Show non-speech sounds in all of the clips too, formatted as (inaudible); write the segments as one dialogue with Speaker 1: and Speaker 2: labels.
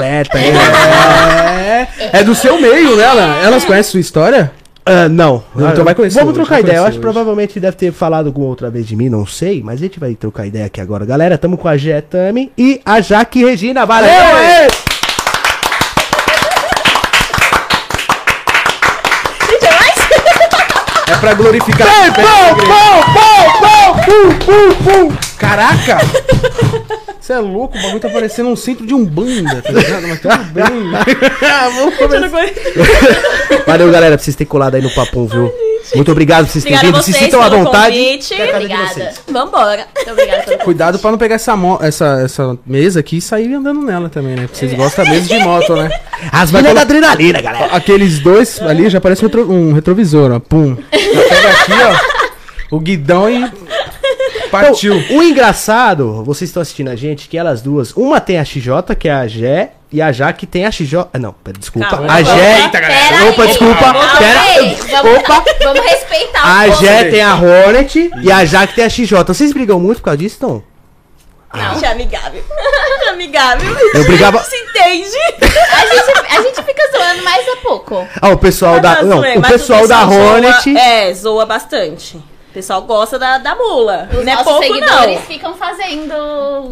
Speaker 1: bicicleta.
Speaker 2: né?
Speaker 1: É, é, do seu meio, né, Alan? Elas conhecem sua história?
Speaker 3: Ah, não.
Speaker 1: Não, então
Speaker 3: Ah,
Speaker 1: vai conhecer
Speaker 3: Vamos
Speaker 1: hoje,
Speaker 3: trocar
Speaker 1: vai
Speaker 3: ideia. Eu
Speaker 1: conhecer
Speaker 3: acho que
Speaker 1: hoje.
Speaker 3: provavelmente deve ter falado alguma outra vez de mim, não sei, mas a gente vai trocar ideia aqui agora. Galera, tamo com a Getami e a Jaque Regina. Valeu! é-
Speaker 1: Aê!
Speaker 2: Gente, é mais?
Speaker 1: É pra glorificar. Caraca! Você é louco, o bagulho tá parecendo um centro de umbanda, tá ligado? Mas tudo bem.
Speaker 3: (laughs)
Speaker 2: Gente, eu não aguento.
Speaker 3: Valeu, galera, por vocês terem colado aí no papum, viu? Muito obrigado por vocês terem
Speaker 2: Obrigada a
Speaker 3: vindo. Se
Speaker 2: vocês
Speaker 3: sintam à
Speaker 2: pelo
Speaker 3: vontade.
Speaker 2: convite.
Speaker 3: Quero a casa de
Speaker 2: Obrigada.
Speaker 3: vocês.
Speaker 2: Vambora. Muito obrigada pelo convite.
Speaker 1: Cuidado pra não pegar essa, mo- essa, essa mesa aqui e sair andando nela também, né? Porque
Speaker 2: É.
Speaker 1: vocês gostam mesmo de moto, né?
Speaker 3: As mulheres da adrenalina, galera.
Speaker 1: Aqueles dois ali já parece um, retro- um retrovisor, ó. Pum. Já pega aqui, ó. O guidão e. Partiu.
Speaker 3: Então, o engraçado, vocês estão assistindo a gente, que elas duas, uma tem a XJ, que é a Gé, e a Já que tem a XJ. Ah, não, pera, desculpa.
Speaker 2: Calma,
Speaker 3: a
Speaker 2: vamos
Speaker 3: Gé.
Speaker 2: lá. Pera aí.
Speaker 3: É, Opa, desculpa.
Speaker 2: Calma
Speaker 3: Pera.
Speaker 2: aí. Vamos,
Speaker 3: Opa.
Speaker 2: vamos respeitar
Speaker 4: um
Speaker 2: o
Speaker 3: A
Speaker 2: povo.
Speaker 3: Gé tem a Hornet e a Já que tem a XJ. Vocês brigam muito por causa disso, então?
Speaker 2: Não, já (laughs) amigável. Já amigável.
Speaker 3: Eu brigava-
Speaker 2: Se entende?
Speaker 4: A gente, a gente fica zoando mais a pouco.
Speaker 3: Ah, o pessoal da.
Speaker 2: Mas
Speaker 3: Não,
Speaker 2: é,
Speaker 3: o
Speaker 2: mas
Speaker 3: pessoal da
Speaker 2: zoa-
Speaker 3: Hornet.
Speaker 2: é, zoa bastante. O pessoal gosta da, da mula.
Speaker 4: Os
Speaker 2: não é
Speaker 4: nossos
Speaker 2: pouco,
Speaker 4: seguidores
Speaker 2: não.
Speaker 4: ficam fazendo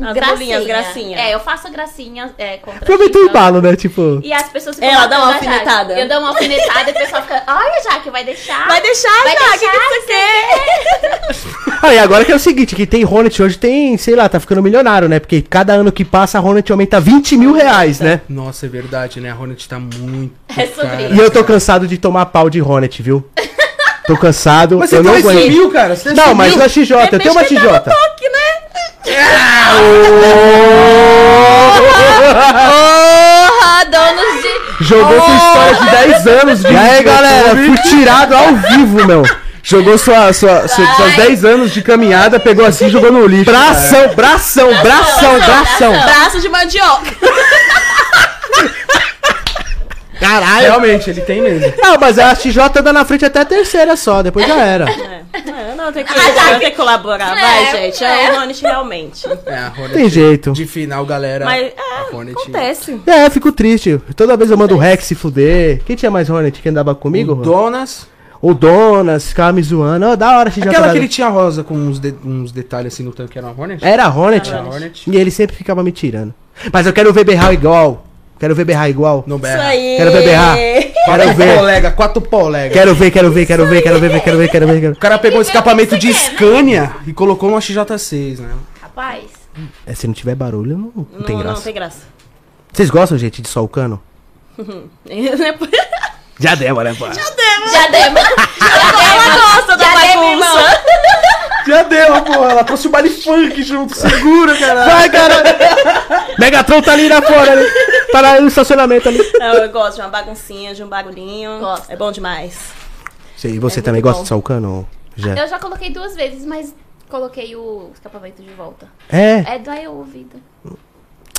Speaker 2: As
Speaker 4: gracinha.
Speaker 2: bolinhas, gracinha.
Speaker 4: É, eu faço gracinha é, contra
Speaker 3: Aproveita o
Speaker 4: ti,
Speaker 3: embalo, né? Tipo.
Speaker 4: E as pessoas ficam
Speaker 2: Ela dá uma
Speaker 4: matando a Jaque.
Speaker 2: alfinetada.
Speaker 4: Eu dou uma alfinetada e o pessoal fica, olha, Jaque, vai deixar.
Speaker 2: Vai deixar,
Speaker 4: Vai
Speaker 2: Jaque,
Speaker 4: deixar,
Speaker 2: que você (laughs)
Speaker 3: Ah, e agora que é o seguinte: que tem Hornet hoje, tem, sei lá, tá ficando milionário, né? Porque cada ano que passa a Hornet aumenta 20 mil reais, né?
Speaker 1: Nossa, é verdade, né? A Hornet tá muito.
Speaker 4: É sobre
Speaker 1: cara.
Speaker 4: isso.
Speaker 3: E eu tô cansado de tomar pau de Hornet, viu? Tô cansado,
Speaker 1: Mas
Speaker 3: eu
Speaker 1: você
Speaker 3: não
Speaker 1: também
Speaker 3: aguento.
Speaker 1: sumiu, cara. Você tá
Speaker 3: Não,
Speaker 1: sumiu.
Speaker 3: mas na XJ, eu tenho uma
Speaker 2: Depende
Speaker 3: XJ.
Speaker 2: de quem tá no toque, né? Ah,
Speaker 4: Porra, donos de...
Speaker 3: Jogou sua história de 10 anos, de E aí, galera, fui tirado ao vivo, meu.
Speaker 1: Jogou sua, sua, sua, seus 10 anos de caminhada, pegou assim e jogou no lixo. cara.
Speaker 3: Bração, bração, bração, bração.
Speaker 2: Braço de mandioca.
Speaker 3: Caralho.
Speaker 1: Realmente, ele tem mesmo.
Speaker 3: Não, mas a XJ anda na frente até a terceira só, depois já era.
Speaker 2: É, não, tem que, tem que colaborar. Vai,
Speaker 4: É,
Speaker 2: gente. É,
Speaker 4: é.
Speaker 2: o Hornet realmente.
Speaker 1: É, a Hornet.
Speaker 3: Tem jeito.
Speaker 1: De final, galera.
Speaker 2: Mas, é,
Speaker 1: a Hornet.
Speaker 2: acontece.
Speaker 3: É, fico triste. Toda vez eu mando o Rex se fuder. Quem tinha mais Hornet que andava comigo?
Speaker 1: O Donas.
Speaker 3: O Donas, ficava me zoando. Ó, da hora, XJ.
Speaker 1: Aquela que ele tinha rosa com uns, de- uns detalhes assim no tanque, era uma Hornet?
Speaker 3: Era a Hornet.
Speaker 1: Era a Hornet.
Speaker 3: E ele sempre ficava me tirando. Mas eu quero ver berrar igual. Quero ver berrar igual.
Speaker 1: No berra.
Speaker 2: Isso aí.
Speaker 3: Quero ver berrar.
Speaker 2: É.
Speaker 1: Quatro
Speaker 3: Quero ver.
Speaker 1: polega, quatro polega.
Speaker 3: Quero ver, quero ver, quero ver, quero ver, quero ver, quero ver. Quero...
Speaker 1: O cara pegou o escapamento de Scania e colocou numa XJ6, né?
Speaker 4: Rapaz,
Speaker 3: É, se não tiver barulho, não, não
Speaker 2: Não,
Speaker 3: tem
Speaker 2: não,
Speaker 3: graça.
Speaker 2: tem graça. (laughs)
Speaker 3: Vocês gostam, gente, de sol o cano?
Speaker 2: Ela
Speaker 3: Já deu, né, pô?
Speaker 4: já demos.
Speaker 2: gosta da bagunça.
Speaker 1: Já deu, pô. Ela trouxe o baile funk junto, segura, caralho.
Speaker 3: Vai, cara! Megatron tá ali na fora, ali. Tá lá no estacionamento ali.
Speaker 2: Não, eu gosto de uma baguncinha, de um bagulhinho.
Speaker 4: Gosto.
Speaker 2: É bom demais.
Speaker 3: Você- E você
Speaker 2: É
Speaker 3: também
Speaker 2: muito
Speaker 3: gosta
Speaker 2: bom.
Speaker 3: de sol o cano? Já.
Speaker 4: Eu já coloquei duas vezes, mas coloquei o escapamento de volta.
Speaker 3: É,
Speaker 4: É, dói o ouvido.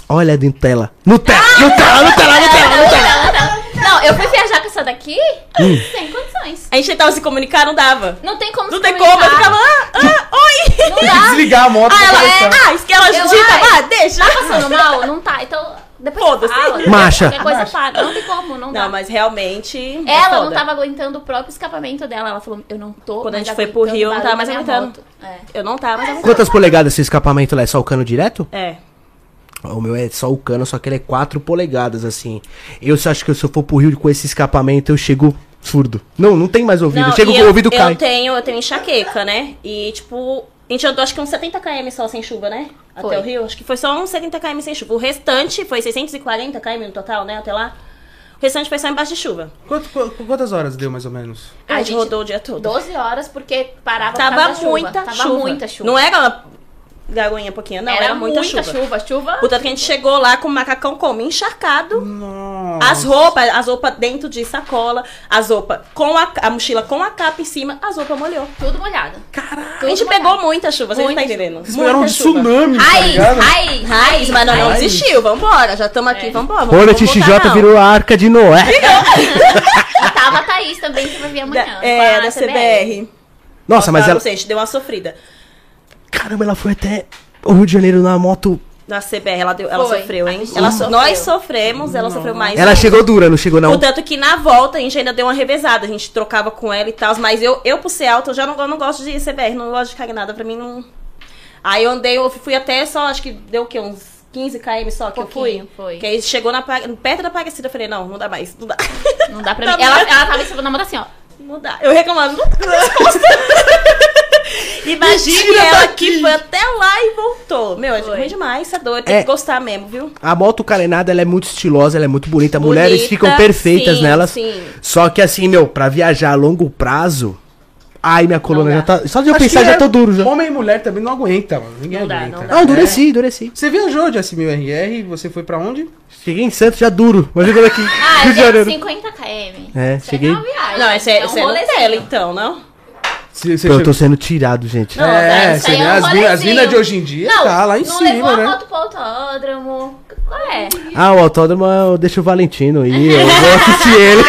Speaker 3: olha de tela. Nutella, Nutella, Nutella, Nutella, Nutella.
Speaker 4: Não, eu fui viajar com essa daqui
Speaker 1: Hum.
Speaker 4: sem condições.
Speaker 2: A gente tentava se comunicar, não dava.
Speaker 4: Não tem como
Speaker 2: Não
Speaker 4: se
Speaker 2: tem como, eu
Speaker 4: comunicar.
Speaker 2: ficava. Ah, ah, oi!
Speaker 4: Não
Speaker 2: (laughs)
Speaker 4: dá.
Speaker 1: Desligar a moto
Speaker 2: Ah,
Speaker 1: pra
Speaker 2: ela
Speaker 1: conversar.
Speaker 2: é. Ah, isso que ela
Speaker 4: Eu,
Speaker 2: digita,
Speaker 4: ai.
Speaker 2: vá, deixa.
Speaker 4: Tá passando mal? Não tá. Então, depois
Speaker 2: Foda-se.
Speaker 4: você fala. depois
Speaker 3: Macha.
Speaker 4: Qualquer coisa para. Não tem como, não, dá.
Speaker 2: Não, mas realmente. é
Speaker 4: Ela não
Speaker 2: foda.
Speaker 4: tava aguentando o próprio escapamento dela. Ela falou, eu não tô
Speaker 2: Quando a
Speaker 4: mais
Speaker 2: gente foi pro
Speaker 4: aguentando
Speaker 2: Rio, eu não tava mais
Speaker 4: barulho da minha
Speaker 2: aguentando.
Speaker 4: moto. É.
Speaker 2: Eu não tava, mas eu
Speaker 3: Quantas polegadas esse escapamento lá? É só o cano direto?
Speaker 2: É.
Speaker 3: O meu é só o cano, só que ele é 4 polegadas, assim. Eu só acho que se eu for pro Rio com esse escapamento, eu chego surdo. Não, não tem mais ouvido.
Speaker 2: Não,
Speaker 3: Chega
Speaker 2: e
Speaker 3: com o
Speaker 2: eu-
Speaker 3: ouvido cai.
Speaker 2: Eu tenho, eu tenho enxaqueca, né? E, tipo, a gente andou acho que uns 70 km só sem chuva, né? Até
Speaker 4: Foi.
Speaker 2: o Rio. Acho que foi só uns 70 km sem chuva. O restante foi 640 km no total, né? Até lá. O restante foi só embaixo de chuva.
Speaker 1: Quanto- qu- quantas horas deu, mais ou menos?
Speaker 2: A,
Speaker 4: A
Speaker 2: gente,
Speaker 4: gente-
Speaker 2: rodou o dia todo.
Speaker 4: 12 horas, porque parava por
Speaker 2: Tava
Speaker 4: causa da chuva.
Speaker 2: muita
Speaker 4: Tava
Speaker 2: chuva.
Speaker 4: muita chuva.
Speaker 2: Não era uma garoinha pouquinha, não. Era, muita, chuva.
Speaker 4: chuva. chuva.
Speaker 2: Portanto que a gente chegou lá com o macacão como? Encharcado.
Speaker 1: Nossa.
Speaker 2: As roupas, as roupas dentro de sacola, as roupas com a, a mochila com a capa em cima, as roupas molhou.
Speaker 4: Tudo molhado.
Speaker 2: A
Speaker 4: Caraca.
Speaker 2: gente pegou muita chuva, vocês não
Speaker 4: Muita
Speaker 2: estão entendendo.
Speaker 1: Vocês pegaram um
Speaker 2: Muita chuva.
Speaker 1: tsunami, tá
Speaker 4: Raiz,
Speaker 1: ligado?
Speaker 4: raiz,
Speaker 2: Raiz, É.
Speaker 4: raiz.
Speaker 2: mas nós não
Speaker 1: Raiz.
Speaker 2: desistiu, vambora, já estamos aqui, vambora. vamos-
Speaker 3: Hornet
Speaker 2: vamos voltar,
Speaker 3: XJ
Speaker 2: não.
Speaker 3: virou a arca de Noé.
Speaker 4: E tava a Thaís também, que vai vir
Speaker 2: Da,
Speaker 4: amanhã.
Speaker 2: é,
Speaker 4: com a
Speaker 2: da CBR.
Speaker 3: Nossa, mas
Speaker 2: ela...
Speaker 3: ela.
Speaker 2: Não sei, a gente deu uma sofrida.
Speaker 3: Caramba, ela foi até o Rio de Janeiro na moto
Speaker 2: Na CBR, ela, deu- ela
Speaker 4: Foi.
Speaker 2: sofreu, hein?
Speaker 4: A
Speaker 2: Ela so-
Speaker 4: sofreu.
Speaker 2: Nós sofremos, ela sofreu mais.
Speaker 3: Ela
Speaker 2: ainda.
Speaker 3: chegou dura, não chegou não?
Speaker 2: Portanto, que na volta a gente ainda deu uma revezada. A gente trocava com ela e tal. Mas eu, eu por ser alta, eu já não, eu não gosto de CBR, não gosto de cagnada. Pra mim não. Aí eu andei, eu fui até só, acho que deu o quê? Uns 15 km só que eu
Speaker 4: Pouquinho,
Speaker 2: fui.
Speaker 4: foi.
Speaker 2: Que aí chegou na, Pa- perto da Aparecida, eu falei, não, não dá mais, não dá.
Speaker 4: Não dá pra
Speaker 2: Tá (laughs)
Speaker 4: mim. Ela,
Speaker 2: bom.
Speaker 4: ela tava em cima da moto assim, ó.
Speaker 2: Não dá. Eu reclamando. (laughs) Imagine
Speaker 3: Mentira, tá
Speaker 2: ela que foi até lá e voltou. Meu, é
Speaker 4: Foi.
Speaker 2: ruim demais, isso é doido. Tem
Speaker 3: É.
Speaker 2: que gostar mesmo, viu?
Speaker 3: A moto carenada, ela é muito estilosa, ela é muito bonita. Mulheres
Speaker 2: Bonita,
Speaker 3: ficam perfeitas
Speaker 2: sim,
Speaker 3: nelas.
Speaker 2: sim.
Speaker 3: Só que assim, meu, pra viajar a longo prazo... Ai, minha coluna
Speaker 2: dá.
Speaker 3: já tá... Só de eu
Speaker 1: Acho
Speaker 3: pensar,
Speaker 1: que
Speaker 3: já
Speaker 1: é-
Speaker 3: tô duro já.
Speaker 1: Homem e mulher também não aguenta, mano. Ninguém
Speaker 2: Não dá,
Speaker 1: aguenta.
Speaker 2: não dá.
Speaker 3: Ah, endureci,
Speaker 2: É.
Speaker 3: endureci.
Speaker 1: Você viajou de S1000RR, você foi pra onde?
Speaker 3: Cheguei em Santos já duro. Imagina como é que...
Speaker 4: Ah,
Speaker 3: Rio de Janeiro.
Speaker 4: gente, 50 km.
Speaker 3: É,
Speaker 4: Isso
Speaker 3: cheguei-
Speaker 4: É uma viagem.
Speaker 2: Não, esse é, esse é
Speaker 4: rolezinho.
Speaker 2: Nutella, então, não?
Speaker 1: Você, você
Speaker 3: Pô, eu
Speaker 1: chegou-
Speaker 3: tô sendo tirado, gente.
Speaker 4: Não,
Speaker 1: É,
Speaker 4: velho, isso
Speaker 1: você
Speaker 4: aí
Speaker 1: vê
Speaker 4: é um
Speaker 1: as minas- as
Speaker 4: rolezinho.
Speaker 1: minas de hoje em dia
Speaker 4: Não,
Speaker 1: tá lá em
Speaker 4: não
Speaker 1: cima,
Speaker 4: levou
Speaker 1: né?
Speaker 4: a moto pro autódromo. Qual é?
Speaker 3: Ah, o autódromo eu deixo o Valentino ir, eu vou assistir ele.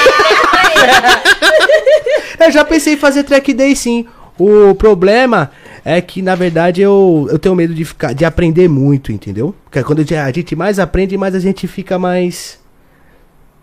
Speaker 3: eu já pensei em fazer track day sim. O problema é que, na verdade, eu, eu tenho medo de, ficar, de aprender muito, entendeu? Porque é quando a gente mais aprende, mais a gente fica mais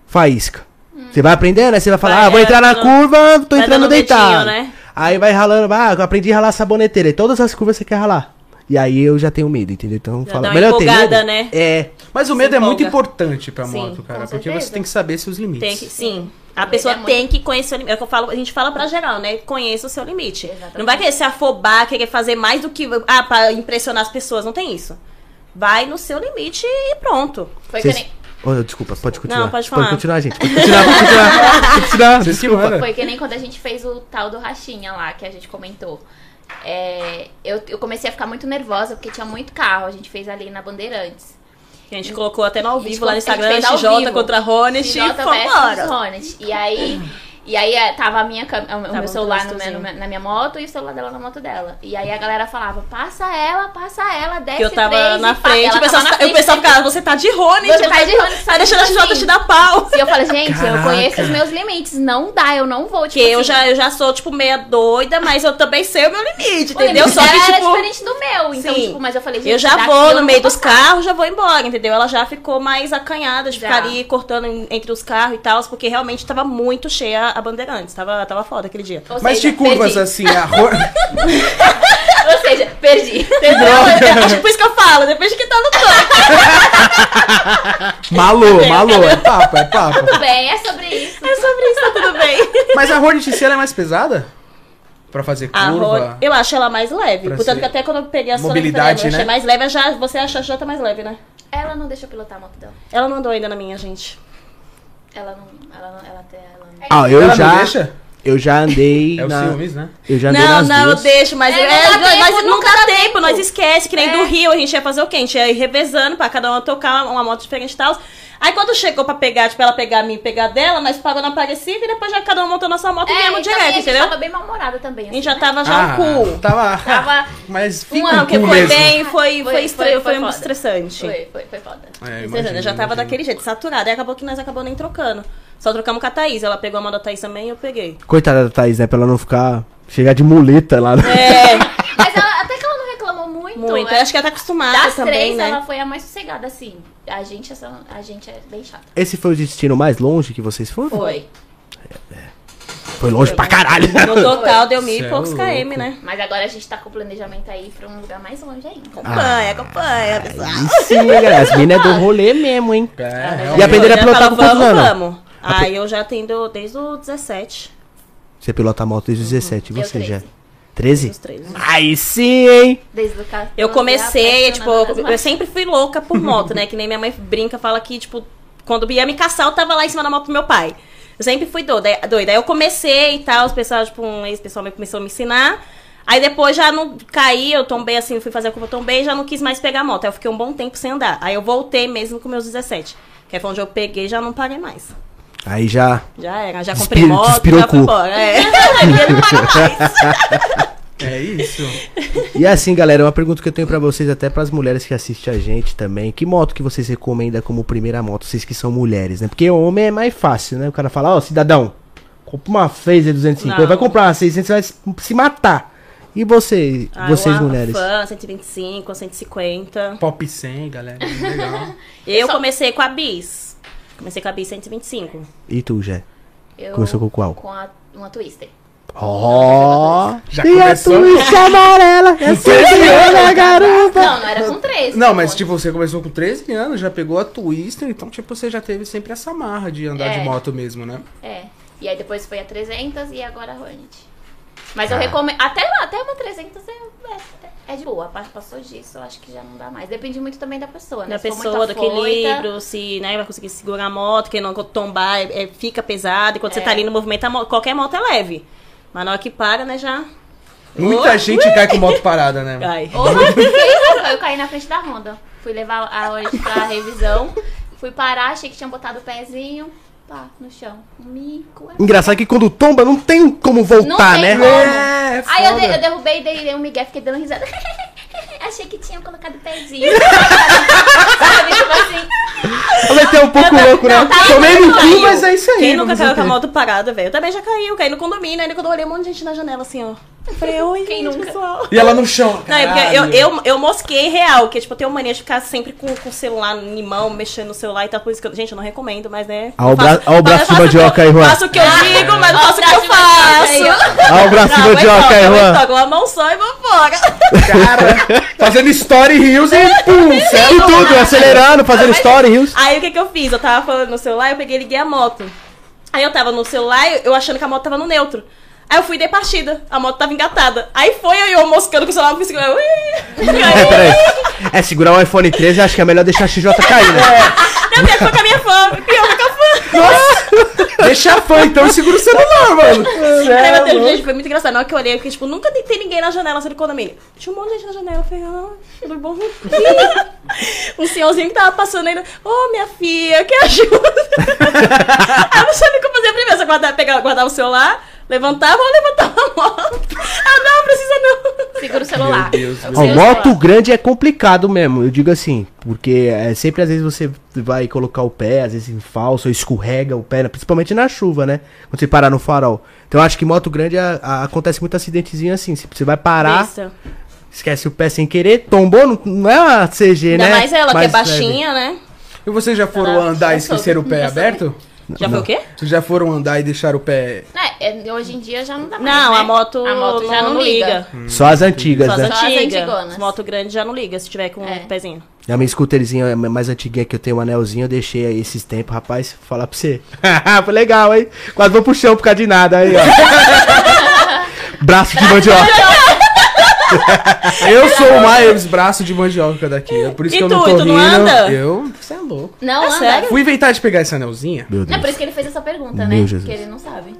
Speaker 3: faísca. Você vai aprendendo, aí você vai falar,
Speaker 2: Hum. Vai,
Speaker 3: ah, vou
Speaker 2: é,
Speaker 3: entrar na
Speaker 2: não-
Speaker 3: curva, tô
Speaker 2: vai
Speaker 3: entrando
Speaker 2: dando dedinho,
Speaker 3: deitado.
Speaker 2: né?
Speaker 3: Aí vai ralando, ah, eu aprendi a ralar saboneteira. E todas as curvas você quer ralar. E aí eu já tenho medo, entendeu? Então,
Speaker 2: Já dá
Speaker 3: fala,
Speaker 2: uma
Speaker 3: melhor ter
Speaker 2: empolgada,
Speaker 3: medo.
Speaker 2: né?
Speaker 3: É,
Speaker 1: Mas o medo
Speaker 2: Se
Speaker 1: é muito
Speaker 2: empolga.
Speaker 1: importante pra
Speaker 2: Sim,
Speaker 1: moto, cara.
Speaker 4: com
Speaker 1: Porque
Speaker 4: certeza.
Speaker 1: você tem que saber seus limites.
Speaker 2: Tem que, sim. A pessoa
Speaker 4: É muito-
Speaker 2: tem que conhecer o limite. É o que eu falo, a gente fala pra geral, né? Conheça o seu limite.
Speaker 4: Exatamente.
Speaker 2: Não vai querer se afobar, querer fazer mais do que. Ah, pra impressionar as pessoas. Não tem isso. Vai no seu limite e pronto.
Speaker 4: Foi
Speaker 3: Vocês-
Speaker 4: que nem.
Speaker 3: Oh, desculpa, pode continuar.
Speaker 2: Não, pode falar.
Speaker 3: continuar, gente. Pode
Speaker 2: (laughs)
Speaker 3: continuar, pode continuar. pode continuar.
Speaker 1: Vocês que mandam.
Speaker 4: Foi que nem quando a gente fez o tal do Rachinha lá, que a gente comentou. É, eu, eu comecei a ficar muito nervosa porque tinha muito carro. A gente fez ali na Bandeirantes.
Speaker 2: Que a gente colocou até no ao
Speaker 4: gente
Speaker 2: vivo lá no
Speaker 4: co- a gente
Speaker 2: Instagram,
Speaker 4: fez ao
Speaker 2: XJ
Speaker 4: vivo.
Speaker 2: contra Hornet e
Speaker 4: CJ
Speaker 2: vambora.
Speaker 4: versus Hornet. E aí, e aí é, tava a minha, câmera- o
Speaker 2: um
Speaker 4: meu celular no
Speaker 2: trânsitozinho.
Speaker 4: meu- no meu- na minha moto e o celular dela na moto dela. E aí a galera falava, passa ela, passa ela, desce
Speaker 2: Que eu tava
Speaker 4: três
Speaker 2: na
Speaker 4: e passa.
Speaker 2: frente,
Speaker 4: Ela
Speaker 2: o pessoal,
Speaker 4: tava na
Speaker 2: tá-
Speaker 4: frente,
Speaker 2: eu pensava,
Speaker 4: desce
Speaker 2: cara, você tá de Rony,
Speaker 4: Você tá de Rony,
Speaker 2: tá
Speaker 4: sabe,
Speaker 2: deixando a
Speaker 4: tipo
Speaker 2: Jota
Speaker 4: assim.
Speaker 2: te dar pau.
Speaker 4: E eu falo, gente, eu
Speaker 3: Caraca.
Speaker 4: conheço os meus limites, não dá, eu não vou,
Speaker 2: Porque
Speaker 4: tipo
Speaker 2: eu
Speaker 4: assim,
Speaker 2: já, eu já sou, tipo, meia doida, mas eu também sei o meu limite,
Speaker 4: o limite
Speaker 2: entendeu? Só
Speaker 4: dela
Speaker 2: que,
Speaker 4: era
Speaker 2: tipo,
Speaker 4: diferente do meu, então,
Speaker 2: Sim.
Speaker 4: tipo, mas eu falei, gente,
Speaker 2: eu já
Speaker 4: daqui
Speaker 2: vou
Speaker 4: eu
Speaker 2: no
Speaker 4: não
Speaker 2: meio
Speaker 4: vou
Speaker 2: dos
Speaker 4: passar.
Speaker 2: carros, já vou embora, entendeu? Ela já ficou mais acanhada de
Speaker 4: Já.
Speaker 2: ficar ali cortando em- entre os carros e tal, porque realmente tava muito cheia a Bandeirantes, tava, tava foda aquele dia.
Speaker 4: Ou
Speaker 1: Mas
Speaker 4: seja,
Speaker 1: de curvas
Speaker 4: perdi.
Speaker 1: assim, a
Speaker 4: (laughs)
Speaker 1: Ro-
Speaker 4: Ou seja,
Speaker 2: (laughs)
Speaker 4: perdi.
Speaker 2: Entendeu? Acho que por é, tipo isso que eu falo, depois de que tá no topo.
Speaker 3: Malô, malô.
Speaker 1: Alô, é papo, é papo. (laughs)
Speaker 4: Tudo bem, (laughs) é sobre isso.
Speaker 2: É sobre isso, tá tudo bem.
Speaker 1: Mas a Hornet em si, ela é mais pesada? Pra fazer
Speaker 2: A
Speaker 1: curva?
Speaker 2: Rony, eu acho ela mais leve.
Speaker 1: Pra
Speaker 2: Portanto,
Speaker 1: ser-
Speaker 2: que até quando eu peguei a Sonic,
Speaker 1: Mobilidade,
Speaker 2: eu falei, eu
Speaker 1: né?
Speaker 2: achei mais leve, já, você acha a Jota mais leve, né?
Speaker 4: Ela não deixa eu pilotar a moto dela.
Speaker 2: Ela não andou ainda na minha, gente.
Speaker 4: Ela não, ela não, ela até, ela não...
Speaker 3: Ah, eu
Speaker 1: Ela não
Speaker 3: já.
Speaker 1: deixa?
Speaker 3: Eu já andei.
Speaker 1: É o
Speaker 3: na,
Speaker 1: ciúmes, né?
Speaker 3: Eu já andei
Speaker 2: Não,
Speaker 3: nas
Speaker 2: não,
Speaker 3: duas.
Speaker 2: eu deixo, mas
Speaker 4: É,
Speaker 2: é,
Speaker 4: não dá
Speaker 2: nós-
Speaker 4: tempo,
Speaker 2: nós- nunca
Speaker 4: nunca
Speaker 2: dá
Speaker 4: dá
Speaker 2: tempo,
Speaker 4: tempo.
Speaker 2: nós esquece, que nem
Speaker 4: É.
Speaker 2: do Rio, a gente ia fazer o quê? A gente ia ir revezando pra cada uma tocar uma moto diferente e tal. Aí quando chegou pra pegar, tipo, ela pegar a minha e pegar a dela, nós parou na parecida e depois já cada uma montou nossa moto e viemos
Speaker 4: então, assim,
Speaker 2: direto,
Speaker 4: a gente
Speaker 2: é entendeu?
Speaker 4: tava bem mal-humorada também.
Speaker 2: A
Speaker 4: assim,
Speaker 2: gente já
Speaker 4: né?
Speaker 2: tava já um cu.
Speaker 1: Tava.
Speaker 4: Tava...
Speaker 1: Mas fica
Speaker 4: ano
Speaker 1: um
Speaker 2: Não, que
Speaker 1: Ah, tá cu
Speaker 2: foi
Speaker 1: mesmo.
Speaker 2: bem, foi, foi,
Speaker 4: Foi-
Speaker 2: estra-
Speaker 4: foi-
Speaker 2: foi
Speaker 4: foi
Speaker 2: um
Speaker 4: foda.
Speaker 2: estressante.
Speaker 4: Foi, foi, foi foda.
Speaker 1: É,
Speaker 2: Entendeu?
Speaker 1: imagina,
Speaker 2: eu já tava
Speaker 1: imagina.
Speaker 2: daquele jeito, saturada. E acabou que nós acabou nem trocando. Só trocamos com a Thaís. Ela pegou a mão da Thaís também e eu
Speaker 4: (laughs)
Speaker 2: peguei.
Speaker 3: Coitada da Thaís, né? Pra ela não ficar. Chegar de muleta lá. no-
Speaker 2: É,
Speaker 4: Mas ela, até que ela não reclamou muito.
Speaker 2: muito.
Speaker 4: é-
Speaker 2: Eu acho que ela tá acostumada
Speaker 4: Das
Speaker 2: também,
Speaker 4: três,
Speaker 2: né?
Speaker 4: ela foi a mais sossegada, assim. A gente, é só- a gente é bem chata.
Speaker 3: (laughs) Esse foi o destino mais longe que vocês foram?
Speaker 4: Foi.
Speaker 3: Foi longe pra caralho. (laughs)
Speaker 2: No total deu mil
Speaker 1: Cê
Speaker 2: e
Speaker 1: é
Speaker 2: poucos
Speaker 1: louco.
Speaker 2: KM, né?
Speaker 4: Mas agora a gente tá com o planejamento aí pra um lugar mais longe ainda.
Speaker 2: Acompanha,
Speaker 3: Ah.
Speaker 2: acompanha, pessoal.
Speaker 3: Sim, galera. As minas é do rolê mesmo, hein?
Speaker 1: É,
Speaker 3: E
Speaker 1: realmente.
Speaker 3: aprenderam a
Speaker 2: Ela
Speaker 3: pilotar
Speaker 2: falou,
Speaker 3: com quantos
Speaker 2: vamos,
Speaker 3: anos?
Speaker 2: Vamos. Aí eu já atendo desde o 17,
Speaker 3: Você pilota a moto desde os 17, e
Speaker 4: Eu
Speaker 3: você já? 13?
Speaker 4: 13.
Speaker 2: dos 13.
Speaker 3: Aí sim, hein?
Speaker 4: Desde o carro.
Speaker 2: Eu comecei, tipo,
Speaker 4: né?
Speaker 2: eu sempre fui louca por moto, né? Que nem minha mãe brinca, fala que, tipo, quando ia me caçar, eu tava lá em cima da moto do meu pai. Eu sempre fui doida. é, doida. Aí eu comecei e tal, os pessoal, tipo, um ex-pessoal me começou a me ensinar. Aí depois já não caí, eu tombei assim, fui fazer a curva, eu tombei e já não quis mais pegar a moto. Aí eu fiquei um bom tempo sem andar. Aí eu voltei mesmo com meus 17. Que foi onde eu peguei e já não parei mais.
Speaker 3: Aí já.
Speaker 2: Já era, já
Speaker 3: Despir-
Speaker 2: comprei moto, já fui
Speaker 3: despirocou.
Speaker 2: embora. É.
Speaker 3: (laughs)
Speaker 2: Ele não para mais.
Speaker 1: É isso.
Speaker 3: E assim, galera, uma pergunta que eu tenho pra vocês, até pras mulheres que assistem a gente também. Que moto que vocês recomendam como primeira moto, vocês que são mulheres, né? Porque homem é mais fácil, né? O cara fala, ó, cidadão, compra uma Phaser 250,
Speaker 2: Não.
Speaker 3: vai comprar uma 600, você vai se- se matar. E você,
Speaker 2: Ah,
Speaker 3: vocês
Speaker 2: eu amo
Speaker 3: mulheres?
Speaker 2: Fan, 125, 150.
Speaker 1: Pop 100, galera. é Legal.
Speaker 2: Eu
Speaker 4: Só-
Speaker 2: comecei com a Bis. Comecei com a Bis 125.
Speaker 3: E tu, Jé?
Speaker 4: Eu,
Speaker 3: Começou com qual?
Speaker 4: Com a- uma Twister.
Speaker 3: Ó!
Speaker 1: Já
Speaker 3: e a
Speaker 1: começou?
Speaker 3: twist (laughs) amarela, é sempre na garupa.
Speaker 4: Não, não era com três.
Speaker 1: Não,
Speaker 4: com
Speaker 1: mas
Speaker 4: um
Speaker 1: tipo, você começou com 13 anos, já pegou a Twister, então tipo, você já teve sempre essa marra de andar de
Speaker 4: É.
Speaker 1: moto mesmo, né?
Speaker 4: monte. É. E aí depois foi a 300 e agora a Hornet. Mas eu
Speaker 1: Ah.
Speaker 4: recomendo. Até lá, até uma 300 é, é, é de boa. Pa- Passou disso, eu acho que já não dá mais. Depende muito também da pessoa, né?
Speaker 2: Da
Speaker 4: Se for muito
Speaker 2: pessoa, do
Speaker 4: afoita-
Speaker 2: equilíbrio, se né, vai conseguir segurar a moto, quem não tombar é- é- fica pesado. E quando
Speaker 3: É.
Speaker 2: você tá ali no movimento, a mo- qualquer moto é leve. Mas na hora que para, né, já.
Speaker 1: Muita
Speaker 2: Oi?
Speaker 1: gente cai com moto parada, né?
Speaker 2: Ai.
Speaker 4: Ô, mas que isso? Eu caí na frente da Honda. Fui levar a Hornet pra revisão. Fui parar, achei que tinham botado o pezinho. Pá, no chão. Mico. é
Speaker 3: Engraçado que quando tomba não tem como voltar,
Speaker 4: tem
Speaker 3: né?
Speaker 4: como.
Speaker 1: É,
Speaker 4: Aí eu, de-
Speaker 1: foda.
Speaker 4: eu derrubei e dei um migué, fiquei dando risada. (laughs) Achei que tinham colocado
Speaker 1: (laughs)
Speaker 4: o pezinho. Sabe, tipo assim.
Speaker 3: Ela tem um pouco louco, né?
Speaker 2: Tá
Speaker 3: Tomei no cu, mas é isso aí.
Speaker 2: Quem nunca
Speaker 3: vamos
Speaker 2: caiu com a
Speaker 3: dizer.
Speaker 2: moto parada, velho? Eu também já caí, eu caí no condomínio, ainda quando eu olhei um monte de gente na janela, assim, ó. Eu Falei, oi,
Speaker 4: Quem
Speaker 2: gente,
Speaker 4: nunca?
Speaker 2: pessoal.
Speaker 1: E ela no chão.
Speaker 2: Não, é porque eu,
Speaker 1: caralho.
Speaker 2: eu, eu mosquei real, que tipo, eu tenho mania de ficar sempre com, com o celular em mão, mexendo no celular e tal, por isso que eu, gente, eu não recomendo, mas né.
Speaker 3: Ao
Speaker 2: eu faço-
Speaker 3: bra- ao braço
Speaker 2: eu faço
Speaker 3: de
Speaker 2: o que eu-
Speaker 3: mandioca aí, Juan.
Speaker 2: Faço o que eu digo, mas não faço o que eu faço.
Speaker 3: Olha o braço
Speaker 2: Não,
Speaker 3: do
Speaker 2: mas toca,
Speaker 3: Joca aí,
Speaker 2: mas
Speaker 3: Juan.
Speaker 2: toca, Uma mão só e vou fora.
Speaker 1: Cara, fazendo story reels e pum,
Speaker 3: E
Speaker 1: certo?
Speaker 3: tudo, acelerando, fazendo story, rios.
Speaker 2: Aí o que que eu fiz? Eu tava falando no celular, eu peguei e liguei a moto. Aí eu tava no celular, eu achando que a moto tava no neutro. Aí eu fui e dei partida, a moto tava engatada. Aí foi eu, eu moscando com o celular, eu fiz... assim, Eu...
Speaker 3: É, peraí. É, segurar o iPhone 13, acho que é melhor deixar a XJ cair, né?
Speaker 1: É,
Speaker 2: Não, pior que foi com a minha fã, pior que com a fã.
Speaker 1: Deixa a fã, então segura o celular, mano. é
Speaker 2: Aí bateu no gente, foi muito engraçado. Na hora que eu olhei, porque, tipo, nunca tem ninguém na janela, assim, do condomínio. Tinha um monte de gente na janela. Eu falei, ah, tudo bom? (laughs) um senhorzinho que tava passando ainda. Ô, minha filha, que ajuda. (laughs) Aí eu não sabia o que eu fazia primeiro. Só guardar, pegar, guardar o celular, levantar, vou levantar a moto. Ah, não, precisa não.
Speaker 4: Segura o celular.
Speaker 1: Deus,
Speaker 4: Eu
Speaker 1: meu
Speaker 3: Ó,
Speaker 4: sei o
Speaker 3: moto
Speaker 4: celular.
Speaker 3: grande é complicado mesmo, eu digo assim, porque é, sempre às vezes você vai colocar o pé, às vezes em falso, ou escorrega o pé, né, principalmente na chuva, né? Quando você parar no farol. Então eu acho que moto grande a- a- acontece muito acidentezinho assim, se você vai parar,
Speaker 2: Besta.
Speaker 3: esquece o pé sem querer, tombou, não, não é uma CG,
Speaker 2: Ainda
Speaker 3: né?
Speaker 2: mais ela, que é
Speaker 3: Mais
Speaker 2: baixinha, né?
Speaker 1: E vocês já foram
Speaker 4: Não,
Speaker 1: andar e
Speaker 4: eu sou-
Speaker 1: esquecer o pé
Speaker 4: eu sou-
Speaker 1: aberto?
Speaker 2: Já foi o quê?
Speaker 1: Vocês já foram andar e deixar o pé.
Speaker 4: É, é, hoje em dia já não dá mais.
Speaker 2: Não,
Speaker 4: né?
Speaker 2: a moto,
Speaker 4: A moto já não, liga.
Speaker 3: leve. Só as antigas,
Speaker 2: Só as
Speaker 3: né?
Speaker 4: Só as
Speaker 2: antigas.
Speaker 4: antigonas.
Speaker 2: moto grande já não liga, se tiver com o
Speaker 4: É.
Speaker 2: pezinho.
Speaker 3: A minha scooterzinha mais antiguinha que eu tenho, um anelzinho, eu deixei aí esses tempos, rapaz, vou falar pra você. (laughs) Foi legal, hein? Quase vou pro chão por causa de nada aí, ó. (laughs) Braço de
Speaker 1: (laughs)
Speaker 3: mandioca.
Speaker 1: Eu sou o mais braço de mandioca daqui. É por isso
Speaker 2: E
Speaker 1: que eu
Speaker 2: tu?
Speaker 1: não tô
Speaker 2: E tu
Speaker 1: rindo.
Speaker 2: não anda?
Speaker 1: Eu. Você é louco.
Speaker 4: Não,
Speaker 2: É
Speaker 4: anda.
Speaker 2: sério?
Speaker 1: Fui inventar de pegar essa anelzinha.
Speaker 3: Meu
Speaker 4: Não, é
Speaker 3: Deus.
Speaker 4: por isso que ele fez essa pergunta,
Speaker 3: Meu
Speaker 4: né?
Speaker 3: Jesus.
Speaker 4: Porque ele não sabe.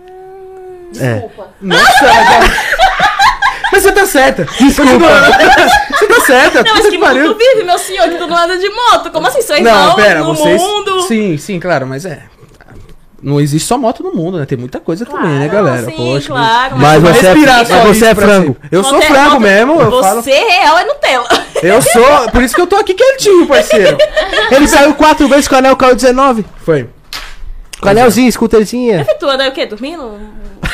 Speaker 1: É.
Speaker 4: Desculpa.
Speaker 1: Nossa, ela
Speaker 2: (laughs)
Speaker 1: tá- Mas você tá certa. Desculpa. (laughs) Você tá certa.
Speaker 2: Não, mas
Speaker 1: puta
Speaker 2: que mundo
Speaker 1: pariu.
Speaker 2: tu vive, meu senhor, que tu não anda de moto? Como assim? Sou irmão
Speaker 1: Não, pera,
Speaker 2: no
Speaker 1: vocês.
Speaker 2: mundo?
Speaker 1: Sim, sim, claro, mas é. Não existe só moto no mundo, né? Tem muita coisa também, né, galera?
Speaker 2: Sim,
Speaker 1: Poxa,
Speaker 2: claro.
Speaker 3: Mas você é,
Speaker 1: Respirar
Speaker 3: mas
Speaker 1: só
Speaker 3: você
Speaker 1: isso
Speaker 3: é
Speaker 1: pra
Speaker 3: frango.
Speaker 1: cima. Eu sou
Speaker 2: Você-
Speaker 1: frango
Speaker 2: você-
Speaker 1: mesmo, eu
Speaker 2: você
Speaker 1: falo.
Speaker 2: real é
Speaker 1: (laughs)
Speaker 2: Nutella.
Speaker 1: Eu sou. Por isso que eu tô aqui quietinho, parceiro.
Speaker 3: É. Ele saiu quatro vezes com o anel caiu 19.
Speaker 1: Foi.
Speaker 3: Com o
Speaker 1: é.
Speaker 3: anelzinho, scooterzinha.
Speaker 2: tu anda o quê? Dormindo?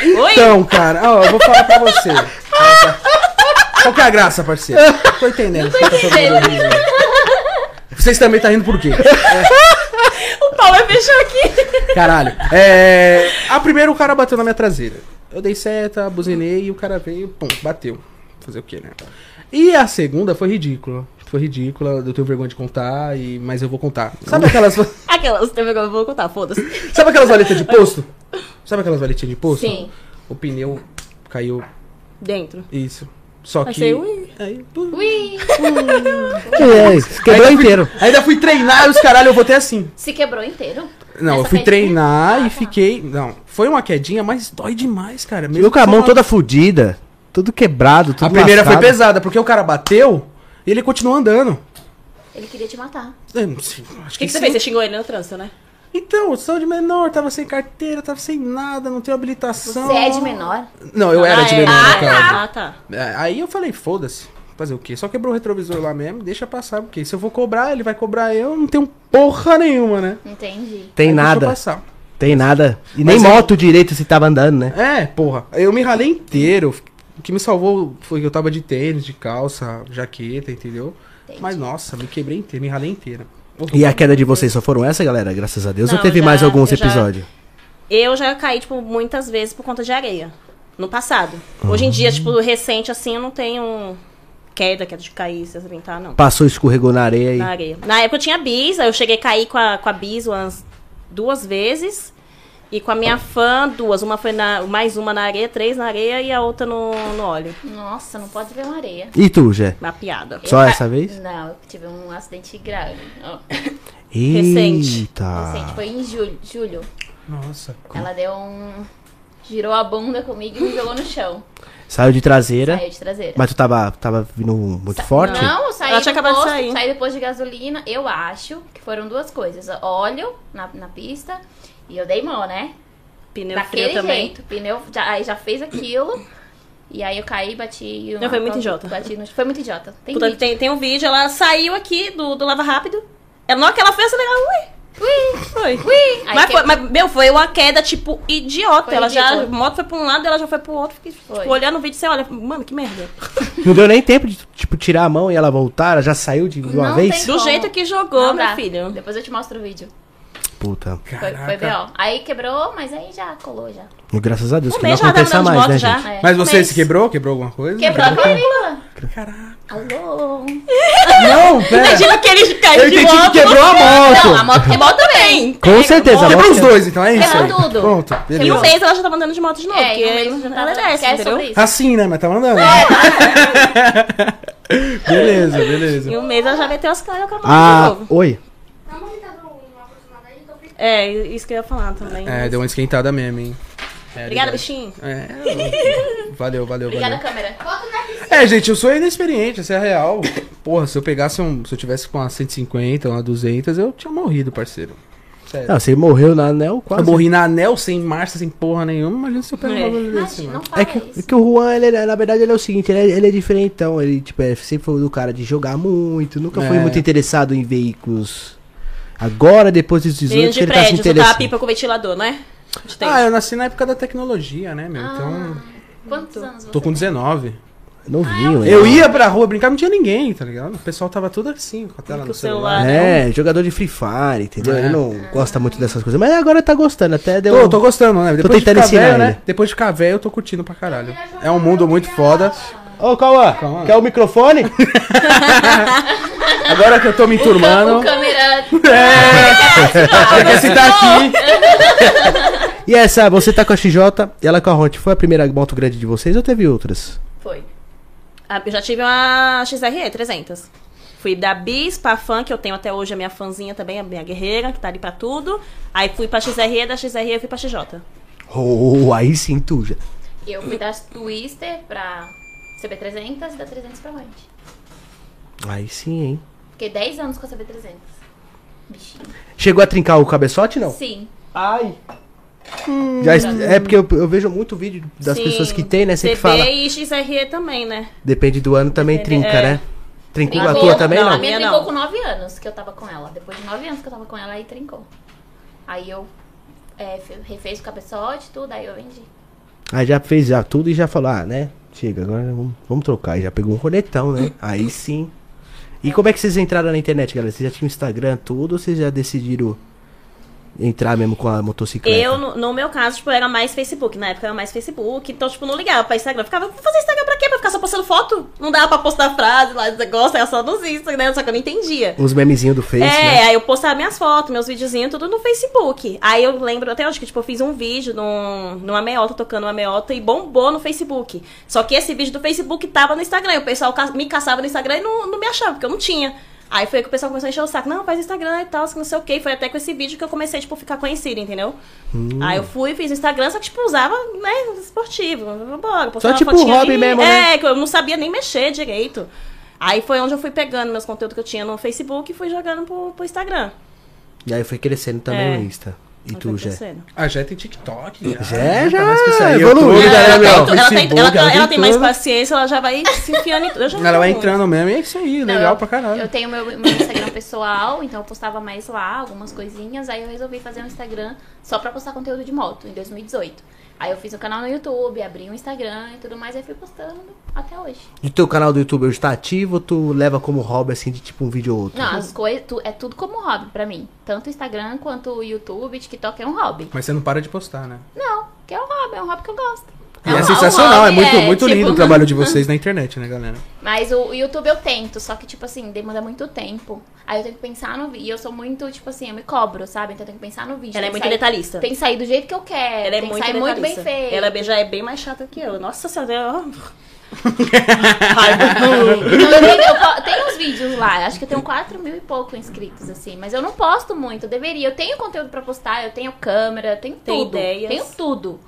Speaker 2: Oi?
Speaker 1: Então, cara, ó, eu vou falar pra você. Tá, Qual que é a graça, parceiro? Tô entendendo. Você tá falando isso, né? Vocês também tá rindo por quê?
Speaker 2: O pau vai fechar aqui. (laughs)
Speaker 1: Caralho. É. A primeira o cara bateu na minha traseira. Eu dei seta, buzinei e o cara veio, pum, bateu. Fazer o quê, né? E a segunda foi ridícula. Foi ridícula, eu tenho vergonha de contar, e... mas eu vou contar. Sabe (laughs) aquelas, sabe
Speaker 2: Aquelas também que eu vou contar, foda-se.
Speaker 1: aquelas valetas de posto? Sabe aquelas valetinhas de posto?
Speaker 4: Sim.
Speaker 1: O pneu caiu,
Speaker 2: Dentro.
Speaker 1: isso. Só que.
Speaker 2: Aí você, ui.
Speaker 1: Aí, pum.
Speaker 4: Ui,
Speaker 3: É, quebrou
Speaker 1: Ainda fui-
Speaker 3: inteiro.
Speaker 1: Ainda fui treinar e os caralho, eu voltei assim.
Speaker 4: se quebrou inteiro.
Speaker 1: Não, eu
Speaker 4: Essa
Speaker 1: fui
Speaker 4: foi-
Speaker 1: treinar e fiquei. Não, foi uma quedinha, mas dói demais, cara. Mesmo
Speaker 3: Viu com a
Speaker 1: que
Speaker 3: mão
Speaker 1: você
Speaker 3: toda fudida, tudo quebrado, tudo
Speaker 1: A primeira foi
Speaker 3: lascado.
Speaker 1: pesada, porque o cara bateu e ele continuou andando.
Speaker 4: Ele queria te matar.
Speaker 1: Eu não sei, acho
Speaker 2: O que, que você
Speaker 1: sim.
Speaker 2: fez? Você xingou ele no trânsito, né?
Speaker 1: Então, eu sou de menor, tava sem carteira, tava sem nada, não tenho habilitação.
Speaker 4: Você é de menor?
Speaker 1: Não, eu era
Speaker 2: Ah,
Speaker 1: de
Speaker 2: é.
Speaker 1: menor,
Speaker 2: Ah,
Speaker 1: no caso.
Speaker 2: tá. Ah, tá.
Speaker 1: É, Aí eu falei, foda-se. Fazer o quê? Só quebrou o retrovisor lá mesmo, deixa passar, porque se eu vou cobrar, ele vai cobrar eu, não tenho porra nenhuma, né?
Speaker 4: Entendi.
Speaker 3: Tem
Speaker 1: Aí Deixa eu
Speaker 3: nada,
Speaker 1: passar.
Speaker 3: tem nada. E nem
Speaker 1: Mas eu-
Speaker 3: moto direito se tava andando, né?
Speaker 1: É, porra. Eu me ralei inteiro. O que me salvou foi que eu tava de tênis, de calça, jaqueta, entendeu?
Speaker 4: Entendi.
Speaker 1: Mas nossa, me quebrei inteira, me ralei inteira.
Speaker 3: E a queda de vocês só foram essa, galera? Graças a Deus. Não,
Speaker 2: Não,
Speaker 3: teve
Speaker 2: já-
Speaker 3: mais alguns
Speaker 2: eu já-
Speaker 3: episódios?
Speaker 2: Eu já caí, tipo, muitas vezes por conta de areia. No passado. Hoje em
Speaker 1: Hum.
Speaker 2: dia, tipo, recente, assim, eu não tenho queda, queda de cair, se brincar, não.
Speaker 3: Passou, escorregou na areia e...
Speaker 2: Na areia. Na época eu tinha bis, aí eu cheguei a cair com a, com a bis umas duas vezes. E com a minha fã, duas. Uma foi na. Mais uma na areia, três na areia e a outra no, no óleo.
Speaker 4: Nossa, não pode ver uma areia.
Speaker 3: E tu, Jé?
Speaker 2: Uma piada. Tá,
Speaker 3: Só
Speaker 4: Eu-
Speaker 1: É
Speaker 3: essa vez?
Speaker 4: Não, eu tive um acidente grave. Ó,
Speaker 2: Recente.
Speaker 3: Eita.
Speaker 1: Ah.
Speaker 4: Recente, foi em julho. julho.
Speaker 1: Nossa.
Speaker 4: Ela deu um. Girou a bunda comigo e me jogou no chão.
Speaker 3: Saiu de
Speaker 1: É?
Speaker 3: traseira.
Speaker 4: Saiu de traseira.
Speaker 3: Mas tu tava, tava vindo muito forte?
Speaker 4: Não, eu saí
Speaker 2: Ela
Speaker 4: do
Speaker 2: tinha
Speaker 4: posto,
Speaker 2: acabado de sair.
Speaker 4: saí do posto de gasolina. Eu acho que foram duas coisas. Óleo na, na pista e eu dei mão, né?
Speaker 2: Pneu
Speaker 4: Daquele
Speaker 2: frio também.
Speaker 4: jeito. Pneu já, aí já fez aquilo. E aí eu caí, bati...
Speaker 2: Não, foi muito idiota.
Speaker 4: Bati no, foi muito idiota. Tem
Speaker 2: Puta,
Speaker 4: vídeo.
Speaker 2: tem, tem um vídeo, ela saiu aqui do, do Lava Rápido. Ela, na hora que ela foi acelerar, "Ah, ui! Ui! Foi.
Speaker 4: Ui! Aí
Speaker 2: Mas, foi,
Speaker 4: quebrou.
Speaker 2: mas, meu, foi uma queda, tipo, idiota.
Speaker 4: Foi
Speaker 2: ela já, a
Speaker 4: ridícula.
Speaker 2: moto foi pra um lado, ela já foi pro outro. Fiquei, tipo,
Speaker 4: Foi.
Speaker 2: olhando o vídeo, você olha, mano, que merda.
Speaker 3: Não deu nem tempo de, tipo, tirar a mão e ela voltar? Ela já saiu de uma
Speaker 4: Não
Speaker 3: vez?
Speaker 4: tem-
Speaker 2: Do
Speaker 4: Como?
Speaker 2: jeito que jogou,
Speaker 4: Não
Speaker 2: meu
Speaker 4: dá.
Speaker 2: filho.
Speaker 4: Depois eu te mostro o vídeo.
Speaker 3: Puta.
Speaker 4: Foi,
Speaker 1: Caraca.
Speaker 4: foi B.O. Aí quebrou, mas aí já colou já.
Speaker 3: Graças a Deus,
Speaker 2: Um
Speaker 3: que não
Speaker 2: mês já tava
Speaker 3: aconteça
Speaker 2: andando de
Speaker 3: mais,
Speaker 2: moto
Speaker 3: né,
Speaker 2: já.
Speaker 3: gente?
Speaker 4: É.
Speaker 1: Mas você
Speaker 2: Mas-
Speaker 1: se quebrou? Quebrou alguma coisa?
Speaker 4: Quebrou a clavícula.
Speaker 1: Caraca.
Speaker 4: Alô?
Speaker 1: Não, pera.
Speaker 2: Imagina que ele
Speaker 3: É. Eu
Speaker 2: caiu de
Speaker 3: entendi que
Speaker 2: moto.
Speaker 3: quebrou a
Speaker 4: Não, a
Speaker 3: moto.
Speaker 4: moto quebrou também.
Speaker 2: Bem,
Speaker 3: Com certeza. a
Speaker 1: Quebrou
Speaker 3: moto-
Speaker 1: os dois, então, é isso
Speaker 4: Quebrou
Speaker 1: aí.
Speaker 4: tudo.
Speaker 1: Pronto,
Speaker 2: e um
Speaker 1: beleza.
Speaker 2: mês ela já tava andando de moto de novo. porque
Speaker 4: É, e um mês
Speaker 2: ela desce,
Speaker 4: esquece
Speaker 2: tá entendeu?
Speaker 4: sobre isso.
Speaker 1: Assim, né? Mas tava andando.
Speaker 2: É.
Speaker 1: (laughs) beleza, beleza.
Speaker 2: Em um mês ela já meteu as caras com a moto de
Speaker 3: Ah,
Speaker 2: novo.
Speaker 3: oi.
Speaker 2: É, isso que eu ia falar também.
Speaker 1: É, deu uma esquentada mesmo, hein? É, verdade.
Speaker 2: Obrigada, bichinho.
Speaker 1: É, valeu, valeu,
Speaker 4: Obrigada,
Speaker 1: valeu.
Speaker 4: câmera.
Speaker 1: É, gente, eu sou inexperiente, essa é a real. Porra, se eu pegasse um. Se eu tivesse com uma 150, uma 200, eu tinha morrido, parceiro. Sério.
Speaker 3: Não, você morreu na anel quase.
Speaker 1: eu morri na anel, sem marcha, sem porra nenhuma. Imagina se eu pego um
Speaker 2: É.
Speaker 1: bagulho desse,
Speaker 4: Imagina,
Speaker 1: mano.
Speaker 4: não fala
Speaker 3: É que, é
Speaker 4: isso.
Speaker 3: que o Juan, ele, é- na verdade, ele é o seguinte, ele é, ele é diferentão. Ele, tipo, é, sempre foi do cara de jogar muito, nunca foi
Speaker 1: É.
Speaker 3: muito interessado em veículos. Agora, depois dos 18, que
Speaker 2: Menino de
Speaker 3: ele tá se
Speaker 2: prédio, soltar a
Speaker 3: interessando.
Speaker 2: pipa com o ventilador, né? De tempo.
Speaker 3: é.
Speaker 1: Ah, eu nasci na época da tecnologia, né, meu? Então.
Speaker 4: Ah, quantos anos você
Speaker 1: Tô com 19.
Speaker 3: Novinho,
Speaker 1: Eu ia pra rua brincar, não tinha ninguém, tá ligado? O pessoal tava tudo assim, com a tela
Speaker 2: Com
Speaker 1: no
Speaker 2: o celular.
Speaker 1: celular.
Speaker 3: É, jogador de Free Fire, entendeu?
Speaker 1: né? É.
Speaker 3: Ele não gosta muito dessas coisas. Mas agora tá gostando, até deu.
Speaker 1: Tô, tô gostando, né? Depois de
Speaker 3: tentando
Speaker 1: ficar
Speaker 3: ensinar
Speaker 1: velho, né?
Speaker 3: ele.
Speaker 1: Depois de ficar velho, eu tô curtindo pra caralho. É um mundo muito foda.
Speaker 3: Ô, Cauã,
Speaker 1: Cauã.
Speaker 3: quer o (laughs) microfone?
Speaker 1: Agora que eu tô me
Speaker 4: Mano.
Speaker 1: enturmando.
Speaker 4: câmera. (laughs)
Speaker 1: Ela quer sentar aqui.
Speaker 3: (laughs) e essa, você tá com a XJ e ela com a Honda. Foi a primeira moto grande de vocês ou teve outras?
Speaker 4: Foi.
Speaker 2: Ah, eu já tive uma XRE 300. Fui da Bis pra Fan, que eu tenho até hoje a minha fãzinha também, a minha guerreira, que tá ali pra tudo. Aí fui pra XRE, da XRE eu fui pra XJ.
Speaker 3: Oh, aí sim, tu já.
Speaker 4: Eu fui da Twister pra CB300 e da 300 pra Range.
Speaker 3: Aí sim, hein?
Speaker 4: Fiquei 10 anos com a CB300. Bichinho.
Speaker 3: Chegou a trincar o cabeçote, não?
Speaker 4: Sim.
Speaker 3: Ai. Já, es- é porque eu, eu vejo muito vídeo das
Speaker 2: Sim,
Speaker 3: pessoas que tem, né? Sempre
Speaker 2: CB
Speaker 3: fala.
Speaker 2: e XRE também, né?
Speaker 3: Depende do ano também
Speaker 2: Depende-
Speaker 3: trinca,
Speaker 2: é.
Speaker 3: né? Trincou a
Speaker 2: Trincou.
Speaker 3: tua também,
Speaker 2: Não,
Speaker 3: não?
Speaker 4: A minha
Speaker 2: minha
Speaker 4: trincou
Speaker 2: não.
Speaker 4: com 9 anos que eu tava com ela. Depois de 9 anos que eu tava com ela, aí trincou. Aí eu é, fe- refez o cabeçote, tudo, aí eu vendi.
Speaker 3: Aí já fez já tudo e já falou, ah, né? Chega, agora vamos, vamos trocar. Aí já pegou um roletão, né? Aí sim. E como é que vocês entraram na internet, galera? Vocês já tinham Instagram, tudo, ou vocês já decidiram entrar mesmo com a motocicleta?
Speaker 2: Eu, no, no meu caso, tipo, era mais Facebook. Na época era mais Facebook, então, tipo, não ligava pra Instagram. Eu Ficava, vou fazer Instagram pra quê? Pra ficar só postando foto? Não dava pra postar frase lá, esse negócio, era só nos Insta, né? Só que eu não entendia.
Speaker 3: Uns memezinhos do Face,
Speaker 2: é,
Speaker 3: né?
Speaker 2: aí eu postava minhas fotos, meus videozinhos, tudo no Facebook. Aí eu lembro até hoje que, tipo, eu fiz um vídeo num, numa meiota, tocando uma meiota e bombou no Facebook. Só que esse vídeo do Facebook tava no Instagram. e O pessoal ca- me caçava no Instagram e não, não me achava, porque eu não tinha. Aí foi que o pessoal começou a encher o saco. Não, faz Instagram e tal, assim, não sei o quê. E foi até com esse vídeo que eu comecei, tipo, a ficar conhecida, entendeu?
Speaker 3: Hum.
Speaker 2: Aí eu fui, fiz o Instagram, só que, tipo, usava, né, esportivo. Bora, postava uma
Speaker 3: tipo
Speaker 2: fotinha
Speaker 3: hobby
Speaker 2: ali.
Speaker 3: mesmo,
Speaker 2: É,
Speaker 3: né?
Speaker 2: é, que eu não sabia nem mexer direito. Aí foi onde eu fui pegando meus conteúdos que eu tinha no Facebook e fui jogando pro, pro Instagram.
Speaker 3: E aí foi crescendo também
Speaker 2: É.
Speaker 3: o Insta. E tu, Jé?
Speaker 1: A Jé tem TikTok. Já,
Speaker 3: Jé, já.
Speaker 1: Tá mais pra isso aí.
Speaker 3: evoluída,
Speaker 1: Eu tô-
Speaker 3: né,
Speaker 2: Ela,
Speaker 3: meu?
Speaker 2: ela, tem- ela tem, ela,
Speaker 3: Facebook,
Speaker 2: ela tem mais
Speaker 3: tudo.
Speaker 2: paciência, ela já vai se enfiando em tudo. Eu já
Speaker 1: Ela vai
Speaker 2: falo.
Speaker 1: entrando mesmo, e é isso aí,
Speaker 4: Não,
Speaker 1: legal
Speaker 4: eu-
Speaker 1: pra caralho.
Speaker 4: Eu tenho meu, meu Instagram pessoal, então eu postava mais lá, algumas coisinhas. Aí eu resolvi fazer um Instagram só pra postar conteúdo de moto, em 2018. Aí eu fiz um canal no YouTube, abri um Instagram e tudo mais, e fui postando até hoje.
Speaker 3: E teu canal do YouTube hoje tá ativo ou tu leva como hobby, assim, de tipo um vídeo ou outro?
Speaker 4: Não, as coisas. tu- É tudo como hobby pra mim. Tanto o Instagram quanto o YouTube, TikTok é um hobby.
Speaker 1: Mas você não para de postar, né?
Speaker 4: Não, que é um hobby, é um hobby que eu gosto.
Speaker 1: E
Speaker 4: um-
Speaker 1: é
Speaker 4: um
Speaker 1: sensacional, é
Speaker 4: hobby,
Speaker 1: muito, muito
Speaker 4: tipo,
Speaker 1: lindo o trabalho de vocês na internet, né, galera?
Speaker 4: Mas o YouTube eu tento, só que, tipo assim, demanda muito tempo. Aí eu tenho que pensar no vídeo. E eu sou muito, tipo assim, eu me cobro, sabe? Então eu tenho que pensar no vídeo.
Speaker 2: Ela é
Speaker 4: tem que
Speaker 2: muito
Speaker 4: sair-
Speaker 2: detalhista.
Speaker 4: Tem que sair do jeito que eu quero.
Speaker 2: Ela é
Speaker 4: tem
Speaker 2: muito
Speaker 4: que sair muito bem
Speaker 2: detalhista.
Speaker 4: feito.
Speaker 2: Ela be- já é bem mais chata que eu. Nossa senhora. ó.
Speaker 4: Então, eu tenho- eu po- tem uns vídeos lá, acho que eu tenho 4 mil e pouco inscritos, assim. Mas eu não posto muito, eu deveria. Eu tenho conteúdo pra postar, eu tenho câmera, eu tenho
Speaker 2: Tem
Speaker 4: tudo.
Speaker 2: ideias.
Speaker 4: Tenho tudo.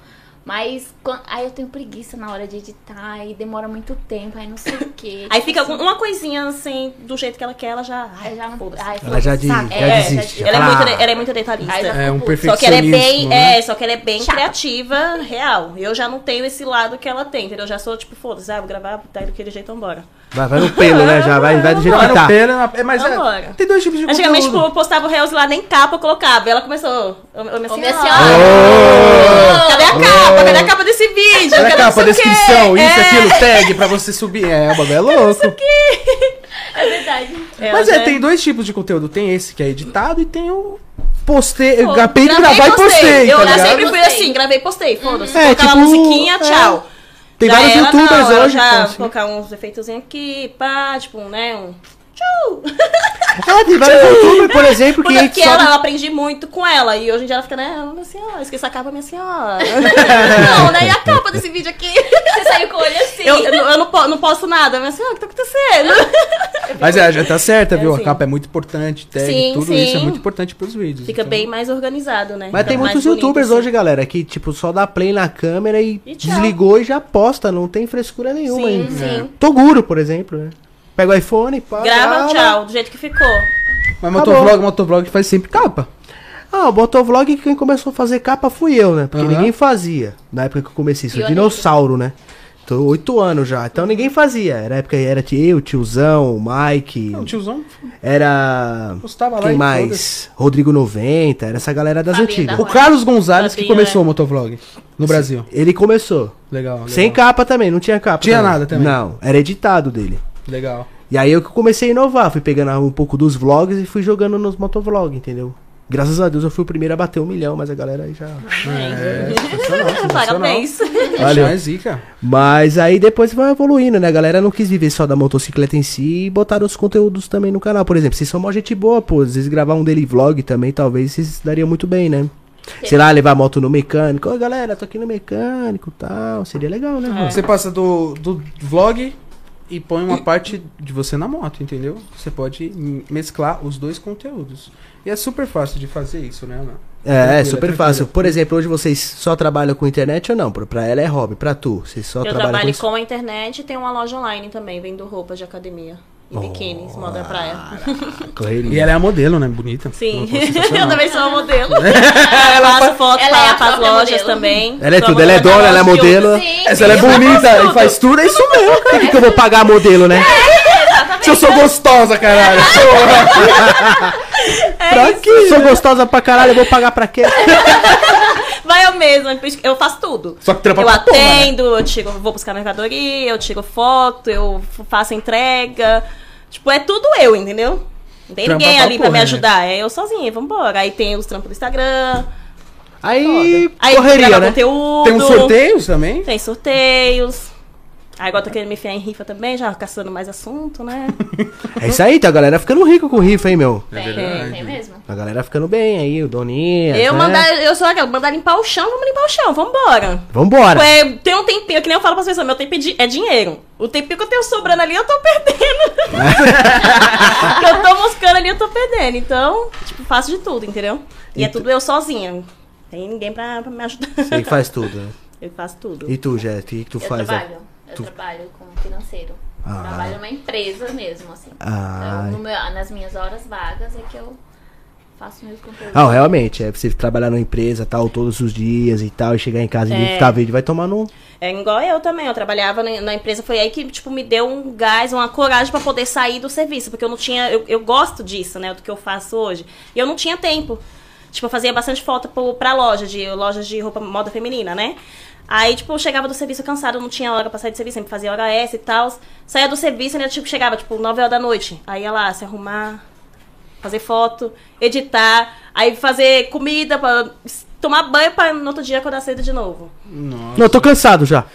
Speaker 4: Mas quan- aí eu tenho preguiça na hora de editar, e demora muito tempo, aí não sei o quê.
Speaker 2: Aí fica
Speaker 4: Assim,
Speaker 2: algum- uma coisinha assim, do jeito que ela quer, ela já.
Speaker 4: Aí
Speaker 2: Ai,
Speaker 4: já não.
Speaker 2: foda-se.
Speaker 4: Ai,
Speaker 3: Ela já, de,
Speaker 4: sabe?
Speaker 3: já
Speaker 2: É,
Speaker 3: desiste.
Speaker 2: Ela é,
Speaker 3: fala,
Speaker 2: muito, de-
Speaker 3: "Ah,
Speaker 2: ela é muito detalhista.
Speaker 4: Aí já
Speaker 1: É um
Speaker 4: Só
Speaker 2: Só que ela é
Speaker 1: perfeccionismo,
Speaker 2: bem,
Speaker 1: né?
Speaker 2: é, só que ela é bem
Speaker 4: Chata.
Speaker 2: criativa, real. Eu já não tenho esse lado que ela tem, entendeu? Eu já sou tipo, foda-se, ah, vou gravar tá, daquele jeito, vambora.
Speaker 3: Vai, vai no pelo, né? Já vai, vai do jeito
Speaker 1: Não,
Speaker 3: que
Speaker 1: não,
Speaker 3: tá.
Speaker 1: pera, é, mas é-
Speaker 2: Vambora.
Speaker 1: tem dois tipos de
Speaker 2: Antigamente, tipo,
Speaker 1: conteúdo.
Speaker 2: eu postava o Reels lá, nem capa eu colocava. Ela começou. Ô, ô,
Speaker 3: "Ah,
Speaker 2: minha
Speaker 4: Ô, minha
Speaker 2: senhora!
Speaker 4: senhora!
Speaker 2: Cadê a capa? Cadê a capa desse vídeo?
Speaker 1: Olha a
Speaker 2: Cadê não
Speaker 1: capa,
Speaker 2: sei o quê?
Speaker 1: descrição, isso,
Speaker 2: É,
Speaker 1: aquilo, tag pra você subir.
Speaker 3: (laughs)
Speaker 1: É, o bagulho é louco.
Speaker 3: Oh!
Speaker 4: É verdade.
Speaker 1: Mas
Speaker 2: ela
Speaker 1: é,
Speaker 2: já-
Speaker 1: tem dois tipos de conteúdo. Tem esse que é editado e tem o postei, eu
Speaker 2: Pô,
Speaker 1: gravei,
Speaker 2: gravei,
Speaker 1: gravar e postei,
Speaker 2: Eu
Speaker 1: tá
Speaker 2: já
Speaker 1: ligado?
Speaker 2: sempre fui
Speaker 4: Gostei.
Speaker 2: assim, gravei e postei. Foda-se.
Speaker 3: É,
Speaker 2: Colocar uma
Speaker 3: tipo,
Speaker 2: musiquinha,
Speaker 3: é.
Speaker 2: tchau.
Speaker 3: Tem
Speaker 2: Já
Speaker 3: vários
Speaker 2: ela
Speaker 3: youtubers
Speaker 2: não, ela
Speaker 3: hoje.
Speaker 2: Já
Speaker 3: então,
Speaker 2: vou
Speaker 3: assim.
Speaker 2: colocar uns efeitozinhos aqui, pá, tipo, né? Um...
Speaker 3: Ah, tem vários youtubers, por exemplo, que
Speaker 2: Porque
Speaker 3: sobe...
Speaker 2: ela, eu aprendi muito com ela. E hoje em dia ela fica, né? Minha senhora, esqueci a capa, minha
Speaker 3: (laughs)
Speaker 2: senhora. não, né? E a capa desse vídeo aqui?
Speaker 4: Você saiu com o olho assim.
Speaker 2: Eu, eu, não- eu não, po- não posso nada. Minha senhora, o que tá acontecendo?
Speaker 1: Mas é, já tá certa, viu?
Speaker 2: assim.
Speaker 1: A capa é muito importante, tag,
Speaker 2: Sim,
Speaker 1: tudo
Speaker 2: sim.
Speaker 1: isso é muito importante pros vídeos.
Speaker 2: Fica
Speaker 1: então.
Speaker 2: bem mais organizado, né?
Speaker 3: Mas tem
Speaker 2: Mais
Speaker 3: muitos
Speaker 2: bonito,
Speaker 3: youtubers
Speaker 2: assim.
Speaker 3: hoje, galera, que tipo só dá play na câmera e,
Speaker 2: E tchau.
Speaker 3: desligou e já posta, não tem frescura nenhuma
Speaker 2: Sim,
Speaker 3: ainda.
Speaker 2: sim.
Speaker 3: Toguro, por exemplo, né? Pega o iPhone, ah, pá,
Speaker 2: Grava, tchau, do jeito que ficou.
Speaker 1: Mas
Speaker 3: Tá
Speaker 1: motovlog, motovlog faz sempre capa.
Speaker 3: Ah, o Botovlog quem começou a fazer capa fui eu, né? Porque
Speaker 1: Aham.
Speaker 3: ninguém fazia. Na época que eu comecei isso,
Speaker 4: E
Speaker 3: é
Speaker 4: olha
Speaker 3: dinossauro, né? Tô oito anos já, então ninguém fazia. Era a época que era eu, tiozão, o Mike,
Speaker 1: Não, o tiozão
Speaker 3: era
Speaker 1: postava lá
Speaker 3: quem
Speaker 1: e
Speaker 3: mais? Rodrigo 90, era essa galera das
Speaker 4: Fabinho
Speaker 3: antigas.
Speaker 1: foda-se. O
Speaker 4: da-
Speaker 1: Carlos Gonzalez que
Speaker 2: Fabinho,
Speaker 1: começou o motovlog no Brasil.
Speaker 3: Ele começou.
Speaker 1: Legal, legal.
Speaker 3: Sem capa também, não tinha capa.
Speaker 1: Tinha nada também?
Speaker 3: Não, era editado dele.
Speaker 1: Legal.
Speaker 3: E aí eu que comecei a inovar, fui pegando um pouco dos vlogs e fui jogando nos motovlogs, entendeu? Graças a Deus eu fui o primeiro a bater um milhão, mas a galera aí já.
Speaker 1: É,
Speaker 2: (laughs)
Speaker 1: sensacional, sensacional.
Speaker 2: Parabéns.
Speaker 1: Valeu. É zica.
Speaker 3: Mas aí depois vai evoluindo, né? A galera não quis viver só da motocicleta em si e botaram os conteúdos também no canal. Por exemplo, vocês são uma gente boa, pô. Às vezes gravar um daily vlog também, talvez vocês dariam muito bem, né?
Speaker 2: É.
Speaker 3: Sei lá, levar a moto no mecânico. Ô, galera, tô aqui no mecânico e tal. Seria legal, né?
Speaker 2: É.
Speaker 3: mano?
Speaker 1: Você passa do, do vlog e põe uma parte de você na moto, entendeu? Você pode mesclar os dois conteúdos. E é super fácil de fazer isso, né, Ana?
Speaker 3: É, é
Speaker 1: Tranquilo,
Speaker 3: super
Speaker 1: tranquilo.
Speaker 3: fácil. Por exemplo, hoje vocês só trabalham com internet ou não? Pra- Pra ela é hobby, pra tu. Vocês só
Speaker 2: Eu
Speaker 3: trabalham com
Speaker 2: trabalho
Speaker 3: isso.
Speaker 2: com a internet e tenho uma loja online também, vendo roupas de academia. E biquínis, moda praia. (laughs)
Speaker 1: E
Speaker 3: Correria.
Speaker 1: ela é a modelo, né? Bonita.
Speaker 2: Sim,
Speaker 1: Uma coisa (laughs)
Speaker 2: eu
Speaker 1: sensacional.
Speaker 2: também sou uma modelo. ela faço fotos
Speaker 4: ela é
Speaker 2: para
Speaker 4: a
Speaker 2: as
Speaker 4: própria
Speaker 2: lojas
Speaker 4: modelo.
Speaker 2: também.
Speaker 3: Ela é
Speaker 2: Sou
Speaker 3: tudo,
Speaker 2: a
Speaker 3: ela é dona, ela é
Speaker 2: de outros.
Speaker 3: modelo.
Speaker 4: Sim,
Speaker 3: Essa ela é
Speaker 2: sim, eu
Speaker 3: bonita
Speaker 2: faço
Speaker 3: e faz tudo, é isso mesmo. Por que, que eu vou pagar a modelo, né?
Speaker 1: Se eu sou gostosa,
Speaker 2: (laughs)
Speaker 1: caralho.
Speaker 2: É,
Speaker 3: pra quê? Sou gostosa pra caralho, eu vou pagar pra
Speaker 2: (laughs)
Speaker 3: quê?
Speaker 2: Vai eu mesma, eu faço tudo.
Speaker 1: Só que trampa
Speaker 2: Eu
Speaker 1: pra porra, né?
Speaker 2: atendo, eu tiro, vou buscar mercadoria, eu tiro foto, eu f- faço entrega. Tipo, é tudo eu, entendeu? Não tem
Speaker 1: Trampa
Speaker 2: ninguém
Speaker 1: pra
Speaker 2: ali pra me
Speaker 1: porra, né?
Speaker 2: ajudar, é eu sozinha, vambora. Aí tem os trampos do Instagram,
Speaker 3: Aí,
Speaker 2: aí
Speaker 3: correria,
Speaker 2: gravar
Speaker 3: né?
Speaker 2: conteúdo.
Speaker 1: Tem um uns sorteios também.
Speaker 2: Tem sorteios. Aí agora tá querendo me enfiar em rifa também, já caçando mais
Speaker 1: (laughs)
Speaker 2: assunto, né?
Speaker 3: É isso aí, tá a galera ficando rica com rifa, hein, meu?
Speaker 4: Tem,
Speaker 1: verdade.
Speaker 4: tem mesmo.
Speaker 3: A galera ficando bem aí, o Doninha.
Speaker 2: eu
Speaker 1: É,
Speaker 3: né?
Speaker 2: mandar, eu sou aquela, mandar limpar o chão, vamos limpar o chão, vambora.
Speaker 3: Vambora.
Speaker 2: É, tem um tempinho, que nem eu falo pras pessoas, meu tempo é di- é dinheiro. O tempinho que eu tenho sobrando ali, eu tô perdendo. que eu tô buscando ali, eu tô perdendo. Então, tipo, faço de tudo, entendeu? E, é
Speaker 3: E tu-
Speaker 2: tudo eu sozinha. Não Tem ninguém pra, pra me ajudar.
Speaker 3: Você que faz tudo, né?
Speaker 2: Eu faço tudo.
Speaker 3: E tu, Jé, o que que tu
Speaker 4: Eu
Speaker 3: faz? né?
Speaker 4: trabalho. Eu trabalho com financeiro.
Speaker 3: Ah.
Speaker 4: Trabalho numa empresa mesmo, assim.
Speaker 3: Ah.
Speaker 4: Então, no meu- nas minhas horas vagas é que eu Faço meus conteúdos.
Speaker 3: Ah, realmente, é pra você trabalhar numa empresa tal, todos os dias e tal, e chegar em casa e editar vídeo, vai tomar no.
Speaker 2: É igual eu também, eu trabalhava na, na empresa, foi aí que, tipo, me deu um gás, uma coragem pra poder sair do serviço, porque eu não tinha, eu, eu gosto disso, né, do que eu faço hoje, e eu não tinha tempo. Tipo, eu fazia bastante foto pro, pra loja, de lojas de roupa, moda feminina, né, aí, tipo, eu chegava do serviço cansada, eu não tinha hora pra sair do serviço, sempre fazia hora S e tal, saía do serviço, ainda, tipo, chegava, tipo, 9 horas da noite, aí ia lá, se arrumar, fazer foto, editar, aí fazer comida, pra, tomar banho pra no outro dia acordar cedo de novo.
Speaker 3: Não, eu tô cansado já.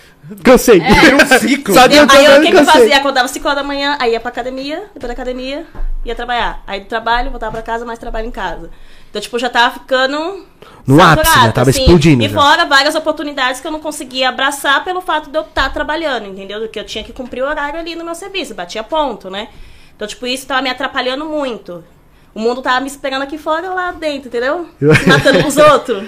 Speaker 3: Cansei.
Speaker 1: É um ciclo.
Speaker 3: Sabe,
Speaker 2: Eu-
Speaker 3: eu tô
Speaker 2: aí eu, o que, que eu
Speaker 3: cansei.
Speaker 2: fazia? Acordava 5 horas da manhã, aí ia pra academia, depois da academia, ia trabalhar. Aí do trabalho, voltava pra casa, mais trabalho em casa. Então, tipo, eu já tava ficando.
Speaker 3: No
Speaker 2: saturada, assim.
Speaker 3: ápice, né? Tava explodindo
Speaker 2: E
Speaker 3: já.
Speaker 2: fora várias oportunidades que eu não conseguia abraçar pelo fato de eu estar trabalhando, entendeu? Que eu tinha que cumprir o horário ali no meu serviço, batia ponto, né? Então, tipo, isso tava me atrapalhando muito. O mundo tava me esperando aqui fora ou lá dentro, entendeu? Se (laughs) Matando
Speaker 3: (laughs)
Speaker 2: pros outros.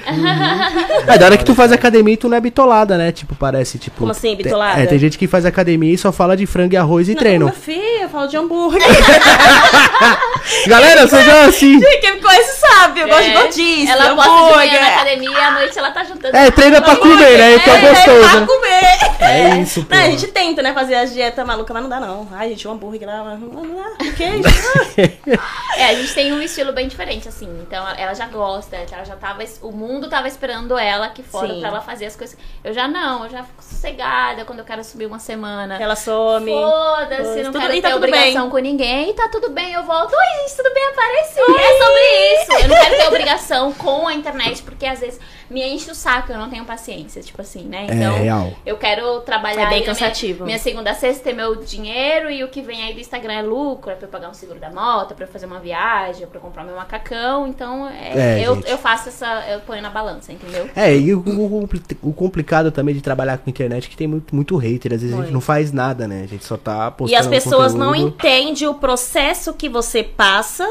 Speaker 3: Mas da hora que tu faz academia e tu não é bitolada, né? Tipo, parece, tipo.
Speaker 2: Como assim,
Speaker 3: te-
Speaker 2: bitolada?
Speaker 3: É, tem gente que faz academia e só fala de frango e arroz e treino.
Speaker 2: Meu filho, eu falo de hambúrguer. (laughs)
Speaker 3: Galera, eu sou já assim.
Speaker 2: Quem me conhece sabe, eu gosto de gordinha.
Speaker 4: É. Ela gosta de né?
Speaker 2: hambúrguer.
Speaker 4: manhã na academia e à noite ela tá juntando.
Speaker 3: É, treina pra comer, né? Então é gostoso.
Speaker 2: Pra
Speaker 3: né?
Speaker 2: comer.
Speaker 1: É isso, pô.
Speaker 2: Não, a gente tenta, né, fazer as dietas malucas, mas não dá não. Ai, gente, o hambúrguer lá, mas não dá, não
Speaker 4: (laughs)
Speaker 2: dá. O queijo.
Speaker 4: É, a gente tem um estilo bem diferente, assim. Então ela já gosta, ela já tava. O mundo tava esperando ela aqui fora
Speaker 2: Sim.
Speaker 4: pra ela fazer as coisas. Eu já não, eu já fico sossegada quando eu quero subir uma semana.
Speaker 2: Ela some.
Speaker 4: Foda-se, não
Speaker 2: Tudo-
Speaker 4: quero
Speaker 2: e tá
Speaker 4: ter
Speaker 2: tudo
Speaker 4: obrigação com ninguém. E tá tudo bem, eu volto. Oi, gente, tudo bem? Apareci. É sobre isso. Eu não quero ter obrigação com a internet, porque às vezes me enche o saco, eu não tenho paciência, tipo assim, né? Então,
Speaker 3: É real.
Speaker 4: eu quero trabalhar.
Speaker 2: É bem
Speaker 4: aí na
Speaker 2: cansativo.
Speaker 4: Minha, minha segunda a sexta é meu dinheiro e o que vem aí do Instagram é lucro, é pra eu pagar um seguro da moto, é pra eu fazer uma viagem, é pra eu comprar meu macacão. Então, é,
Speaker 3: É,
Speaker 4: eu,
Speaker 3: gente.
Speaker 4: eu faço essa. Eu ponho na balança, entendeu?
Speaker 3: É, e o, o- o compli- o complicado também de trabalhar com internet é que tem muito, muito hater. Às vezes a gente
Speaker 2: Muito.
Speaker 3: não faz nada, né? A gente só tá postando.
Speaker 2: E as pessoas não
Speaker 3: conteúdo.
Speaker 2: entendem o processo que você passa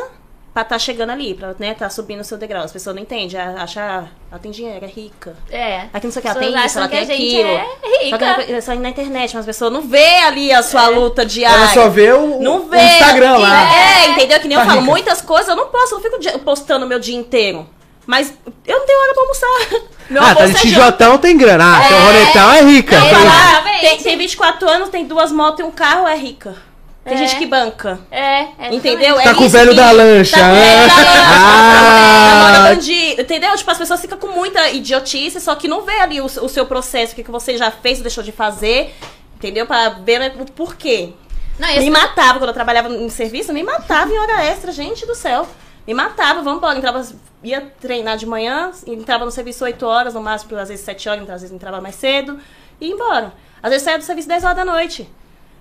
Speaker 2: pra tá chegando ali, pra né, tá subindo o seu degrau. As pessoas não entendem, a- acha, ah, ela tem dinheiro, é rica.
Speaker 4: É.
Speaker 2: Aqui não sei o que, ela
Speaker 4: As pessoas
Speaker 2: tem isso,
Speaker 4: acham
Speaker 2: ela
Speaker 4: que
Speaker 2: tem
Speaker 4: a gente
Speaker 2: aquilo.
Speaker 4: é rica. É.
Speaker 2: Só que ela- só na internet, mas as pessoas não vê ali a sua luta diária.
Speaker 1: Ela só vê o,
Speaker 2: Não
Speaker 1: o
Speaker 2: vê.
Speaker 1: Instagram
Speaker 2: E-
Speaker 1: lá.
Speaker 2: É, entendeu? Que nem eu
Speaker 1: Tá
Speaker 2: falo,
Speaker 1: rica.
Speaker 2: muitas coisas eu não posso, eu não fico di- postando meu dia inteiro. Mas eu não tenho hora
Speaker 3: (laughs)
Speaker 2: pra almoçar. Meu
Speaker 3: Ah, tá
Speaker 2: almoço
Speaker 3: de
Speaker 2: é janta.
Speaker 3: tijotão tem grana. Ah, teu roletão é rica.
Speaker 2: Eu
Speaker 4: Não,
Speaker 2: falo, ah,
Speaker 4: Exatamente.
Speaker 2: tem, tem 24 anos, tem duas motos e um carro, é rica. Tem
Speaker 4: É.
Speaker 2: gente que banca.
Speaker 4: É, é
Speaker 2: Entendeu?
Speaker 3: Tá
Speaker 2: é
Speaker 3: com o
Speaker 2: isso
Speaker 3: velho
Speaker 2: que-
Speaker 3: da lancha. né?
Speaker 2: Tá com o velho da
Speaker 3: (laughs) Ah.
Speaker 2: lancha. Namora bandido. Entendeu? Tipo, as pessoas ficam com muita idiotice, só que não vê ali o, o seu processo, o que, que você já fez, deixou de fazer. Entendeu? Pra ver né, o porquê.
Speaker 4: Não,
Speaker 2: Me
Speaker 4: esse-
Speaker 2: matava quando eu trabalhava em serviço, me matava em hora extra, gente do céu. Me matava, vamos embora. Entrava, ia treinar de manhã, entrava no serviço 8 horas, no máximo, às vezes 7 horas, então, às vezes entrava mais cedo, e ia embora. Às vezes saia do serviço 10 horas da noite.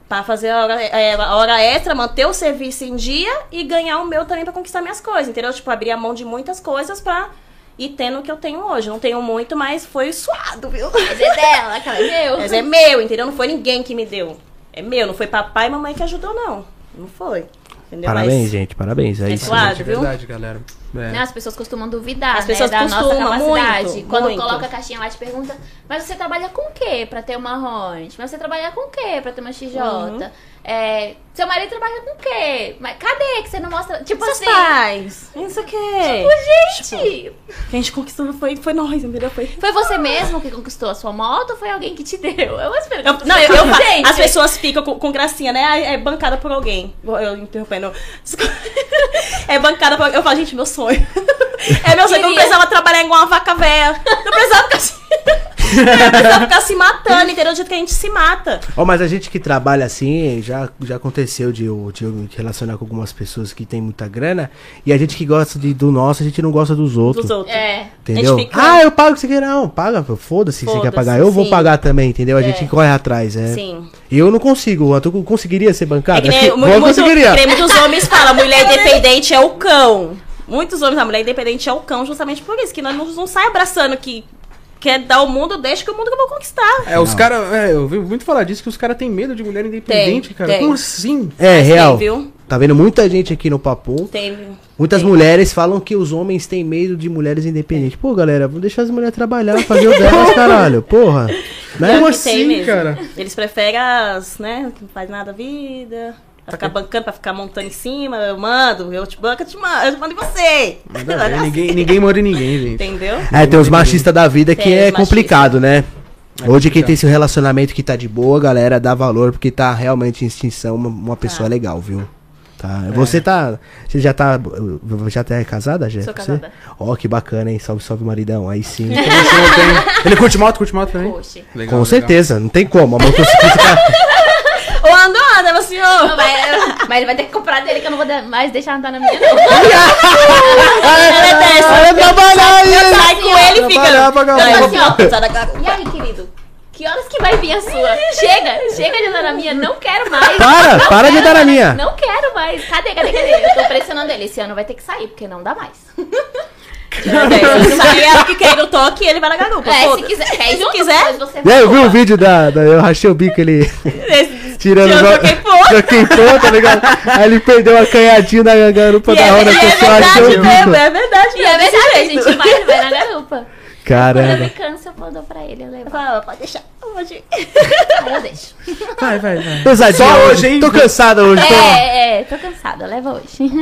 Speaker 2: Pra fazer a hora, é, a hora extra, manter o serviço em dia e ganhar o meu também pra conquistar minhas coisas, entendeu? Tipo, abrir a mão de muitas coisas pra ir tendo o que eu tenho hoje. Não tenho muito, mas foi suado, viu?
Speaker 4: Mas (laughs) é dela, aquela é meu.
Speaker 2: Mas é meu, entendeu? Não foi ninguém que me deu. É meu, não foi papai e mamãe que ajudou, não. Não foi. Entendeu?
Speaker 3: Parabéns,
Speaker 2: Mas
Speaker 3: gente. Parabéns. É
Speaker 2: É
Speaker 3: isso.
Speaker 2: suave.
Speaker 3: gente.
Speaker 1: Gente, é
Speaker 2: viu? assim.
Speaker 1: verdade, galera. É.
Speaker 4: Né, as pessoas costumam duvidar
Speaker 2: As
Speaker 4: né,
Speaker 2: pessoas
Speaker 4: da
Speaker 2: costumam,
Speaker 4: nossa capacidade.
Speaker 2: muito,
Speaker 4: Quando
Speaker 2: muito.
Speaker 4: coloca a caixinha lá e te pergunta, mas você trabalha com o quê pra ter uma Hornet? Mas você trabalha com o quê pra ter uma XJ?
Speaker 2: Uhum.
Speaker 4: É, seu marido trabalha com o quê? Mas cadê que você não mostra? Tipo
Speaker 2: Seus
Speaker 4: assim,
Speaker 2: pais. Isso aqui.
Speaker 4: gente,
Speaker 2: Quem a gente conquistou foi, foi nós, entendeu? Foi.
Speaker 4: foi você mesmo que conquistou a sua moto ou foi alguém que te deu? É umas
Speaker 2: Eu,
Speaker 4: perguntas.
Speaker 2: não, eu, eu falo.
Speaker 4: Gente,
Speaker 2: As pessoas ficam com, com gracinha, né? Ai, É bancada por alguém. Eu- Eu interrompendo. (laughs) Desculpa. É bancada por alguém. Eu falo, gente, meu sonho. É meu sonho. Eu não
Speaker 4: Queria.
Speaker 2: precisava trabalhar igual uma vaca velha. Não precisava ficar se, (laughs) não precisava ficar se matando, entendeu? Do jeito que a gente se mata.
Speaker 3: Ó, mas a gente que trabalha assim, já, já aconteceu de eu, de eu me relacionar com algumas pessoas que tem muita grana. E a gente que gosta de- do nosso, a gente não gosta dos outros.
Speaker 2: Dos outros.
Speaker 4: É.
Speaker 3: Entendeu?
Speaker 2: A gente fica-
Speaker 3: Ah, eu pago você quer. Não, paga, pô, foda-se, você quer
Speaker 2: Foda-se,
Speaker 3: pagar. Eu vou
Speaker 2: sim.
Speaker 3: pagar também, entendeu? A gente corre atrás, é.
Speaker 2: Sim.
Speaker 3: E eu não consigo. Tu conseguiria ser bancado?
Speaker 2: É que nem
Speaker 3: Acho que-
Speaker 2: mu-
Speaker 3: eu
Speaker 2: muito,
Speaker 3: conseguiria.
Speaker 2: que nem muitos homens falam, mulher independente é o cão. Muitos homens, a mulher independente é o cão, justamente por isso, que nós não, não sai abraçando que quer dar o mundo, deixa que o mundo que eu vou conquistar.
Speaker 1: É, os caras. É, eu ouvi muito falar disso, que os caras têm medo de mulher independente, cara.
Speaker 2: tem.
Speaker 1: Como assim?
Speaker 3: É,
Speaker 2: Mas
Speaker 3: real.
Speaker 2: Tem, viu?
Speaker 3: Tá vendo muita gente aqui no Papo.
Speaker 2: Tem.
Speaker 3: Muitas mulheres falam que os homens têm medo de mulheres independentes. Pô, galera, vamos deixar as mulheres trabalhar, fazer o delas, caralho. Porra. Né?
Speaker 2: Pior
Speaker 1: Como
Speaker 2: que tem
Speaker 1: assim,
Speaker 2: mesmo.
Speaker 1: cara?
Speaker 2: Eles preferem as, né, que não faz nada da vida. Pra ficar bancando, pra ficar montando em cima, eu mando, eu te banco, eu te mando, eu te mando em você. (laughs)
Speaker 1: Nada a ver, né? ninguém, ninguém manda em ninguém, gente.
Speaker 2: Entendeu?
Speaker 3: É, tem os machistas da vida que
Speaker 2: Tem
Speaker 3: é
Speaker 2: os machistas.
Speaker 3: complicado, né?
Speaker 1: É
Speaker 3: Hoje quem
Speaker 1: complicado.
Speaker 3: tem seu relacionamento que tá de boa, galera, dá valor porque tá realmente em extinção uma, uma pessoa legal, viu? Tá. Você tá. Você já tá. Já tá casada, Jéssica?
Speaker 4: Sou casada.
Speaker 3: Ó, que bacana, hein? Salve, salve, maridão. Aí sim.
Speaker 1: Ele curte moto, curte moto também?
Speaker 4: Poxa.
Speaker 1: Legal,
Speaker 3: Com
Speaker 1: legal.
Speaker 3: certeza, não tem como. A tá- motocicleta.
Speaker 2: Ô, anda, anda, meu
Speaker 4: Não,
Speaker 2: senhor!
Speaker 4: mas, mas ele vai ter que comprar dele que eu não vou dar- mais deixar andar na minha,
Speaker 2: (laughs)
Speaker 4: não.
Speaker 2: Ela é dessa.
Speaker 3: Vai trabalhar aí, né?
Speaker 2: Sai com ele e fica. é
Speaker 3: Trabalhar, vagabundo.
Speaker 2: Não, eu vou
Speaker 4: Assim, ó.
Speaker 2: botar daquela-
Speaker 4: E aí, querido? Que horas que vai vir a sua? Chega, chega de andar na minha, não quero mais.
Speaker 3: Para,
Speaker 4: Não
Speaker 3: para de
Speaker 4: quero
Speaker 3: andar na
Speaker 4: mais,
Speaker 3: minha.
Speaker 4: Não quero mais. Cadê, cadê, cadê? Eu tô pressionando ele. Esse ano vai ter que sair, porque não dá mais. (laughs)
Speaker 2: Se sair é ela que quer ir no toque, ele vai na garupa.
Speaker 4: É, se
Speaker 2: foda-se.
Speaker 4: quiser, quer ir
Speaker 2: Se
Speaker 4: junto,
Speaker 2: quiser.
Speaker 4: depois você
Speaker 3: E aí, eu vi
Speaker 4: vai.
Speaker 3: o vídeo da, da- Eu rachei o bico, ele
Speaker 2: Esse-
Speaker 3: tirando
Speaker 2: Eu
Speaker 3: o jo-
Speaker 1: (laughs)
Speaker 2: joguei pô.
Speaker 3: Joguei pô, tá ligado? Aí ele perdeu a canhadinha na garupa
Speaker 2: E
Speaker 3: da
Speaker 2: é,
Speaker 3: hora
Speaker 2: e
Speaker 3: que eu
Speaker 2: é
Speaker 3: só achei
Speaker 2: verdade
Speaker 3: o
Speaker 2: mesmo,
Speaker 3: bico.
Speaker 2: é verdade
Speaker 4: E
Speaker 2: mesmo.
Speaker 4: é verdade, a
Speaker 2: desse jeito.
Speaker 4: gente vai, ele vai na
Speaker 3: (laughs)
Speaker 4: garupa. Quando eu me
Speaker 3: Caramba.
Speaker 4: canso, eu mando pra ele, eu levo.
Speaker 2: Fala, Pode deixar.
Speaker 4: (laughs)
Speaker 2: Hoje.
Speaker 4: Aí eu deixo.
Speaker 1: Vai, vai, vai.
Speaker 3: Pesadinha
Speaker 1: Só hoje,
Speaker 3: hoje,
Speaker 1: hein?
Speaker 3: Tô cansada hoje, tô.
Speaker 4: É, é, tô cansada, leva hoje.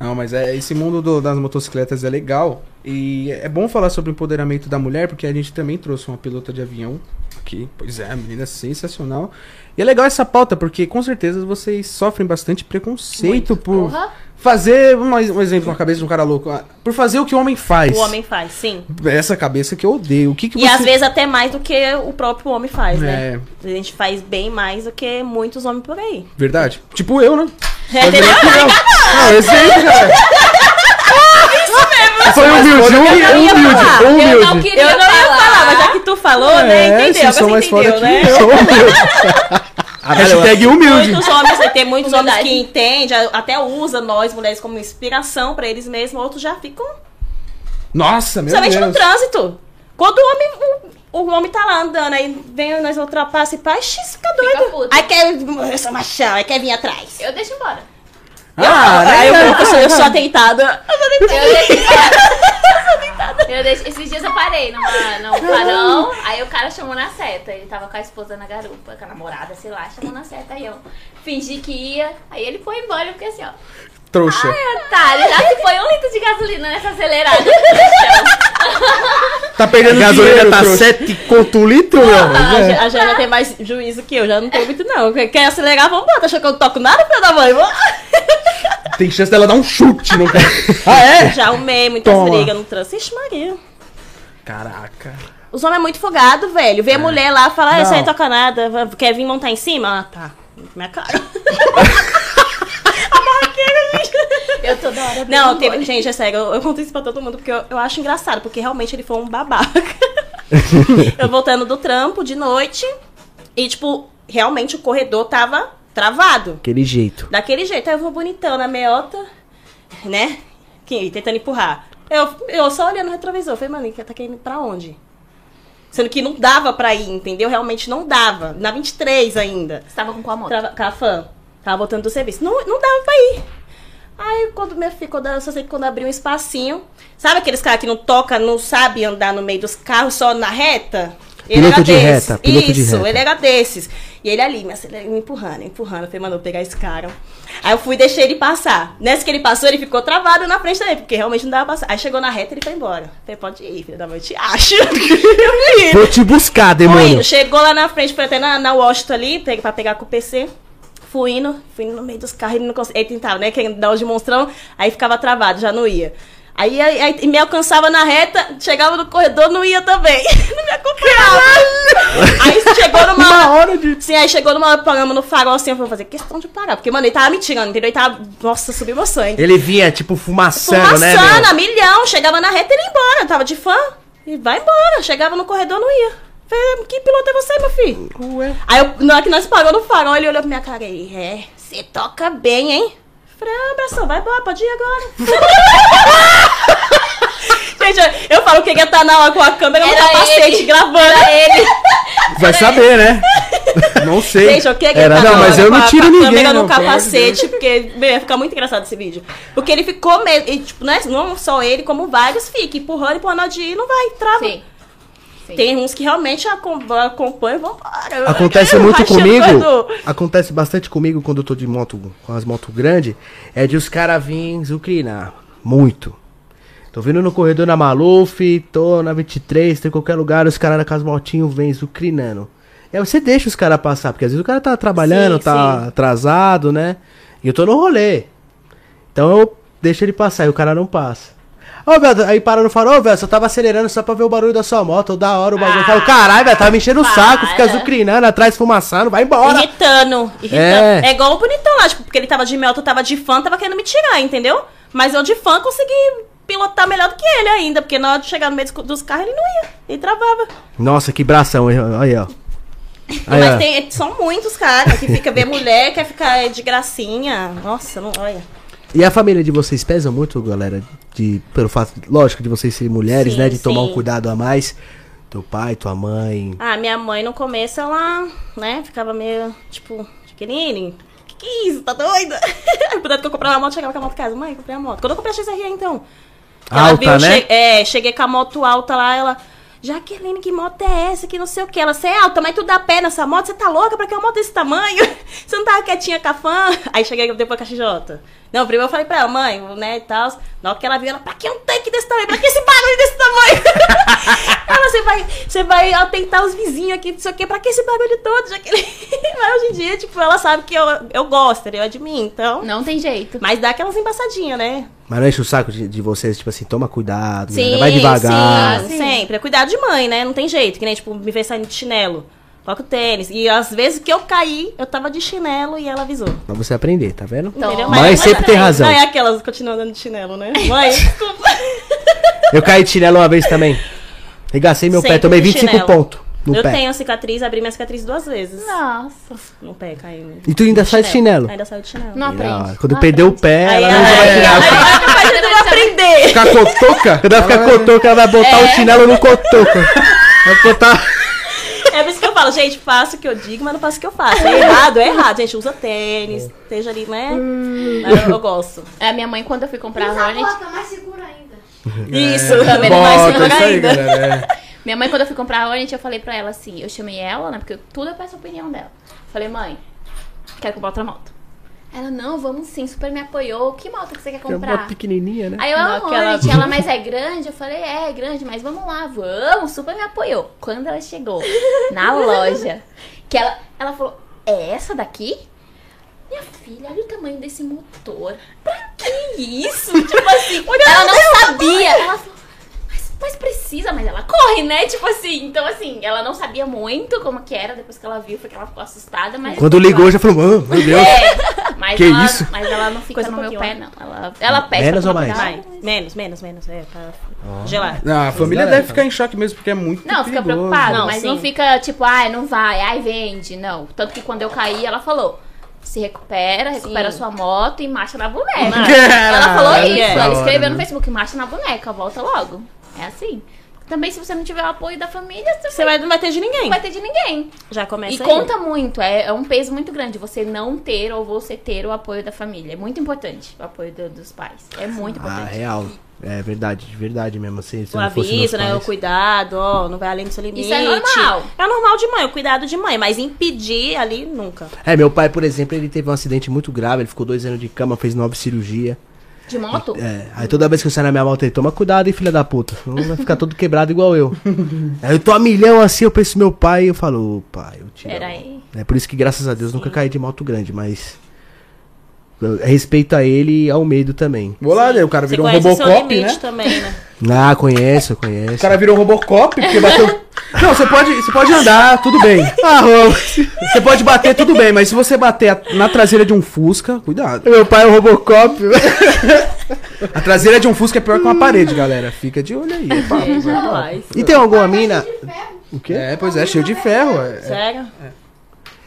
Speaker 1: Não, mas é, esse mundo do- das motocicletas é legal. E é bom falar sobre o empoderamento da mulher, porque a gente também trouxe uma pilota de avião aqui. Pois é, a menina é sensacional. E é legal essa pauta, porque com certeza vocês sofrem bastante preconceito por
Speaker 4: Porra.
Speaker 1: fazer. Um, um exemplo na cabeça de um cara louco. ah, Por fazer o que o homem faz. É
Speaker 2: O homem faz, sim.
Speaker 1: Essa cabeça que eu odeio. O que, que
Speaker 2: E
Speaker 1: você.
Speaker 2: às vezes até mais do que o próprio homem faz, né?
Speaker 1: É,
Speaker 2: A gente faz bem mais do que muitos homens por
Speaker 4: (laughs)
Speaker 2: aí.
Speaker 1: verdade. Tipo eu, né?
Speaker 2: É, entendeu?
Speaker 1: Não,
Speaker 3: Ah,
Speaker 1: não, exemplo, cara.
Speaker 3: é. Foi humilde,
Speaker 2: É eu
Speaker 3: humilde,
Speaker 2: ia falar.
Speaker 3: humilde,
Speaker 4: Eu não
Speaker 3: um humilde.
Speaker 4: queria
Speaker 2: Eu não ia falar, mas já que tu falou, né?
Speaker 1: É,
Speaker 2: Entendeu?
Speaker 1: vocês são
Speaker 2: Agora
Speaker 1: mais
Speaker 2: você
Speaker 1: foda que
Speaker 2: entendeu, né?
Speaker 3: Sou humilde.
Speaker 2: (laughs)
Speaker 3: Ah, Hashtag humilde.
Speaker 2: Muitos homens, né, tem muitos homens
Speaker 4: Humildade.
Speaker 2: que entendem, a- até usa nós mulheres como inspiração pra eles mesmos, outros já ficam,
Speaker 1: Nossa, meu
Speaker 2: principalmente no
Speaker 1: Deus.
Speaker 2: trânsito. Quando o homem, o, o homem tá lá andando, aí vem nós ultrapassa e pá, xis, fica doido.
Speaker 4: Fica puto.
Speaker 2: aí quer, eu sou machão, aí quer vir atrás.
Speaker 4: Eu deixo embora.
Speaker 1: Ah,
Speaker 2: aí eu,
Speaker 1: né?
Speaker 2: eu, sou,
Speaker 1: (laughs)
Speaker 2: eu sou ateitada.
Speaker 4: Eu deixo embora. Eu deixo- Esses dias eu parei numa, num farol, aí o cara chamou na seta. Ele tava com a esposa na garupa, com a namorada, sei lá, chamou na seta. Aí eu fingi que ia, aí ele foi embora, eu fiquei assim, ó.
Speaker 1: Trouxa.
Speaker 4: Ai, otário, já se foi um litro de gasolina nessa acelerada.
Speaker 3: Tá perdendo
Speaker 1: dinheiro, trouxa.
Speaker 3: 7 conto o litro, meu.
Speaker 2: Ah,
Speaker 1: é.
Speaker 2: a, Ja- a Jana tem mais juízo que eu, já não tenho muito não. Quer- Quer acelerar, vambora, tá achando que eu não toco nada, filho da mãe?
Speaker 1: Tem chance dela dar um chute
Speaker 2: (laughs)
Speaker 1: no cara. ah, é?
Speaker 2: Já arrumei muitas
Speaker 1: Toma.
Speaker 2: brigas no trânsito. Ixi, Maria.
Speaker 1: Caraca.
Speaker 2: Os homens é muito folgado, velho. Vê a mulher lá e fala, ah, essa aí
Speaker 1: É. Não.
Speaker 2: toca nada. vai- Quer vir montar em cima? Ah, tá. Minha
Speaker 1: (laughs)
Speaker 2: cara. (laughs)
Speaker 4: Eu toda hora. um
Speaker 2: Não, teve. Gente, é sério, eu, eu conto isso pra todo mundo porque eu, eu acho engraçado, porque realmente ele foi um babaca. eu voltando do trampo de noite e, tipo, realmente o corredor tava travado.
Speaker 3: Aquele jeito.
Speaker 2: Daquele jeito, aí eu vou bonitão na meiota, né? Que, tentando empurrar. Eu, eu só olhando no retrovisor, falei, mano, ele tá querendo ir pra onde? Sendo que não dava pra ir, entendeu? Realmente não dava. Na 23 ainda.
Speaker 4: Você tava com qual moto?
Speaker 2: Trava, com a fã. Tava voltando do serviço. Não, não dava pra ir. Aí quando minha filha, quando, eu só sei que quando abriu um espacinho. Sabe aqueles caras que não toca, não sabe andar no meio dos carros só na reta?
Speaker 3: Piloto de reta, piloto de
Speaker 2: Isso,
Speaker 3: reta.
Speaker 2: ele era desses. E ele ali, me, acelerando, me empurrando, empurrando. Eu falei, mano, eu vou pegar esse cara. Aí eu fui e deixei ele passar. Nessa que ele passou, ele ficou travado na frente dele, porque realmente não dava pra passar. Aí chegou na reta, ele foi embora. Eu falei, pode ir, filho da mãe, eu te acho. (laughs) eu fui indo.
Speaker 3: Vou te buscar,
Speaker 2: Fui
Speaker 3: demônio.
Speaker 2: indo, chegou lá na frente, foi até na, na Washington ali, pe- pra pegar com o PC. Fui indo, fui indo no meio dos carros, ele não conseguia. Ele tentava, né? Querendo dar os de monstrão, aí ficava travado, já não ia. Aí, aí- aí me alcançava na reta, chegava no corredor, não ia também. (laughs) Não me acompanhava. Aí chegou numa.
Speaker 1: Uma hora de.
Speaker 2: Sim, aí chegou numa paramos no farol assim, eu falei, vou fazer questão de parar. Porque, mano, ele tava me tirando, entendeu? Ele tava. Nossa, subiu meu sangue.
Speaker 3: Ele vinha, tipo, fumaçando, né, meu?
Speaker 2: Fumaçando, a milhão. Chegava na reta e ele ia embora. Eu tava de fã. E vai embora. Chegava no corredor, não ia. Falei, que piloto é você, meu filho?
Speaker 1: Ué.
Speaker 2: Aí, eu, na hora que nós parou no farol, ele olhou pra minha cara e... É, você toca bem, hein? Falei, ah, abração, vai embora, pode ir agora. (laughs) Gente, eu, eu falo que ele ia estar na hora com a câmera no
Speaker 4: Era
Speaker 2: capacete,
Speaker 4: ele.
Speaker 2: gravando. ele.
Speaker 3: Vai saber, né?
Speaker 1: Não sei.
Speaker 2: Gente, eu queria que
Speaker 3: Era-
Speaker 2: ele
Speaker 3: não,
Speaker 2: na
Speaker 3: mas
Speaker 2: hora
Speaker 3: eu
Speaker 2: com
Speaker 3: não
Speaker 2: a-
Speaker 3: tiro
Speaker 2: com a
Speaker 3: ninguém,
Speaker 2: câmera
Speaker 3: não,
Speaker 2: no
Speaker 3: pelo amor de
Speaker 2: capacete, tipo, porque meu, ia ficar muito engraçado esse vídeo. Porque ele ficou né, mesmo, e, tipo, não, é, não só ele, como vários, fica empurrando, empurrando de ir, não vai, trava.
Speaker 4: Sim. Sim.
Speaker 2: Tem uns que realmente acom- acompanham e vambora.
Speaker 3: (laughs) Acontece
Speaker 2: Eu
Speaker 3: muito
Speaker 2: achando
Speaker 3: comigo.
Speaker 2: quando-
Speaker 3: Acontece bastante comigo quando eu tô de moto, com as motos grandes. É de os caras virem zucrinar. Muito. Tô vindo no corredor na Maluf, tô na 23, tô em qualquer lugar, os caras com as motinhos vêm zucrinando. E aí você deixa os caras passar, porque às vezes o cara tá trabalhando,
Speaker 2: Sim,
Speaker 3: tá
Speaker 2: sim.
Speaker 3: atrasado, né? E eu tô no rolê. Então eu deixo ele passar e o cara não passa. Ô, velho, aí para no farol, velho, só tava acelerando só pra ver o barulho da sua moto, da hora o bagulho. Eu falo,
Speaker 2: Ah,
Speaker 3: caralho, velho, tava me enchendo o saco, fica
Speaker 4: para.
Speaker 3: zucrinando, atrás fumaçando, vai embora.
Speaker 2: Irritando, irritando.
Speaker 3: É.
Speaker 2: É. igual o bonitão lá, tipo, porque ele tava de mel, eu tava de fã, tava querendo me tirar, entendeu? Mas eu de fã consegui pilotar melhor do que ele ainda, porque na hora de chegar no meio dos- dos carros ele não ia, ele travava.
Speaker 3: Nossa, que bração, hein? olha aí, ó. Aí,
Speaker 2: Mas
Speaker 3: ó.
Speaker 2: tem, são muitos caras que fica ver mulher, quer ficar de gracinha. Nossa, não, olha.
Speaker 3: E a família de vocês pesa muito, galera? De, pelo fato, lógico, de vocês serem mulheres,
Speaker 2: Sim,
Speaker 3: né? De tomar
Speaker 2: sim.
Speaker 3: um cuidado a mais. Teu pai, tua mãe.
Speaker 2: Ah, minha mãe no começo, ela, né, ficava meio, tipo, Jaqueline, que que é isso, tá doida? (laughs) Portanto que eu comprei uma moto, chegava com a moto em casa, mãe, comprei a moto. Quando eu comprei a XRE, então, ela
Speaker 3: Alta,
Speaker 2: viu,
Speaker 3: né?
Speaker 2: che- é, cheguei com a moto alta lá, ela, Jaqueline, que moto é essa, que não sei o que, ela, você é alta, mas tu dá pé nessa moto, você tá louca pra que uma moto desse tamanho? (laughs) Você não tava quietinha com a fã? Aí cheguei depois com a XJ. Não, primeiro eu falei pra ela, mãe, né, e tal, na hora que ela viu, ela, pra que um tanque desse tamanho? Pra que esse bagulho desse tamanho? (laughs) Ela, você vai, você vai atentar os vizinhos aqui, não sei o quê, pra que esse bagulho todo? Já que ele... (laughs) Mas hoje em dia, tipo, ela sabe que eu, eu gosto, entendeu? É de mim, então.
Speaker 4: Não tem jeito.
Speaker 2: Mas dá aquelas embaçadinhas, né?
Speaker 3: Mas não enche o saco de, de vocês, tipo assim, toma cuidado, galera, vai devagar.
Speaker 2: sim,
Speaker 4: Sim.
Speaker 2: sempre. É cuidado de mãe, né? Não tem jeito. Que nem, tipo, me ver saindo de chinelo. Coloca o tênis. E às vezes que eu caí, eu tava de chinelo e ela avisou.
Speaker 3: Pra você aprender, tá vendo?
Speaker 4: Então,
Speaker 2: entendeu?
Speaker 3: Mãe sempre tem razão.
Speaker 2: Não é aquelas que continuam andando de chinelo, né? Mãe, desculpa.
Speaker 3: Eu caí de chinelo uma vez também. Regacei meu pé,
Speaker 2: Sempre
Speaker 3: tomei
Speaker 2: de
Speaker 3: 25
Speaker 2: chinelo.
Speaker 3: pontos no
Speaker 2: eu
Speaker 3: pé.
Speaker 2: tenho cicatriz, abri minha cicatriz duas vezes.
Speaker 4: Nossa.
Speaker 2: No pé, caiu.
Speaker 3: E tu ainda sai de chinelo.
Speaker 2: Ainda saiu de chinelo.
Speaker 4: Não
Speaker 3: Da
Speaker 4: aprende.
Speaker 3: hora. Quando
Speaker 4: não
Speaker 3: perdeu o
Speaker 4: aprende.
Speaker 3: pé,
Speaker 2: Aí
Speaker 3: ela
Speaker 2: ela-
Speaker 3: não vai
Speaker 2: aí
Speaker 3: tirar.
Speaker 2: ela- aí ela (laughs) vai aprender.
Speaker 1: Ficar cotoca?
Speaker 3: Quando ela fica cotoca, ela vai botar o chinelo no cotoco. Vai botar.
Speaker 2: É por isso que eu falo, gente, faço o que eu digo, mas não faço o que eu faço. É errado, é errado. Gente, usa tênis, esteja ali, né? Mas Eu, eu gosto.
Speaker 4: A É, minha mãe, quando eu fui comprar a
Speaker 5: Usa a
Speaker 4: Hornet,
Speaker 5: boca, mais segura ainda.
Speaker 3: É.
Speaker 2: Isso,
Speaker 4: também não vai
Speaker 1: Bota,
Speaker 4: segurar
Speaker 1: isso aí,
Speaker 4: ainda.
Speaker 1: galera. é.
Speaker 4: Minha mãe, quando eu fui comprar a Hornet, eu falei pra ela assim, eu chamei ela, né? Porque eu- tudo eu peço a opinião dela. Falei, mãe, quero comprar outra moto. Ela, não, vamos sim, super me apoiou. Que moto que você quer
Speaker 3: É uma
Speaker 4: comprar?
Speaker 3: pequenininha, né?
Speaker 4: Aí eu,
Speaker 2: Não,
Speaker 4: amo
Speaker 2: aquela-
Speaker 4: Hornet, ela,
Speaker 2: (laughs)
Speaker 4: mas é grande? Eu falei, é, é grande, mas vamos lá, vamos, super me apoiou. Quando ela chegou
Speaker 2: (laughs)
Speaker 4: na loja, que ela, ela falou, é essa daqui? Minha filha, olha o tamanho desse motor. Pra que isso?
Speaker 2: (laughs)
Speaker 4: Tipo assim, ela não sabia. Ela falou, mas, mas precisa, mas ela corre, né? Tipo assim, então assim, ela não sabia muito como que era, depois que ela viu, foi que ela ficou assustada, mas...
Speaker 3: Quando ligou, já falou, "Mano, meu Deus.
Speaker 4: É, (laughs) mas
Speaker 3: Que
Speaker 4: ela,
Speaker 3: isso?
Speaker 4: Mas ela não fica
Speaker 2: Coisa
Speaker 4: no meu pé,
Speaker 2: pouquinho,
Speaker 4: não. Ela, ela pede
Speaker 3: Menos
Speaker 4: pra
Speaker 3: ou
Speaker 4: tomar
Speaker 3: mais?
Speaker 4: cuidado,
Speaker 2: Vai, menos, menos, menos. É, pra gelar.
Speaker 1: Não, a família deve ficar em choque mesmo, porque é muito
Speaker 4: Não, fica
Speaker 1: perigoso.
Speaker 4: preocupado,
Speaker 2: Não,
Speaker 4: mas
Speaker 2: sim.
Speaker 4: não fica tipo, ai, não vai, ai, vende, não. Tanto que quando eu caí, ela falou, se recupera, recupera
Speaker 2: Sim.
Speaker 4: sua moto e marcha na boneca.
Speaker 1: Caralho,
Speaker 4: ela falou isso,
Speaker 2: é.
Speaker 1: da
Speaker 4: ela
Speaker 1: hora,
Speaker 4: escreveu
Speaker 1: né?
Speaker 4: no Facebook, marcha na boneca, volta logo. É assim. Também se você não tiver o apoio da família, você,
Speaker 2: Você vai, não vai ter de ninguém.
Speaker 4: não vai ter de ninguém.
Speaker 2: Já começa
Speaker 4: E
Speaker 2: aí.
Speaker 4: conta muito, é, é um peso muito grande você não ter ou você ter o apoio da família. É muito importante o apoio do- dos pais. É
Speaker 3: Ah,
Speaker 4: muito importante.
Speaker 3: real. É verdade, de verdade mesmo. assim, Se, se
Speaker 4: Um
Speaker 2: O
Speaker 3: não fosse meus
Speaker 2: aviso, né? O
Speaker 3: pais.
Speaker 2: cuidado, ó, não vai além do seu limite.
Speaker 4: Isso é normal.
Speaker 2: É normal de mãe, o cuidado de mãe, mas impedir ali nunca.
Speaker 3: É, meu pai, por exemplo, ele teve um acidente muito grave, ele ficou dois anos de cama, fez nove cirurgia.
Speaker 4: De moto?
Speaker 3: É, aí toda vez que eu saio na minha moto, ele toma cuidado, hein, filha da puta. Não vai ficar todo quebrado igual
Speaker 4: (laughs)
Speaker 3: eu. aí eu tô a milhão assim, eu penso meu pai e eu falo, "Ô, pai, eu te.
Speaker 4: Pera
Speaker 3: amo."
Speaker 4: aí.
Speaker 3: É por isso que, graças a Deus, nunca caí de moto grande, mas. eu respeito a ele e ao medo também.
Speaker 1: Vou lá, né? o cara
Speaker 2: Você
Speaker 1: virou um
Speaker 2: conhece o seu
Speaker 1: Robocop,
Speaker 2: limite
Speaker 1: né?
Speaker 3: (laughs)
Speaker 2: também, né?
Speaker 3: Ah, conheço, conheço.
Speaker 1: O cara virou um Robocop, porque bateu... Não, você pode, você pode andar, tudo bem.
Speaker 3: (laughs) Ah, ô,
Speaker 1: Você pode bater, tudo bem, mas se você bater na traseira de um Fusca, cuidado.
Speaker 3: meu pai é um Robocop.
Speaker 1: A traseira de um Fusca é pior que uma parede, galera. Fica de olho aí. é papo, né?
Speaker 2: Jamais.
Speaker 3: E tem alguma mina.
Speaker 5: De ferro.
Speaker 3: O quê?
Speaker 1: É, pois é, cheio de ferro. é.
Speaker 2: Sério?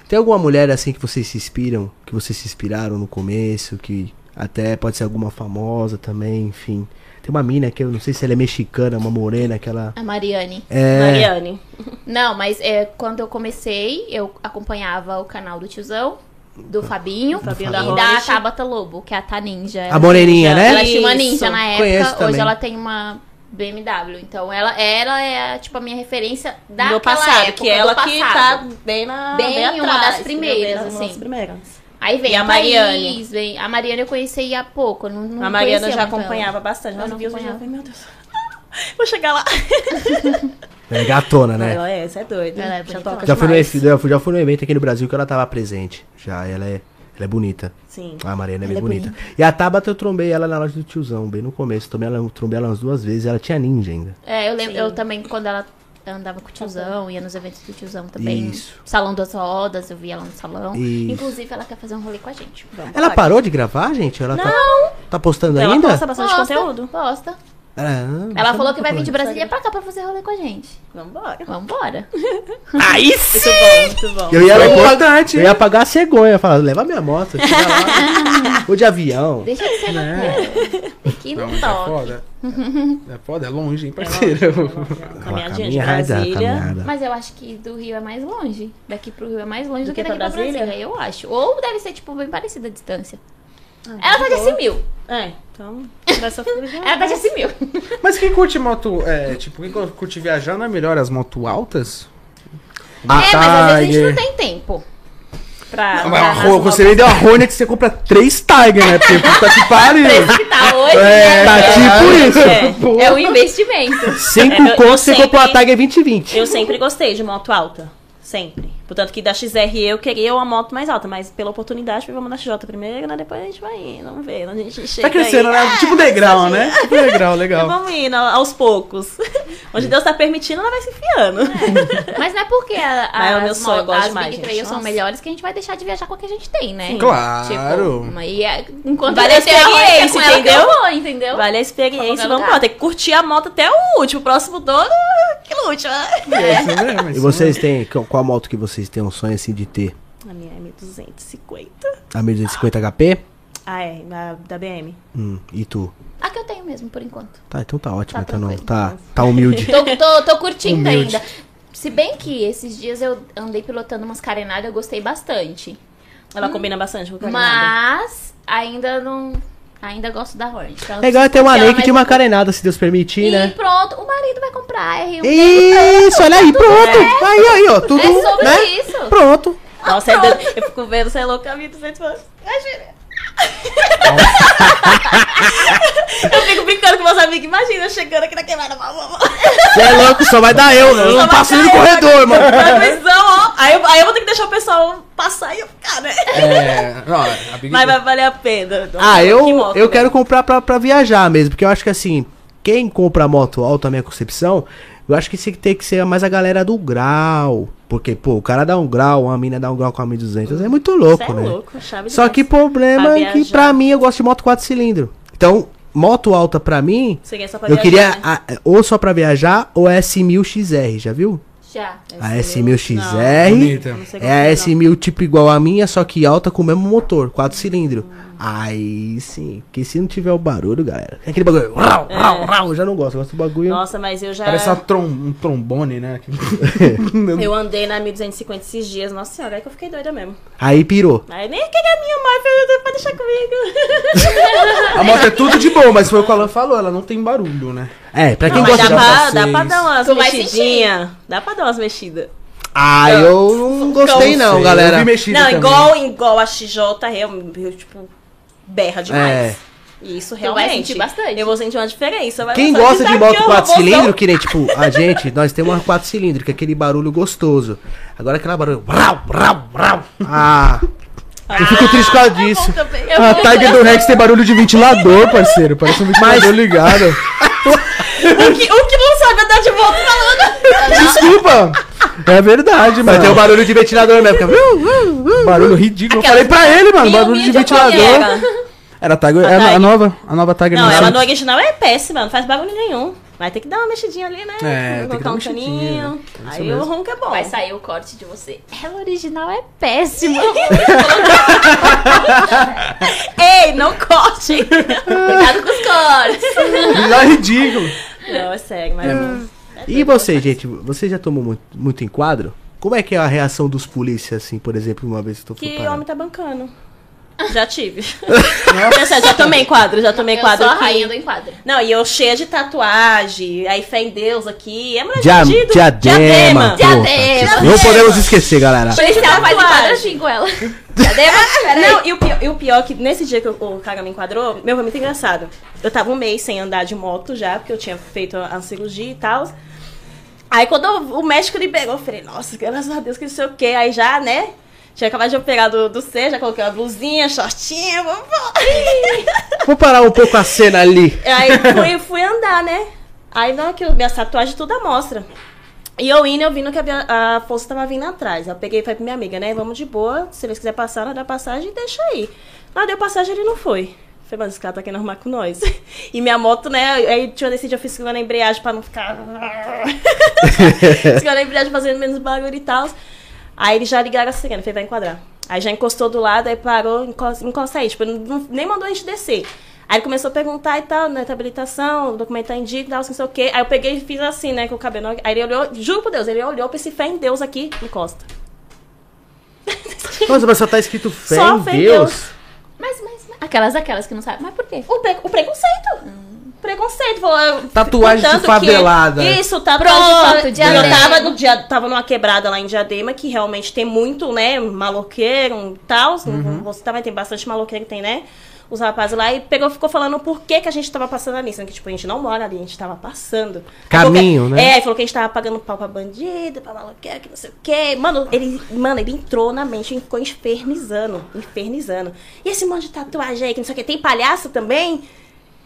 Speaker 3: Tem alguma mulher assim que vocês se inspiram, que vocês se inspiraram no começo, que até pode ser alguma famosa também, enfim. Tem uma mina que eu não sei se ela é mexicana, uma morena, que ela
Speaker 4: A Mariane.
Speaker 3: é
Speaker 2: Mariane.
Speaker 4: Não, mas é, quando eu comecei, eu acompanhava o canal do tiozão, do Fabinho,
Speaker 2: Fabinho
Speaker 4: e
Speaker 2: da
Speaker 4: da
Speaker 2: Rocha.
Speaker 4: Tabata Lobo, que é a Tá Ninja.
Speaker 3: a moreninha,
Speaker 4: Ela é
Speaker 3: né?
Speaker 4: tinha uma
Speaker 2: Isso,
Speaker 4: ninja na
Speaker 3: conheço
Speaker 4: época, hoje
Speaker 3: também.
Speaker 4: ela tem uma BMW. Então ela, ela é tipo a minha referência daquela
Speaker 2: do passado,
Speaker 4: época,
Speaker 2: que ela
Speaker 4: do
Speaker 2: que tá
Speaker 4: passado.
Speaker 2: bem na.
Speaker 4: Bem uma
Speaker 2: atrás,
Speaker 4: das primeiras,
Speaker 2: bem,
Speaker 4: assim.
Speaker 2: das primeiras.
Speaker 4: Aí vem
Speaker 2: E
Speaker 4: a
Speaker 2: a Mariane?
Speaker 4: Mariane. Vem. A Mariane eu conheci há pouco. eu Não, não
Speaker 2: a Mariana
Speaker 4: conhecia
Speaker 2: já
Speaker 4: muito ela.
Speaker 2: acompanhava bastante.
Speaker 4: Eu
Speaker 2: Nossa,
Speaker 4: não
Speaker 2: viu, já
Speaker 4: acompanhava.
Speaker 2: falei, meu Deus. (laughs) Vou chegar lá.
Speaker 3: É gatona, né?
Speaker 2: Ela é, essa é doida.
Speaker 4: Ela é
Speaker 2: já
Speaker 4: bonitona.
Speaker 2: toca
Speaker 3: Já foi, no,
Speaker 2: demais.
Speaker 3: efe- já fui- já fui no evento aqui no Brasil que ela tava presente. Já, ela é, ela é bonita.
Speaker 2: Sim.
Speaker 3: A Mariana é
Speaker 2: Ela
Speaker 3: bem
Speaker 2: é
Speaker 3: bonita. E a Tabata eu trombei ela na loja do tiozão, bem no começo. Também ela, eu trombei ela umas duas vezes. Ela tinha ninja ainda.
Speaker 4: É, eu lembro,
Speaker 2: Sim.
Speaker 4: eu também, quando ela andava com o tiozão, ia nos eventos do tiozão também.
Speaker 3: Isso.
Speaker 4: Salão das rodas, eu via ela no salão.
Speaker 3: Isso.
Speaker 4: Inclusive, ela quer fazer um rolê com a gente.
Speaker 2: Vamos,
Speaker 3: Ela
Speaker 2: vai.
Speaker 3: parou de gravar, gente? Ela tá,
Speaker 2: Não!
Speaker 3: tá postando
Speaker 2: Ela
Speaker 3: ainda?
Speaker 2: posta bastante conteúdo.
Speaker 4: Posta.
Speaker 3: Ah,
Speaker 4: Ela
Speaker 3: então
Speaker 4: falou que
Speaker 3: tá
Speaker 4: vai
Speaker 3: falando.
Speaker 4: vir de Brasília pra cá pra fazer rolê com a gente.
Speaker 2: Vambora.
Speaker 4: Vambora.
Speaker 3: Aí sim!
Speaker 2: Muito bom, muito bom.
Speaker 3: Eu ia,
Speaker 1: É
Speaker 3: pagar,
Speaker 1: importante.
Speaker 3: eu ia pagar a cegonha, falar, leva minha moto, chega
Speaker 4: (laughs)
Speaker 3: lá. Vou de avião.
Speaker 4: Deixa de
Speaker 1: Né?
Speaker 4: ser maconha. Aqui
Speaker 1: Não,
Speaker 4: não
Speaker 1: é
Speaker 4: toque.
Speaker 1: foda. É foda, é longe, hein, parceiro?
Speaker 2: é
Speaker 3: Uma
Speaker 2: Caminhadinha de Brasília.
Speaker 3: caminhada.
Speaker 4: Mas eu acho que do Rio é mais longe. Daqui pro Rio é mais longe do,
Speaker 2: Do
Speaker 4: que
Speaker 2: que
Speaker 4: daqui pra
Speaker 2: pra
Speaker 4: Brasília?
Speaker 2: Brasília?
Speaker 4: eu acho. Ou deve ser, tipo, bem parecida a distância.
Speaker 2: Ah,
Speaker 4: ela tá de Assimil.
Speaker 2: É, então. Dessa já.
Speaker 4: Ela tá de Assimil.
Speaker 1: Mas quem curte moto, é, tipo, quem curte viajar não é melhor as motos altas?
Speaker 2: Ah,
Speaker 4: é,
Speaker 2: tá,
Speaker 4: mas às vezes a gente
Speaker 1: Tiger.
Speaker 4: não tem tempo. Pra.
Speaker 1: Ah,
Speaker 4: pra
Speaker 1: mas
Speaker 4: nas
Speaker 1: ro- você nem deu a Hornet, você compra três Tiger, né? Porque puta que
Speaker 4: Esse
Speaker 1: pariu.
Speaker 4: que tá hoje
Speaker 1: É, tá tipo isso.
Speaker 2: É.
Speaker 1: Pô.
Speaker 4: é um investimento.
Speaker 3: Cinco
Speaker 4: é,
Speaker 2: eu- eu
Speaker 3: contos, você
Speaker 2: sempre-
Speaker 3: comprou a Tiger é 2020.
Speaker 2: Eu sempre gostei de moto alta. Sempre. Portanto, que da XR eu queria uma moto mais alta, mas pela oportunidade, vamos na XJ primeiro, né? Depois a gente vai indo, vamos ver. A gente chega
Speaker 1: Tá crescendo,
Speaker 2: aí.
Speaker 1: né? Tipo degrau, né? Tipo degrau,
Speaker 2: Então
Speaker 1: legal.
Speaker 2: Vamos indo aos poucos. (laughs) Onde Deus tá permitindo, ela vai se enfiando.
Speaker 4: Mas não é porque a,
Speaker 2: (laughs) Mas é o meu
Speaker 4: as,
Speaker 2: sonho, eu
Speaker 4: mo-
Speaker 2: gosto
Speaker 4: as
Speaker 2: demais,
Speaker 4: Big
Speaker 2: gente.
Speaker 4: Trails são
Speaker 2: Nossa.
Speaker 4: melhores que a gente vai deixar de viajar com o que a gente tem, né?
Speaker 2: Sim.
Speaker 1: Claro.
Speaker 4: Tipo, e é, enquanto
Speaker 2: Vale a
Speaker 4: eu tenho Hornet, é com
Speaker 2: experiência,
Speaker 4: ela que
Speaker 2: entendeu?
Speaker 4: Eu vou,
Speaker 2: (laughs)
Speaker 4: entendeu?
Speaker 2: Vale a
Speaker 4: então Pra qualquer
Speaker 2: experiência, vamos
Speaker 4: lugar.
Speaker 2: lá. Tem que curtir a moto até o último. O próximo dono, que lute, né?
Speaker 1: É isso mesmo,
Speaker 3: E
Speaker 1: é isso
Speaker 3: vocês têm, qual qual moto que vocês têm um sonho assim de ter?
Speaker 2: A minha é 1250.
Speaker 3: A 1250 HP?
Speaker 2: Ah, é, a da BM.
Speaker 3: Hum, e tu?
Speaker 4: A que eu tenho mesmo, por enquanto.
Speaker 3: Tá, então tá ótimo,
Speaker 4: Tá
Speaker 3: então não,
Speaker 4: tranquilo.
Speaker 3: tá, tá humilde.
Speaker 4: (laughs) Tô,
Speaker 3: (laughs)
Speaker 4: tô, tô curtindo
Speaker 3: Humilde.
Speaker 4: ainda. Se bem que esses dias eu andei pilotando umas carenadas, eu gostei bastante.
Speaker 2: Ela combina bastante com o caminhada.
Speaker 4: Mas ainda não. Ainda gosto da Hornet. Então,
Speaker 3: É igual ter uma
Speaker 4: se ela
Speaker 3: lei que
Speaker 4: vai
Speaker 3: tinha uma
Speaker 4: comprar-
Speaker 3: carenada, se Deus permitir,
Speaker 4: E
Speaker 3: né?
Speaker 4: pronto, o marido vai comprar É, um a R1.
Speaker 3: Isso, olha aí, pronto. Aí, aí, ó, tudo,
Speaker 4: É sobre
Speaker 3: né?
Speaker 4: isso.
Speaker 3: Pronto.
Speaker 2: Nossa, é doido. eu fico vendo, você é louca, a 1250. (laughs) Eu fico brincando com meus amigos. Imagina eu chegando aqui na queimada. Vá, vá, vá.
Speaker 3: Você é louco, só vai dar eu, eu não
Speaker 2: vai
Speaker 3: passo
Speaker 2: dar
Speaker 3: nem no
Speaker 2: eu.
Speaker 3: corredor,
Speaker 2: (laughs)
Speaker 3: mano.
Speaker 2: Transmissão, ó. Aí, eu- aí eu vou ter que deixar o pessoal passar e eu ficar, né?
Speaker 1: É, não, a Big
Speaker 2: Mas vai valer a pena.
Speaker 3: Ah,
Speaker 2: Que
Speaker 3: eu,
Speaker 2: moto,
Speaker 3: eu
Speaker 2: né?
Speaker 3: quero comprar pra, pra viajar mesmo, porque eu acho que assim, quem compra moto alta, a minha concepção, eu acho que isso tem que ser mais a galera do grau. Porque, pô, o cara dá um grau, uma mina dá um grau com a 1200, é muito louco,
Speaker 2: Cê é
Speaker 3: né?
Speaker 2: louco, chave
Speaker 3: Só
Speaker 2: demais.
Speaker 3: que o problema
Speaker 2: Pra
Speaker 3: é que
Speaker 2: viajar.
Speaker 3: pra mim eu gosto de moto 4 cilindros. Então, moto alta pra mim,
Speaker 2: Seria só pra
Speaker 3: eu
Speaker 2: viajar,
Speaker 3: queria Ah, a-
Speaker 2: né?
Speaker 3: ou só pra viajar ou S1000XR, já viu?
Speaker 4: Já.
Speaker 3: A
Speaker 1: Não.
Speaker 3: S1000XR
Speaker 1: é Bonita.
Speaker 2: Não sei como
Speaker 3: é a
Speaker 2: não.
Speaker 3: S1000 tipo igual a minha, só que alta com o mesmo motor, 4 cilindros. Aí sim, porque se não tiver o barulho, galera, é aquele bagulho, rau, rau, rau, eu já não gosto, eu gosto do bagulho.
Speaker 2: Nossa, mas eu já.
Speaker 1: Parece uma trom- um trombone, né?
Speaker 2: Eu andei na 1250 esses dias. Nossa senhora, aí que eu fiquei doida mesmo.
Speaker 3: Aí pirou.
Speaker 2: Aí nem que a minha mãe falou, pode deixar comigo.
Speaker 1: A moto é tudo de bom, mas foi o que o Alan falou, ela não tem barulho, né?
Speaker 3: É, pra quem
Speaker 2: Não, mas
Speaker 3: gosta de
Speaker 2: dá pra,
Speaker 1: pra
Speaker 2: dá pra
Speaker 1: vocês.
Speaker 2: dar umas
Speaker 4: Tu vai
Speaker 2: mexidinhas. Dá pra dar umas mexidas.
Speaker 3: Ah, eu não gostei não,
Speaker 1: sei,
Speaker 3: galera.
Speaker 1: Eu vi mexida
Speaker 2: Não,
Speaker 1: também.
Speaker 2: igual, igual a XJ, eu, eu, tipo, berra demais.
Speaker 3: É.
Speaker 2: E isso
Speaker 4: Tu vai
Speaker 2: realmente.
Speaker 4: sentir bastante.
Speaker 2: Eu vou sentir uma diferença. mas
Speaker 3: Quem
Speaker 2: eu só
Speaker 3: gosta de
Speaker 2: disse,
Speaker 3: moto
Speaker 2: "Ah, que
Speaker 3: 4
Speaker 2: horror,
Speaker 3: cilindros,
Speaker 2: não".
Speaker 3: que nem tipo, a gente, nós temos uma 4 cilindros, que é aquele barulho gostoso. Agora aquele barulho. Brau, brau, brau. Ah. Eu fico triste por causa disso.
Speaker 4: Eu
Speaker 1: A
Speaker 4: vou-
Speaker 1: Tiger do Rex tem barulho de ventilador, parceiro. Parece um ventilador ligado.
Speaker 2: (laughs) O que, o que não sabe andar de moto
Speaker 3: (laughs) É
Speaker 2: falando.
Speaker 1: Desculpa! É verdade,
Speaker 3: Mas
Speaker 1: mano. Uhum.
Speaker 3: tem o barulho de ventilador mesmo. Fica...
Speaker 1: barulho ridículo.
Speaker 2: Aquela-
Speaker 1: Eu falei pra ele,
Speaker 3: um
Speaker 1: mano. Barulho de
Speaker 2: Humilde
Speaker 1: ventilador.
Speaker 2: qualquer.
Speaker 1: Era a Tiger. era a
Speaker 2: Tiger.
Speaker 1: nova. A nova Tiger
Speaker 2: Não, ela no
Speaker 1: 900.
Speaker 2: original é péssima, não faz bagulho nenhum. Vai ter que dar uma mexidinha ali, né?
Speaker 1: É, tem que dar
Speaker 2: Colocar
Speaker 1: uma
Speaker 2: um
Speaker 1: mexidinha,
Speaker 2: caninho.
Speaker 1: né? É isso
Speaker 2: Aí
Speaker 1: mesmo.
Speaker 2: o ronco é bom.
Speaker 4: Vai sair o corte de você. Ela original é péssima.
Speaker 2: Ei, não (laughs) corte!
Speaker 4: (laughs) Cuidado com os cortes.
Speaker 1: Já é ridículo.
Speaker 2: não, é sério, mas. É
Speaker 3: E você, gente? Você já tomou muito, muito em quadro? Como é que é a reação dos polícias, assim, por exemplo, uma vez que eu tô
Speaker 2: Que
Speaker 3: parado?
Speaker 2: homem tá bancando.
Speaker 1: (laughs)
Speaker 2: Já tive. Nossa. Já tomei quadro, já tomei
Speaker 4: eu
Speaker 2: quadro.
Speaker 4: sou a
Speaker 2: aqui.
Speaker 4: rainha do enquadro.
Speaker 2: Não, e eu cheia de tatuagem, aí fé em Deus aqui. É mulher
Speaker 3: Dia-
Speaker 2: bandido.
Speaker 3: diadema.
Speaker 2: Diadema.
Speaker 3: porra.
Speaker 4: Diadema.
Speaker 3: Não podemos esquecer, galera.
Speaker 4: Por isso que ela faz
Speaker 2: tatuagem.
Speaker 4: enquadro, eu xingo ela.
Speaker 2: Não, e o, pior, e o pior é que nesse dia que o cara me enquadrou, meu, foi muito engraçado. Eu tava um mês sem andar de moto já, porque eu tinha feito a, a cirurgia e tal. Aí quando o médico liberou, eu falei, nossa, graças a Deus que não sei o quê. Aí já, né? Tinha acabado de operar do, do C, já coloquei uma blusinha, shortinho, vamos (laughs)
Speaker 3: Vou parar um pouco a cena ali.
Speaker 2: É, Aí fui, fui andar, né? Aí não, que eu- minha tatuagem tudo à mostra. E eu indo, eu vindo que a, minha- a força tava vindo atrás. Eu peguei e falei pra minha amiga, né? Vamos de boa. Se eles quiserem passar, ela dá passagem e deixa aí. Ela deu passagem ele não foi. Falei, mas esse cara tá querendo arrumar com nós. (laughs) E minha moto, né? Aí tinha decidido, eu fiz segurando a embreagem pra não ficar.
Speaker 1: (laughs)
Speaker 2: segurando a embreagem fazendo menos barulho e tal. Aí eles já ligaram a sirene, falei, vai enquadrar. Aí já encostou do lado, aí parou, encosta, encosta aí. Tipo, não- não- nem mandou a gente descer. Aí ele começou a perguntar e tal, né, tá habilitação, o documento tá em dia e tal, não sei o quê. Aí eu peguei e fiz assim, né, com o cabelo. Aí ele olhou, juro por Deus, ele olhou pra esse fé em Deus aqui, encosta.
Speaker 3: Nossa, mas só tá escrito fé
Speaker 2: Só
Speaker 3: em
Speaker 2: fé em
Speaker 3: Deus.
Speaker 4: Mas, mas, mas. Aquelas, aquelas que não sabem. Mas por quê?
Speaker 2: O, pre- o preconceito. Preconceito. falou, eu-
Speaker 1: Tatuagem de
Speaker 2: contando que-
Speaker 1: favelada.
Speaker 2: isso, tatuagem de
Speaker 4: Pronto,
Speaker 2: favelada.
Speaker 4: diadema.
Speaker 2: Eu tava, no dia, tava numa quebrada lá em Diadema, que realmente tem muito, né, maloqueiro e tal.
Speaker 3: Uhum.
Speaker 2: Você também tem bastante maloqueiro, tem, né? Os rapazes lá e pegou, ficou falando por que, que a gente tava passando ali. Sendo que, tipo, a gente não mora ali, a gente tava passando. Aí falou
Speaker 3: Caminho,
Speaker 2: que-
Speaker 3: né?
Speaker 2: É, aí falou que a gente tava pagando pau pra bandido, pra maloqueiro, que não sei o quê. Mano, ele, mano, ele entrou na mente e ficou infernizando, infernizando. E esse monte de tatuagem aí, que não sei o quê, tem palhaço também?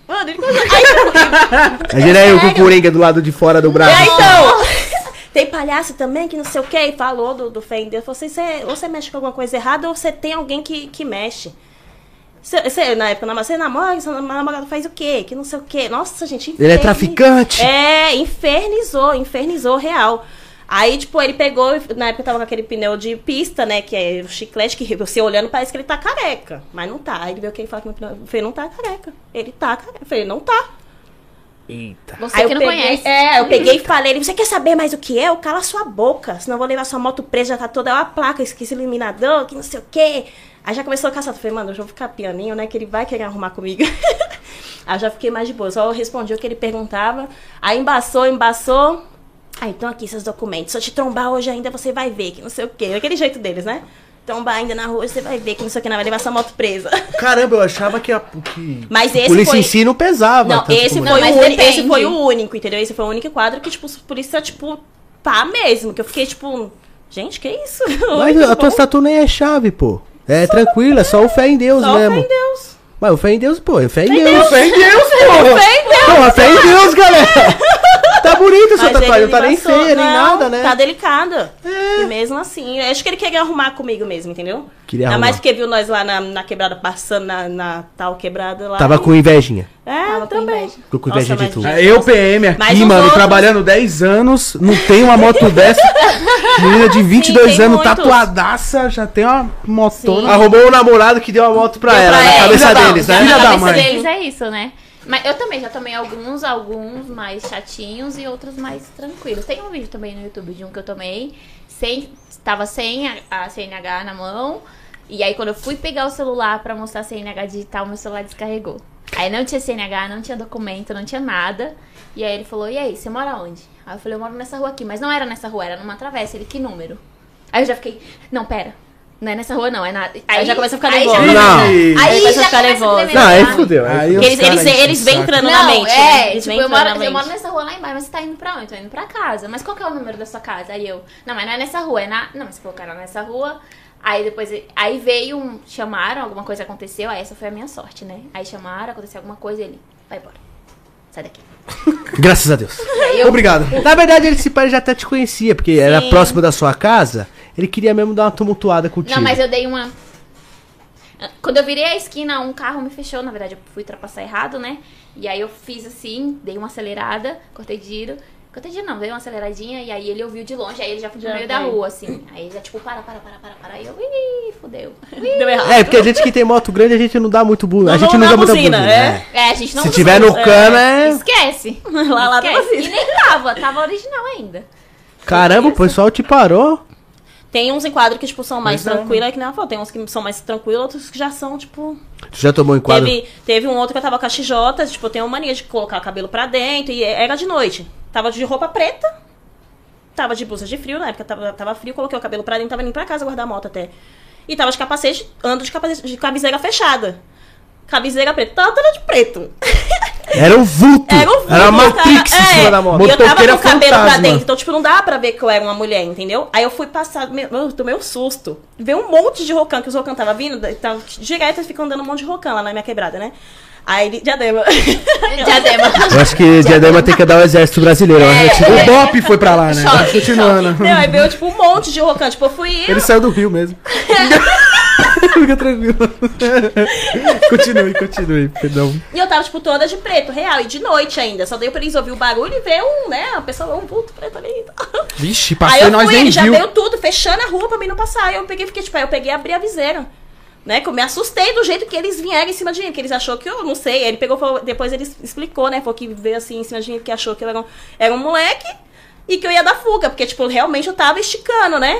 Speaker 2: Mano, ele
Speaker 3: Imagina eu com o Coringa do lado de fora do braço.
Speaker 2: É, então! (laughs) Tem palhaço também que não sei o que, e falou do, do fé em Deus. Falou assim, "Cê- ou você mexe com alguma coisa errada, ou você tem alguém que, que mexe. Cê, cê, na época, você namora, seu namorado faz o quê? Que não sei o quê. Nossa, gente,
Speaker 3: Ele é
Speaker 2: inferni-
Speaker 3: traficante.
Speaker 2: É, infernizou, infernizou real. Aí, tipo, ele pegou, e na época tava com aquele pneu de pista, né? Que é o chiclete, que você olhando parece que ele tá careca. Mas não tá. Aí ele veio quem fala que meu pneu. Eu falei, não tá careca. Ele tá careca. Eu falei, não tá.
Speaker 3: Eita.
Speaker 4: Você
Speaker 2: Aí
Speaker 4: que
Speaker 2: eu
Speaker 4: não
Speaker 2: peguei-
Speaker 4: conhece.
Speaker 2: É, eu peguei e falei, ele, você quer saber mais o que é? Eu cala sua boca, senão eu vou levar sua moto presa, já tá toda a placa, esqueci iluminador, que não sei o quê. Aí já começou a caçar, eu falei, mano, eu já vou ficar pianinho, né, que ele vai querer arrumar comigo. (laughs) aí eu já fiquei mais de boa, só eu respondi o que ele perguntava, aí embaçou, embaçou, ah, então aqui seus documentos, se eu te trombar hoje ainda você vai ver, que não sei o quê, daquele jeito deles, né? Trombar ainda na rua, você vai ver que não sei o que, não, vai levar sua moto presa. (laughs)
Speaker 3: Caramba, eu achava que a. Que...
Speaker 2: Mas esse
Speaker 3: polícia
Speaker 2: foi...
Speaker 3: em si não pesava.
Speaker 2: Não,
Speaker 3: tanto
Speaker 2: esse
Speaker 3: como
Speaker 2: foi,
Speaker 4: Não,
Speaker 2: o
Speaker 4: mas
Speaker 2: único, esse
Speaker 4: depende.
Speaker 2: foi o único, entendeu? Esse foi o único quadro que, tipo, os polícia, tipo, pá mesmo. Que eu fiquei, tipo, gente, que isso? (laughs)
Speaker 3: Mas
Speaker 2: Olha que
Speaker 3: a tua
Speaker 2: bom.
Speaker 3: tatu nem é chave, pô. É tranquila, só o fé em Deus
Speaker 2: Só
Speaker 3: mesmo.
Speaker 2: fé Tipo, em Deus.
Speaker 3: Mas o fé em Deus, pô, é fé em
Speaker 2: em
Speaker 3: Deus.
Speaker 2: Deus.
Speaker 3: Fé em Deus, pô.
Speaker 2: Fé em Deus.
Speaker 3: Não, é fé em Deus, galera. Tá bonita essa
Speaker 2: Mas
Speaker 3: tatuagem, não
Speaker 2: ele
Speaker 3: tá nem
Speaker 2: passou-
Speaker 3: feia, nem
Speaker 2: não,
Speaker 3: nada, né? É.
Speaker 2: Tá delicada. E mesmo assim, eu acho que ele queria arrumar comigo mesmo, entendeu?
Speaker 3: Queria
Speaker 2: Ainda
Speaker 3: arrumar.
Speaker 2: mais porque viu nós lá na, na quebrada, passando na, na tal quebrada lá.
Speaker 3: Tava com invejinha.
Speaker 2: É,
Speaker 4: Tava com
Speaker 2: também.
Speaker 4: inveja.
Speaker 3: Ficou com inveja
Speaker 2: Nossa,
Speaker 3: de tu.
Speaker 2: mas-
Speaker 1: Ah, Eu, PM,
Speaker 2: Mas
Speaker 1: aqui,
Speaker 2: os
Speaker 1: mano,
Speaker 2: outros-
Speaker 1: trabalhando 10 anos, não tem uma
Speaker 2: (laughs)
Speaker 1: moto dessa. Menina de 22
Speaker 2: tem
Speaker 1: anos,
Speaker 2: muitos.
Speaker 1: tatuadaça, já tem uma motona. um
Speaker 3: Arrumou o namorado que deu a moto pra
Speaker 2: Deu
Speaker 3: ela,
Speaker 2: pra
Speaker 3: na
Speaker 2: ela,
Speaker 3: cabeça
Speaker 1: filha da-
Speaker 3: deles, né?
Speaker 1: filha
Speaker 4: Na
Speaker 1: da
Speaker 4: cabeça
Speaker 1: mãe.
Speaker 4: deles é isso, né? Mas eu também já tomei alguns, alguns mais chatinhos e outros mais tranquilos. Tem um vídeo também no YouTube de um que eu tomei, sem, tava sem a, a CNH na mão. E aí quando eu fui pegar o celular pra mostrar a CNH digital, meu celular descarregou. Aí não tinha CNH, não tinha documento, não tinha nada. E aí ele falou, e aí, você mora onde? Aí eu falei, eu moro nessa rua aqui, mas não era nessa rua, era numa travessa. Ele, que número? Aí eu já fiquei, não, pera, não é nessa rua não, é na... Aí,
Speaker 2: já começa a ficar
Speaker 4: aí já
Speaker 2: nervosa.
Speaker 4: começa-
Speaker 3: Não.
Speaker 4: Aí já
Speaker 2: Aí começa a
Speaker 4: começa
Speaker 2: ficar
Speaker 4: a
Speaker 2: nervosa.
Speaker 4: tremer,
Speaker 3: Não, aí
Speaker 4: sabe?
Speaker 3: fudeu. aí
Speaker 1: Aí
Speaker 3: fudeu.
Speaker 1: os
Speaker 2: Eles,
Speaker 1: cara
Speaker 2: eles,
Speaker 1: enchem o
Speaker 2: eles vêm
Speaker 1: saco.
Speaker 2: entrando na
Speaker 4: Não,
Speaker 2: mente. né?
Speaker 4: é,
Speaker 2: Eles
Speaker 4: tipo,
Speaker 2: vêm
Speaker 4: eu
Speaker 2: entrando
Speaker 4: moro,
Speaker 2: na
Speaker 4: eu moro
Speaker 2: mente.
Speaker 4: nessa rua lá embaixo, mas você tá indo pra onde? Tô indo pra casa. Mas qual que é o número da sua casa? Aí eu, não, mas não é nessa rua, é na... Não, mas colocaram nessa rua... Aí depois, aí veio, um, chamaram, alguma coisa aconteceu, aí essa foi a minha sorte, né? Aí chamaram, aconteceu alguma coisa, ele, vai embora, sai daqui.
Speaker 3: Graças a Deus.
Speaker 4: eu-
Speaker 3: Obrigado. Na verdade, ele se pai já até te conhecia, porque era próximo da sua casa. Ele queria mesmo dar uma tumultuada contigo.
Speaker 4: Não, mas eu dei uma. Quando eu virei a esquina, um carro me fechou. Na verdade, eu fui ultrapassar errado, né? E aí eu fiz assim, dei uma acelerada, cortei giro. Cortei giro não, dei uma aceleradinha. E aí ele ouviu de longe, aí ele já foi pro
Speaker 2: Já
Speaker 4: meio da
Speaker 2: vai.
Speaker 4: rua, assim. Aí ele já tipo, para, para, para, para, para. Aí eu, ih,
Speaker 2: (laughs)
Speaker 4: fudeu.
Speaker 2: Deu errado.
Speaker 3: É, porque a gente que tem moto grande, a gente não dá muito buzina. A
Speaker 2: Não,
Speaker 3: gente
Speaker 2: não
Speaker 3: não
Speaker 2: dá
Speaker 3: dá muita
Speaker 2: buzina,
Speaker 3: buzina.
Speaker 2: é.
Speaker 3: né?
Speaker 4: É, a gente não
Speaker 3: Se
Speaker 4: usa-
Speaker 3: tiver no cano, é.
Speaker 4: Esquece.
Speaker 2: (laughs) Lá, assim. lá,
Speaker 4: Esquece. E nem tava, tava original ainda.
Speaker 3: Caramba, o pessoal te parou.
Speaker 2: Tem uns enquadros que, tipo, são mais
Speaker 1: Pois é,
Speaker 2: tranquilos, é que nem ela falou. Tem uns que são mais tranquilos, outros que já são, tipo.
Speaker 3: Tu já tomou enquadro?
Speaker 2: Teve, teve um outro que eu tava com a XJ, tipo, eu tenho mania de colocar o cabelo pra dentro, e é, era de noite. Tava de roupa preta, tava de blusa de frio, na época tava, tava frio, coloquei o cabelo pra dentro, tava indo pra casa guardar a moto até. E tava de capacete, ando de capacete, de camiseira fechada. Camiseira preta, tava toda de preto.
Speaker 3: Era um vulto.
Speaker 2: Era um
Speaker 3: Era uma
Speaker 2: vulto, cara.
Speaker 3: Matrix em cima
Speaker 2: É,
Speaker 3: da moto.
Speaker 2: E eu tava com
Speaker 1: Motoqueira
Speaker 2: o cabelo pra
Speaker 1: fantasma.
Speaker 2: dentro, então, tipo, não dá pra ver que eu era uma mulher, entendeu? Aí eu fui passar, meu, eu tomei um susto. Veio um monte de rocan, que os rocan tava vindo, tava direto, eles ficam dando um monte de rocan lá na minha quebrada, né? Aí, ele- diadema.
Speaker 4: Diadema.
Speaker 3: Eu acho (laughs) que Diadema tem que dar o exército brasileiro. né? eu acho que-
Speaker 1: O Bop foi pra lá, né?
Speaker 4: Choque,
Speaker 1: Continuando.
Speaker 2: (laughs) Não, aí veio, tipo, um monte de rocan, tipo, eu fui eu.
Speaker 1: Ele saiu do Rio (laughs) mesmo. Fica tranquilo. continue, continue, perdão.
Speaker 2: E eu tava, tipo, toda de preto, real, e de noite ainda. Só deu pra eles ouvir o barulho e ver um, né, a pessoa, um vulto preto ali e tal.
Speaker 1: Vixe,
Speaker 2: Aí
Speaker 1: passou e
Speaker 2: eu
Speaker 1: nós
Speaker 2: fui,
Speaker 1: nem
Speaker 2: ele já
Speaker 1: viu.
Speaker 2: veio tudo, fechando a rua pra mim não passar. Aí eu peguei, fiquei, tipo, aí eu peguei e abri a viseira. Né, que eu me assustei do jeito que eles vieram em cima de mim, porque eles achou que eu não sei. Aí ele pegou, falou- depois ele explicou, né? Falou que veio assim em cima de mim, porque achou que eu era um, era um moleque e que eu ia dar fuga, porque, tipo, realmente eu tava esticando, né?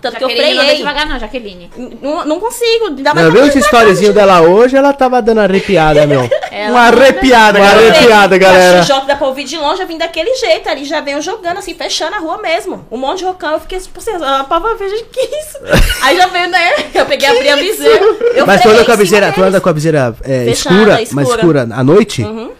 Speaker 2: Tanto que eu
Speaker 4: Jaqueline, não anda
Speaker 2: freiei.
Speaker 4: devagar, não, Jaqueline.
Speaker 2: N- Não, não consigo, ainda mais
Speaker 3: Não,
Speaker 2: que
Speaker 3: viu
Speaker 2: eu
Speaker 3: esse
Speaker 2: fui
Speaker 3: storyzinho dela hoje? Ela tava dando arrepiada, meu.
Speaker 4: Ela-
Speaker 1: Uma arrepiada,
Speaker 3: Uma
Speaker 1: galera.
Speaker 3: arrepiada. piada, galera.
Speaker 2: A XJ dá pra ouvir de longe, eu vim daquele jeito ali, já venho jogando, assim, fechando a rua mesmo. Um monte de rocão, eu fiquei tipo assim, a pava veja que
Speaker 3: (laughs)
Speaker 2: isso. Aí já veio, né? Eu peguei, abri a viseira. Eu "É
Speaker 3: Mas tu anda
Speaker 2: freiei em
Speaker 3: com a
Speaker 2: cima
Speaker 3: viseira, tu
Speaker 2: deles.
Speaker 3: anda com a viseira é,
Speaker 2: Fechada,
Speaker 3: escura, mas
Speaker 2: escura.
Speaker 3: escura à noite?
Speaker 2: Uhum.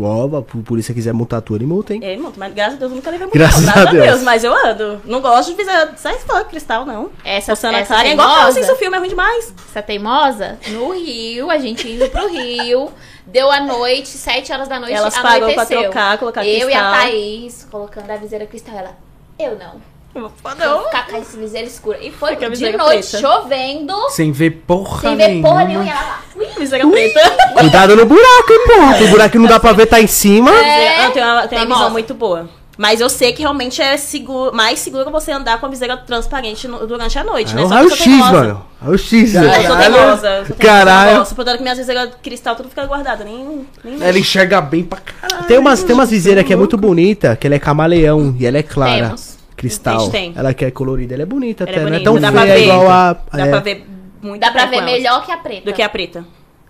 Speaker 3: Ó, a polícia quiser multar tu, ele multa, hein?
Speaker 2: É, irmão, mas graças a Deus nunca levei muito.
Speaker 3: Graças
Speaker 2: não,
Speaker 3: a Deus.
Speaker 2: Mas eu ando. Não gosto de viseira. Sai fora, cristal, não.
Speaker 4: Essa,
Speaker 2: Passando a
Speaker 4: essa
Speaker 2: cara. É igual pra
Speaker 4: teimosa,
Speaker 2: vocês, seu filme é ruim demais.
Speaker 4: essa teimosa, no Rio, a gente indo pro Rio, deu a noite, sete horas da noite,
Speaker 2: Elas pagam pra
Speaker 4: anoiteceu.
Speaker 2: trocar, colocar
Speaker 4: Eu e a
Speaker 2: cristal.
Speaker 4: Thaís, colocando a viseira cristal, ela, eu não. Eu vou
Speaker 2: "Ah, Não.
Speaker 4: ficar com essa viseira escura. E foi
Speaker 2: Fica a
Speaker 4: de
Speaker 2: viseira
Speaker 4: noite,
Speaker 2: preta.
Speaker 4: chovendo,
Speaker 1: Sem ver porra
Speaker 4: sem ver porra nenhuma, e
Speaker 1: nenhuma.
Speaker 4: ela lá.
Speaker 2: Viseira preta.
Speaker 3: Cuidado no buraco, hein, porra. O buraco que não dá pra ver tá em cima.
Speaker 4: É,
Speaker 2: Eu tenho uma, tenho uma
Speaker 4: teimosa.
Speaker 2: visão muito boa. Mas eu sei que realmente é seguro, mais seguro você andar com a viseira transparente no- durante a noite,
Speaker 3: É
Speaker 2: né?
Speaker 3: o
Speaker 2: Só que eu sou
Speaker 3: raio-x,
Speaker 2: teimosa.
Speaker 3: mano. É Raio-x,
Speaker 2: Eu sou teimosa. eu sou teimosa, Eu
Speaker 3: né? Caralho. É,
Speaker 2: gosto, portanto que minhas viseiras cristal tudo fica guardado. Nem, nem
Speaker 1: Ela enxerga bem pra caralho.
Speaker 3: Tem umas, tem umas viseiras que é muito bonita, que ela é camaleão e ela é clara.
Speaker 4: Temos.
Speaker 3: Cristal.
Speaker 2: Gente, tem.
Speaker 3: Ela que é colorida, ela é bonita
Speaker 2: Ela é
Speaker 3: até, não é
Speaker 2: bonita,
Speaker 3: tão
Speaker 2: dá
Speaker 3: feia
Speaker 2: pra ver.
Speaker 3: igual a.
Speaker 2: Dá
Speaker 3: é,
Speaker 2: pra ver muito
Speaker 4: Dá pra
Speaker 2: bem
Speaker 4: ver
Speaker 2: com elas
Speaker 4: melhor que a preta.
Speaker 2: do que a preta.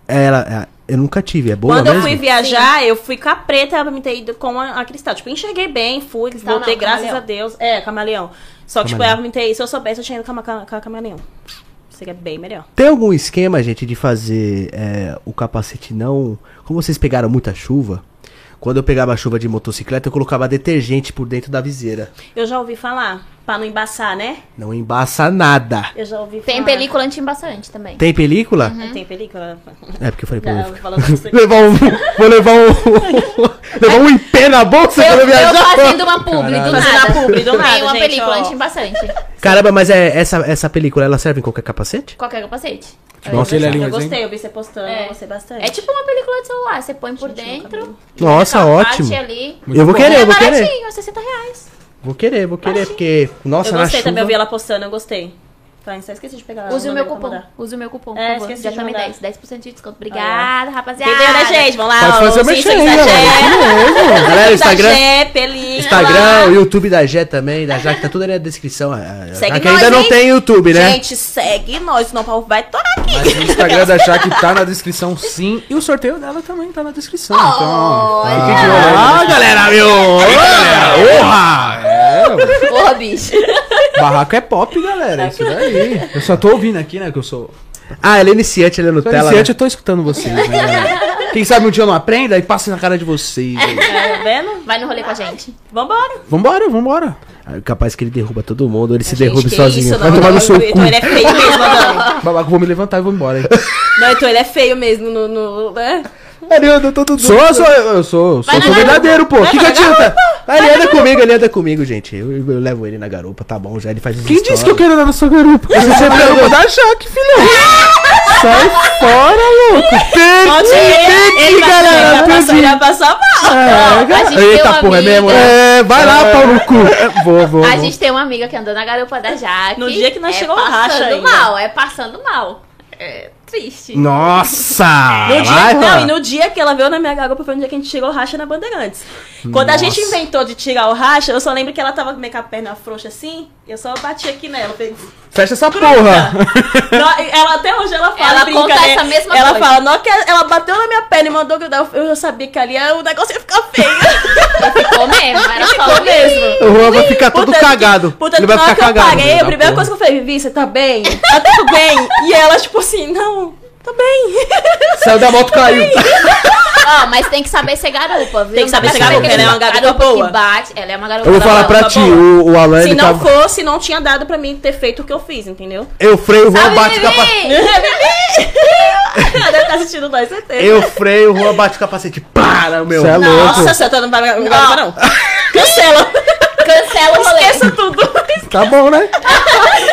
Speaker 3: é ela, eu nunca tive, é boa
Speaker 2: Quando
Speaker 3: mesmo?
Speaker 2: eu fui viajar, eu fui com a preta pra me ter ido com a, a cristal. Tipo, enxerguei bem, fui,
Speaker 4: Cristal
Speaker 2: voltei,
Speaker 4: não,
Speaker 2: graças
Speaker 4: camaleão.
Speaker 2: a Deus. É, camaleão. Só que, tipo,
Speaker 3: Camaleão.
Speaker 2: ela me ter, se eu soubesse, eu tinha ido com a, ma- com a camaleão. Seria bem melhor.
Speaker 3: Tem algum esquema, gente, de fazer é, o capacete não. Como vocês pegaram muita chuva, quando eu pegava chuva de motocicleta, eu colocava detergente por dentro da viseira.
Speaker 2: Eu já ouvi falar, pra não embaçar, né?
Speaker 3: Não embaça nada.
Speaker 2: Eu já ouvi falar.
Speaker 4: Tem película anti-embaçante também.
Speaker 3: Tem película? (laughs)
Speaker 2: Tem película?
Speaker 3: É porque eu falei pra
Speaker 2: Uhum. Não,
Speaker 3: ele.
Speaker 2: falando
Speaker 3: (laughs)
Speaker 2: isso aqui.
Speaker 3: Levar um. (laughs) Vou levar um. levar um em pé na bolsa
Speaker 4: Eu,
Speaker 3: quando eu
Speaker 4: eu
Speaker 3: viajar.
Speaker 4: fazendo uma publi
Speaker 3: Caralho.
Speaker 4: do nada.
Speaker 2: Fazendo uma publi do nada,
Speaker 4: Tem uma
Speaker 2: gente,
Speaker 4: película
Speaker 2: ó.
Speaker 4: anti-embaçante.
Speaker 3: Caramba, mas é, essa, essa película, ela serve em qualquer capacete?
Speaker 4: Qualquer capacete.
Speaker 1: Nossa,
Speaker 3: é
Speaker 1: ele ali,
Speaker 2: Eu
Speaker 1: mas, hein?
Speaker 2: gostei, eu vi você postando,
Speaker 4: É.
Speaker 2: eu gostei bastante.
Speaker 4: É tipo uma película de celular, você põe por dentro.
Speaker 3: Nossa,
Speaker 4: fica uma
Speaker 3: ótimo.
Speaker 4: parte Ali.
Speaker 1: Muito
Speaker 3: eu vou
Speaker 1: bom.
Speaker 3: querer,
Speaker 4: é
Speaker 3: eu vou querer.
Speaker 4: baratinho, 60 reais.
Speaker 3: Vou querer, vou querer, porque. Nossa,
Speaker 2: eu
Speaker 3: na
Speaker 2: gostei
Speaker 3: chuva.
Speaker 2: também, eu vi ela postando, eu gostei. Tá, só esqueci de pegar
Speaker 4: Use o
Speaker 2: mandei
Speaker 4: meu
Speaker 2: pra
Speaker 4: cupom.
Speaker 2: mandar.
Speaker 4: Use o meu cupom,
Speaker 2: É,
Speaker 4: por favor.
Speaker 2: esqueci
Speaker 4: Já tá
Speaker 2: de
Speaker 4: tomei
Speaker 2: mandar.
Speaker 4: 10, 10% de desconto. Obrigada, rapaziada.
Speaker 2: Entendeu, né,
Speaker 4: (laughs)
Speaker 2: gente? Vamos lá.
Speaker 3: Pode
Speaker 2: ó,
Speaker 3: fazer o
Speaker 2: sim,
Speaker 3: merchan
Speaker 2: sim,
Speaker 3: aí,
Speaker 2: da
Speaker 3: ó.
Speaker 2: Jé.
Speaker 3: Isso mesmo. Uhum, Galera,
Speaker 2: Da
Speaker 3: Instagram.
Speaker 2: Jé, película.
Speaker 3: Instagram, o YouTube da Jé também, da Jaque, tá tudo ali na descrição. A-
Speaker 2: Segue
Speaker 3: a que
Speaker 2: nós,
Speaker 3: ainda não
Speaker 2: hein?
Speaker 3: tem YouTube, né?
Speaker 2: Gente, segue nós, senão o pau vai torar aqui.
Speaker 1: Mas o Instagram da Jaque tá na descrição, sim. E o sorteio dela também tá na descrição. então, ó, fiquem de olho aí.
Speaker 3: Ah, galera, meu! Porra!
Speaker 4: Porra, bicho.
Speaker 1: Barraco é pop, galera. Isso daí. Eu só tô ouvindo aqui, né? Que eu sou.
Speaker 3: Ah, ela é iniciante, ela é
Speaker 1: Sou
Speaker 3: Nutella.
Speaker 1: iniciante, eu tô escutando vocês, né, galera? Quem sabe um dia eu não aprenda e passe na cara de vocês. aí.
Speaker 2: Tá vendo?
Speaker 4: Vai no rolê com a gente.
Speaker 2: Vambora.
Speaker 1: Vambora, vambora.
Speaker 3: né? Ah, Capaz que ele derruba todo mundo, ele se
Speaker 2: Gente,
Speaker 3: derrube
Speaker 2: que
Speaker 3: sozinho.
Speaker 2: isso,
Speaker 3: Vai
Speaker 2: não,
Speaker 3: tomar
Speaker 2: não,
Speaker 3: no seu
Speaker 2: o Heitor,
Speaker 3: cu.
Speaker 2: ele é feio mesmo, Adão.
Speaker 1: Babaca, eu vou me levantar e vou embora. hein?
Speaker 2: Não, o Heitor, ele é feio mesmo no... no né?
Speaker 3: (laughs) Ariana, eu tô tudo.
Speaker 1: Sou, sou, eu sou, sou,
Speaker 4: Vai
Speaker 1: sou
Speaker 4: na
Speaker 1: verdadeiro, pô.
Speaker 3: O que,
Speaker 1: Que
Speaker 3: que
Speaker 1: que eu-
Speaker 2: (laughs)
Speaker 3: adianta? Ah, Ele anda comigo, ele anda comigo, gente. Eu, eu levo ele na garupa, tá bom já. Ele faz os
Speaker 1: Quem disse que eu
Speaker 3: stories.
Speaker 1: quero andar na sua garupa? Você sempre andou da
Speaker 3: (laughs)
Speaker 1: Jaque, filhão.
Speaker 3: Sai fora, louco!
Speaker 2: Pode
Speaker 3: Perdi,
Speaker 2: ir. Ele vai-
Speaker 3: galera,
Speaker 2: ele vai passar-
Speaker 3: perdi.
Speaker 2: ele vai passar mal.
Speaker 4: a gente tem
Speaker 3: Ah,
Speaker 4: uma
Speaker 3: Eita porra, é
Speaker 4: amiga.
Speaker 3: mesmo? É, vai lá, pau no cu. É, Vou, vou.
Speaker 4: A
Speaker 3: vou.
Speaker 4: gente tem uma amiga que andou na garupa da Jaque.
Speaker 2: No dia que nós
Speaker 4: é
Speaker 2: chegou o
Speaker 4: passando
Speaker 2: racha ainda.
Speaker 4: mal, é passando mal. É triste.
Speaker 3: Nossa!
Speaker 2: No dia-
Speaker 3: Ah, vai,
Speaker 2: não,
Speaker 3: mano.
Speaker 2: e no dia que ela veio na minha garupa foi no dia que a gente tirou o racha na Bandeirantes. Quando a gente inventou de tirar o racha, eu só lembro que ela tava meio com a perna frouxa assim, e eu só bati aqui
Speaker 3: (laughs)
Speaker 2: nela. Falei,
Speaker 1: Fecha essa porra!
Speaker 2: "Nó", e ela até hoje ela fala,
Speaker 4: Ela
Speaker 2: brinca,
Speaker 4: conta
Speaker 2: né?
Speaker 4: essa mesma
Speaker 2: Ela
Speaker 4: coisa.
Speaker 2: fala, não, que ela bateu na minha perna e mandou grudar. Eu- Eu já sabia que ali ah, o negócio ia ficar feio.
Speaker 4: Ficou
Speaker 2: (laughs)
Speaker 4: mesmo, era só
Speaker 2: Ficou mesmo.
Speaker 3: O Juan vai ficar todo
Speaker 2: Portanto que-
Speaker 3: cagado.
Speaker 2: Portanto,
Speaker 3: Ele vai
Speaker 2: na hora
Speaker 3: ficar
Speaker 2: que eu
Speaker 3: cagado. tá
Speaker 2: paguei, a
Speaker 3: da
Speaker 2: primeira
Speaker 3: porra.
Speaker 2: coisa que eu falei, Vivi, você tá bem? Tá tudo bem? E ela, tipo assim, não,
Speaker 3: (laughs)
Speaker 2: tá bem.
Speaker 1: Saiu da moto, caiu.
Speaker 4: Ó, mas tem que saber ser garupa, viu?
Speaker 2: Tem que saber
Speaker 4: Não
Speaker 2: ser
Speaker 4: dá pra
Speaker 2: garupa,
Speaker 4: aquele
Speaker 2: ela é uma garupa boa.
Speaker 4: que bate. Ela é uma garupa
Speaker 3: Eu vou falar
Speaker 4: boa.
Speaker 3: pra
Speaker 2: tá
Speaker 3: ti,
Speaker 2: bom.
Speaker 3: o, o Alan,
Speaker 2: Se
Speaker 3: ele
Speaker 2: não
Speaker 3: tava...
Speaker 2: fosse, não tinha dado pra mim ter feito o que eu fiz, entendeu? (laughs)
Speaker 3: Eu freio, o Juan
Speaker 4: Sabe,
Speaker 3: bate
Speaker 4: Vivi?
Speaker 3: capacete.
Speaker 2: Ela deve estar assistindo nós, certeza.
Speaker 3: Eu freio, o Juan bate capacete. Para, meu.
Speaker 1: Cê é louco.
Speaker 2: Nossa, você tá não vai me gravar, não. Cancela.
Speaker 4: Cancela o rolê.
Speaker 2: Esqueça tudo.
Speaker 3: Tá bom,
Speaker 2: (laughs)
Speaker 3: né?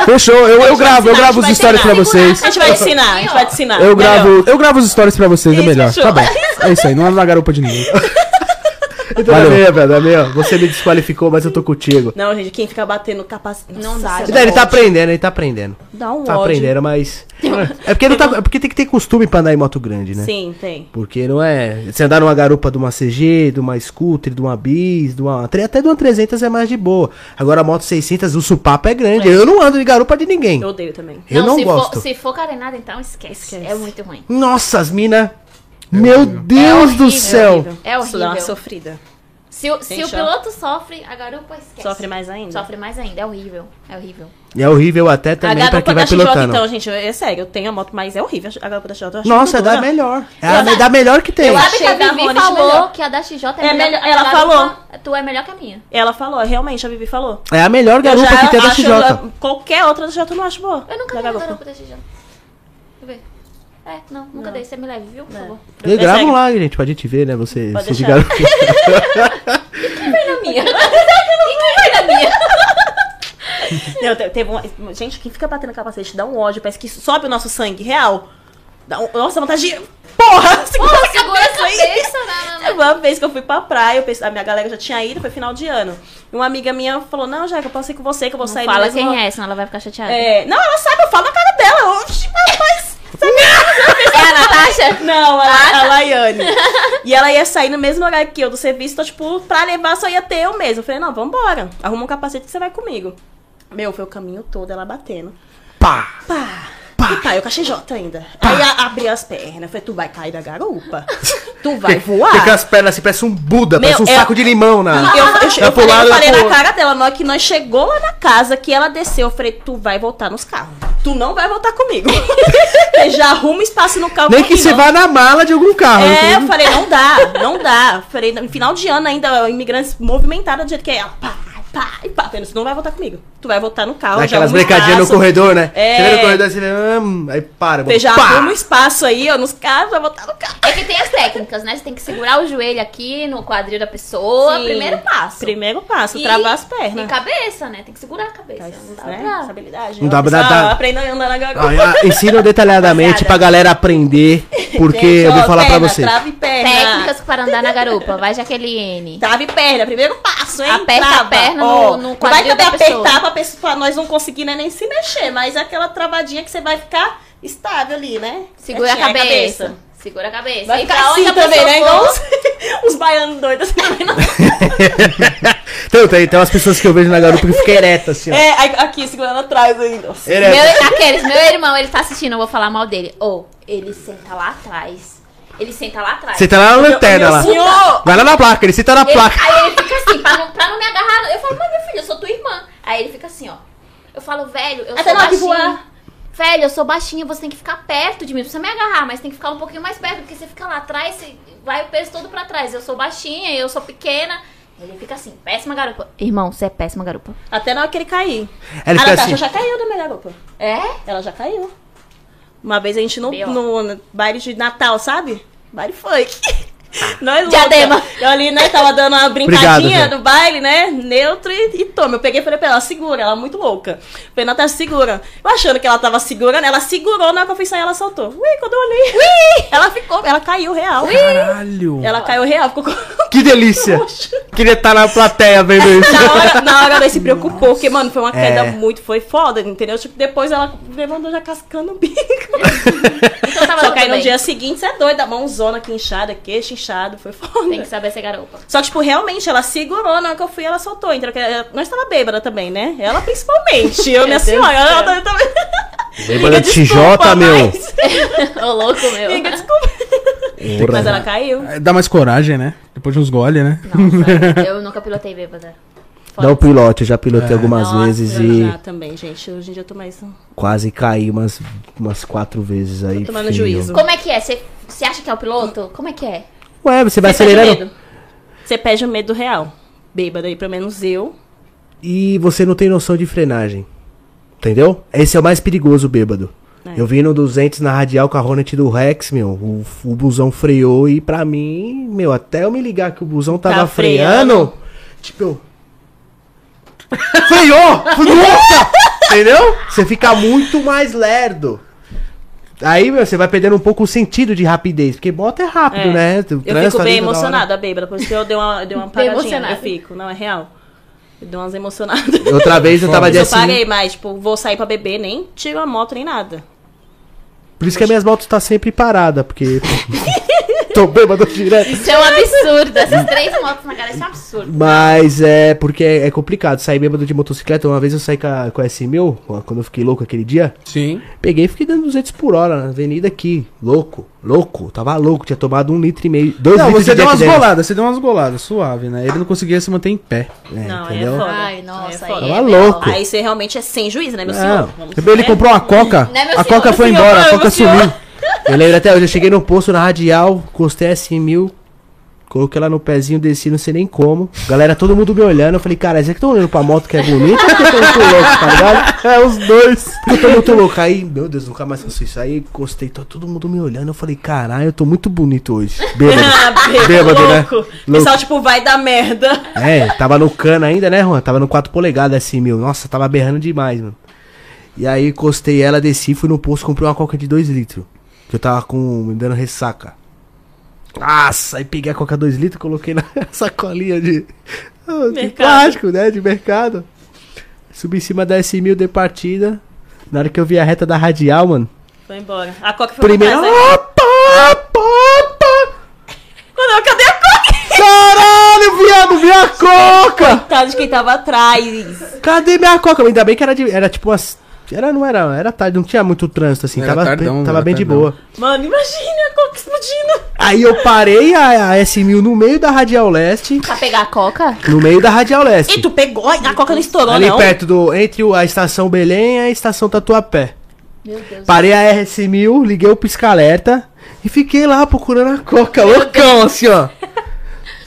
Speaker 3: Fechou, eu, eu gravo, eu
Speaker 2: ensinar,
Speaker 3: gravo
Speaker 2: a gente
Speaker 3: os
Speaker 2: vai
Speaker 3: stories pra
Speaker 2: ensinar.
Speaker 3: vocês.
Speaker 2: A gente vai te ensinar, a gente vai te ensinar.
Speaker 3: Eu
Speaker 2: Melhor.
Speaker 3: gravo, eu gravo os stories pra vocês, é
Speaker 2: Isso,
Speaker 3: melhor.
Speaker 2: fechou.
Speaker 3: Tá bom. É isso aí, não anda na garupa de ninguém.
Speaker 2: (laughs)
Speaker 3: Então,
Speaker 1: Valeu.
Speaker 3: Damião, velho, Damião, você me desqualificou, mas eu tô contigo.
Speaker 2: Não, gente, quem fica batendo capacete.
Speaker 4: Não
Speaker 2: Nossa,
Speaker 4: dá,
Speaker 2: você
Speaker 4: gente.
Speaker 3: Não, ele tá aprendendo, ele tá aprendendo.
Speaker 2: Dá um
Speaker 3: Tá
Speaker 2: ódio.
Speaker 3: aprendendo,
Speaker 2: (laughs)
Speaker 3: mas. É porque, não tá, é porque tem que ter costume pra andar em moto grande, né?
Speaker 2: Sim, tem.
Speaker 3: Porque não é. Você andar numa garupa de uma CG, de uma scooter, de uma bis, de uma. Até de uma 300 é mais de boa. Agora a moto 600, o supapo é grande. Eu não ando de garupa de ninguém. Eu,
Speaker 2: Eu odeio também.
Speaker 3: não
Speaker 4: se
Speaker 3: gosto.
Speaker 4: For, se for carenada, então esquece.
Speaker 2: Esquece.
Speaker 4: É muito ruim.
Speaker 3: Nossa, as mina. Meu Deus
Speaker 4: horrível,
Speaker 3: do
Speaker 4: É
Speaker 3: céu.
Speaker 4: horrível. É
Speaker 2: Isso dá uma
Speaker 4: horrível.
Speaker 2: sofrida.
Speaker 4: Se, o- se
Speaker 2: Gente,
Speaker 4: o
Speaker 2: ó.
Speaker 4: piloto sofre, a garupa esquece.
Speaker 2: Sofre mais ainda.
Speaker 4: Sofre mais ainda. É horrível. É horrível.
Speaker 3: E é horrível até
Speaker 2: A
Speaker 3: também pra
Speaker 2: garupa
Speaker 3: quem
Speaker 2: da
Speaker 3: vai
Speaker 2: XJ,
Speaker 3: pilotando.
Speaker 2: então, gente, é sério, eu tenho a moto, mas é horrível a garupa da XJ. eu acho
Speaker 3: Nossa, é
Speaker 2: muito
Speaker 3: da
Speaker 2: dura.
Speaker 3: melhor. É a
Speaker 2: Ela-
Speaker 3: da melhor que tem.
Speaker 2: Eu
Speaker 4: Sabe que a
Speaker 2: achei da
Speaker 4: Vivi
Speaker 2: Hornet
Speaker 4: falou
Speaker 2: melhor.
Speaker 4: que a da XJ é,
Speaker 2: É
Speaker 4: melhor.
Speaker 2: melhor-
Speaker 4: que a
Speaker 2: ela
Speaker 4: garupa, Tu é melhor que a minha.
Speaker 2: Ela falou, realmente, a Vivi falou.
Speaker 3: É a melhor
Speaker 2: Eu
Speaker 3: garupa
Speaker 2: já
Speaker 3: que tem da
Speaker 2: acho
Speaker 3: XJ.
Speaker 2: a- Qualquer outra da XJ eu não acho boa.
Speaker 4: Eu nunca
Speaker 2: da
Speaker 4: dei a
Speaker 2: garupa.
Speaker 4: garupa da XJ. Deixa eu ver. É, não, nunca dei. Você me leve, viu?
Speaker 2: É.
Speaker 4: Por favor.
Speaker 3: E gravam
Speaker 2: Consegue.
Speaker 3: lá, um gente, pra gente ver, né? Você
Speaker 2: Pode
Speaker 3: você de
Speaker 2: deixar.
Speaker 3: garupa.
Speaker 4: Na
Speaker 2: (laughs)
Speaker 4: É minha. Ninguém vai na minha.
Speaker 2: Não, te- teve um- Gente, quem fica batendo capacete dá um ódio, parece que sobe o nosso sangue, real. Dá um... Nossa, vontade de. Porra! Segura
Speaker 4: Pô,
Speaker 2: a
Speaker 4: segura a
Speaker 2: cabeça aí.
Speaker 4: cabeça. Não, não, não.
Speaker 2: Teve Uma vez que eu fui pra praia, eu pensei- a minha galera já tinha ido, foi final de ano. E uma amiga minha falou: Não, Jaca, eu posso ir com você, que eu vou sair no
Speaker 4: Fala
Speaker 2: mesmo-
Speaker 4: quem é, senão ela vai ficar chateada. É,
Speaker 2: É, Não, ela sabe, eu falo na cara dela. Oxi, rapaz.
Speaker 4: a (laughs) Natasha?
Speaker 2: Não, a, a (laughs) Laiane. E ela ia sair no mesmo horário que eu do serviço, então, tipo, pra levar só ia ter eu mesmo. Eu falei, não, vambora. Arruma um capacete que você vai comigo. Meu, foi o caminho todo ela batendo.
Speaker 3: Pá!
Speaker 2: (laughs) Pá! E pá, eu cachei J ainda. Aí a, abri as pernas. Falei, tu vai cair da (laughs) garupa. Tu vai
Speaker 3: Fica com
Speaker 2: voar.
Speaker 3: as pernas assim, parece um Buda,
Speaker 2: Meu,
Speaker 3: parece um
Speaker 2: é-
Speaker 3: saco de limão na.
Speaker 2: Eu, eu, eu,
Speaker 3: Vai pro
Speaker 2: falei,
Speaker 3: lado, vai
Speaker 2: eu falei
Speaker 3: pro
Speaker 2: na
Speaker 3: outro.
Speaker 2: cara dela, na hora que nós chegou lá na casa, que ela desceu, eu falei, tu vai voltar nos carros. Tu não vai voltar comigo. (laughs) Você já arruma espaço no carro
Speaker 3: Nem que
Speaker 2: comigo.
Speaker 3: você vá na mala de algum carro.
Speaker 2: um É, eu
Speaker 3: entende?
Speaker 2: falei, não dá, não dá. Eu Falei, no final de ano ainda, imigrantes movimentaram do jeito que é. Ela, pá, pá, e pá. Falei, você não vai voltar comigo. Tu vai voltar no carro.
Speaker 3: Dá
Speaker 2: já
Speaker 3: aquelas
Speaker 2: arruma um
Speaker 3: brincadinhas no
Speaker 2: espaço.
Speaker 3: corredor, né?
Speaker 2: É.
Speaker 3: Você vê no corredor, você vê, hum, aí para,
Speaker 2: Você já
Speaker 3: pá!
Speaker 2: arruma um espaço aí, ó, nos carros, vai voltar no carro.
Speaker 4: É que tem as técnicas, né? Você tem que segurar o joelho aqui no quadril da pessoa.
Speaker 2: Sim.
Speaker 4: Primeiro passo.
Speaker 2: Primeiro passo,
Speaker 4: E-
Speaker 2: travar as
Speaker 4: E
Speaker 2: pernas.
Speaker 4: cabeça, né? Tem que segurar a cabeça.
Speaker 2: Mas,
Speaker 4: não dá
Speaker 2: né,
Speaker 4: pra-
Speaker 2: Habilidade.
Speaker 3: Não dá pra
Speaker 2: Pessoal,
Speaker 3: dar-
Speaker 2: Aprenda a andar na garupa.
Speaker 3: Ah,
Speaker 2: (laughs)
Speaker 3: ah, Ensina detalhadamente
Speaker 4: Rapaziada.
Speaker 3: pra galera aprender, porque
Speaker 2: Gente,
Speaker 3: eu vou
Speaker 2: ó,
Speaker 3: falar pra
Speaker 2: perna,
Speaker 3: vocês.
Speaker 2: Trave perna. Tá.
Speaker 4: Técnicas para andar na garupa. Vai, Jaqueline.
Speaker 2: Trave perna, primeiro passo, hein?
Speaker 4: Aperta a
Speaker 2: Trava.
Speaker 4: perna
Speaker 2: Ó,
Speaker 4: no- no
Speaker 2: não vai
Speaker 4: quadril
Speaker 2: também
Speaker 4: da pessoa.
Speaker 2: apertar pra, pessoa, pra nós não conseguir né, nem se mexer, mas é aquela travadinha que você vai ficar estável ali, né?
Speaker 4: Segura a
Speaker 2: Certinho,
Speaker 4: cabeça. Segura a cabeça. Então,
Speaker 2: Vai
Speaker 4: E pra
Speaker 2: ficar
Speaker 4: onde
Speaker 2: assim
Speaker 4: a pessoa
Speaker 2: também, né?
Speaker 4: for,
Speaker 2: Igual os, (laughs) os baianos doidos assim também. Não...
Speaker 3: (laughs) Então, tem, tem umas pessoas que eu vejo na garupa que fica ereta assim, ó.
Speaker 2: (laughs) É, aí- aqui, segurando atrás ainda. Nossa.
Speaker 3: Ereta.
Speaker 4: Meu, aqueles, meu irmão, ele tá assistindo, eu vou falar mal dele. Ou, ele senta lá atrás. Ele senta lá atrás.
Speaker 3: Você tá lá na lanterna
Speaker 2: Meu
Speaker 3: lá.
Speaker 2: senhor!
Speaker 3: Vai lá na placa, ele senta na
Speaker 4: Ele-
Speaker 3: placa.
Speaker 4: aí ele fica assim, pra não, pra não me agarrar. Eu falo, mas meu filho, eu sou tua irmã. Aí ele fica assim, ó. Eu falo, velho, eu
Speaker 2: Até
Speaker 4: sou
Speaker 2: na hora de
Speaker 4: baixinho.
Speaker 2: voar.
Speaker 4: Velho, eu sou baixinha, você tem que ficar perto de mim. Não precisa me agarrar, mas tem que ficar um pouquinho mais perto, porque você fica lá atrás, você vai o peso todo pra trás. Eu sou baixinha, eu sou pequena. Ele fica assim, péssima garupa. Irmão, você é péssima garupa.
Speaker 2: Até na hora que ele cair.
Speaker 3: Aí ele
Speaker 2: a
Speaker 3: fica
Speaker 2: Natasha
Speaker 3: assim.
Speaker 2: já caiu da minha garupa. (laughs)
Speaker 4: É?
Speaker 2: Ela já caiu. Uma vez a gente no,
Speaker 4: B.O.
Speaker 3: (laughs)
Speaker 2: no, no baile de Natal, sabe? Baile funk. Nós louca.
Speaker 4: Diadema.
Speaker 2: Eu ali, né, tava dando uma brincadinha
Speaker 3: Obrigado, Zé.
Speaker 2: no baile, né? Neutro e, e toma. Eu peguei e falei pra ela, segura, ela é muito louca. Falei, Natasha, segura. Eu achando que ela tava segurando, ela segurou na confissão e ela soltou. Ui, quando eu olhei. Ela ficou, ela caiu real.
Speaker 3: Caralho.
Speaker 2: Ela caiu real, ficou com.
Speaker 3: (laughs) Que delícia.
Speaker 2: Roxo.
Speaker 3: Queria estar na plateia vendo isso.
Speaker 2: (laughs) Na hora, na hora ela se preocupou, porque, mano, foi uma queda
Speaker 3: É.
Speaker 2: muito, foi foda, entendeu? Tipo, depois ela levantou já cascando o bico.
Speaker 4: Então tava
Speaker 2: Só
Speaker 4: tudo
Speaker 2: que aí no
Speaker 4: bem.
Speaker 2: dia seguinte, você é doida, mãozona aqui inchada, queixo inchado, foi foda.
Speaker 4: Tem que saber
Speaker 2: (laughs)
Speaker 4: ser garopa.
Speaker 2: Só que, tipo, realmente, ela segurou, na hora que eu fui, ela soltou. Então, que ela- nós tava bêbada também, né? Ela principalmente,
Speaker 4: (laughs)
Speaker 2: eu, minha
Speaker 4: Meu É, Deus
Speaker 2: senhora,
Speaker 4: do
Speaker 2: ela
Speaker 4: céu.
Speaker 2: tá- também.
Speaker 3: Bêbada de TJ,
Speaker 2: desculpa, (laughs)
Speaker 3: meu.
Speaker 2: mas-
Speaker 4: Ô, louco, meu.
Speaker 2: Fica desculpa.
Speaker 3: Porra.
Speaker 2: Mas ela caiu.
Speaker 3: É,
Speaker 1: Dá mais coragem, né? Depois de uns gole, né?
Speaker 4: Nossa, eu nunca pilotei bêbada. Fora
Speaker 3: Não um pilote, eu já pilotei algumas
Speaker 2: É. Nossa,
Speaker 3: vezes
Speaker 2: eu
Speaker 3: e
Speaker 2: já também, gente. Hoje em dia eu tô mais...
Speaker 3: quase caí umas, umas quatro vezes aí.
Speaker 2: tomando
Speaker 3: feio.
Speaker 2: juízo.
Speaker 4: Como é que é? Você você acha que é o piloto? Como é que é?
Speaker 3: Ué, você vai
Speaker 2: tá
Speaker 4: Você perde
Speaker 3: acelerando
Speaker 4: medo?
Speaker 2: Você perde o medo real. Bêbada aí, pelo menos eu.
Speaker 3: e você não tem noção de frenagem. Entendeu? Esse é o mais perigoso, bêbado.
Speaker 2: É.
Speaker 3: Eu vim no 200 na radial com a Hornet do Rex, meu. O, o busão freou e pra mim, meu, até eu me ligar que o busão tava
Speaker 2: Tá
Speaker 3: freando,
Speaker 2: freando.
Speaker 3: tipo eu... (laughs) Freou! Nossa! Entendeu? Você fica muito mais lerdo. Aí, meu, você vai perdendo um pouco o sentido de rapidez, porque moto é rápido,
Speaker 2: É.
Speaker 3: né? O
Speaker 2: Eu
Speaker 3: trânsito
Speaker 2: fico
Speaker 3: ali
Speaker 2: bem
Speaker 3: toda hora.
Speaker 2: emocionada, bêbada. Por isso que eu dei uma, eu dei uma
Speaker 4: Bem
Speaker 2: paradinha.
Speaker 4: emocionada.
Speaker 2: Eu fico, não, é real. Eu dei
Speaker 3: (laughs)
Speaker 2: umas emocionadas.
Speaker 3: Outra vez eu tava
Speaker 2: Mas
Speaker 3: de
Speaker 2: eu
Speaker 3: assim.
Speaker 2: parei, mas, tipo, vou sair pra beber, nem tiro a moto, nem nada.
Speaker 3: Por isso que as minhas motos tá sempre parada, porque. (laughs) Tô bêbado direto.
Speaker 4: Isso é um absurdo.
Speaker 2: Hum.
Speaker 4: Essas três motos na cara, isso é um absurdo.
Speaker 3: Mas é porque é é complicado. Sair bêbado de motocicleta. Uma vez eu saí com a, com a S1000, ó, quando eu fiquei louco aquele dia.
Speaker 1: Sim.
Speaker 3: Peguei e fiquei dando 200 por hora na avenida aqui. Louco, louco. Tava louco. Tinha tomado um litro e meio. Dois
Speaker 1: Não,
Speaker 3: litros
Speaker 1: você
Speaker 3: de
Speaker 1: deu
Speaker 3: Jack
Speaker 1: umas
Speaker 3: Daniels.
Speaker 1: goladas, você deu umas goladas, suave, né? Ele não conseguia se manter em pé.
Speaker 3: É,
Speaker 2: não, aí
Speaker 3: entendeu?
Speaker 2: é foda.
Speaker 4: Ai, nossa.
Speaker 2: Aí é foda.
Speaker 4: aí
Speaker 3: Tava
Speaker 4: melhor.
Speaker 3: louco.
Speaker 2: Aí você realmente é sem juízo, né, meu senhor?
Speaker 3: Não. É
Speaker 2: Vamos-
Speaker 3: Ele
Speaker 2: né?
Speaker 3: comprou a coca.
Speaker 4: Né, meu
Speaker 3: a
Speaker 4: senhor?
Speaker 3: coca foi
Speaker 2: Senhor,
Speaker 3: embora, a
Speaker 2: meu
Speaker 3: coca
Speaker 2: senhor.
Speaker 3: sumiu. Eu lembro até hoje, eu cheguei no posto na radial, costei a S1000, coloquei ela no pezinho, desci, não sei nem como. Galera, todo mundo me olhando, eu falei, cara, é que estão olhando pra moto que é bonita ou que eu tô muito louco, tá ligado? (laughs) É, os dois. Eu tô muito louco. Aí, meu Deus, nunca mais faço isso. Aí, costei, tô- todo mundo me olhando, eu falei, caralho, eu tô muito bonito
Speaker 2: (laughs)
Speaker 3: hoje. Bêbado.
Speaker 2: Ah, bêbado,
Speaker 3: Bêbado, né?
Speaker 2: louco.
Speaker 3: Louco.
Speaker 2: O pessoal, tipo, vai dar merda.
Speaker 3: É, tava no cano ainda, né, Juan? Tava no 4 polegadas, assim, mil. Nossa, tava berrando demais, mano. E aí, encostei ela, desci, fui no posto, comprei uma coca de 2 litros. Que eu tava com... me dando ressaca. Nossa, aí peguei a coca 2 litros, coloquei na (laughs) sacolinha de... Ah, de
Speaker 2: Mercado.
Speaker 3: plástico, né, de mercado. Subi em cima da S1000, dei partida. Na hora que eu vi a reta da radial, mano...
Speaker 2: Foi embora. A Coca foi
Speaker 3: Primeiro... ah!
Speaker 2: pra trás, né?
Speaker 3: Opa, opa, opa!
Speaker 2: Quando eu- cadê a Coca?
Speaker 3: Caralho, viado, vi a coca!
Speaker 2: Tá de quem tava atrás.
Speaker 3: Cadê minha coca? Ainda bem que era, de, era tipo umas. Era, não era, era tarde, não tinha muito trânsito assim,
Speaker 1: Era
Speaker 3: tava,
Speaker 1: tardão,
Speaker 3: bem- tava
Speaker 1: era
Speaker 3: bem de
Speaker 1: tardão.
Speaker 3: boa.
Speaker 2: Mano, imagina a Coca explodindo.
Speaker 3: Aí eu parei a, a S1000 no meio da Radial Leste,
Speaker 4: Pra pegar a coca?
Speaker 3: no meio da Radial
Speaker 2: E
Speaker 3: Leste.
Speaker 2: tu pegou, a Coca não estourou,
Speaker 3: Ali
Speaker 2: não.
Speaker 3: perto do, entre o- a estação Belém e a estação Tatuapé.
Speaker 4: Meu Deus.
Speaker 3: Parei a RS1000, liguei o pisca-alerta e fiquei lá procurando a coca, loucão, assim, ó.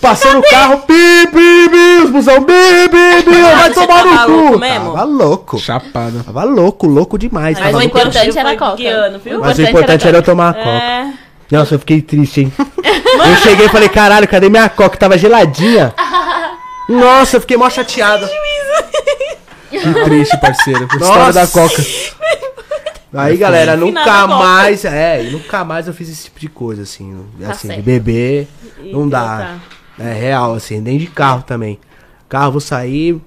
Speaker 3: Passando o carro, bi, bi, bi, os busão, bi, bi, bi, vai
Speaker 2: você
Speaker 3: tomar
Speaker 2: tava
Speaker 3: no cu.
Speaker 2: louco mesmo?
Speaker 3: Tava louco,
Speaker 1: Chapado.
Speaker 3: tava louco, louco demais.
Speaker 2: Mas
Speaker 3: tava
Speaker 2: o
Speaker 3: louco
Speaker 2: importante
Speaker 4: Foi
Speaker 2: era a Coca.
Speaker 4: guiando, viu?
Speaker 3: Mas o
Speaker 4: importante
Speaker 3: importante era
Speaker 4: era
Speaker 3: eu tomar a coca.
Speaker 2: É.
Speaker 3: Nossa, eu fiquei triste, hein? Eu cheguei e falei, caralho, cadê minha coca? Tava geladinha. Nossa, eu fiquei mó chateado.
Speaker 1: Que triste, (laughs) parceiro.
Speaker 3: Nossa.
Speaker 1: História da Coca.
Speaker 3: Aí, galera, nunca
Speaker 2: Final da Copa.
Speaker 3: mais. É, e nunca mais eu fiz esse tipo de coisa, assim. assim, de
Speaker 4: certo.
Speaker 3: beber.
Speaker 2: E
Speaker 3: não dá.
Speaker 2: pilotar.
Speaker 3: É real, assim, nem de carro também. Carro, eu vou sair.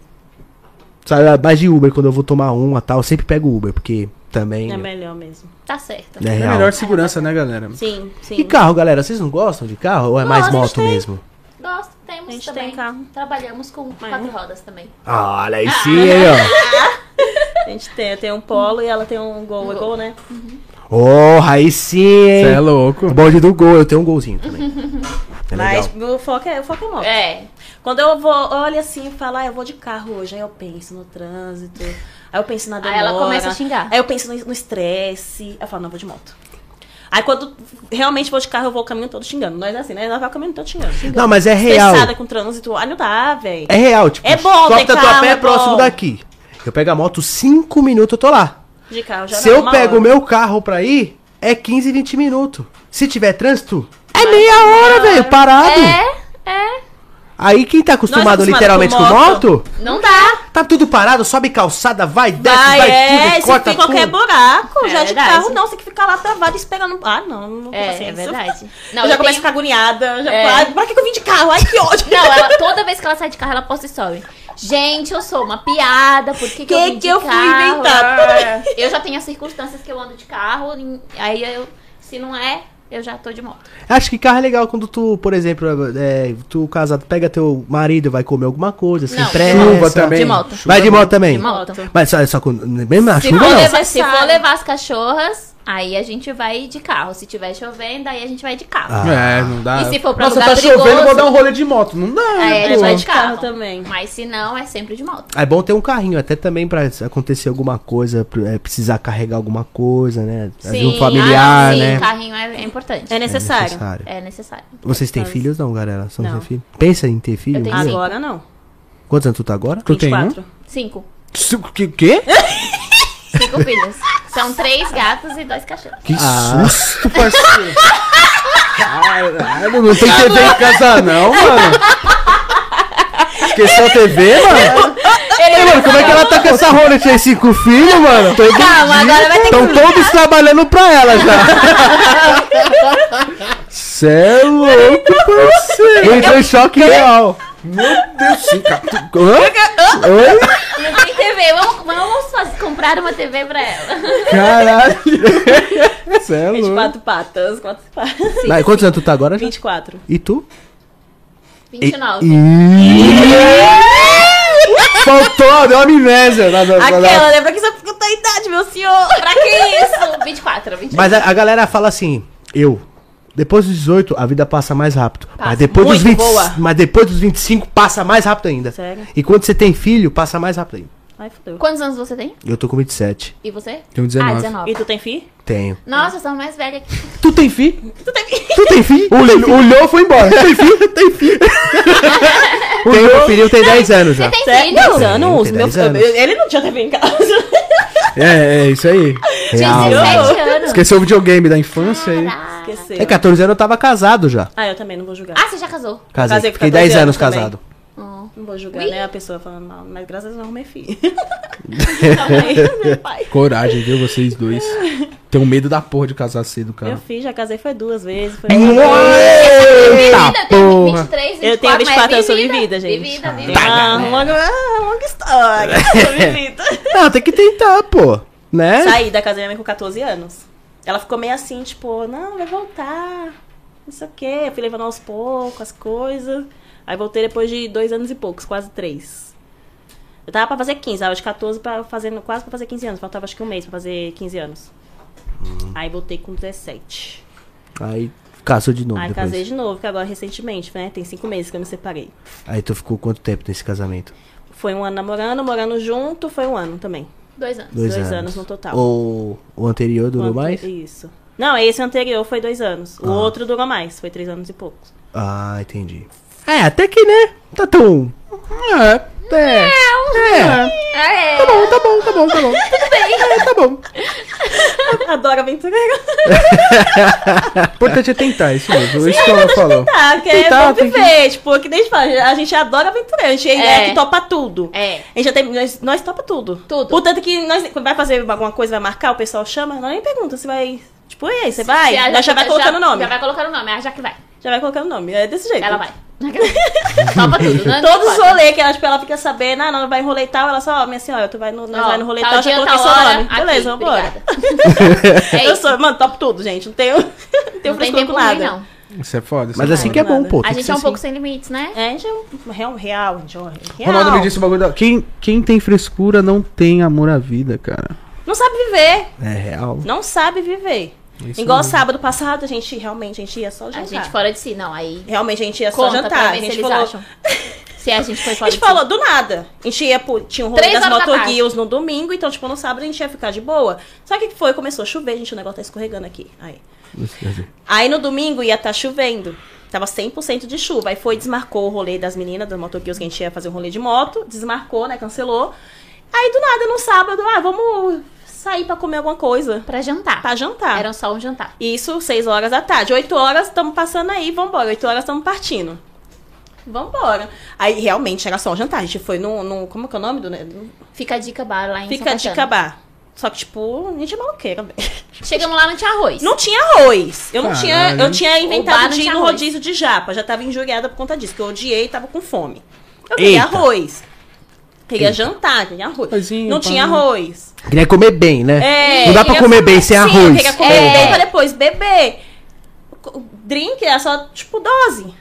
Speaker 3: Sai mais de Uber quando eu vou tomar uma tal. Eu sempre pego Uber, porque também. né,
Speaker 2: É melhor mesmo.
Speaker 4: Tá certo.
Speaker 3: É,
Speaker 1: É
Speaker 3: real.
Speaker 1: melhor segurança, né, galera?
Speaker 2: Sim, sim.
Speaker 3: E carro, galera? Vocês não gostam de carro? Ou é mais
Speaker 4: Gosto,
Speaker 3: moto
Speaker 4: tem.
Speaker 3: mesmo?
Speaker 4: Gosto, temos
Speaker 2: A gente
Speaker 4: também.
Speaker 2: tem carro. é.
Speaker 4: Trabalhamos com quatro rodas também.
Speaker 3: Ah, olha aí sim, hein, ó.
Speaker 2: A gente tem, eu tenho um polo e ela tem um gol, é gol, né?
Speaker 3: Oh, aí sim, hein?
Speaker 1: Você é louco.
Speaker 3: O bonde do gol, eu tenho um golzinho também. É
Speaker 2: Mas
Speaker 3: legal.
Speaker 2: o foco é, o foco é moto. (laughs)
Speaker 4: É.
Speaker 2: Quando eu vou, eu olho assim e falo, ah, eu vou de carro hoje, aí eu penso no trânsito, aí eu penso na demora.
Speaker 4: Aí ela começa a xingar.
Speaker 2: Aí eu penso no no estresse, aí eu falo, não, eu vou de moto. Aí quando realmente vou de carro, eu vou o caminho todo xingando. Nós é assim, né? Nós vai o caminho todo xingando. xingando.
Speaker 3: Não, mas é real.
Speaker 2: Estressada com o trânsito, ah, não dá, velho.
Speaker 3: É real, tipo,
Speaker 2: É bom,
Speaker 3: só
Speaker 2: tem
Speaker 3: que
Speaker 2: carro,
Speaker 3: Tatuapé é
Speaker 2: é bom.
Speaker 3: próximo daqui. Eu pego a moto 5 minutos, eu tô lá.
Speaker 2: De carro já tá né?
Speaker 3: Se
Speaker 2: não,
Speaker 3: eu
Speaker 2: uma
Speaker 3: pego o
Speaker 2: hora.
Speaker 3: meu carro pra ir, é 15, 20 minutos. Se tiver trânsito, É meia hora, velho, parado.
Speaker 4: É, é.
Speaker 3: Aí quem tá acostumado
Speaker 2: Nós acostumado
Speaker 3: literalmente com
Speaker 2: com
Speaker 3: moto,
Speaker 2: moto.
Speaker 4: Não dá.
Speaker 3: tá tudo parado, sobe calçada, vai, desce, vai,
Speaker 2: Vai, é,
Speaker 3: tudo,
Speaker 2: se
Speaker 3: corta
Speaker 2: fica qualquer
Speaker 3: tudo.
Speaker 2: buraco,
Speaker 4: É
Speaker 2: já de
Speaker 4: verdade.
Speaker 2: carro não, você tem que ficar lá travado esperando. Ah, não, não tem
Speaker 4: É,
Speaker 2: paciência. (laughs)
Speaker 4: é verdade.
Speaker 2: Eu
Speaker 4: Não,
Speaker 2: já
Speaker 4: eu
Speaker 2: começo a
Speaker 4: tenho-
Speaker 2: ficar agoniada. Já
Speaker 4: É.
Speaker 2: falo, "Ah, pra que que eu vim de carro? Ai, que ódio.
Speaker 4: Não, ela, toda vez que ela sai de carro, ela posta story. Gente, eu sou uma piada, por que, que, eu
Speaker 2: (laughs) Que
Speaker 4: vim de
Speaker 2: que eu fui
Speaker 4: carro?
Speaker 2: inventar?
Speaker 4: É. Eu já tenho as circunstâncias que eu ando de carro, em- aí eu, se não é, eu já tô de moto.
Speaker 3: Acho que carro é legal quando tu, por exemplo, é, tu casado, pega teu marido, vai comer alguma coisa, se
Speaker 4: Não,
Speaker 3: empresta.
Speaker 1: Chuva também.
Speaker 4: De moto.
Speaker 3: Vai de moto também.
Speaker 4: De moto.
Speaker 3: Mas só, só com. Mesmo na
Speaker 4: Se
Speaker 3: chuva,
Speaker 4: for,
Speaker 3: não.
Speaker 4: levar, se
Speaker 2: Necessário.
Speaker 4: for levar as cachorras, aí a gente vai de carro. Se tiver chovendo, aí a gente vai de carro.
Speaker 1: É, não dá.
Speaker 4: E se for pra
Speaker 1: Nossa,
Speaker 4: lugar
Speaker 1: tá chovendo,
Speaker 4: perigoso?
Speaker 1: vou dar um rolê de moto. Não dá, né,
Speaker 4: aí a
Speaker 1: pô.
Speaker 2: eu
Speaker 4: gente vai é de
Speaker 2: vou de carro
Speaker 4: carro.
Speaker 3: Ah.
Speaker 2: também.
Speaker 4: Mas se não, é sempre de moto.
Speaker 3: É bom ter um carrinho, até também pra se acontecer alguma coisa, pra- é, precisar carregar alguma coisa, né? Às vezes um
Speaker 2: Sim,
Speaker 3: familiar,
Speaker 4: ah, sim,
Speaker 3: né?
Speaker 4: carrinho é, é importante.
Speaker 2: É
Speaker 4: É
Speaker 2: necessário.
Speaker 4: necessário.
Speaker 3: Vocês têm
Speaker 2: Mas-
Speaker 3: filhos não, galera? São
Speaker 2: Não.
Speaker 3: sem filho? Pensa em ter filho?
Speaker 4: Eu tenho
Speaker 3: Viu?
Speaker 4: cinco.
Speaker 2: Agora não.
Speaker 3: Quantos anos tu Hum. tá agora?
Speaker 1: Tu tem um?
Speaker 2: 24.
Speaker 4: Cinco.
Speaker 1: Cinco- Que quê?
Speaker 2: (laughs)
Speaker 4: Cinco filhos. São três gatos e dois cachorros.
Speaker 1: Que
Speaker 3: Ah.
Speaker 1: susto, parceiro. Caralho, não tem TV em casa não, mano.
Speaker 3: Esqueceu a TV, mano? Ei, mano, como é que ela tá com essa rola de ter cinco filhos, mano?
Speaker 4: Calma, agora vai ter
Speaker 3: Estão todos trabalhando pra ela já.
Speaker 1: Cê é louco, parceiro.
Speaker 3: Eu entrei em choque real.
Speaker 1: Meu Deus, sim, cara.
Speaker 3: Hã? Oi?
Speaker 4: que. Não tem TV. Vamos, vamos fazer- comprar uma TV pra ela.
Speaker 1: Caralho.
Speaker 4: (laughs)
Speaker 1: Cê é louco.
Speaker 2: 24 patas, 4 patas. (laughs)
Speaker 3: Vai, quantos anos tu tá agora? já?
Speaker 2: 24.
Speaker 3: E tu?
Speaker 4: 29.
Speaker 3: Faltou, deu amnésia. Na, na, na- na-
Speaker 2: Aquela, lembra que você pergunta a idade, meu senhor.
Speaker 4: Pra que isso? 24, 24.
Speaker 3: Mas a, a galera fala assim, eu. Depois dos 18, a vida passa mais rápido. mas,
Speaker 4: Passa.
Speaker 3: depois dos
Speaker 2: Muito
Speaker 3: 20,
Speaker 2: boa.
Speaker 3: mas depois dos 25, passa mais rápido ainda.
Speaker 2: Sério?
Speaker 3: E quando você tem filho, passa mais rápido ainda.
Speaker 2: Ai, fodeu.
Speaker 4: Quantos anos você tem?
Speaker 3: Eu tô com 27.
Speaker 4: E você?
Speaker 1: Tenho 19.
Speaker 4: Ah, 19.
Speaker 2: E tu tem fi?
Speaker 3: Tenho.
Speaker 4: Nossa, eu sou a mais velha aqui.
Speaker 3: Tu tem filho? Tu tem filho? O, Le- o Leo foi embora. tem filho? (laughs) Tem filho. o meu filho tem 10 anos já.
Speaker 4: Tem
Speaker 2: Sério?
Speaker 4: filho?
Speaker 2: 10 anos?
Speaker 3: Tem
Speaker 2: Meu
Speaker 3: 10 anos.
Speaker 2: Ele não tinha TV em casa. (laughs)
Speaker 1: É, é isso aí.
Speaker 3: Real.
Speaker 4: 17 anos.
Speaker 1: Esqueceu o videogame da infância aí.
Speaker 4: Caraca.
Speaker 2: Esqueceu.
Speaker 3: É, 14 anos eu tava casado já.
Speaker 2: Ah, eu também não vou julgar.
Speaker 4: Ah, você já casou?
Speaker 3: Casei.
Speaker 2: Casei com
Speaker 3: Fiquei
Speaker 2: 14
Speaker 3: 10 anos
Speaker 2: anos também.
Speaker 3: casado.
Speaker 4: Ó.
Speaker 2: Não vou julgar,
Speaker 4: Ui.
Speaker 2: né? A pessoa falando mal. Mas graças a Deus não arrumei
Speaker 4: (laughs)
Speaker 2: filho. Também, meu pai.
Speaker 1: Coragem, viu, vocês dois. Tenho medo da porra de casar cedo,
Speaker 2: Meu
Speaker 1: cara.
Speaker 2: filho, já casei foi duas vezes.
Speaker 4: É
Speaker 2: Foi
Speaker 4: Vivida,
Speaker 3: Eita
Speaker 4: eu tenho
Speaker 3: porra.
Speaker 4: 23, 24,
Speaker 2: Eu tenho 24,
Speaker 4: mas
Speaker 2: eu sou
Speaker 4: vivida,
Speaker 2: vivida, gente.
Speaker 4: Vivida, vivida.
Speaker 2: Tem uma longa, uma longa história. (laughs) Sobre vida.
Speaker 3: Não, tem que tentar, pô. Né?
Speaker 2: Saí da casa da minha mãe com 14 anos. Ela ficou meio assim, tipo, não, vai voltar. Não sei o quê. Eu fui levando aos poucos as coisas. Aí voltei depois de dois anos e poucos, quase três. Eu tava pra fazer 15, tava de 14 pra fazer, quase pra fazer 15 anos. Faltava acho que um mês pra fazer 15 anos.
Speaker 3: Uhum.
Speaker 2: Aí voltei com 17.
Speaker 3: Aí casou de novo
Speaker 2: Aí
Speaker 3: Então, depois.
Speaker 2: casei de novo, que agora recentemente, né? Tem cinco meses que eu me separei.
Speaker 3: Aí tu ficou quanto tempo nesse casamento?
Speaker 2: Foi um ano namorando, morando junto, foi um ano também.
Speaker 4: Dois anos.
Speaker 3: Dois,
Speaker 2: Dois anos no total.
Speaker 3: Ou o anterior durou
Speaker 2: Quanto-
Speaker 3: mais?
Speaker 2: um Isso. Não, esse anterior foi dois anos. O
Speaker 3: Ah.
Speaker 2: outro durou mais, foi três anos e poucos.
Speaker 3: Ah, entendi. É, até que, né? Tá tão... É. É. é.
Speaker 4: É.
Speaker 3: Tá bom, tá bom, tá bom, tá bom. Tudo bem. É, tá bom.
Speaker 2: Adoro aventureiro. (laughs)
Speaker 1: O importante é tentar, isso mesmo. Isso que ela falou.
Speaker 2: Tá, que é
Speaker 1: Tentar,
Speaker 2: bom
Speaker 1: tem que-
Speaker 2: viver. Tipo, que nem a gente fala, a gente adora aventureiro. A gente é,
Speaker 4: É.
Speaker 2: que topa tudo.
Speaker 4: É.
Speaker 2: A gente já tem. Nós, nós topa tudo.
Speaker 4: Tudo.
Speaker 2: O tanto que nós quando vai fazer alguma coisa, vai marcar, o pessoal chama, nós nem pergunta se vai. Tipo, e aí, você vai?
Speaker 4: Se a
Speaker 2: nós já vai colocando o nome.
Speaker 4: Já vai colocando o nome, ela já que vai.
Speaker 2: Já vai colocando o nome. É desse jeito.
Speaker 4: Ela vai. Topa tudo. Não,
Speaker 2: (laughs) Todos os
Speaker 4: não
Speaker 2: rolês que ela, tipo, ela fica sabendo, ah, não, vai em rolê e tal, ela só, ó, minha senhora, tu vai no, nós
Speaker 4: Ó,
Speaker 2: vai no rolê e
Speaker 4: tal
Speaker 2: tal, já
Speaker 4: dia,
Speaker 2: coloquei
Speaker 4: tal
Speaker 2: seu
Speaker 4: hora,
Speaker 2: nome.
Speaker 4: aqui,
Speaker 2: Beleza, vambora.
Speaker 4: obrigada. é
Speaker 2: (laughs) Eu
Speaker 4: isso.
Speaker 2: sou, mano, topo tudo, gente. Não tenho, (laughs) não tenho
Speaker 4: Não tem
Speaker 2: frescura
Speaker 4: tempo
Speaker 2: com
Speaker 4: ruim,
Speaker 2: nada.
Speaker 4: não.
Speaker 1: Isso é foda. isso
Speaker 3: Mas
Speaker 1: é
Speaker 3: assim
Speaker 1: foda.
Speaker 3: que é bom, pô.
Speaker 4: A
Speaker 3: tem que
Speaker 4: gente
Speaker 3: ser
Speaker 4: é um
Speaker 3: assim.
Speaker 4: pouco sem limites, né?
Speaker 2: É, a gente é um real, real, gente, ó,
Speaker 3: é
Speaker 2: real.
Speaker 1: Ronaldo me disse um bagulho da... quem, quem tem frescura não tem amor à vida, cara.
Speaker 2: Não sabe viver.
Speaker 3: É real.
Speaker 2: Não sabe viver.
Speaker 1: Isso
Speaker 2: Igual
Speaker 1: mesmo.
Speaker 2: sábado passado, a gente realmente a gente ia
Speaker 3: É
Speaker 2: só jantar.
Speaker 4: A gente fora de si, não. Aí
Speaker 2: Realmente a gente ia É só
Speaker 4: conta pra
Speaker 2: jantar. A
Speaker 4: ver se
Speaker 2: gente
Speaker 4: eles
Speaker 2: falou.
Speaker 4: acham. (laughs) Se a gente foi
Speaker 2: A
Speaker 4: fora
Speaker 2: gente
Speaker 4: de si.
Speaker 2: falou do nada. A gente ia pro, tinha um rolê
Speaker 4: Três
Speaker 2: das
Speaker 4: horas da
Speaker 2: motoguias no domingo, então, tipo, no sábado a gente ia ficar de boa. Sabe o que que foi? Começou a chover, gente, o negócio tá escorregando aqui. Aí. Aí no domingo ia estar chovendo. Tava 100% de chuva. Aí foi, desmarcou o rolê das meninas, das motoqueiros que a gente ia fazer um rolê de moto. Desmarcou, né? Cancelou. Aí do nada, no sábado, ah, vamos sair pra comer alguma coisa.
Speaker 4: Pra jantar.
Speaker 2: Pra jantar.
Speaker 4: Era só um jantar.
Speaker 2: Isso, 6 horas da tarde. 8 horas estamos passando aí, vambora. 8 horas estamos partindo. Vambora. Aí realmente era só um jantar. A gente foi no. no como que é o nome do. né? No-
Speaker 4: Fica a dica bar lá em
Speaker 2: Fica
Speaker 4: São
Speaker 2: de
Speaker 4: Caetano.
Speaker 2: cabar. Só que, tipo, a gente é maloqueira, velho.
Speaker 4: Chegamos lá, não tinha arroz.
Speaker 2: Não tinha arroz. Eu não
Speaker 1: Caralho.
Speaker 2: tinha. Eu tinha
Speaker 4: O bar
Speaker 2: inventado
Speaker 4: não
Speaker 2: de ir
Speaker 4: tinha
Speaker 2: no
Speaker 4: arroz.
Speaker 2: rodízio de japa. Já tava injuriada por conta disso, que eu odiei e tava com fome. Eu queria
Speaker 3: Eita.
Speaker 2: arroz. Queria
Speaker 3: Eita.
Speaker 2: jantar, queria arroz.
Speaker 1: Arrozinho,
Speaker 2: não
Speaker 1: pão.
Speaker 2: tinha arroz.
Speaker 3: Queria comer bem, né?
Speaker 2: É,
Speaker 3: não dá pra
Speaker 2: queria
Speaker 3: comer
Speaker 2: comer-
Speaker 3: bem sem
Speaker 2: sim,
Speaker 3: arroz.
Speaker 2: Eu queria comer
Speaker 4: É.
Speaker 2: bem pra depois beber. Co- Drink era só, tipo, dose.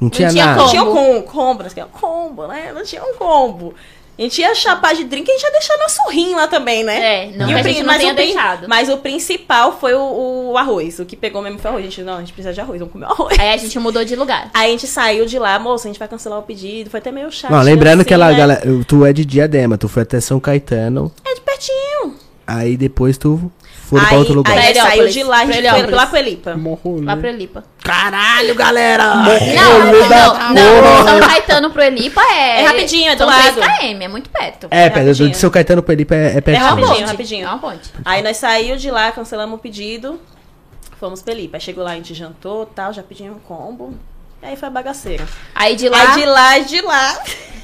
Speaker 3: Não tinha
Speaker 4: tinha
Speaker 3: nada.
Speaker 2: Não tinha
Speaker 4: Combo.
Speaker 2: um com- combo, que é um combo, né? Não tinha um combo. A gente ia chapar de drink e a gente ia deixar nosso rim lá também, né?
Speaker 4: É,
Speaker 2: E
Speaker 4: não que a
Speaker 2: o
Speaker 4: gente
Speaker 2: prin-
Speaker 4: não
Speaker 2: mas
Speaker 4: tenha
Speaker 2: o prin-
Speaker 4: deixado.
Speaker 2: Mas o principal foi o, o arroz. O que pegou mesmo foi o arroz. A gente, não, a gente precisa de arroz, vamos comer arroz. (laughs)
Speaker 4: Aí a gente mudou de lugar.
Speaker 2: Aí a gente saiu de lá, moça, a gente vai cancelar o pedido. Foi até meio chato.
Speaker 3: Não, lembrando
Speaker 2: assim,
Speaker 3: que ela,
Speaker 2: né?
Speaker 3: galera, tu é de Diadema, tu foi até São Caetano,
Speaker 2: É de pertinho.
Speaker 3: aí depois tu foi pra
Speaker 2: aí
Speaker 3: outro lugar.
Speaker 2: aí saiu
Speaker 4: Heliópolis.
Speaker 2: de lá, a gente foi
Speaker 4: Heliópolis.
Speaker 2: lá pro Elipa.
Speaker 1: Morro,
Speaker 4: Lá
Speaker 1: né?
Speaker 4: pro Elipa.
Speaker 3: Caralho, galera!
Speaker 4: Não, não, não, não. São Caetano pro Elipa é.
Speaker 2: É rapidinho, é do
Speaker 4: são
Speaker 2: lado.
Speaker 4: 3 km, é muito perto.
Speaker 3: É, pera, do,
Speaker 2: rapidinho.
Speaker 3: de São Caetano pro Elipa é, é
Speaker 2: É
Speaker 3: pertinho.
Speaker 2: rapidinho,
Speaker 4: ponte.
Speaker 2: rapidinho.
Speaker 4: É uma ponte.
Speaker 2: Aí nós saímos de lá, cancelamos o pedido, fomos pra Elipa. Aí chegou lá, a gente jantou tal, já pedimos um combo. E aí foi a bagaceira.
Speaker 4: Aí de lá,
Speaker 2: Aí de lá, de lá.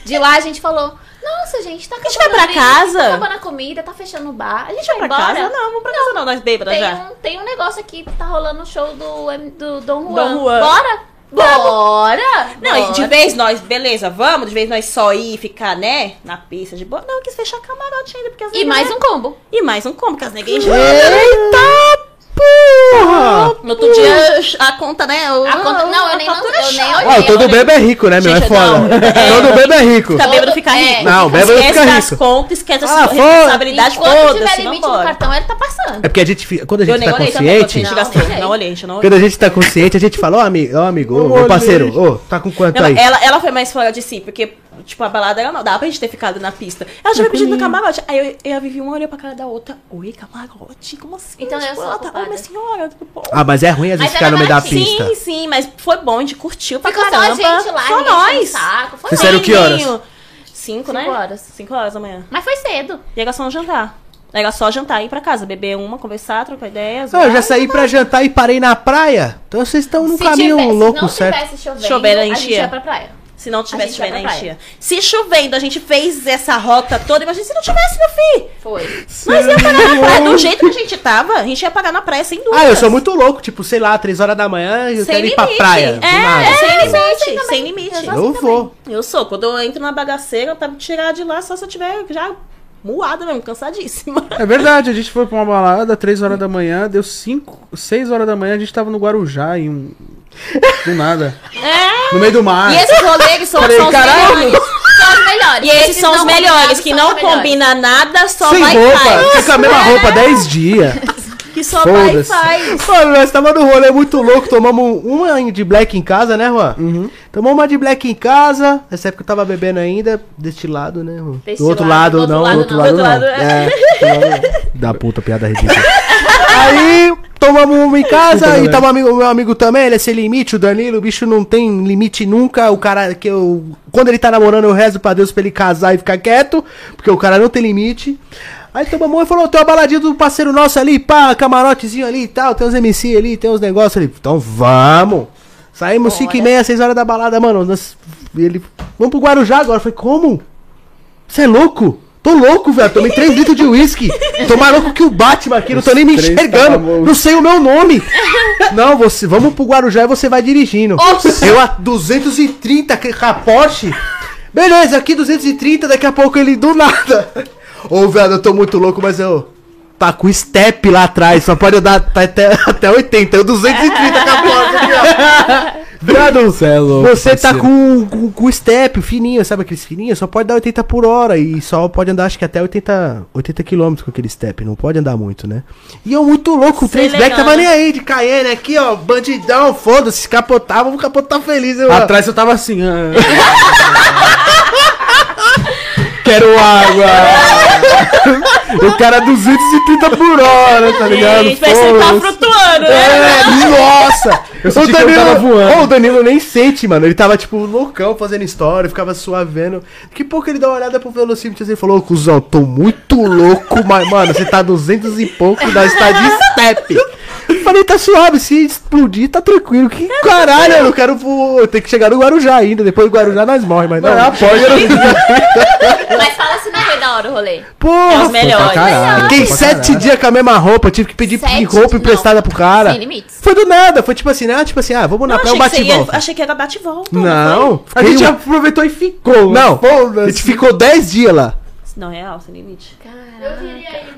Speaker 4: de lá a gente falou: Nossa, gente, tá acabando.
Speaker 2: gente vai pra
Speaker 4: ali,
Speaker 2: casa?
Speaker 4: Tá acabando a comida, tá fechando o bar. A gente vai
Speaker 2: Pra
Speaker 4: embora.
Speaker 2: casa? Não, vamos pra casa não, nós bêbadas
Speaker 4: Tem
Speaker 2: já.
Speaker 4: um, tem um negócio aqui que tá rolando um show do, M- do Dom Juan.
Speaker 2: Dom Juan.
Speaker 4: Bora? Bora!
Speaker 2: Não, e de vez nós, beleza, vamos, de vez nós só ir e ficar, né, na pista de boa. Não, eu quis fechar camarote ainda, porque as
Speaker 4: E
Speaker 2: negas-
Speaker 4: mais um combo.
Speaker 2: E mais um combo, porque as neguinhas...
Speaker 3: Eita porra!
Speaker 2: No outro dia, a conta, né? o-
Speaker 4: A conta- não, eu nem-
Speaker 2: fatura
Speaker 4: eu nem
Speaker 2: chata.
Speaker 4: olhei.
Speaker 3: Ó, todo bebo é rico, né, meu? É
Speaker 2: Gente,
Speaker 3: foda.
Speaker 2: não,
Speaker 3: (laughs)
Speaker 2: é.
Speaker 3: Todo bebo é rico.
Speaker 2: Fica bêbado, fica
Speaker 4: É.
Speaker 2: rico.
Speaker 3: Não, bêbado
Speaker 2: esquece
Speaker 3: fica
Speaker 2: as
Speaker 3: rico.
Speaker 2: contas, esquece
Speaker 3: Ah,
Speaker 2: a sua
Speaker 3: foda.
Speaker 2: responsabilidade,
Speaker 4: Enquanto tiver
Speaker 2: foda-se,
Speaker 4: limite no
Speaker 2: vambora. é
Speaker 4: cartão, ele tá passando.
Speaker 3: É porque a gente, fica- quando a gente
Speaker 2: eu nem
Speaker 3: tá
Speaker 2: olhei também, quando a
Speaker 3: consciente,
Speaker 2: gente
Speaker 4: Não,
Speaker 2: gastou.
Speaker 4: gente.
Speaker 2: Não olhei, a gente não olhei.
Speaker 3: quando a gente tá consciente, a gente fala, ó amigo, ó amigo,
Speaker 1: Não
Speaker 3: ô, ô
Speaker 1: olhei.
Speaker 3: parceiro, ô, tá com quanto
Speaker 2: Ela,
Speaker 3: aí?
Speaker 2: ela, ela foi mais fora de si, porque, tipo, a balada ela não dava pra gente ter ficado na pista. Ela já foi pedindo no camarote. Aí eu, eu, a Vivi uma olhou pra cara da outra. Oi, camarote? Como assim?
Speaker 4: Então eu sou a
Speaker 2: ela tá,
Speaker 4: culpada.
Speaker 2: Ô, minha senhora, tudo bom?
Speaker 3: Ah, mas é ruim às vezes
Speaker 4: Mas
Speaker 3: ficar no
Speaker 4: ela
Speaker 3: meio da
Speaker 4: tá-
Speaker 3: pista.
Speaker 2: Sim, sim, mas foi bom, a gente curtiu pra
Speaker 4: Ficou só a
Speaker 2: caramba.
Speaker 4: gente lá,
Speaker 2: só
Speaker 4: ninguém encheu o
Speaker 2: nós.
Speaker 4: saco, foi
Speaker 3: Vocês eram que horas?
Speaker 2: Cinco, né?
Speaker 4: Cinco horas.
Speaker 2: Cinco horas da manhã.
Speaker 4: Mas foi cedo.
Speaker 2: E era só um jantar. Era só jantar, ir pra casa, beber uma, conversar, trocar ideias.
Speaker 3: Não, eu
Speaker 2: zoar.
Speaker 3: já saí pra jantar e parei na praia. Então vocês estão num
Speaker 4: Se
Speaker 3: caminho
Speaker 4: tivesse-
Speaker 3: louco,
Speaker 4: não
Speaker 3: certo?
Speaker 4: tivesse chovendo,
Speaker 2: Chovendo,
Speaker 4: a
Speaker 2: a
Speaker 4: gente
Speaker 2: gente ia.
Speaker 4: ia pra praia.
Speaker 2: Se não tivesse
Speaker 4: A gente
Speaker 2: chovendo,
Speaker 4: vai
Speaker 2: a
Speaker 4: pra
Speaker 2: gente ia. Se chovendo, a gente fez essa rota toda. Imagina se não tivesse, meu filho.
Speaker 4: Foi.
Speaker 2: Mas ia parar na praia. Do jeito que a gente tava, a gente ia parar na praia sem dúvida.
Speaker 3: Ah, eu sou muito louco, tipo, sei lá, três horas da manhã, eu
Speaker 2: sem
Speaker 3: quero
Speaker 2: limite.
Speaker 3: ir pra praia. do nada.
Speaker 2: É, sem
Speaker 4: assim
Speaker 2: limite.
Speaker 4: também.
Speaker 2: Sem limite.
Speaker 4: Eu
Speaker 2: Eu,
Speaker 4: sou
Speaker 3: eu
Speaker 4: assim
Speaker 3: vou.
Speaker 2: sou. Quando eu entro na bagaceira, eu tava tirada de lá só se eu tiver já moada mesmo, cansadíssima.
Speaker 1: É verdade, a gente foi pra uma balada, 3 horas da manhã, deu 5, 6 horas da manhã, a gente tava no Guarujá em um. Do nada.
Speaker 2: É.
Speaker 1: No meio do mar.
Speaker 2: E
Speaker 3: é-
Speaker 2: esses rolês são,
Speaker 1: Falei,
Speaker 2: são os
Speaker 1: caralho.
Speaker 2: melhores.
Speaker 4: São os melhores.
Speaker 2: E esses são os
Speaker 4: não
Speaker 2: melhores,
Speaker 4: combinados
Speaker 2: que
Speaker 4: são
Speaker 2: não
Speaker 4: os melhores.
Speaker 2: combina nada, só
Speaker 3: Sem
Speaker 2: vai e
Speaker 3: roupa,
Speaker 2: faz.
Speaker 3: fica a mesma roupa 10 dias.
Speaker 2: Que só vai e
Speaker 1: Foda-se.
Speaker 2: faz.
Speaker 3: Mano, nós tava no rolê muito louco, tomamos uma de black em casa, né, Juan? Tomamos uma de black em casa, nessa época eu tava bebendo ainda, deste lado, né, Juan?
Speaker 4: Deste
Speaker 3: do outro
Speaker 4: lado,
Speaker 3: lado,
Speaker 4: do outro
Speaker 3: não,
Speaker 4: lado
Speaker 3: do outro
Speaker 4: não,
Speaker 3: lado
Speaker 2: do
Speaker 3: não.
Speaker 2: outro lado,
Speaker 3: É, do outro lado não. da puta, piada ridícula. Aí, tomamos uma em casa e tava um amigo, meu amigo também, ele é sem limite, o Danilo, o bicho não tem limite nunca, o cara que eu... Quando ele tá namorando, eu rezo pra Deus pra ele casar e ficar quieto, porque o cara não tem limite. Aí tomamos e falou, tem uma baladinha do parceiro nosso ali, pá, camarotezinho ali e tal, tem uns MC ali, tem uns negócios ali. Então vamos! Saímos 5 e meia, 6 horas da balada, mano, nós- ele... Vamos pro Guarujá agora, eu falei, como? Você é louco? Tô louco, velho. Tomei 3 litros de uísque. Tô mais louco que o Batman aqui, não tô nem me
Speaker 1: três
Speaker 3: enxergando.
Speaker 1: tava bom.
Speaker 3: Não sei o meu nome. Não, você, vamos pro Guarujá e você vai dirigindo. Eu a 230 que- com a Porsche. Beleza, aqui 230, daqui a pouco ele do nada. Ô, velho, eu tô muito louco, mas eu. Tá com o step lá atrás, só pode dar tá até, até 80, eu 230 com a Porsche. aqui, ó. Viado,
Speaker 1: Você é louco.
Speaker 3: você tá
Speaker 1: parceiro.
Speaker 3: com, com, com o step fininho, sabe aqueles fininhos? Só pode dar 80 por hora e só pode andar, acho que até 80, 80 km com aquele step. Não pode andar muito, né? E eu muito louco, o 3
Speaker 2: Sei
Speaker 3: black
Speaker 2: legal,
Speaker 3: tava
Speaker 2: né?
Speaker 3: nem aí de Cayenne aqui, ó. Bandidão, foda-se, capotar, vamos capotar feliz, eu.
Speaker 1: Atrás eu tava assim. ah,
Speaker 3: Quero (laughs) água! o cara é 230 por hora, tá ligado?
Speaker 2: Gente, vai sentar
Speaker 3: Foda-se.
Speaker 2: flutuando, né?
Speaker 3: É, nossa!
Speaker 1: Eu
Speaker 3: O
Speaker 1: senti que eu tava
Speaker 3: Danilo,
Speaker 1: voando.
Speaker 3: Ô, o Danilo nem sente, mano. Ele tava, tipo, loucão fazendo história, ficava suavendo. Que pouco ele dá uma olhada pro velocímetro e falou, ô, cuzão, tô muito louco, mas, mano, você tá 200 e pouco, nós tá de step. Eu Falei, tá suave, se explodir, tá tranquilo. Que caralho, eu não quero voar. Tem que chegar no Guarujá ainda. Depois do Guarujá nós morremos, mas não.
Speaker 1: Mano, é a porta-
Speaker 4: Mas fala se não foi da hora o rolê.
Speaker 2: É
Speaker 3: Porra,
Speaker 2: os melhores.
Speaker 1: caralho.
Speaker 3: Fiquei
Speaker 1: Pra
Speaker 3: sete
Speaker 1: caralho.
Speaker 3: dias com a mesma roupa, tive que pedir
Speaker 4: Sete,
Speaker 3: roupa
Speaker 4: não.
Speaker 3: emprestada pro cara.
Speaker 4: Sem limites.
Speaker 3: Foi do nada, foi tipo assim, né? Tipo assim, ah, vamos na praia,
Speaker 2: achei,
Speaker 3: um
Speaker 2: que você ia,
Speaker 3: bate-volta.
Speaker 2: achei que era bate-volta. foi?
Speaker 3: Não,
Speaker 1: A
Speaker 3: fiquei
Speaker 1: gente
Speaker 3: um-
Speaker 1: aproveitou e ficou.
Speaker 3: Não, a
Speaker 1: Foda-se.
Speaker 3: gente ficou 10 dias lá.
Speaker 2: Não, é real, sem limite.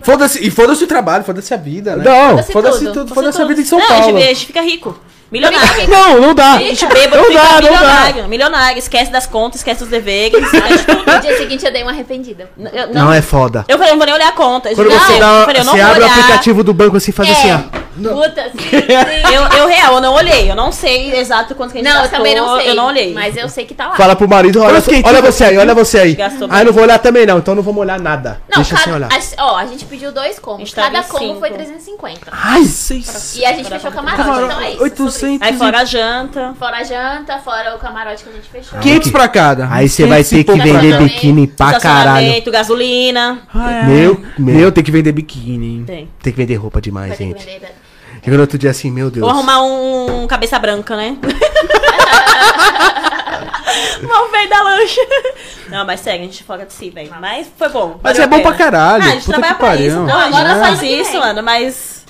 Speaker 1: Foda-se. E foda-se o trabalho, foda-se a vida, né?
Speaker 3: Não,
Speaker 2: Foda-se
Speaker 1: Foda-se
Speaker 2: tudo,
Speaker 1: tudo,
Speaker 2: foda-se
Speaker 1: foda-se a
Speaker 2: tudo.
Speaker 1: vida em São
Speaker 2: não, a gente-
Speaker 1: Paulo.
Speaker 2: A gente fica rico. Milionário.
Speaker 3: não, não dá.
Speaker 2: A gente bêbado,
Speaker 3: Não
Speaker 2: fica
Speaker 3: dá, não dá.
Speaker 2: milionário. Milionário. Esquece das contas, esquece
Speaker 3: (laughs)
Speaker 2: dos deveres. esquece tudo.
Speaker 4: No dia seguinte eu dei uma arrependida.
Speaker 2: Eu-
Speaker 3: Não, é foda.
Speaker 2: Eu falei, eu não vou nem olhar a conta.
Speaker 3: Quando
Speaker 2: não,
Speaker 3: você,
Speaker 2: eu
Speaker 3: dá,
Speaker 2: falei, eu não
Speaker 3: você
Speaker 2: vou
Speaker 3: abre o
Speaker 2: olhar.
Speaker 3: aplicativo do banco assim, faz assim,
Speaker 4: É.
Speaker 3: ó.
Speaker 4: Puta,
Speaker 3: (laughs)
Speaker 4: sim, sim.
Speaker 2: Eu, eu, real, eu não olhei. Eu não sei exato quanto que a gente
Speaker 4: Não, eu
Speaker 2: gastou,
Speaker 4: também não sei.
Speaker 2: Eu não olhei.
Speaker 4: Mas eu sei que tá lá.
Speaker 3: Fala pro marido, olha,
Speaker 1: fiquei
Speaker 3: olha
Speaker 1: tipo
Speaker 3: você aí, olha você aí.
Speaker 2: Gastou
Speaker 3: Ah, eu não vou olhar também não, então não vamos olhar nada.
Speaker 4: Não,
Speaker 3: Deixa assim, sem olhar.
Speaker 4: cada, a- ó, a gente pediu dois combos.
Speaker 2: Estava
Speaker 4: cada
Speaker 2: em
Speaker 4: combo
Speaker 2: cinco.
Speaker 4: foi 350.
Speaker 1: Ai, seis.
Speaker 4: E a gente fechou camarote, então é isso.
Speaker 1: 800.
Speaker 2: Aí fora a janta.
Speaker 4: Fora a janta, fora o camarote que a gente fechou.
Speaker 1: 500 pra cada.
Speaker 3: Aí você vai
Speaker 1: 500
Speaker 3: ter
Speaker 1: e
Speaker 3: que
Speaker 1: pouco pra
Speaker 3: vender
Speaker 1: cada.
Speaker 3: biquíni pra caralho.
Speaker 2: estacionamento, gasolina.
Speaker 1: Ah, é.
Speaker 3: Meu, meu,
Speaker 1: Meu, tem que vender biquíni, hein?
Speaker 2: Tem.
Speaker 3: tem que vender roupa demais,
Speaker 4: Vai ter que
Speaker 3: gente.
Speaker 4: vender, né?
Speaker 3: Chegou no outro dia assim, meu Deus.
Speaker 2: Vou arrumar um cabeça branca,
Speaker 4: (laughs)
Speaker 2: né? Mal veio da lancha. Não, mas segue, a gente foca de si, velho. Mas foi bom.
Speaker 1: Mas
Speaker 2: valeu
Speaker 1: é
Speaker 2: a
Speaker 1: bom
Speaker 2: pena.
Speaker 1: pra caralho.
Speaker 2: Ah, a gente
Speaker 1: Puta
Speaker 2: trabalha
Speaker 1: que
Speaker 2: pra
Speaker 1: pariu.
Speaker 2: isso. Não,
Speaker 1: Não,
Speaker 2: a gente
Speaker 4: agora
Speaker 2: não
Speaker 4: faz
Speaker 2: faz
Speaker 4: o que
Speaker 2: isso,
Speaker 4: vem.
Speaker 2: mano, mas.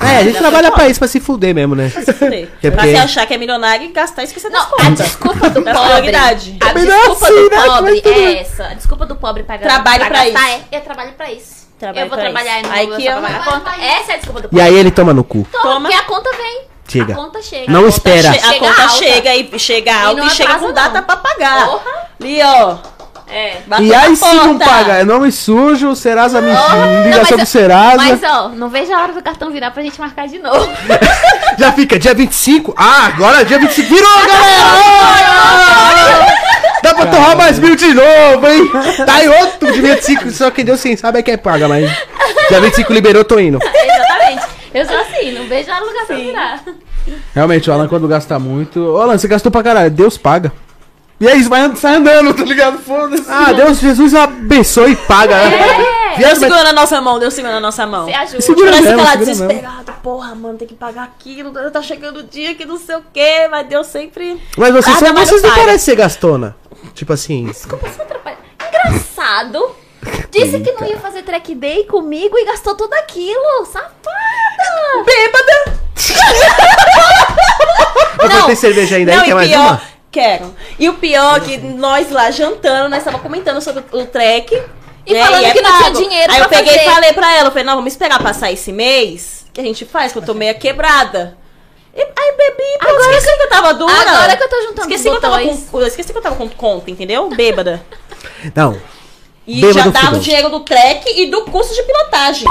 Speaker 3: É, a gente trabalha pra isso, pra se fuder mesmo, né?
Speaker 1: (laughs)
Speaker 2: se fuder.
Speaker 3: Que (laughs) é
Speaker 2: Pra
Speaker 3: porque-
Speaker 2: se achar que é milionário e gastar isso que você
Speaker 4: Não,
Speaker 2: das
Speaker 4: a
Speaker 2: contas.
Speaker 4: desculpa do
Speaker 2: Da
Speaker 4: pobre.
Speaker 2: prioridade.
Speaker 4: A
Speaker 3: Também não é
Speaker 4: desculpa
Speaker 3: assim,
Speaker 4: do
Speaker 3: né? Mas
Speaker 4: pobre
Speaker 3: tudo
Speaker 4: é
Speaker 3: bem.
Speaker 4: essa. A desculpa do pobre pra gastar.
Speaker 2: Trabalho pra
Speaker 4: gastar
Speaker 2: isso.
Speaker 4: É, eu trabalho pra isso.
Speaker 2: Trabalho
Speaker 4: eu vou
Speaker 2: pra
Speaker 4: trabalhar
Speaker 2: isso.
Speaker 4: e não
Speaker 2: Aí
Speaker 4: vou
Speaker 2: que
Speaker 4: só
Speaker 2: eu-
Speaker 4: pagar a conta. Essa é a desculpa do
Speaker 3: E
Speaker 4: pobre.
Speaker 3: aí ele toma no cu.
Speaker 4: Toma,
Speaker 2: Toma.
Speaker 4: porque a conta vem.
Speaker 3: Chega.
Speaker 4: A conta chega.
Speaker 3: Não
Speaker 4: A conta
Speaker 3: espera.
Speaker 4: chega
Speaker 2: a conta
Speaker 4: alta.
Speaker 2: chega e chega alta
Speaker 4: não
Speaker 2: e, chega
Speaker 4: atrasa,
Speaker 2: com data
Speaker 4: não.
Speaker 2: pra pagar.
Speaker 4: Porra.
Speaker 2: E ó,
Speaker 4: É.
Speaker 2: bateu
Speaker 1: E aí
Speaker 2: na
Speaker 1: se não
Speaker 2: porta.
Speaker 1: paga, é nome sujo, Serasa me
Speaker 4: Não, mas
Speaker 1: ligação
Speaker 4: eu-
Speaker 1: do
Speaker 3: né?
Speaker 1: Serasa.
Speaker 4: Mas ó, não vejo a hora do cartão virar pra gente marcar de novo. (laughs)
Speaker 3: Já fica dia 25? Ah, agora é dia 25. Virou, galera! Dá pra torrar mais mil de novo, hein? Tá aí outro de 25, só quem deu sem sabe é quem paga, mas. Dia 25 liberou, tô indo.
Speaker 4: Exatamente. Eu sou assim, não vejo a hora do cartão virar.
Speaker 1: Realmente, o Alan quando gasta muito. Ô, Alan, você gastou pra caralho. Deus paga. E é isso, vai and- sai andando, tá ligado? Foda-se.
Speaker 3: Ah, Deus, Jesus abençoe e paga. né?
Speaker 4: É.
Speaker 2: Deu
Speaker 3: Viado, mas-
Speaker 2: segura na nossa mão, deu segura na nossa mão.
Speaker 4: Você ajuda.
Speaker 3: Segura
Speaker 2: Mas
Speaker 3: mesmo,
Speaker 2: fica lá
Speaker 3: segura É, mesmo.
Speaker 2: desesperado, porra, mano, tem que pagar aquilo, tá chegando o dia que não sei o quê, mas Deus sempre.
Speaker 3: Mas vocês,
Speaker 2: Ah,
Speaker 3: são,
Speaker 2: não, mas
Speaker 3: vocês
Speaker 2: não
Speaker 3: não
Speaker 2: paga.
Speaker 3: parecem ser gastona. Tipo assim.
Speaker 4: Desculpa se atrapalhar.
Speaker 3: (laughs)
Speaker 4: Engraçado. Disse que não ia fazer track day comigo e gastou tudo
Speaker 3: (laughs)
Speaker 4: aquilo. Safada!
Speaker 2: Bêbada!
Speaker 3: Mas não. tem cerveja ainda aí,
Speaker 2: não,
Speaker 3: quer
Speaker 2: e
Speaker 3: mais
Speaker 2: pior.
Speaker 3: uma?
Speaker 2: Quero. E o pior é que nós lá jantando, nós tava comentando sobre o track. né, é
Speaker 4: E falando que não tinha dinheiro
Speaker 2: Aí
Speaker 4: pra
Speaker 2: eu peguei
Speaker 4: fazer.
Speaker 2: e falei pra ela, eu falei, não, vamos esperar passar esse mês, que a gente faz, que eu tô meia quebrada. E, aí bebi, pô, esqueci que eu tava dura.
Speaker 4: Agora que eu tô juntando
Speaker 2: esqueci que eu tava
Speaker 4: botões.
Speaker 2: com, Esqueci que eu tava com conta, entendeu? Bêbada.
Speaker 3: Não.
Speaker 2: E
Speaker 3: Bêbado
Speaker 2: já dava
Speaker 3: fudão.
Speaker 2: o dinheiro do trek e do curso de pilotagem.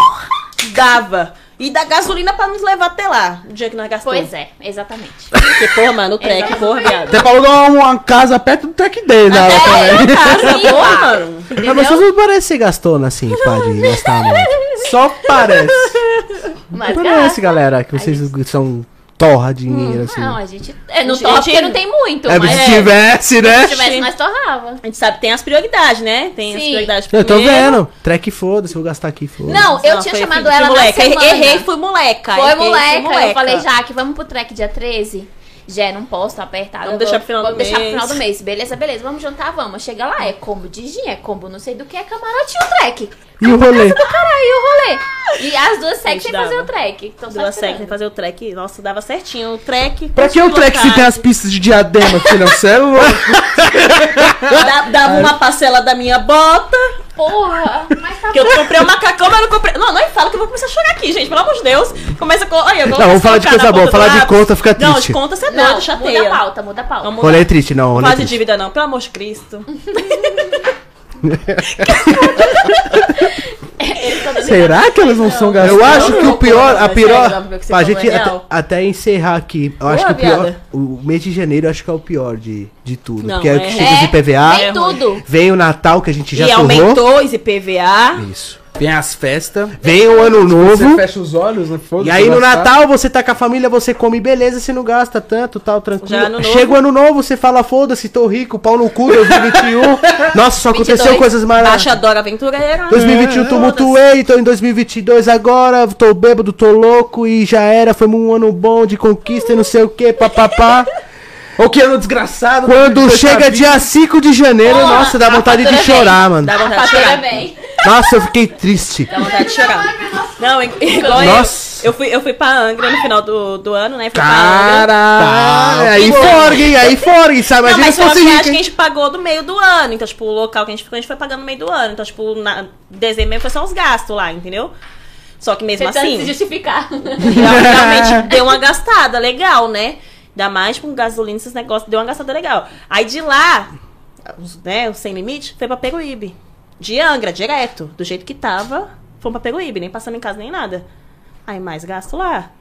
Speaker 2: Dava. E da gasolina pra nos levar até lá. O dia que nós gastamos.
Speaker 4: Pois é, exatamente.
Speaker 2: Porque, porra, mano, o trek, porra, viado.
Speaker 1: Até pra alugar uma casa perto do Tech Day, né? Alan, também.
Speaker 2: É, casa, porra, mano.
Speaker 3: (laughs) Mas vocês não parecem ser gastona assim, pá, de gastar muito.
Speaker 1: Só parece.
Speaker 4: Mas
Speaker 3: Não
Speaker 4: gasta.
Speaker 3: parece, galera, que vocês são torra de
Speaker 2: Hum,
Speaker 3: dinheiro assim.
Speaker 4: Não, a gente. É, não
Speaker 2: Gente,
Speaker 4: torra porque
Speaker 2: gente-
Speaker 4: não tem muito,
Speaker 3: É,
Speaker 4: mas
Speaker 3: se tivesse, né?
Speaker 4: se tivesse, nós torrava.
Speaker 2: A gente sabe que tem as prioridades, né? Tem as
Speaker 4: Sim.
Speaker 2: prioridades
Speaker 3: Eu tô
Speaker 2: primeiro.
Speaker 3: vendo. Track foda-se, vou gastar aqui, foda
Speaker 4: Não, eu
Speaker 2: Não,
Speaker 4: tinha
Speaker 2: foi
Speaker 4: chamado
Speaker 2: filho de
Speaker 4: ela na
Speaker 2: moleca.
Speaker 4: semana.
Speaker 2: Errei, fui moleca.
Speaker 4: Foi
Speaker 2: Errei, fui
Speaker 4: moleca. Eu falei, Jaque, vamos pro track dia 13? Já não posso, tá apertado.
Speaker 2: Vamos
Speaker 4: eu
Speaker 2: deixar
Speaker 4: vou-
Speaker 2: pro final
Speaker 4: vamos
Speaker 2: do
Speaker 4: deixar pro
Speaker 2: mês.
Speaker 4: final do mês. Beleza, beleza. Vamos jantar, vamos. Chega lá, é combo de gin, é combo não sei do que, é camarote e o track.
Speaker 3: E o rolê?
Speaker 4: Do caralho, e o rolê. E as duas seguem
Speaker 2: Gente,
Speaker 4: sem
Speaker 2: dava.
Speaker 4: fazer o track. Então, só
Speaker 2: Duas
Speaker 4: esperando.
Speaker 2: sec, fazer o trek. Nossa, dava certinho. O trek.
Speaker 1: Pra que o Trek se tem as pistas de diadema, filho? Você é (laughs) louco.
Speaker 2: Dava, dava uma parcela da minha bota.
Speaker 4: Porra! Mas tá
Speaker 2: Que eu comprei um macacão, mas não comprei. Não, não fala que eu vou começar a chorar aqui, gente. Pelo amor de Deus. Começa com. Olha, eu
Speaker 3: Não,
Speaker 2: gosto
Speaker 3: vamos falar de
Speaker 2: colocar
Speaker 3: coisa
Speaker 2: na
Speaker 3: boa,
Speaker 2: ponta do
Speaker 3: falar de
Speaker 2: lápis.
Speaker 3: conta fica
Speaker 2: Não,
Speaker 3: triste.
Speaker 2: de conta você é
Speaker 4: Não,
Speaker 2: doido,
Speaker 4: muda a
Speaker 2: chateia.
Speaker 4: pauta, muda a pauta.
Speaker 2: Vamos
Speaker 3: Rolê
Speaker 2: lá.
Speaker 3: é triste, não.
Speaker 2: Não
Speaker 3: Rolê é
Speaker 2: faz de
Speaker 3: triste.
Speaker 2: dívida, não, pelo amor de Cristo.
Speaker 1: Será que elas não são
Speaker 3: Eu
Speaker 1: gastonas?
Speaker 3: acho que o pior, a
Speaker 2: Sério,
Speaker 3: pior,
Speaker 2: óbvio que você
Speaker 3: pra
Speaker 2: falou,
Speaker 3: gente
Speaker 2: é
Speaker 3: até,
Speaker 2: real.
Speaker 3: até encerrar aqui, eu acho que
Speaker 2: Boa,
Speaker 3: o pior,
Speaker 2: viada.
Speaker 3: o mês de janeiro eu acho que é o pior de, de tudo,
Speaker 2: Não,
Speaker 3: porque é o que
Speaker 2: é.
Speaker 3: chega de
Speaker 4: É,
Speaker 3: PVA,
Speaker 4: vem tudo.
Speaker 3: vem o Natal que a gente já
Speaker 2: e
Speaker 3: torrou,
Speaker 2: aumentou esse IPVA.
Speaker 3: isso,
Speaker 1: Vem as festas.
Speaker 3: Vem o ano
Speaker 1: Você
Speaker 3: novo.
Speaker 1: fecha os olhos, né? Foda-se,
Speaker 3: E aí no
Speaker 1: vai gastar.
Speaker 3: Natal você tá com a família, você come, beleza, você não gasta tanto, tal,
Speaker 2: Já ano
Speaker 3: tranquilo.
Speaker 2: novo.
Speaker 3: Chega o ano novo, você fala, foda-se, tô rico, pau no cu, 2021. Nossa, só aconteceu
Speaker 2: 22,
Speaker 3: coisas maravilhosas.
Speaker 2: Baixadora aventureira.
Speaker 3: 2021 tumultuei, um, tô em 2022 agora, tô bêbado, tô louco e já era, foi um ano bom de conquista e não sei o que, papapá.
Speaker 1: Ô, que ano desgraçado. né?
Speaker 3: Quando
Speaker 1: Foi pra
Speaker 3: chega
Speaker 1: vida.
Speaker 3: dia 5 de janeiro,
Speaker 4: Porra,
Speaker 3: nossa, dá
Speaker 4: a
Speaker 3: vontade de
Speaker 4: fatura vem.
Speaker 3: chorar, mano.
Speaker 2: Dá vontade de
Speaker 4: Fatura
Speaker 2: chorar.
Speaker 4: bem.
Speaker 3: Nossa, eu fiquei triste.
Speaker 2: Dá vontade de chorar. Não, i- (laughs) igual
Speaker 3: Nossa.
Speaker 2: eu. Eu fui, eu fui pra Angra no final do, do ano, né? Fui pra
Speaker 1: Caralho.
Speaker 2: Angra.
Speaker 3: Tá, aí forgue, hein, aí forgue, sabe?
Speaker 2: Não,
Speaker 3: Tá, Imagina se
Speaker 2: mas foi uma
Speaker 3: fosse
Speaker 2: viagem
Speaker 3: rico,
Speaker 2: que a
Speaker 3: hein?
Speaker 2: gente pagou do meio do ano. Então, tipo, o local que a gente ficou, a gente foi pagando no meio do ano. Então, tipo, na dezembro mesmo foi só os gastos lá, entendeu? Só que mesmo
Speaker 4: Tentando tá se
Speaker 2: assim,
Speaker 4: justificar.
Speaker 1: (laughs)
Speaker 2: real- realmente deu uma gastada legal, né? Ainda mais com gasolina, esses negócios, deu uma gastada legal. Aí de lá, os, né, o Sem Limite, foi pra Peruíbe. De Angra, direto. Do jeito que tava, fomos pra Peruíbe, nem passando em casa nem nada. Aí mais gasto lá.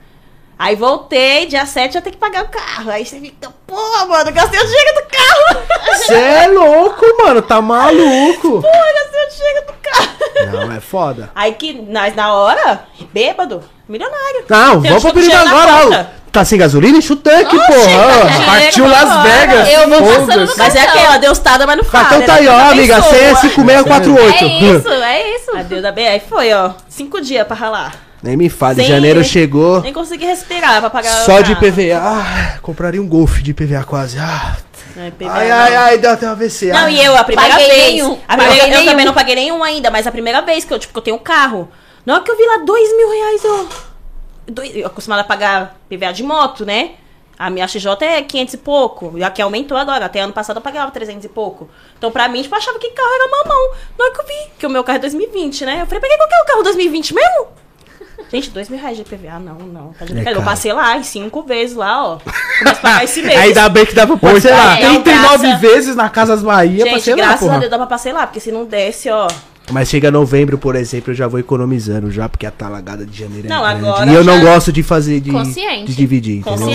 Speaker 2: Aí voltei, dia 7 já tem que pagar o carro. Aí você fica, pô, mano, gastei o dinheiro do carro. (laughs)
Speaker 3: Você é louco, mano, tá maluco.
Speaker 2: Pô, gastei o dinheiro do carro.
Speaker 3: Não, é foda.
Speaker 2: Aí que nós na hora, bêbado, milionário.
Speaker 1: Tá,
Speaker 3: Não,
Speaker 2: Tem
Speaker 3: vamos
Speaker 2: um
Speaker 3: pra Peruíbe
Speaker 2: dinheiro na
Speaker 3: agora.
Speaker 2: conta.
Speaker 3: ó. Tá sem gasolina? Enche o tanque, porra.
Speaker 2: tá
Speaker 3: ó.
Speaker 2: cheio.
Speaker 1: Partiu Las Vegas.
Speaker 4: Eu vou passando
Speaker 1: foda-se.
Speaker 4: no
Speaker 2: Mas é
Speaker 4: Cartão.
Speaker 2: aquela, Deus tá, mas não fala.
Speaker 3: Cartão
Speaker 2: né?
Speaker 3: tá aí, ó,
Speaker 2: Deus
Speaker 3: amiga.
Speaker 2: abençoa.
Speaker 3: C
Speaker 4: É
Speaker 3: 5648.
Speaker 4: isso, é isso.
Speaker 2: A Deus da B. Aí foi, ó. Cinco dias pra ralar.
Speaker 3: Nem me fale,
Speaker 2: Sem-
Speaker 3: Ah, janeiro chegou.
Speaker 2: Nem consegui respirar pra pagar.
Speaker 3: Só
Speaker 2: o
Speaker 3: de
Speaker 2: carro.
Speaker 3: PVA. Ah, compraria um Golf de PVA quase. Ah,
Speaker 2: Não, é PVA,
Speaker 3: ai,
Speaker 2: não.
Speaker 3: ai, ai, deu até um AVC.
Speaker 2: Não,
Speaker 3: ai.
Speaker 2: e eu, a primeira
Speaker 4: Paguei
Speaker 2: vez.
Speaker 4: nenhum.
Speaker 2: A primeira-
Speaker 4: Paguei
Speaker 2: eu
Speaker 4: nenhum.
Speaker 2: também não paguei nenhum ainda, mas a primeira vez que eu, tipo, que eu tenho um carro. Na hora que eu vi lá dois mil reais, eu. Dois, eu acostumada a pagar PVA de moto, né? A minha XJ é 500 e pouco. E a que aumentou agora. Até ano passado eu pagava 300 e pouco. Então, pra mim, tipo, eu achava que carro era mamão. Na hora que eu vi, que o meu carro é 2020, né? Eu falei, peguei qual que é o carro 2020 mesmo? Gente, dois mil reais de PVA, não, não.
Speaker 3: É
Speaker 2: Tá de brincadeira. eu
Speaker 3: caro.
Speaker 2: passei lá em cinco vezes lá, ó. Começo a
Speaker 3: (laughs)
Speaker 2: pagar esse mês.
Speaker 3: Ah, Ainda bem que dá pra parcelar.
Speaker 4: É, é
Speaker 1: 39
Speaker 4: graça.
Speaker 1: vezes na Casas Bahia pra
Speaker 2: Gente,
Speaker 1: sei lá,
Speaker 2: graças a Deus
Speaker 1: porra.
Speaker 2: dá pra parcelar, porque se não desse, ó.
Speaker 3: Mas chega novembro, por exemplo, eu já vou economizando já, porque a talagada de janeiro
Speaker 2: Não,
Speaker 3: é grande.
Speaker 2: agora
Speaker 3: E eu não
Speaker 2: já-
Speaker 3: gosto de fazer, de,
Speaker 4: Consciente.
Speaker 3: de dividir, entendeu?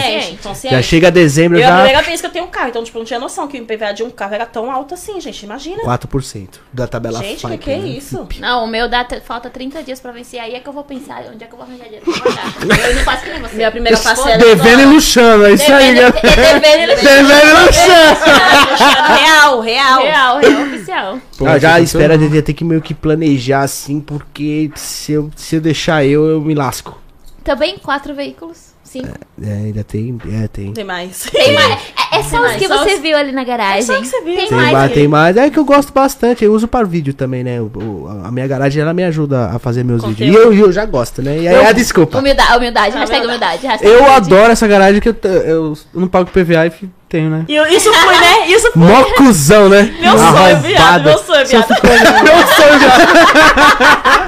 Speaker 4: Consciente.
Speaker 3: Já chega dezembro,
Speaker 2: Eu,
Speaker 3: eu
Speaker 2: é a
Speaker 3: já...
Speaker 2: primeira vez que eu tenho um carro, então, tipo, eu não tinha noção que o IPVA de um carro era tão alto assim, gente. Imagina.
Speaker 3: 4% da tabela
Speaker 2: gente, que
Speaker 3: FIPE,
Speaker 2: que é
Speaker 3: né? (laughs)
Speaker 2: isso? (laughs)
Speaker 4: Não, o meu dá t- falta 30 dias pra vencer. Aí é que eu vou pensar onde é que eu vou arranjar dinheiro pra pagar. Eu não faço que nem você.
Speaker 2: Minha primeira parcela.
Speaker 3: Devendo e luxando, é isso aí, né?
Speaker 4: Devendo- devendo-
Speaker 3: Devendo e luxando.
Speaker 2: Real, real.
Speaker 4: Real, real oficial.
Speaker 1: Pô,
Speaker 3: Ah, já
Speaker 1: isso
Speaker 3: espera,
Speaker 1: aconteceu,
Speaker 3: eu ia ter que meio que planejar assim, porque se eu, se eu deixar eu, eu me lasco.
Speaker 4: Também quatro veículos. Cinco.
Speaker 3: É, ainda tem, é, tem.
Speaker 2: Tem mais.
Speaker 4: Tem mais. É, é só os
Speaker 2: mais,
Speaker 4: que
Speaker 2: só
Speaker 4: você
Speaker 2: os- É
Speaker 4: viu ali na garagem.
Speaker 2: só os que você viu.
Speaker 4: Tem,
Speaker 3: Tem
Speaker 4: mais.
Speaker 3: mais,
Speaker 4: que-
Speaker 3: tem mais. É que eu gosto bastante, eu uso para vídeo também, né? O- o- a minha garagem, ela me ajuda a fazer meus
Speaker 2: Conteúdo.
Speaker 3: vídeos. E eu, e eu já gosto, né? E aí, a desculpa.
Speaker 4: Humildade, humildade,
Speaker 2: Ah,
Speaker 4: hashtag
Speaker 2: humildade.
Speaker 4: humildade. hashtag
Speaker 3: Eu
Speaker 4: humildade.
Speaker 3: adoro essa garagem que eu...
Speaker 5: Eu, eu não pago PVA e fi- tenho, né?
Speaker 2: E eu- isso foi, né? Isso foi.
Speaker 3: Mó cuzão, né?
Speaker 2: (laughs) Meu sonho, viado.
Speaker 3: Arrombado.
Speaker 2: Meu sonho, viado.
Speaker 3: Meu sonho já...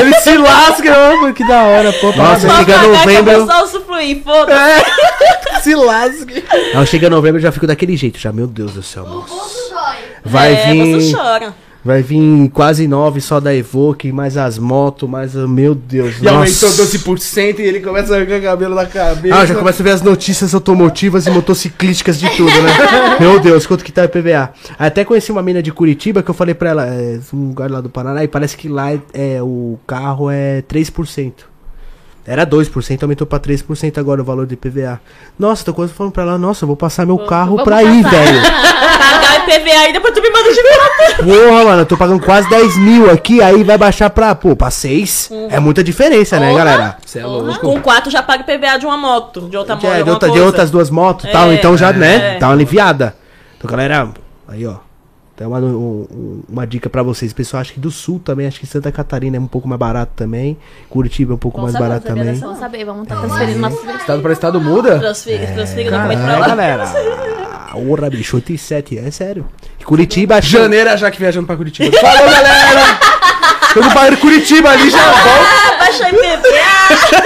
Speaker 5: Ele se lasca, eu amo, que da hora, pô.
Speaker 3: Nossa,
Speaker 2: Só
Speaker 3: chega
Speaker 2: pagar que
Speaker 3: novembro...
Speaker 2: eu vou só usufruir,
Speaker 1: (laughs)
Speaker 2: foda-se.
Speaker 1: É,
Speaker 5: se lasca.
Speaker 3: Não, chega novembro eu já fico daquele jeito já. Meu Deus do céu, mano. Vai
Speaker 2: é,
Speaker 3: vir.
Speaker 2: você chora.
Speaker 3: Vai vir quase nove só da Evoque, mais as motos, mais. oh, Meu Deus.
Speaker 1: E aumentou 12% e ele começa a arrancar cabelo na cabeça.
Speaker 3: Ah, eu já começo a ver as notícias automotivas e motociclísticas de tudo, né?
Speaker 4: (laughs)
Speaker 3: Meu Deus, quanto que tá o IPVA? Até conheci uma mina de Curitiba que eu falei pra ela, é um lugar lá do Paraná, e parece que lá é, é, o carro é 3%. Era 2%, aumentou pra 3% agora o valor do IPVA. Nossa, tô quase falando pra ela, nossa, eu vou passar meu carro
Speaker 4: vamos
Speaker 3: pra aí,
Speaker 4: passar.
Speaker 3: velho.
Speaker 4: (laughs)
Speaker 2: Pagar o IPVA e depois tu me manda de volta.
Speaker 3: Porra, mano, eu tô pagando quase 10 mil aqui, aí vai baixar pra, pô, pra 6.
Speaker 4: Uhum.
Speaker 3: É muita diferença, né, galera?
Speaker 1: Você é louco.
Speaker 2: Com quatro já paga IPVA de uma moto, de outra moto.
Speaker 3: É, de,
Speaker 2: alguma
Speaker 3: outra- de
Speaker 2: coisa.
Speaker 3: outras duas motos e tal,
Speaker 2: É,
Speaker 3: então já, né,
Speaker 2: é.
Speaker 3: tá uma aliviada. Então, galera, aí, ó. Tem uma, um- uma dica pra vocês. O pessoal acha que do sul também, acho que Santa Catarina é um pouco mais barato também. Curitiba é um pouco
Speaker 2: Bom
Speaker 3: mais
Speaker 2: saber,
Speaker 3: barato
Speaker 2: não sabia
Speaker 3: também.
Speaker 2: dessa.
Speaker 4: Vamos saber, vamos estar transferindo nossos veículos.
Speaker 1: Estado pra estado muda?
Speaker 2: Transfira, transfira
Speaker 3: É,
Speaker 2: documento pra (laughs) lá.
Speaker 3: galera. Orra, bicho, 87, é sério. E Curitiba, acho que-
Speaker 1: Janeiro é a Jaque viajando pra Curitiba. Falou, galera! Tô no bairro de Curitiba ali, já volto.
Speaker 2: Ah, baixa IPVA.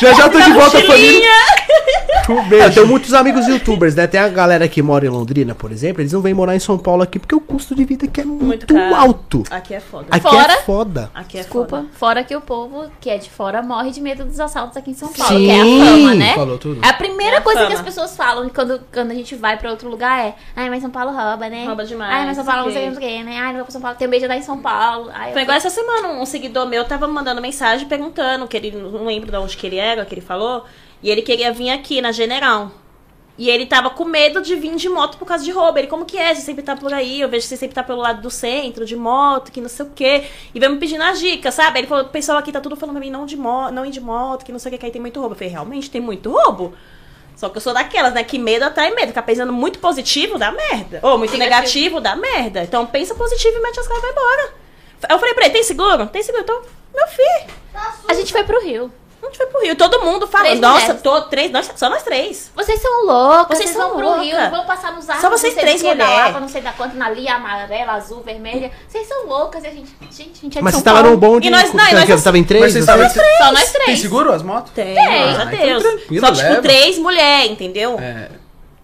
Speaker 1: Já já tô de volta, família.
Speaker 3: Eu tenho É, muitos amigos youtubers, né? Tem a galera que mora em Londrina, por exemplo, eles não vêm morar em São Paulo aqui porque o custo de vida aqui é muito,
Speaker 2: caro.
Speaker 3: alto.
Speaker 2: Aqui é foda.
Speaker 3: Aqui
Speaker 4: Fora-
Speaker 3: é foda.
Speaker 2: Aqui é
Speaker 4: Desculpa,
Speaker 2: foda.
Speaker 4: fora que o povo que é de fora morre de medo dos assaltos aqui em São Paulo,
Speaker 3: Sim.
Speaker 4: que é a fama, né?
Speaker 1: Falou tudo.
Speaker 4: É a primeira
Speaker 2: É a
Speaker 4: coisa que
Speaker 2: fama.
Speaker 4: as pessoas falam quando, quando a gente vai pra outro lugar é Ai, mas São Paulo rouba, né?
Speaker 2: Rouba demais,
Speaker 4: Ai, mas São Paulo não sei o
Speaker 2: não
Speaker 4: que, né? Ai, não vou pra São Paulo, tem beijo dar em São Paulo. Ai, eu
Speaker 2: Foi igual essa semana, um seguidor meu tava me mandando mensagem perguntando, que ele não lembro de onde que ele era, que ele falou, e ele queria vir aqui na General. E ele tava com medo de vir de moto por causa de roubo. Ele, como que é? Você sempre tá por aí, eu vejo que você sempre tá pelo lado do centro, de moto, que não sei o quê. E veio me pedindo as dicas, sabe? Aí Ele falou, o pessoal aqui tá tudo falando pra mim, não, de mo não ir de moto, que não sei o que, que aí tem muito roubo. Eu falei, realmente tem muito roubo? Só que eu sou daquelas, né? Que medo atrai medo. Ficar pensando muito positivo, dá merda. Ou muito negativo, dá merda. Então pensa positivo e mete as caras e vai embora. Eu falei pra ele, tem seguro? Tem seguro. Então, meu filho,
Speaker 4: A gente foi pro Rio.
Speaker 2: a gente foi pro Rio. Todo mundo fala,
Speaker 4: Três
Speaker 2: nossa,
Speaker 4: mulheres.
Speaker 2: tô, três, nós, só nós três.
Speaker 4: Vocês são loucos,
Speaker 2: Vocês
Speaker 4: vocês,
Speaker 2: são
Speaker 4: vão pro
Speaker 2: louca.
Speaker 4: Rio, vão passar nos arcos,
Speaker 2: Só vocês
Speaker 4: não sei
Speaker 2: três
Speaker 4: o quê, da
Speaker 2: mulher.
Speaker 4: Lapa, não sei da quanto, na linha amarela, azul, vermelha. Vocês são loucas e a gente. Gente, a gente é de
Speaker 3: Mas
Speaker 4: São
Speaker 3: você tava
Speaker 4: Paulo.
Speaker 3: num bonde.
Speaker 2: E nós- não, e
Speaker 3: que-
Speaker 2: nós-
Speaker 3: que você tava em três? assim?
Speaker 1: Mas vocês
Speaker 3: você-
Speaker 1: estavam-
Speaker 4: Só nós três.
Speaker 1: Tem seguro as motos?
Speaker 2: Tem,
Speaker 4: Tem.
Speaker 2: graças a
Speaker 1: Ah, então
Speaker 2: Deus.
Speaker 1: tranquilo,
Speaker 2: só, tipo,
Speaker 1: leva.
Speaker 2: três mulheres, entendeu?
Speaker 1: É.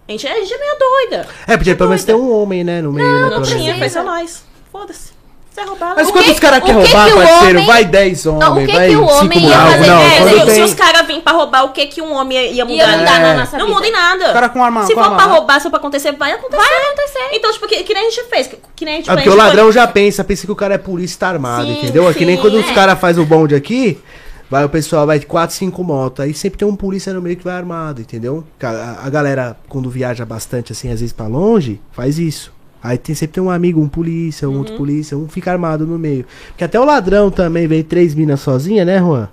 Speaker 2: A, gente, a gente é meio doida.
Speaker 3: É, podia pelo menos ter um homem, né? No meio, né?
Speaker 2: Não,
Speaker 3: pelo menos.
Speaker 2: tinha,
Speaker 4: menos.
Speaker 2: foi só nós. Foda-se. Você é roubado.
Speaker 1: Mas
Speaker 4: O
Speaker 1: quantos
Speaker 4: que-
Speaker 1: caras
Speaker 4: o
Speaker 1: quer
Speaker 4: que
Speaker 1: roubar,
Speaker 4: que o
Speaker 1: parceiro?
Speaker 4: homem-
Speaker 1: Vai 10
Speaker 4: Não, o
Speaker 1: homens,
Speaker 4: que
Speaker 1: vai
Speaker 4: que o
Speaker 1: 5
Speaker 4: homem ia
Speaker 3: mulheres.
Speaker 4: fazer?
Speaker 3: Não,
Speaker 2: é,
Speaker 3: quando
Speaker 2: se,
Speaker 3: tem-
Speaker 2: se os caras virem pra roubar, o que que um homem ia mudar?
Speaker 4: Ia mudar
Speaker 1: É.
Speaker 4: na nossa vida.
Speaker 2: Não muda em nada.
Speaker 1: O cara com arma-
Speaker 2: Se
Speaker 1: com
Speaker 2: for
Speaker 1: arma,
Speaker 2: pra
Speaker 1: né?
Speaker 2: roubar, se for pra acontecer, vai acontecer. Vai acontecer. Então, tipo, que, que nem a gente fez. Que, que nem a gente
Speaker 3: É
Speaker 2: fez,
Speaker 3: porque o
Speaker 2: tipo,
Speaker 3: ladrão já pensa, pensa que o cara é polícia e tá armado,
Speaker 2: Sim,
Speaker 3: entendeu? É que nem
Speaker 2: sim,
Speaker 3: quando os
Speaker 2: é.
Speaker 3: caras fazem o bonde aqui, vai o pessoal, vai 4, 5 motos. Aí sempre tem um polícia no meio que vai armado, entendeu? Ca- A, a galera, quando viaja bastante, assim, às vezes pra longe, faz isso. Aí tem, sempre tem um amigo, um polícia, um
Speaker 2: Uhum.
Speaker 3: outro polícia, um fica armado no meio. Porque até o ladrão também veio três minas sozinha, né, Juan?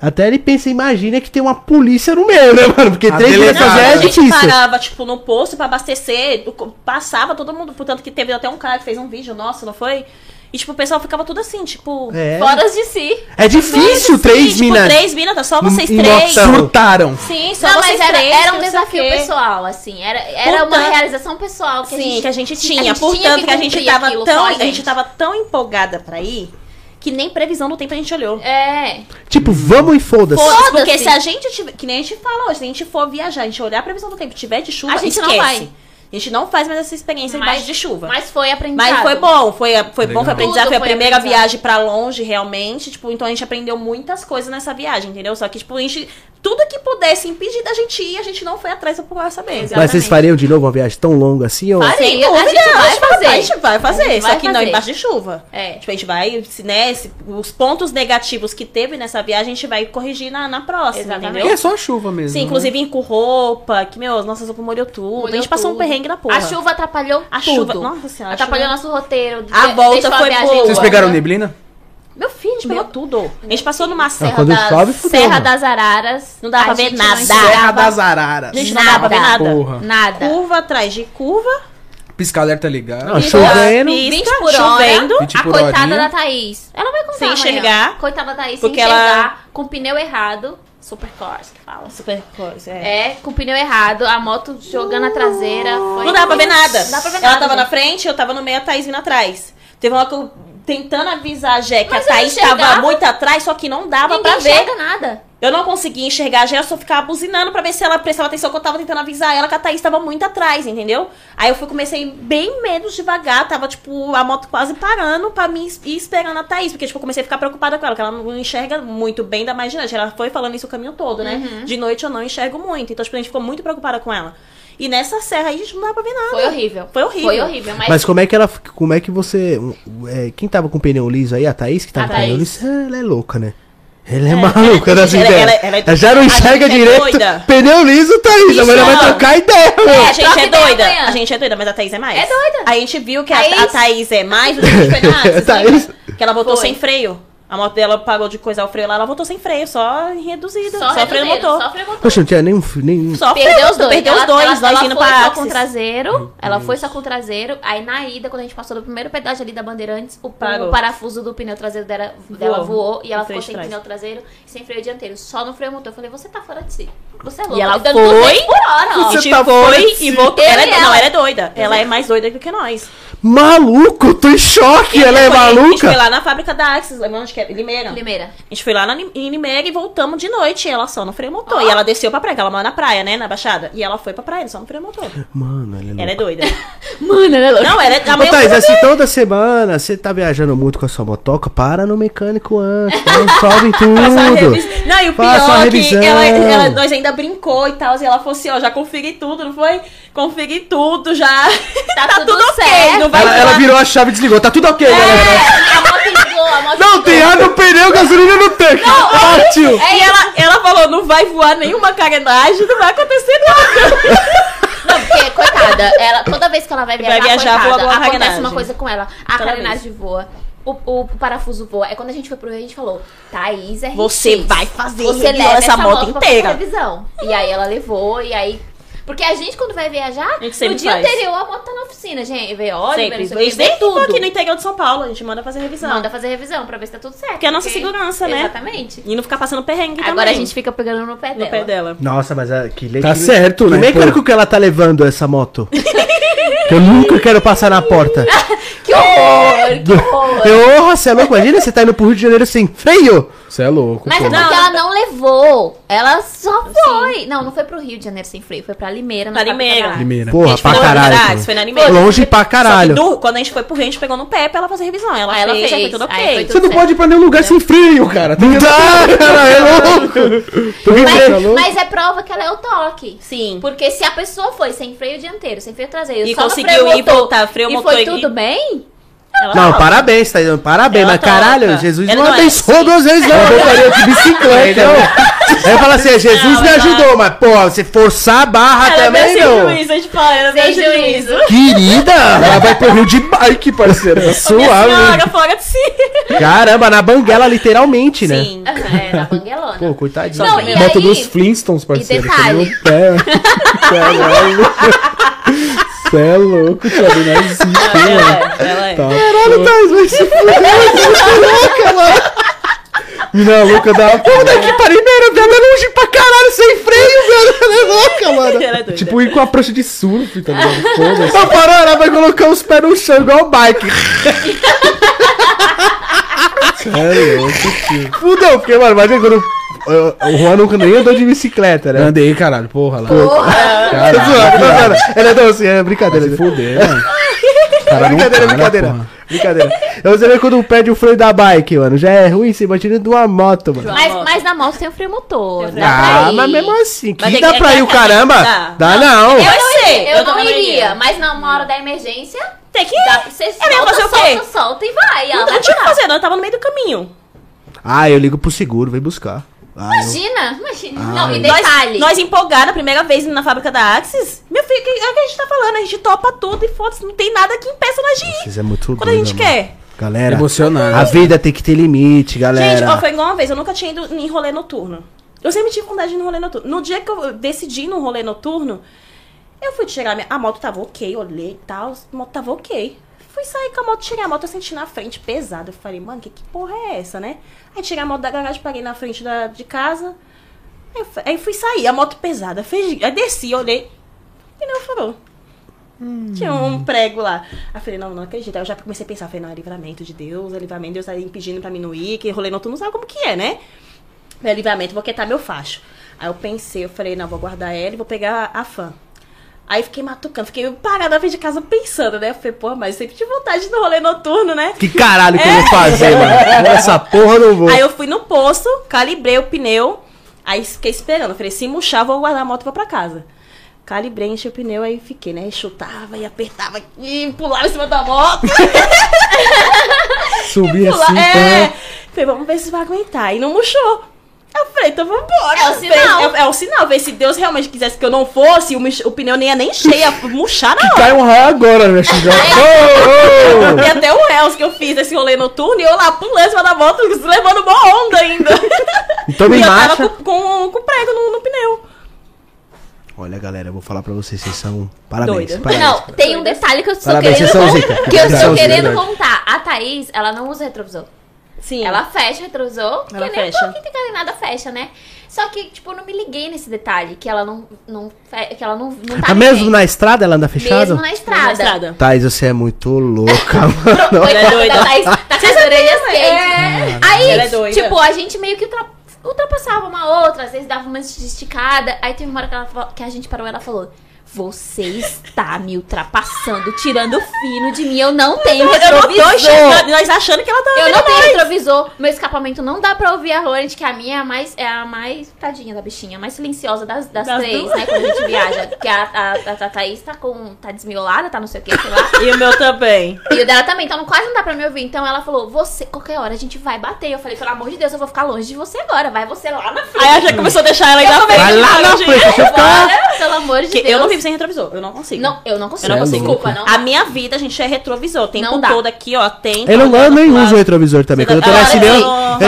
Speaker 3: Até ele pensa, imagina que tem uma polícia no meio, né, mano? Porque
Speaker 1: A
Speaker 3: três minas
Speaker 1: delegada.
Speaker 2: Não,
Speaker 3: sozinha
Speaker 2: a
Speaker 3: é
Speaker 2: gente
Speaker 3: difícil.
Speaker 2: parava, tipo, no posto pra abastecer, o co- passava todo mundo, portanto que teve até um cara que fez um vídeo, nossa, não foi? E, tipo, o pessoal ficava tudo assim, tipo...
Speaker 3: É.
Speaker 4: Fora de si.
Speaker 3: É difícil,
Speaker 2: "Nossa,
Speaker 3: três
Speaker 2: tipo,
Speaker 3: minas.
Speaker 2: três minas, tá só vocês
Speaker 3: Em
Speaker 2: três.
Speaker 3: notão.
Speaker 1: Surtaram.
Speaker 2: Sim, só
Speaker 4: Não,
Speaker 2: vocês
Speaker 4: mas era,
Speaker 2: três.
Speaker 4: era um
Speaker 2: não sei
Speaker 4: desafio
Speaker 2: o quê.
Speaker 4: pessoal, assim. Era, era uma
Speaker 2: Portanto-
Speaker 4: realização pessoal que
Speaker 2: Sim, que
Speaker 4: a
Speaker 2: a
Speaker 4: gente.
Speaker 2: gente
Speaker 4: a
Speaker 2: tinha.
Speaker 4: gente tinha
Speaker 2: Portanto,
Speaker 4: que
Speaker 2: que, a gente
Speaker 4: cumprir
Speaker 2: tava
Speaker 4: aquilo,
Speaker 2: tão.
Speaker 4: só a
Speaker 2: A gente
Speaker 4: gente.
Speaker 2: tava tão empolgada pra ir que nem previsão do tempo a gente olhou.
Speaker 4: É.
Speaker 3: Tipo, vamos e foda-se.
Speaker 2: Foda-se,
Speaker 4: Foda-se.
Speaker 2: porque se a gente tiver. Que nem a gente fala hoje, se a gente for viajar, a gente olhar a previsão do tempo, tiver de chuva,
Speaker 4: A gente não
Speaker 2: esquece.
Speaker 4: vai.
Speaker 2: A gente não faz mais essa experiência
Speaker 4: Mas-
Speaker 2: embaixo de chuva. Mas,
Speaker 4: Mas foi aprendizado.
Speaker 2: foi bom, foi, foi
Speaker 1: Legal.
Speaker 2: bom, foi aprendizado,
Speaker 4: Tudo
Speaker 2: foi a
Speaker 4: foi
Speaker 2: primeira
Speaker 4: aprendizado.
Speaker 2: viagem pra longe, realmente. Tipo, então a gente aprendeu muitas coisas nessa viagem, entendeu? Só que, tipo, a gente. Tudo que pudesse impedir da gente ir, a gente não foi atrás por essa vez.
Speaker 3: Mas vocês
Speaker 4: Exatamente.
Speaker 3: fariam de novo uma viagem tão longa assim? Ou...
Speaker 4: Faria.
Speaker 2: Sem
Speaker 4: Sim, a
Speaker 2: dúvida,
Speaker 4: gente vai fazer.
Speaker 2: A gente vai fazer,
Speaker 4: A gente
Speaker 2: só
Speaker 4: vai
Speaker 2: que não
Speaker 4: fazer.
Speaker 2: embaixo de chuva.
Speaker 4: É.
Speaker 2: Tipo, a gente vai, se, né, se- os pontos negativos que teve nessa viagem, a gente vai corrigir na, na próxima,
Speaker 4: Exatamente.
Speaker 1: E
Speaker 2: entendeu?
Speaker 1: é só chuva mesmo.
Speaker 3: né?
Speaker 2: Sim, inclusive em com roupa, que, meu, nossa roupa molhou tudo.
Speaker 4: Molhou
Speaker 2: a gente passou um
Speaker 4: tudo.
Speaker 2: perrengue na porra.
Speaker 4: A chuva atrapalhou
Speaker 2: A
Speaker 4: tudo.
Speaker 2: chuva- nossa senhora, a
Speaker 4: Atrapalhou
Speaker 2: chuva-
Speaker 4: nosso roteiro.
Speaker 2: A
Speaker 4: de-
Speaker 2: volta
Speaker 4: deixou
Speaker 2: foi
Speaker 4: viagem
Speaker 2: boa.
Speaker 1: né? Vocês pegaram
Speaker 4: longa.
Speaker 1: neblina?
Speaker 2: Meu filho, a gente pegou tudo. A gente passou numa serra
Speaker 3: Ah, quando
Speaker 2: das...
Speaker 3: chove, fudeu,
Speaker 4: Serra
Speaker 3: mano.
Speaker 4: das Araras.
Speaker 2: Não dava
Speaker 4: A
Speaker 2: pra ver
Speaker 4: gente não
Speaker 2: nada.
Speaker 4: enxergava
Speaker 1: Serra das Araras.
Speaker 2: A gente não dava pra ver
Speaker 4: Nada.
Speaker 2: nada.
Speaker 1: Porra.
Speaker 4: Nada.
Speaker 2: Curva atrás de curva.
Speaker 1: Pisca alerta ligado.
Speaker 3: Ah,
Speaker 2: virou
Speaker 3: chovendo.
Speaker 2: a
Speaker 4: 20
Speaker 2: pista,
Speaker 4: por hora.
Speaker 2: chovendo.
Speaker 1: 20
Speaker 4: a
Speaker 1: por
Speaker 4: coitada
Speaker 1: horinha.
Speaker 4: da Thaís. Ela vai contar
Speaker 2: Sem
Speaker 4: amanhã.
Speaker 2: enxergar.
Speaker 4: Coitada da Thaís,
Speaker 2: Porque
Speaker 4: sem
Speaker 2: ela-
Speaker 4: enxergar. Com pneu errado. Super Corsa que fala.
Speaker 2: Super coisa, é.
Speaker 4: É, com pneu errado. A moto jogando a traseira. Foi...
Speaker 2: Não dava pra ver nada.
Speaker 4: Não dava pra ver
Speaker 2: Ela
Speaker 4: nada,
Speaker 2: tava na
Speaker 4: gente.
Speaker 2: frente, eu tava no meio, a Thaís vindo atrás. Teve uma hora que eu tentando avisar a Jé que
Speaker 4: Mas
Speaker 2: a
Speaker 4: eu
Speaker 2: Thaís
Speaker 4: enxergava.
Speaker 2: tava muito atrás, só que não dava
Speaker 4: Ninguém
Speaker 2: pra ver.
Speaker 4: enxerga nada.
Speaker 2: Eu não conseguia enxergar a Jé, eu só ficava buzinando pra ver se ela prestava atenção que eu tava tentando avisar ela que a Thaís tava muito atrás, entendeu? Aí eu fui, comecei bem menos devagar, tava, tipo, a moto quase parando pra mim ir esperando a Thaís, porque, tipo, eu comecei a ficar preocupada com ela, que ela não enxerga muito bem da mais de noite. Ela foi falando isso o caminho todo, né? De noite eu não enxergo muito, então, tipo, a gente ficou muito preocupada com ela. E nessa serra aí, a gente não dava pra ver nada.
Speaker 4: Foi horrível.
Speaker 2: Foi horrível.
Speaker 4: Foi horrível, mas...
Speaker 3: Mas como é que ela. Como é que você. um, é, quem tava com pneu liso aí, a Thaís que tava
Speaker 4: A
Speaker 3: com pneu
Speaker 4: Thaís.
Speaker 3: liso, ela é louca, né? Ela é maluca das
Speaker 2: (laughs) ela-
Speaker 3: ideias. Ela,
Speaker 2: ela- ela é-
Speaker 3: já não
Speaker 2: a
Speaker 3: enxerga
Speaker 2: gente é
Speaker 3: direito.
Speaker 2: doida.
Speaker 3: pneu liso, Thaís.
Speaker 2: Isso
Speaker 3: Agora ela vai
Speaker 2: não.
Speaker 3: trocar ideia.
Speaker 2: É, a
Speaker 3: mano.
Speaker 2: gente
Speaker 4: Troca
Speaker 2: é
Speaker 4: ideia
Speaker 2: doida.
Speaker 4: amanhã.
Speaker 2: A gente é doida, mas a Thaís é mais.
Speaker 4: É doida.
Speaker 2: A gente viu que a,
Speaker 4: Thaís.
Speaker 2: a Thaís é mais do que a gente
Speaker 4: (laughs)
Speaker 2: foi nada, vocês
Speaker 3: Thaís.
Speaker 2: lembram? Que ela voltou
Speaker 4: Foi.
Speaker 2: sem freio. A moto dela parou de coisar o freio lá, ela voltou sem freio, só reduzida. Só, freio no
Speaker 4: reduziram,
Speaker 2: motor.
Speaker 4: Só freio no motor.
Speaker 3: Poxa, não tinha nem um. fi- Nem...
Speaker 2: Só
Speaker 4: Perdeu os dois.
Speaker 2: Perdeu
Speaker 4: ela,
Speaker 2: os dois,
Speaker 4: ela,
Speaker 2: nós
Speaker 4: ela
Speaker 2: indo
Speaker 4: foi
Speaker 2: pra
Speaker 4: só
Speaker 2: Axis.
Speaker 4: com traseiro. Ela foi só com traseiro. Aí na ida, quando a gente passou do primeiro pedágio ali da Bandeirantes, o,
Speaker 2: Parou.
Speaker 4: o parafuso do pneu traseiro dela, dela voou e ela
Speaker 2: No freio
Speaker 4: ficou
Speaker 2: de
Speaker 4: sem
Speaker 2: trás.
Speaker 4: pneu traseiro e sem freio dianteiro. Só no freio motor. Eu falei, você tá fora de si. Você é louca.
Speaker 2: E ela
Speaker 4: E dando
Speaker 2: foi.
Speaker 4: 200 por hora, ó.
Speaker 2: A gente
Speaker 1: tá fora
Speaker 2: foi
Speaker 1: de
Speaker 2: e
Speaker 1: si.
Speaker 2: voltou.
Speaker 4: Eu
Speaker 2: Ela é,
Speaker 4: e
Speaker 2: do- não,
Speaker 4: ela.
Speaker 2: ela é doida. Ela é mais doida do que nós.
Speaker 3: Maluco, tô em choque. ela é
Speaker 2: Foi- A gente foi
Speaker 3: maluca.
Speaker 2: lá na fábrica da Axis, lembra onde que que é Limeira.
Speaker 4: Limeira.
Speaker 2: A gente foi lá na, Lim- em Limeira e voltamos de noite. E ela só não freio motor. E ela desceu pra praia, que ela mora na praia, né? Na Baixada. E ela foi pra praia, só não freio motor.
Speaker 3: Mano, ele é louco.
Speaker 2: Ela é doida.
Speaker 4: Mano, ela é louca.
Speaker 2: não, ela é. a
Speaker 3: Ô,
Speaker 2: mãe-
Speaker 3: Thaís, assim, toda semana você tá viajando muito com a sua motoca, para no mecânico antes,
Speaker 2: (laughs)
Speaker 3: resolve
Speaker 2: Faça a
Speaker 3: tudo.
Speaker 2: revis- Não, e o
Speaker 3: Faça a
Speaker 2: pior é que
Speaker 3: revisão.
Speaker 2: ela, ela- nós ainda brincou e tal. E ela falou assim, ó, já conferi tudo, não foi? Conferi tudo, já. (laughs)
Speaker 4: Tá
Speaker 2: tudo,
Speaker 4: tudo
Speaker 2: ok.
Speaker 4: certo.
Speaker 2: Não vai
Speaker 1: Ela, ela
Speaker 2: zoar.
Speaker 1: virou a chave e desligou. Tá tudo ok,
Speaker 2: É.
Speaker 1: galera.
Speaker 4: A moto ligou, a moto
Speaker 3: Não, tem ar no pneu, gasolina no tanque. Tá Partiu.
Speaker 2: É, e ela, ela falou, não vai voar nenhuma carenagem, não vai acontecer nada.
Speaker 4: Não, porque, coitada, ela, toda vez que ela vai viajar,
Speaker 2: viajar,
Speaker 4: coitada,
Speaker 2: voa, voa a
Speaker 4: acontece
Speaker 2: carenagem.
Speaker 4: uma coisa com ela. A
Speaker 2: Toda
Speaker 4: carenagem voa. O, o parafuso voa. É quando a gente foi pro Rio, a gente falou, Thaís é
Speaker 2: Você vai fazer revisão essa moto
Speaker 4: pra
Speaker 2: inteira."
Speaker 4: fazer revisão. E aí ela levou, e aí... Porque a gente, quando vai viajar,
Speaker 2: A gente
Speaker 4: no
Speaker 2: sempre
Speaker 4: dia
Speaker 2: faz.
Speaker 4: anterior a moto tá na oficina, gente. Vê óleo, vê
Speaker 2: Sempre.
Speaker 4: não sei o
Speaker 2: Eles
Speaker 4: que, vê
Speaker 2: nem ficam
Speaker 4: tudo.
Speaker 2: aqui um no interior de São Paulo, a gente manda fazer revisão.
Speaker 4: Manda fazer revisão pra ver se tá tudo certo.
Speaker 2: Porque é a nossa segurança, né?
Speaker 4: Exatamente.
Speaker 2: E não ficar passando perrengue
Speaker 4: Agora
Speaker 2: também
Speaker 4: a gente fica pegando no pé
Speaker 2: no pé dela.
Speaker 3: Nossa, mas ah, que leite.
Speaker 1: Tá certo,
Speaker 3: que
Speaker 1: né,
Speaker 3: mecânico
Speaker 1: pô?
Speaker 3: que ela tá levando essa
Speaker 2: (laughs)
Speaker 3: moto? que eu nunca quero passar na porta.
Speaker 4: Que horror, que horror.
Speaker 3: Eu, oh, você é louco, imagina você tá indo pro Rio de Janeiro sem freio.
Speaker 1: Você é louco,
Speaker 4: Mas é
Speaker 1: pô.
Speaker 4: porque
Speaker 2: Não,
Speaker 4: ela não levou. Ela só foi. Não, não foi pro Rio de Janeiro sem freio. Foi pra Limeira. na
Speaker 2: Pra
Speaker 4: capital
Speaker 2: Limeira.
Speaker 4: da-
Speaker 1: Primeira.
Speaker 3: Porra,
Speaker 2: a gente foi
Speaker 3: pra
Speaker 2: na
Speaker 3: caralho.
Speaker 2: Liberdade,
Speaker 3: também.
Speaker 2: foi na Liberdade.
Speaker 3: Longe pra caralho.
Speaker 2: Só que do- quando a gente foi pro Rio, a gente pegou no pé pra ela fazer revisão. Ela,
Speaker 4: Aí ela
Speaker 2: fez, aí
Speaker 4: fez,
Speaker 2: foi tudo
Speaker 4: aí
Speaker 2: ok.
Speaker 4: foi tudo
Speaker 1: Você não pode ir pra nenhum lugar sem freio, cara. Tem
Speaker 3: Não
Speaker 1: que-
Speaker 3: dá, cara, é louco. Tu me vê.
Speaker 4: Mas, mas é prova que ela é o toque.
Speaker 2: Sim.
Speaker 4: Porque se a pessoa foi sem freio dianteiro, sem freio traseiro,
Speaker 2: E
Speaker 4: só no
Speaker 2: conseguiu
Speaker 4: freio
Speaker 2: ir
Speaker 4: motor,
Speaker 2: voltar, freio
Speaker 4: e
Speaker 2: motor
Speaker 4: foi
Speaker 2: e-
Speaker 4: tudo bem?
Speaker 2: Ela
Speaker 3: Não,
Speaker 2: fala.
Speaker 3: parabéns, Thaís, parabéns,
Speaker 2: Ah, tá. Ela
Speaker 3: mas
Speaker 2: toca.
Speaker 3: caralho, Jesus
Speaker 2: Ela
Speaker 3: não
Speaker 2: não é
Speaker 3: abençoou
Speaker 2: assim.
Speaker 3: duas vezes, não. Eu voltaria de bicicleta. Eu falo assim, Jesus
Speaker 2: Não,
Speaker 3: me
Speaker 2: ela-
Speaker 3: ajudou, mas, pô, você forçar a barra
Speaker 2: Ela é
Speaker 3: também,
Speaker 2: meu
Speaker 3: não.
Speaker 2: juízo, a gente fala, ela é meu
Speaker 4: Sem
Speaker 2: juízo.
Speaker 4: juízo.
Speaker 3: Querida,
Speaker 1: Ela vai pro Rio de bike, parceiro.
Speaker 2: Minha
Speaker 3: suave.
Speaker 2: senhora, fora de si.
Speaker 3: Caramba, na banguela, literalmente, né?
Speaker 2: Sim.
Speaker 4: (laughs) É, na banguelona.
Speaker 3: Pô, coitadinho.
Speaker 4: Não,
Speaker 3: né?
Speaker 4: E
Speaker 1: Moto
Speaker 4: aí-
Speaker 1: dos Flintstones, parceiro.
Speaker 4: detalhe.
Speaker 1: que no
Speaker 2: (laughs)
Speaker 1: pé. Caralho. Você é louco, Thiago. Nós
Speaker 2: Ela é, ela é.
Speaker 1: tá.
Speaker 3: Caralho, Thaís, vai se tá fuder,
Speaker 1: Mina louca da puta que pariu,
Speaker 3: primeiro, viado, é longe pra caralho, sem freio, velho. Ela é louca, mano.
Speaker 2: Ela é doida.
Speaker 1: Tipo, ir com a prancha de surf, tá ligado? Foda-se.
Speaker 3: Ela parou, ela vai colocar os pés no chão, igual o bike.
Speaker 1: É louco, tio.
Speaker 3: Fudeu, porque, mano, imagina quando... eu- O Juan nunca nem andou de bicicleta, né?
Speaker 1: Andei, caralho, porra lá.
Speaker 2: Ah,
Speaker 3: Tô
Speaker 1: Caralho,
Speaker 3: zoando, tô zoando. Ele é doce, é brincadeira.
Speaker 1: se fuder, mano. Cara, não
Speaker 3: brincadeira,
Speaker 1: para,
Speaker 3: brincadeira.
Speaker 1: porra.
Speaker 3: Brincadeira. Eu você vê quando perde o um freio da bike, mano. Já é ruim, você imagina de uma moto, mano.
Speaker 4: Mas,
Speaker 2: moto.
Speaker 4: mas na moto tem o freio
Speaker 2: Tem o
Speaker 4: motor.
Speaker 2: freio
Speaker 4: dá pra
Speaker 3: Ah,
Speaker 4: ir.
Speaker 3: mas mesmo assim,
Speaker 2: Mas
Speaker 3: que
Speaker 2: é
Speaker 3: dá
Speaker 2: que-
Speaker 3: pra ir o caramba?
Speaker 2: Dá.
Speaker 3: Dá não.
Speaker 2: Eu
Speaker 4: Eu,
Speaker 2: sei,
Speaker 4: eu, não
Speaker 2: também
Speaker 4: iria, mas na hora da emergência,
Speaker 2: Tem que
Speaker 4: dá pra você
Speaker 2: mesmo
Speaker 4: solta,
Speaker 2: fazer é o quê?
Speaker 4: solta, solta e vai. Ela
Speaker 2: Não,
Speaker 4: vai
Speaker 2: não tinha o que
Speaker 4: parar.
Speaker 2: fazer, não. Eu tava no meio do caminho.
Speaker 3: Ah, eu ligo pro seguro, vem buscar. Ah, eu-
Speaker 4: Imagina, imagina. não, e
Speaker 3: Ai.
Speaker 4: detalhe.
Speaker 2: Nós, nós empolgados a primeira vez na fábrica da Axis. Meu filho, que- é o que a gente tá falando. A gente topa tudo e foda-se. Não tem nada que impeça nós de ir.
Speaker 3: Vocês é muito
Speaker 2: Quando a gente
Speaker 3: doida, mano.
Speaker 2: quer.
Speaker 3: Galera,
Speaker 1: Emocionante.
Speaker 3: a vida tem que ter limite, galera.
Speaker 2: Gente, ó, foi igual uma vez. Eu nunca tinha ido em rolê noturno. Eu sempre tive vontade de ir no rolê noturno. No dia que eu decidi ir num rolê noturno, eu fui tirar a minha... A moto tava ok, olhei e tal. A moto tava ok. Fui sair com a moto, tirei a moto, eu senti na frente pesada. Eu falei, mano, que, que porra é essa, né? Aí tirei a moto da garagem, parei na frente da, de casa. Aí, eu fa- aí fui sair, a moto pesada. Fez, aí desci, olhei. E não furou. Tinha um prego lá. Aí eu falei, não, não acredito. Aí eu já comecei a pensar, falei, não, é livramento de Deus, é livramento, Deus tá aí impedindo pra mim não ir, que rolê noturno não sabe como que é, né? Meu livramento, vou quietar meu facho. Aí eu pensei, eu falei, não, vou guardar ela e vou pegar a fã. Aí fiquei matucando, fiquei parada na frente de casa pensando, né? Eu falei, pô, mas sempre tive vontade de ir no rolê noturno, né?
Speaker 3: Que caralho que eu vou fazer,
Speaker 2: (laughs)
Speaker 3: mano? Essa porra eu não vou.
Speaker 2: Aí eu fui no posto, calibrei o pneu, aí fiquei esperando. Falei, se murchar, vou guardar a moto e vou pra casa. Calibrei, enchi o pneu, aí fiquei, né? Chutava e apertava e pulava em cima da moto.
Speaker 1: Subir
Speaker 2: Pula-
Speaker 1: assim,
Speaker 3: então.
Speaker 2: é.
Speaker 1: pá.
Speaker 2: Falei, vamos ver se vai aguentar. E não murchou. Eu falei, então vambora.
Speaker 4: É o
Speaker 2: Falei,
Speaker 4: sinal.
Speaker 2: É, é o sinal. Falei, se Deus realmente quisesse que eu não fosse, o, mich- o pneu nem ia nem cheio, ia murchar na hora.
Speaker 1: Cai um raio agora,
Speaker 2: (laughs)
Speaker 1: né, Xijão?
Speaker 2: E até o Hells que eu fiz esse rolê noturno e eu lá pulando em cima da moto, levando boa onda ainda.
Speaker 3: Então
Speaker 2: (laughs) e
Speaker 3: me
Speaker 2: eu
Speaker 3: marcha.
Speaker 2: tava com, com, com prego no, no pneu.
Speaker 3: Olha, galera, eu vou falar pra vocês, vocês são. Parabéns.
Speaker 2: Doida.
Speaker 3: parabéns. É
Speaker 4: Não, tem um detalhe que eu estou
Speaker 3: Parabéns,
Speaker 4: querendo
Speaker 3: vocês são zica.
Speaker 4: que eu
Speaker 3: Vocês são
Speaker 4: estou
Speaker 3: zica,
Speaker 4: querendo
Speaker 1: verdade.
Speaker 4: contar. A Thaís, ela não usa retrovisor.
Speaker 2: Sim.
Speaker 4: Ela fecha o retrovisor, porque
Speaker 2: Ela
Speaker 4: nem
Speaker 2: fecha.
Speaker 4: todo que tem carenada fecha, né? Só que, tipo, eu não me liguei nesse detalhe, que ela não, não, fe- que ela não, não tá
Speaker 3: Ah, mesmo
Speaker 4: ninguém.
Speaker 3: na estrada ela anda
Speaker 4: Mesmo
Speaker 3: fechada?
Speaker 4: na
Speaker 2: Tá na
Speaker 4: estrada.
Speaker 2: estrada.
Speaker 3: Thaís, você é muito
Speaker 2: (laughs)
Speaker 3: louca, mano.
Speaker 4: Coitada
Speaker 2: Ela é doida.
Speaker 4: da Thaís, tá com as orelhas quentes. Aí,
Speaker 2: Ela é doida.
Speaker 4: tipo, a gente meio que ultra- ultrapassava uma outra, às vezes dava uma esticada. Aí teve uma hora que, ela fa- que a gente parou e ela falou... Você está me ultrapassando, tirando fino de mim. Eu não tenho
Speaker 2: Eu não tô
Speaker 4: retrovisor.
Speaker 2: enxergando, nós achando que ela tá.
Speaker 4: Eu não tenho retrovisor, meu escapamento não dá pra ouvir a Hornet, que a minha é a mais, é a mais tadinha da bichinha, a mais silenciosa das, das,
Speaker 2: Das
Speaker 4: três,
Speaker 2: duas.
Speaker 4: né? Quando a gente viaja. Que a, a, a- a Thaís tá com. tá desmiolada, tá não sei o que,
Speaker 2: (laughs)
Speaker 4: sei lá.
Speaker 2: E o meu também.
Speaker 4: E o dela também, então não- quase não dá pra me ouvir. Então ela falou, você, qualquer hora a gente vai bater. Eu falei, pelo amor de Deus, eu vou ficar longe de você agora. Vai você lá na frente.
Speaker 2: Aí ela já começou a deixar ela ir na frente.
Speaker 3: Hum. Vai lá na
Speaker 2: gente.
Speaker 3: frente, deixa eu ficar.
Speaker 4: Agora, pelo amor de
Speaker 2: Porque
Speaker 4: Deus.
Speaker 2: eu não vivo sem retrovisor, eu não consigo.
Speaker 4: Não, eu não consigo.
Speaker 2: Eu não
Speaker 3: Você é
Speaker 2: consigo.
Speaker 3: louco.
Speaker 4: Desculpa, não.
Speaker 2: A minha vida, gente, é retrovisor. O tempo
Speaker 4: Não dá.
Speaker 2: todo aqui, ó, tem.
Speaker 3: Eu não eu nem uso o retrovisor também.
Speaker 2: Você
Speaker 3: Quando eu tô
Speaker 2: tá-
Speaker 3: na
Speaker 2: Hora de-
Speaker 3: Silvia,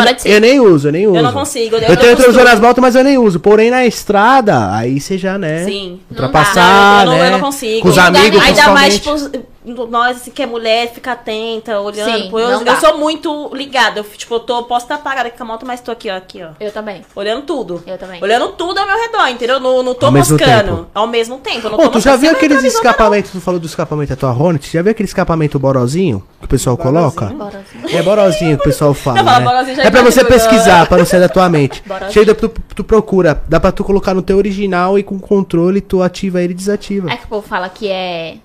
Speaker 2: hora de-
Speaker 3: eu, eu nem uso, eu nem uso.
Speaker 2: Eu não consigo.
Speaker 3: Eu, tenho retrovisor
Speaker 2: costumo.
Speaker 3: nas voltas, mas eu nem uso. Porém, na estrada, aí você já, né?
Speaker 2: Sim.
Speaker 4: Não
Speaker 3: Ultrapassar,
Speaker 2: dá, eu não-
Speaker 3: né?
Speaker 2: eu não consigo.
Speaker 3: Com os
Speaker 4: Não dá
Speaker 3: amigos,
Speaker 4: nem-
Speaker 2: Ainda mais,
Speaker 3: principalmente.
Speaker 2: tipo, nós assim, que é mulher, fica atenta, olhando.
Speaker 4: Sim,
Speaker 2: Pô, eu,
Speaker 4: não dá.
Speaker 2: eu sou muito ligada. Eu, tipo, eu tô, posso estar parada aqui com a moto, mas tô aqui, ó, aqui, ó.
Speaker 4: Eu também.
Speaker 2: Olhando tudo.
Speaker 4: Eu também.
Speaker 2: Olhando tudo ao meu redor, entendeu? Não, não tô
Speaker 3: Ao mesmo
Speaker 2: moscando.
Speaker 3: tempo.
Speaker 2: Ao mesmo tempo. Eu não
Speaker 3: Pô,
Speaker 2: tô
Speaker 3: tu já
Speaker 2: moscando,
Speaker 3: viu
Speaker 2: você não
Speaker 3: aqueles
Speaker 2: retrovisor,
Speaker 3: escapamentos? Tu falou do escapamento da tua Hornet? Já viu aquele escapamento borozinho que o pessoal coloca?
Speaker 4: Bora.
Speaker 3: É borozinho que o pessoal fala.
Speaker 2: Não, fala
Speaker 3: né?
Speaker 2: borozinho, já
Speaker 3: É pra
Speaker 2: imagino,
Speaker 3: você
Speaker 2: boro.
Speaker 3: pesquisar, pra não sair da tua
Speaker 2: (laughs)
Speaker 3: mente.
Speaker 4: Borozinho.
Speaker 3: Cheio, tu, tu procura. Dá pra tu colocar no teu original e com controle tu ativa ele e desativa.
Speaker 4: É que o povo fala que é.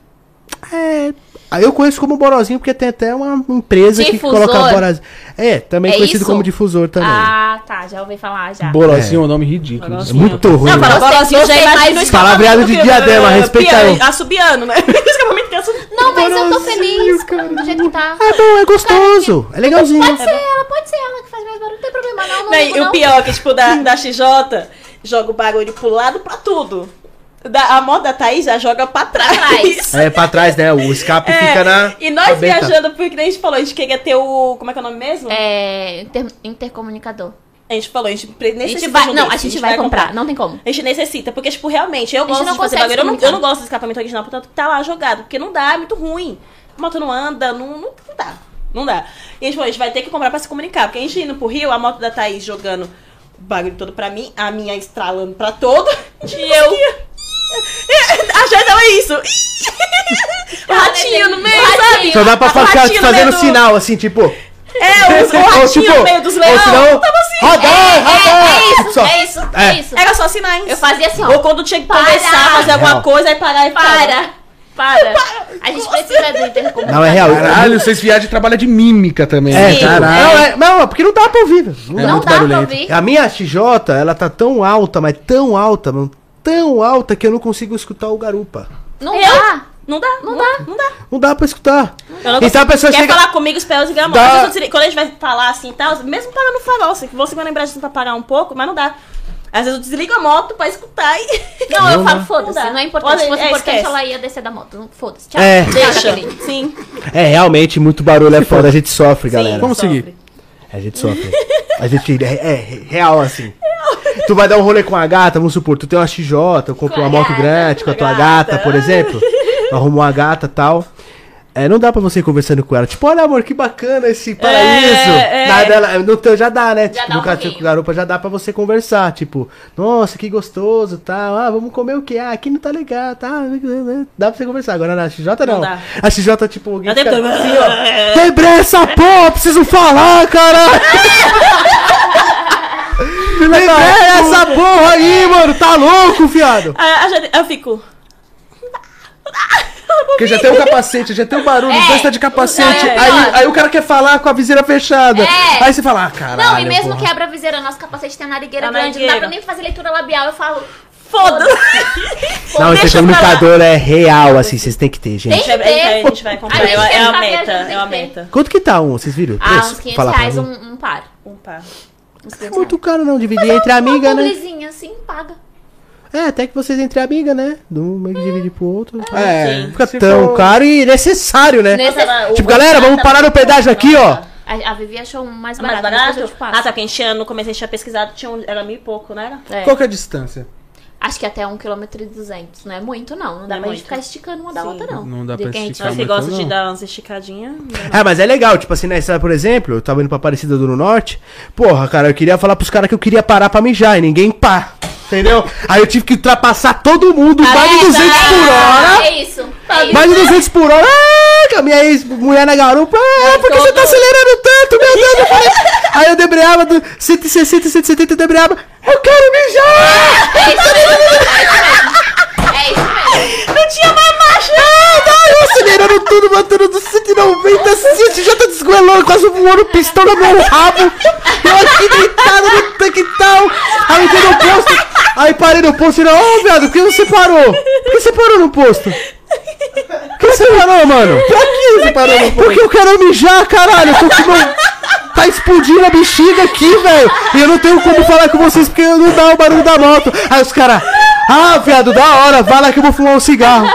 Speaker 3: É. aí Eu conheço como borozinho porque tem até uma empresa
Speaker 4: Difusor?
Speaker 3: que coloca borozinho. É, também
Speaker 4: É
Speaker 3: conhecido
Speaker 4: isso?
Speaker 3: como difusor também.
Speaker 4: Ah, tá. Já ouvi falar já.
Speaker 1: Borozinho é um nome ridículo.
Speaker 2: Borozinho.
Speaker 3: É muito ruim.
Speaker 2: Não,
Speaker 3: né?
Speaker 2: fala borozinho, já
Speaker 4: Gostei mais
Speaker 2: imagina
Speaker 4: do
Speaker 2: o
Speaker 3: Palavreado de diadema, respeita
Speaker 2: respeitando.
Speaker 3: eu.
Speaker 2: é, Assobiando, né? (laughs) Escapamento que é assobiando.
Speaker 4: Não, mas eu tô
Speaker 3: Borozinho,
Speaker 4: feliz do jeito que tá.
Speaker 3: É bom, é gostoso. É legalzinho.
Speaker 4: Pode ser ela, pode ser ela que faz mais barulho, não tem problema não. não,
Speaker 2: Né,
Speaker 4: ligo,
Speaker 2: e
Speaker 4: não.
Speaker 2: o pior é que, tipo, da, da XJ, joga o bagulho pro lado pra tudo. Da, a moto da Thaís já joga pra trás.
Speaker 4: trás.
Speaker 3: É, pra trás, né? O escape
Speaker 2: (laughs) É,
Speaker 3: fica na.
Speaker 2: E nós
Speaker 3: cabeça.
Speaker 2: viajando, porque nem a gente falou, a gente queria ter o. Como é que é o nome mesmo?
Speaker 4: É. inter- intercomunicador.
Speaker 2: A gente falou, a gente
Speaker 4: A
Speaker 2: necessita.
Speaker 4: gente
Speaker 2: de
Speaker 4: vai.
Speaker 2: um
Speaker 4: Não,
Speaker 2: desse,
Speaker 4: a gente vai comprar. Não tem como.
Speaker 2: A gente necessita, porque, tipo, realmente, eu
Speaker 4: gente
Speaker 2: gosto
Speaker 4: não
Speaker 2: de fazer
Speaker 4: consegue
Speaker 2: bagulho. Eu não,
Speaker 4: comunicar.
Speaker 2: eu não gosto de escapamento original, portanto, tá lá jogado. Porque não dá, é muito ruim. A moto não anda, não, não, não dá. Não dá. E a gente, falou, a gente vai ter que comprar pra se comunicar. Porque a gente indo pro Rio, a moto da Thaís jogando o bagulho todo pra mim, a minha estralando pra todo. (laughs) E eu. A gente tava (laughs) isso. o ratinho no meio, sabe?
Speaker 3: Só dá pra
Speaker 2: O
Speaker 3: ficar
Speaker 2: ratinho no
Speaker 3: fazendo
Speaker 2: meio do-
Speaker 3: sinal, assim, tipo.
Speaker 2: É,
Speaker 3: (laughs)
Speaker 2: o, o
Speaker 3: ou,
Speaker 2: ratinho
Speaker 3: tipo,
Speaker 2: no meio dos
Speaker 3: ou
Speaker 2: leões.
Speaker 3: sinal,
Speaker 2: Tava assim.
Speaker 3: Rodar, rodar.
Speaker 4: É isso,
Speaker 3: Só.
Speaker 4: é isso, é,
Speaker 3: É.
Speaker 4: isso.
Speaker 2: Era só sinais.
Speaker 4: Eu fazia assim,
Speaker 2: Ou
Speaker 4: ó.
Speaker 2: quando tinha que
Speaker 4: Para!
Speaker 2: conversar, fazer alguma
Speaker 3: Real.
Speaker 2: coisa, aí parar e
Speaker 4: Para! Para! A gente precisa do intercomunicador.
Speaker 3: Não, é real.
Speaker 1: Caralho, vocês viajam e trabalham de mímica também.
Speaker 3: É,
Speaker 1: né?
Speaker 3: caralho. Não, é, não, é porque não dá pra ouvir. velho. Não,
Speaker 4: Não
Speaker 3: dá.
Speaker 1: muito
Speaker 4: dá pra
Speaker 1: barulhento.
Speaker 4: ouvir.
Speaker 3: A minha XJ, ela tá tão alta, mas tão alta, mano, tão alta que eu não consigo escutar o garupa.
Speaker 4: Não
Speaker 2: Eu?
Speaker 4: dá.
Speaker 2: Não dá, não, dá, não dá.
Speaker 3: Não dá pra escutar.
Speaker 2: Eu não
Speaker 3: Então a
Speaker 2: consigo.
Speaker 3: pessoa
Speaker 2: Quer
Speaker 3: chega-
Speaker 2: falar comigo, os pés e gramão.
Speaker 3: Dá.
Speaker 2: Às vezes eu tiro- Quando a gente vai falar assim e tal, mesmo pagando farol, assim, que você vai lembrar de tentar pagar um pouco, mas não dá. Às vezes eu desligo a moto pra escutar e. (laughs)
Speaker 4: Não, eu falo,
Speaker 2: Não
Speaker 4: foda-se,
Speaker 2: dá.
Speaker 4: não é importante. Se
Speaker 2: Olha,
Speaker 4: fosse
Speaker 2: é,
Speaker 4: importante,
Speaker 2: esquece.
Speaker 4: ela ia descer da moto. Não- Foda-se, tchau.
Speaker 3: É.
Speaker 4: Tchau,
Speaker 2: Deixa.
Speaker 4: Jaqueline.
Speaker 2: Sim.
Speaker 3: É, realmente, muito barulho é foda. A gente sofre,
Speaker 2: sim,
Speaker 3: galera.
Speaker 1: Vamos
Speaker 2: sofre.
Speaker 1: seguir.
Speaker 3: A gente sofre. A gente é, é real assim. Tu vai dar um rolê com a gata, vamos supor, tu tem uma XJ, eu compro
Speaker 4: Com a
Speaker 3: uma moto
Speaker 4: gata,
Speaker 3: grande com a tua gata, por exemplo. Tu arrumou uma gata e tal. É, não dá pra você ir conversando com ela. Tipo, olha, amor, que bacana esse paraíso.
Speaker 2: é.
Speaker 3: Nada, ela- no teu já dá, né?
Speaker 4: Já
Speaker 3: tipo,
Speaker 4: dá um
Speaker 3: no cachorro
Speaker 4: pouquinho.
Speaker 3: com garupa já dá pra você conversar. Tipo, nossa, que gostoso e tal. Ah, vamos comer o quê? Ah, aqui não tá legal, tá? Dá pra você conversar. Agora na XJ não.
Speaker 2: Não dá.
Speaker 3: A XJ, tipo, alguém
Speaker 2: Não tem
Speaker 3: fica
Speaker 2: problema.
Speaker 3: assim, ó. (laughs) Quebrei essa porra, preciso falar, (laughs) cara! Quebrei essa porra aí, mano, tá louco, fiado?
Speaker 2: Ah, a gente- Eu fico.
Speaker 1: Porque já tem o capacete, já tem o barulho, os
Speaker 4: É.
Speaker 1: dois tá de capacete.
Speaker 2: É.
Speaker 1: Aí, aí o cara quer falar com a viseira fechada.
Speaker 4: É.
Speaker 1: Aí você fala, ah, caralho.
Speaker 4: Não, e mesmo
Speaker 1: porra.
Speaker 4: quebra a viseira, nosso capacete tem a narigueira
Speaker 2: A
Speaker 4: grande, não dá
Speaker 2: narigueira.
Speaker 4: pra nem fazer leitura labial. Eu falo,
Speaker 2: Foda-se.
Speaker 3: Não, esse
Speaker 2: Deixa pra lá.
Speaker 3: comunicador é real, assim, vocês têm que ter, gente.
Speaker 4: Tem?
Speaker 2: A gente vai- a gente vai
Speaker 4: A
Speaker 2: comprar.
Speaker 4: gente
Speaker 2: É uma-
Speaker 4: quer
Speaker 2: é uma
Speaker 4: ficar
Speaker 2: meta.
Speaker 4: viajando, tem
Speaker 2: É uma
Speaker 4: que ter.
Speaker 2: meta.
Speaker 3: Quanto que tá um, vocês viram? o
Speaker 4: ah,
Speaker 3: preço?
Speaker 4: uns 500
Speaker 3: Fala pra
Speaker 4: reais
Speaker 3: mim. É
Speaker 4: um, um par.
Speaker 2: Um par.
Speaker 4: Uns 500 reais.
Speaker 3: Muito caro não, dividir entre amiga,
Speaker 4: é uma
Speaker 3: né?
Speaker 4: publizinha assim, paga.
Speaker 3: É, até que vocês entre amiga, né? De um meio que divide pro outro.
Speaker 1: É,
Speaker 2: Sim.
Speaker 3: Fica
Speaker 1: se
Speaker 3: tão
Speaker 1: for-
Speaker 3: caro e necessário, né?
Speaker 4: Nesse-
Speaker 3: Tipo, galera, vamos parar no pedágio aqui, ó.
Speaker 4: A, a Vivi achou um mais
Speaker 2: Tá Ah, Mais
Speaker 4: barato. depois
Speaker 2: barato?
Speaker 4: eu te passo.
Speaker 2: Ah, tá, porque a gente tinha, no começo a gente tinha pesquisado, tinha um, era mil e pouco, não era?
Speaker 4: É.
Speaker 1: Qual que é a distância?
Speaker 4: Acho que até 1 km e 200. Não é muito, não. Não dá
Speaker 2: Não é
Speaker 4: pra gente
Speaker 2: muito.
Speaker 4: ficar esticando uma da
Speaker 2: Sim.
Speaker 4: outra, não.
Speaker 1: Não dá
Speaker 4: De
Speaker 1: pra
Speaker 4: que a gente
Speaker 1: esticar
Speaker 2: Você
Speaker 1: muito,
Speaker 3: então
Speaker 2: gosta de
Speaker 1: não.
Speaker 2: dar umas esticadinhas? né?
Speaker 3: Ah, mas é legal, tipo assim, nessa, por exemplo, eu tava indo pra Aparecida do Norte, porra, cara, eu queria falar pros caras que eu queria parar pra mijar e ninguém pá, entendeu? Aí eu tive que ultrapassar todo mundo, mais
Speaker 4: é,
Speaker 3: de 200 por
Speaker 4: Ah,
Speaker 3: hora,
Speaker 4: é isso. É isso.
Speaker 3: mais de 200 por hora, ah, com a minha ex-mulher na garupa, ah, por que você tá
Speaker 4: todo-
Speaker 3: acelerando tanto, meu Deus, eu falei, aí eu debreava, do 160, 170, eu debreava, eu quero mijar!
Speaker 4: É isso mesmo. É isso mesmo.
Speaker 3: Não tinha mais marcha! eu acelerando tudo, batendo do 190, assim, já tá desgoelando, quase voando pistão no meu rabo. Eu aqui deitado no tanque e tal. Aí eu entrei no posto, aí parei no posto e ele, ô, viado, por que você parou? Por que você parou no posto? Por que você parou, mano? Pra que você parou no posto? Porque eu quero mijar, caralho, eu tô com meu... Tá explodindo a bexiga aqui, velho. E eu não tenho como falar com vocês porque não dá o barulho da moto. Aí os caras, ah, viado, da hora, vai lá que eu vou fumar um cigarro.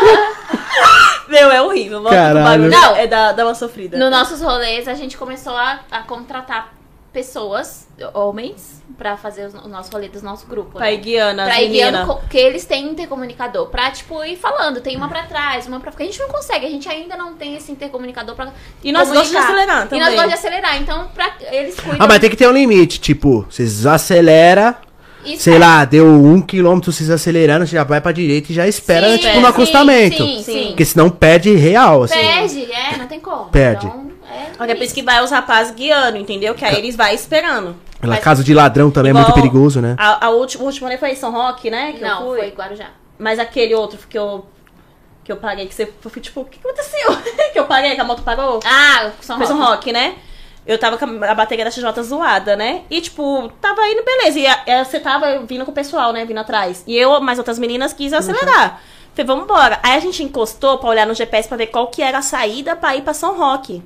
Speaker 2: Meu, é horrível. Volta pro
Speaker 3: Caralho.
Speaker 2: bagulho.
Speaker 4: Não.
Speaker 2: É dar dar uma sofrida.
Speaker 4: Nos nossos rolês, a gente começou a, a contratar pessoas, homens, pra fazer os- o nosso rolê do nosso grupo.
Speaker 2: Pra ir
Speaker 4: né?
Speaker 2: guiando as
Speaker 4: Pra ir guiando,
Speaker 2: meninas.
Speaker 4: co- que eles têm intercomunicador. Pra, tipo, ir falando. Tem uma pra trás, uma pra frente. A gente não consegue. A gente ainda não tem esse intercomunicador pra
Speaker 2: E nós gostamos de
Speaker 4: comunicar.
Speaker 2: acelerar
Speaker 4: E nós
Speaker 2: também.
Speaker 4: gostamos de acelerar. Então, pra, eles cuidam.
Speaker 3: Ah, mas tem que ter um limite, tipo, vocês acelera,
Speaker 4: Isso
Speaker 3: sei
Speaker 4: é-
Speaker 3: lá, deu um quilômetro, vocês acelerando, você já vai pra direita e já espera,
Speaker 4: Sim,
Speaker 3: tipo,
Speaker 4: sim,
Speaker 3: no acostamento.
Speaker 4: Sim, sim.
Speaker 3: Porque senão perde real, assim.
Speaker 4: Perde, é, não tem como.
Speaker 3: Perde.
Speaker 4: Então, é
Speaker 2: Olha, por isso que vai os rapazes guiando, entendeu? Que aí eles vai esperando.
Speaker 3: Lá, caso de ladrão também é muito
Speaker 2: Igual
Speaker 3: perigoso, né?
Speaker 2: A, a última, o último rolê foi em São Roque, né? Que
Speaker 4: Não,
Speaker 2: eu fui.
Speaker 4: foi Guarujá.
Speaker 2: Mas aquele outro que eu. Que eu paguei, que você. Eu fui tipo, o que aconteceu? (laughs) que eu paguei, que a moto parou?
Speaker 4: Ah, São
Speaker 2: Foi
Speaker 4: Roque.
Speaker 2: São Roque, né? Eu tava com a bateria da XJ zoada, né? E, tipo, tava indo, beleza. E a- e você tava vindo com o pessoal, né? Vindo atrás. E eu, mais outras meninas, quis acelerar. Falei, vamos embora. Aí a gente encostou pra olhar no GPS pra ver qual que era a saída pra ir pra São Roque.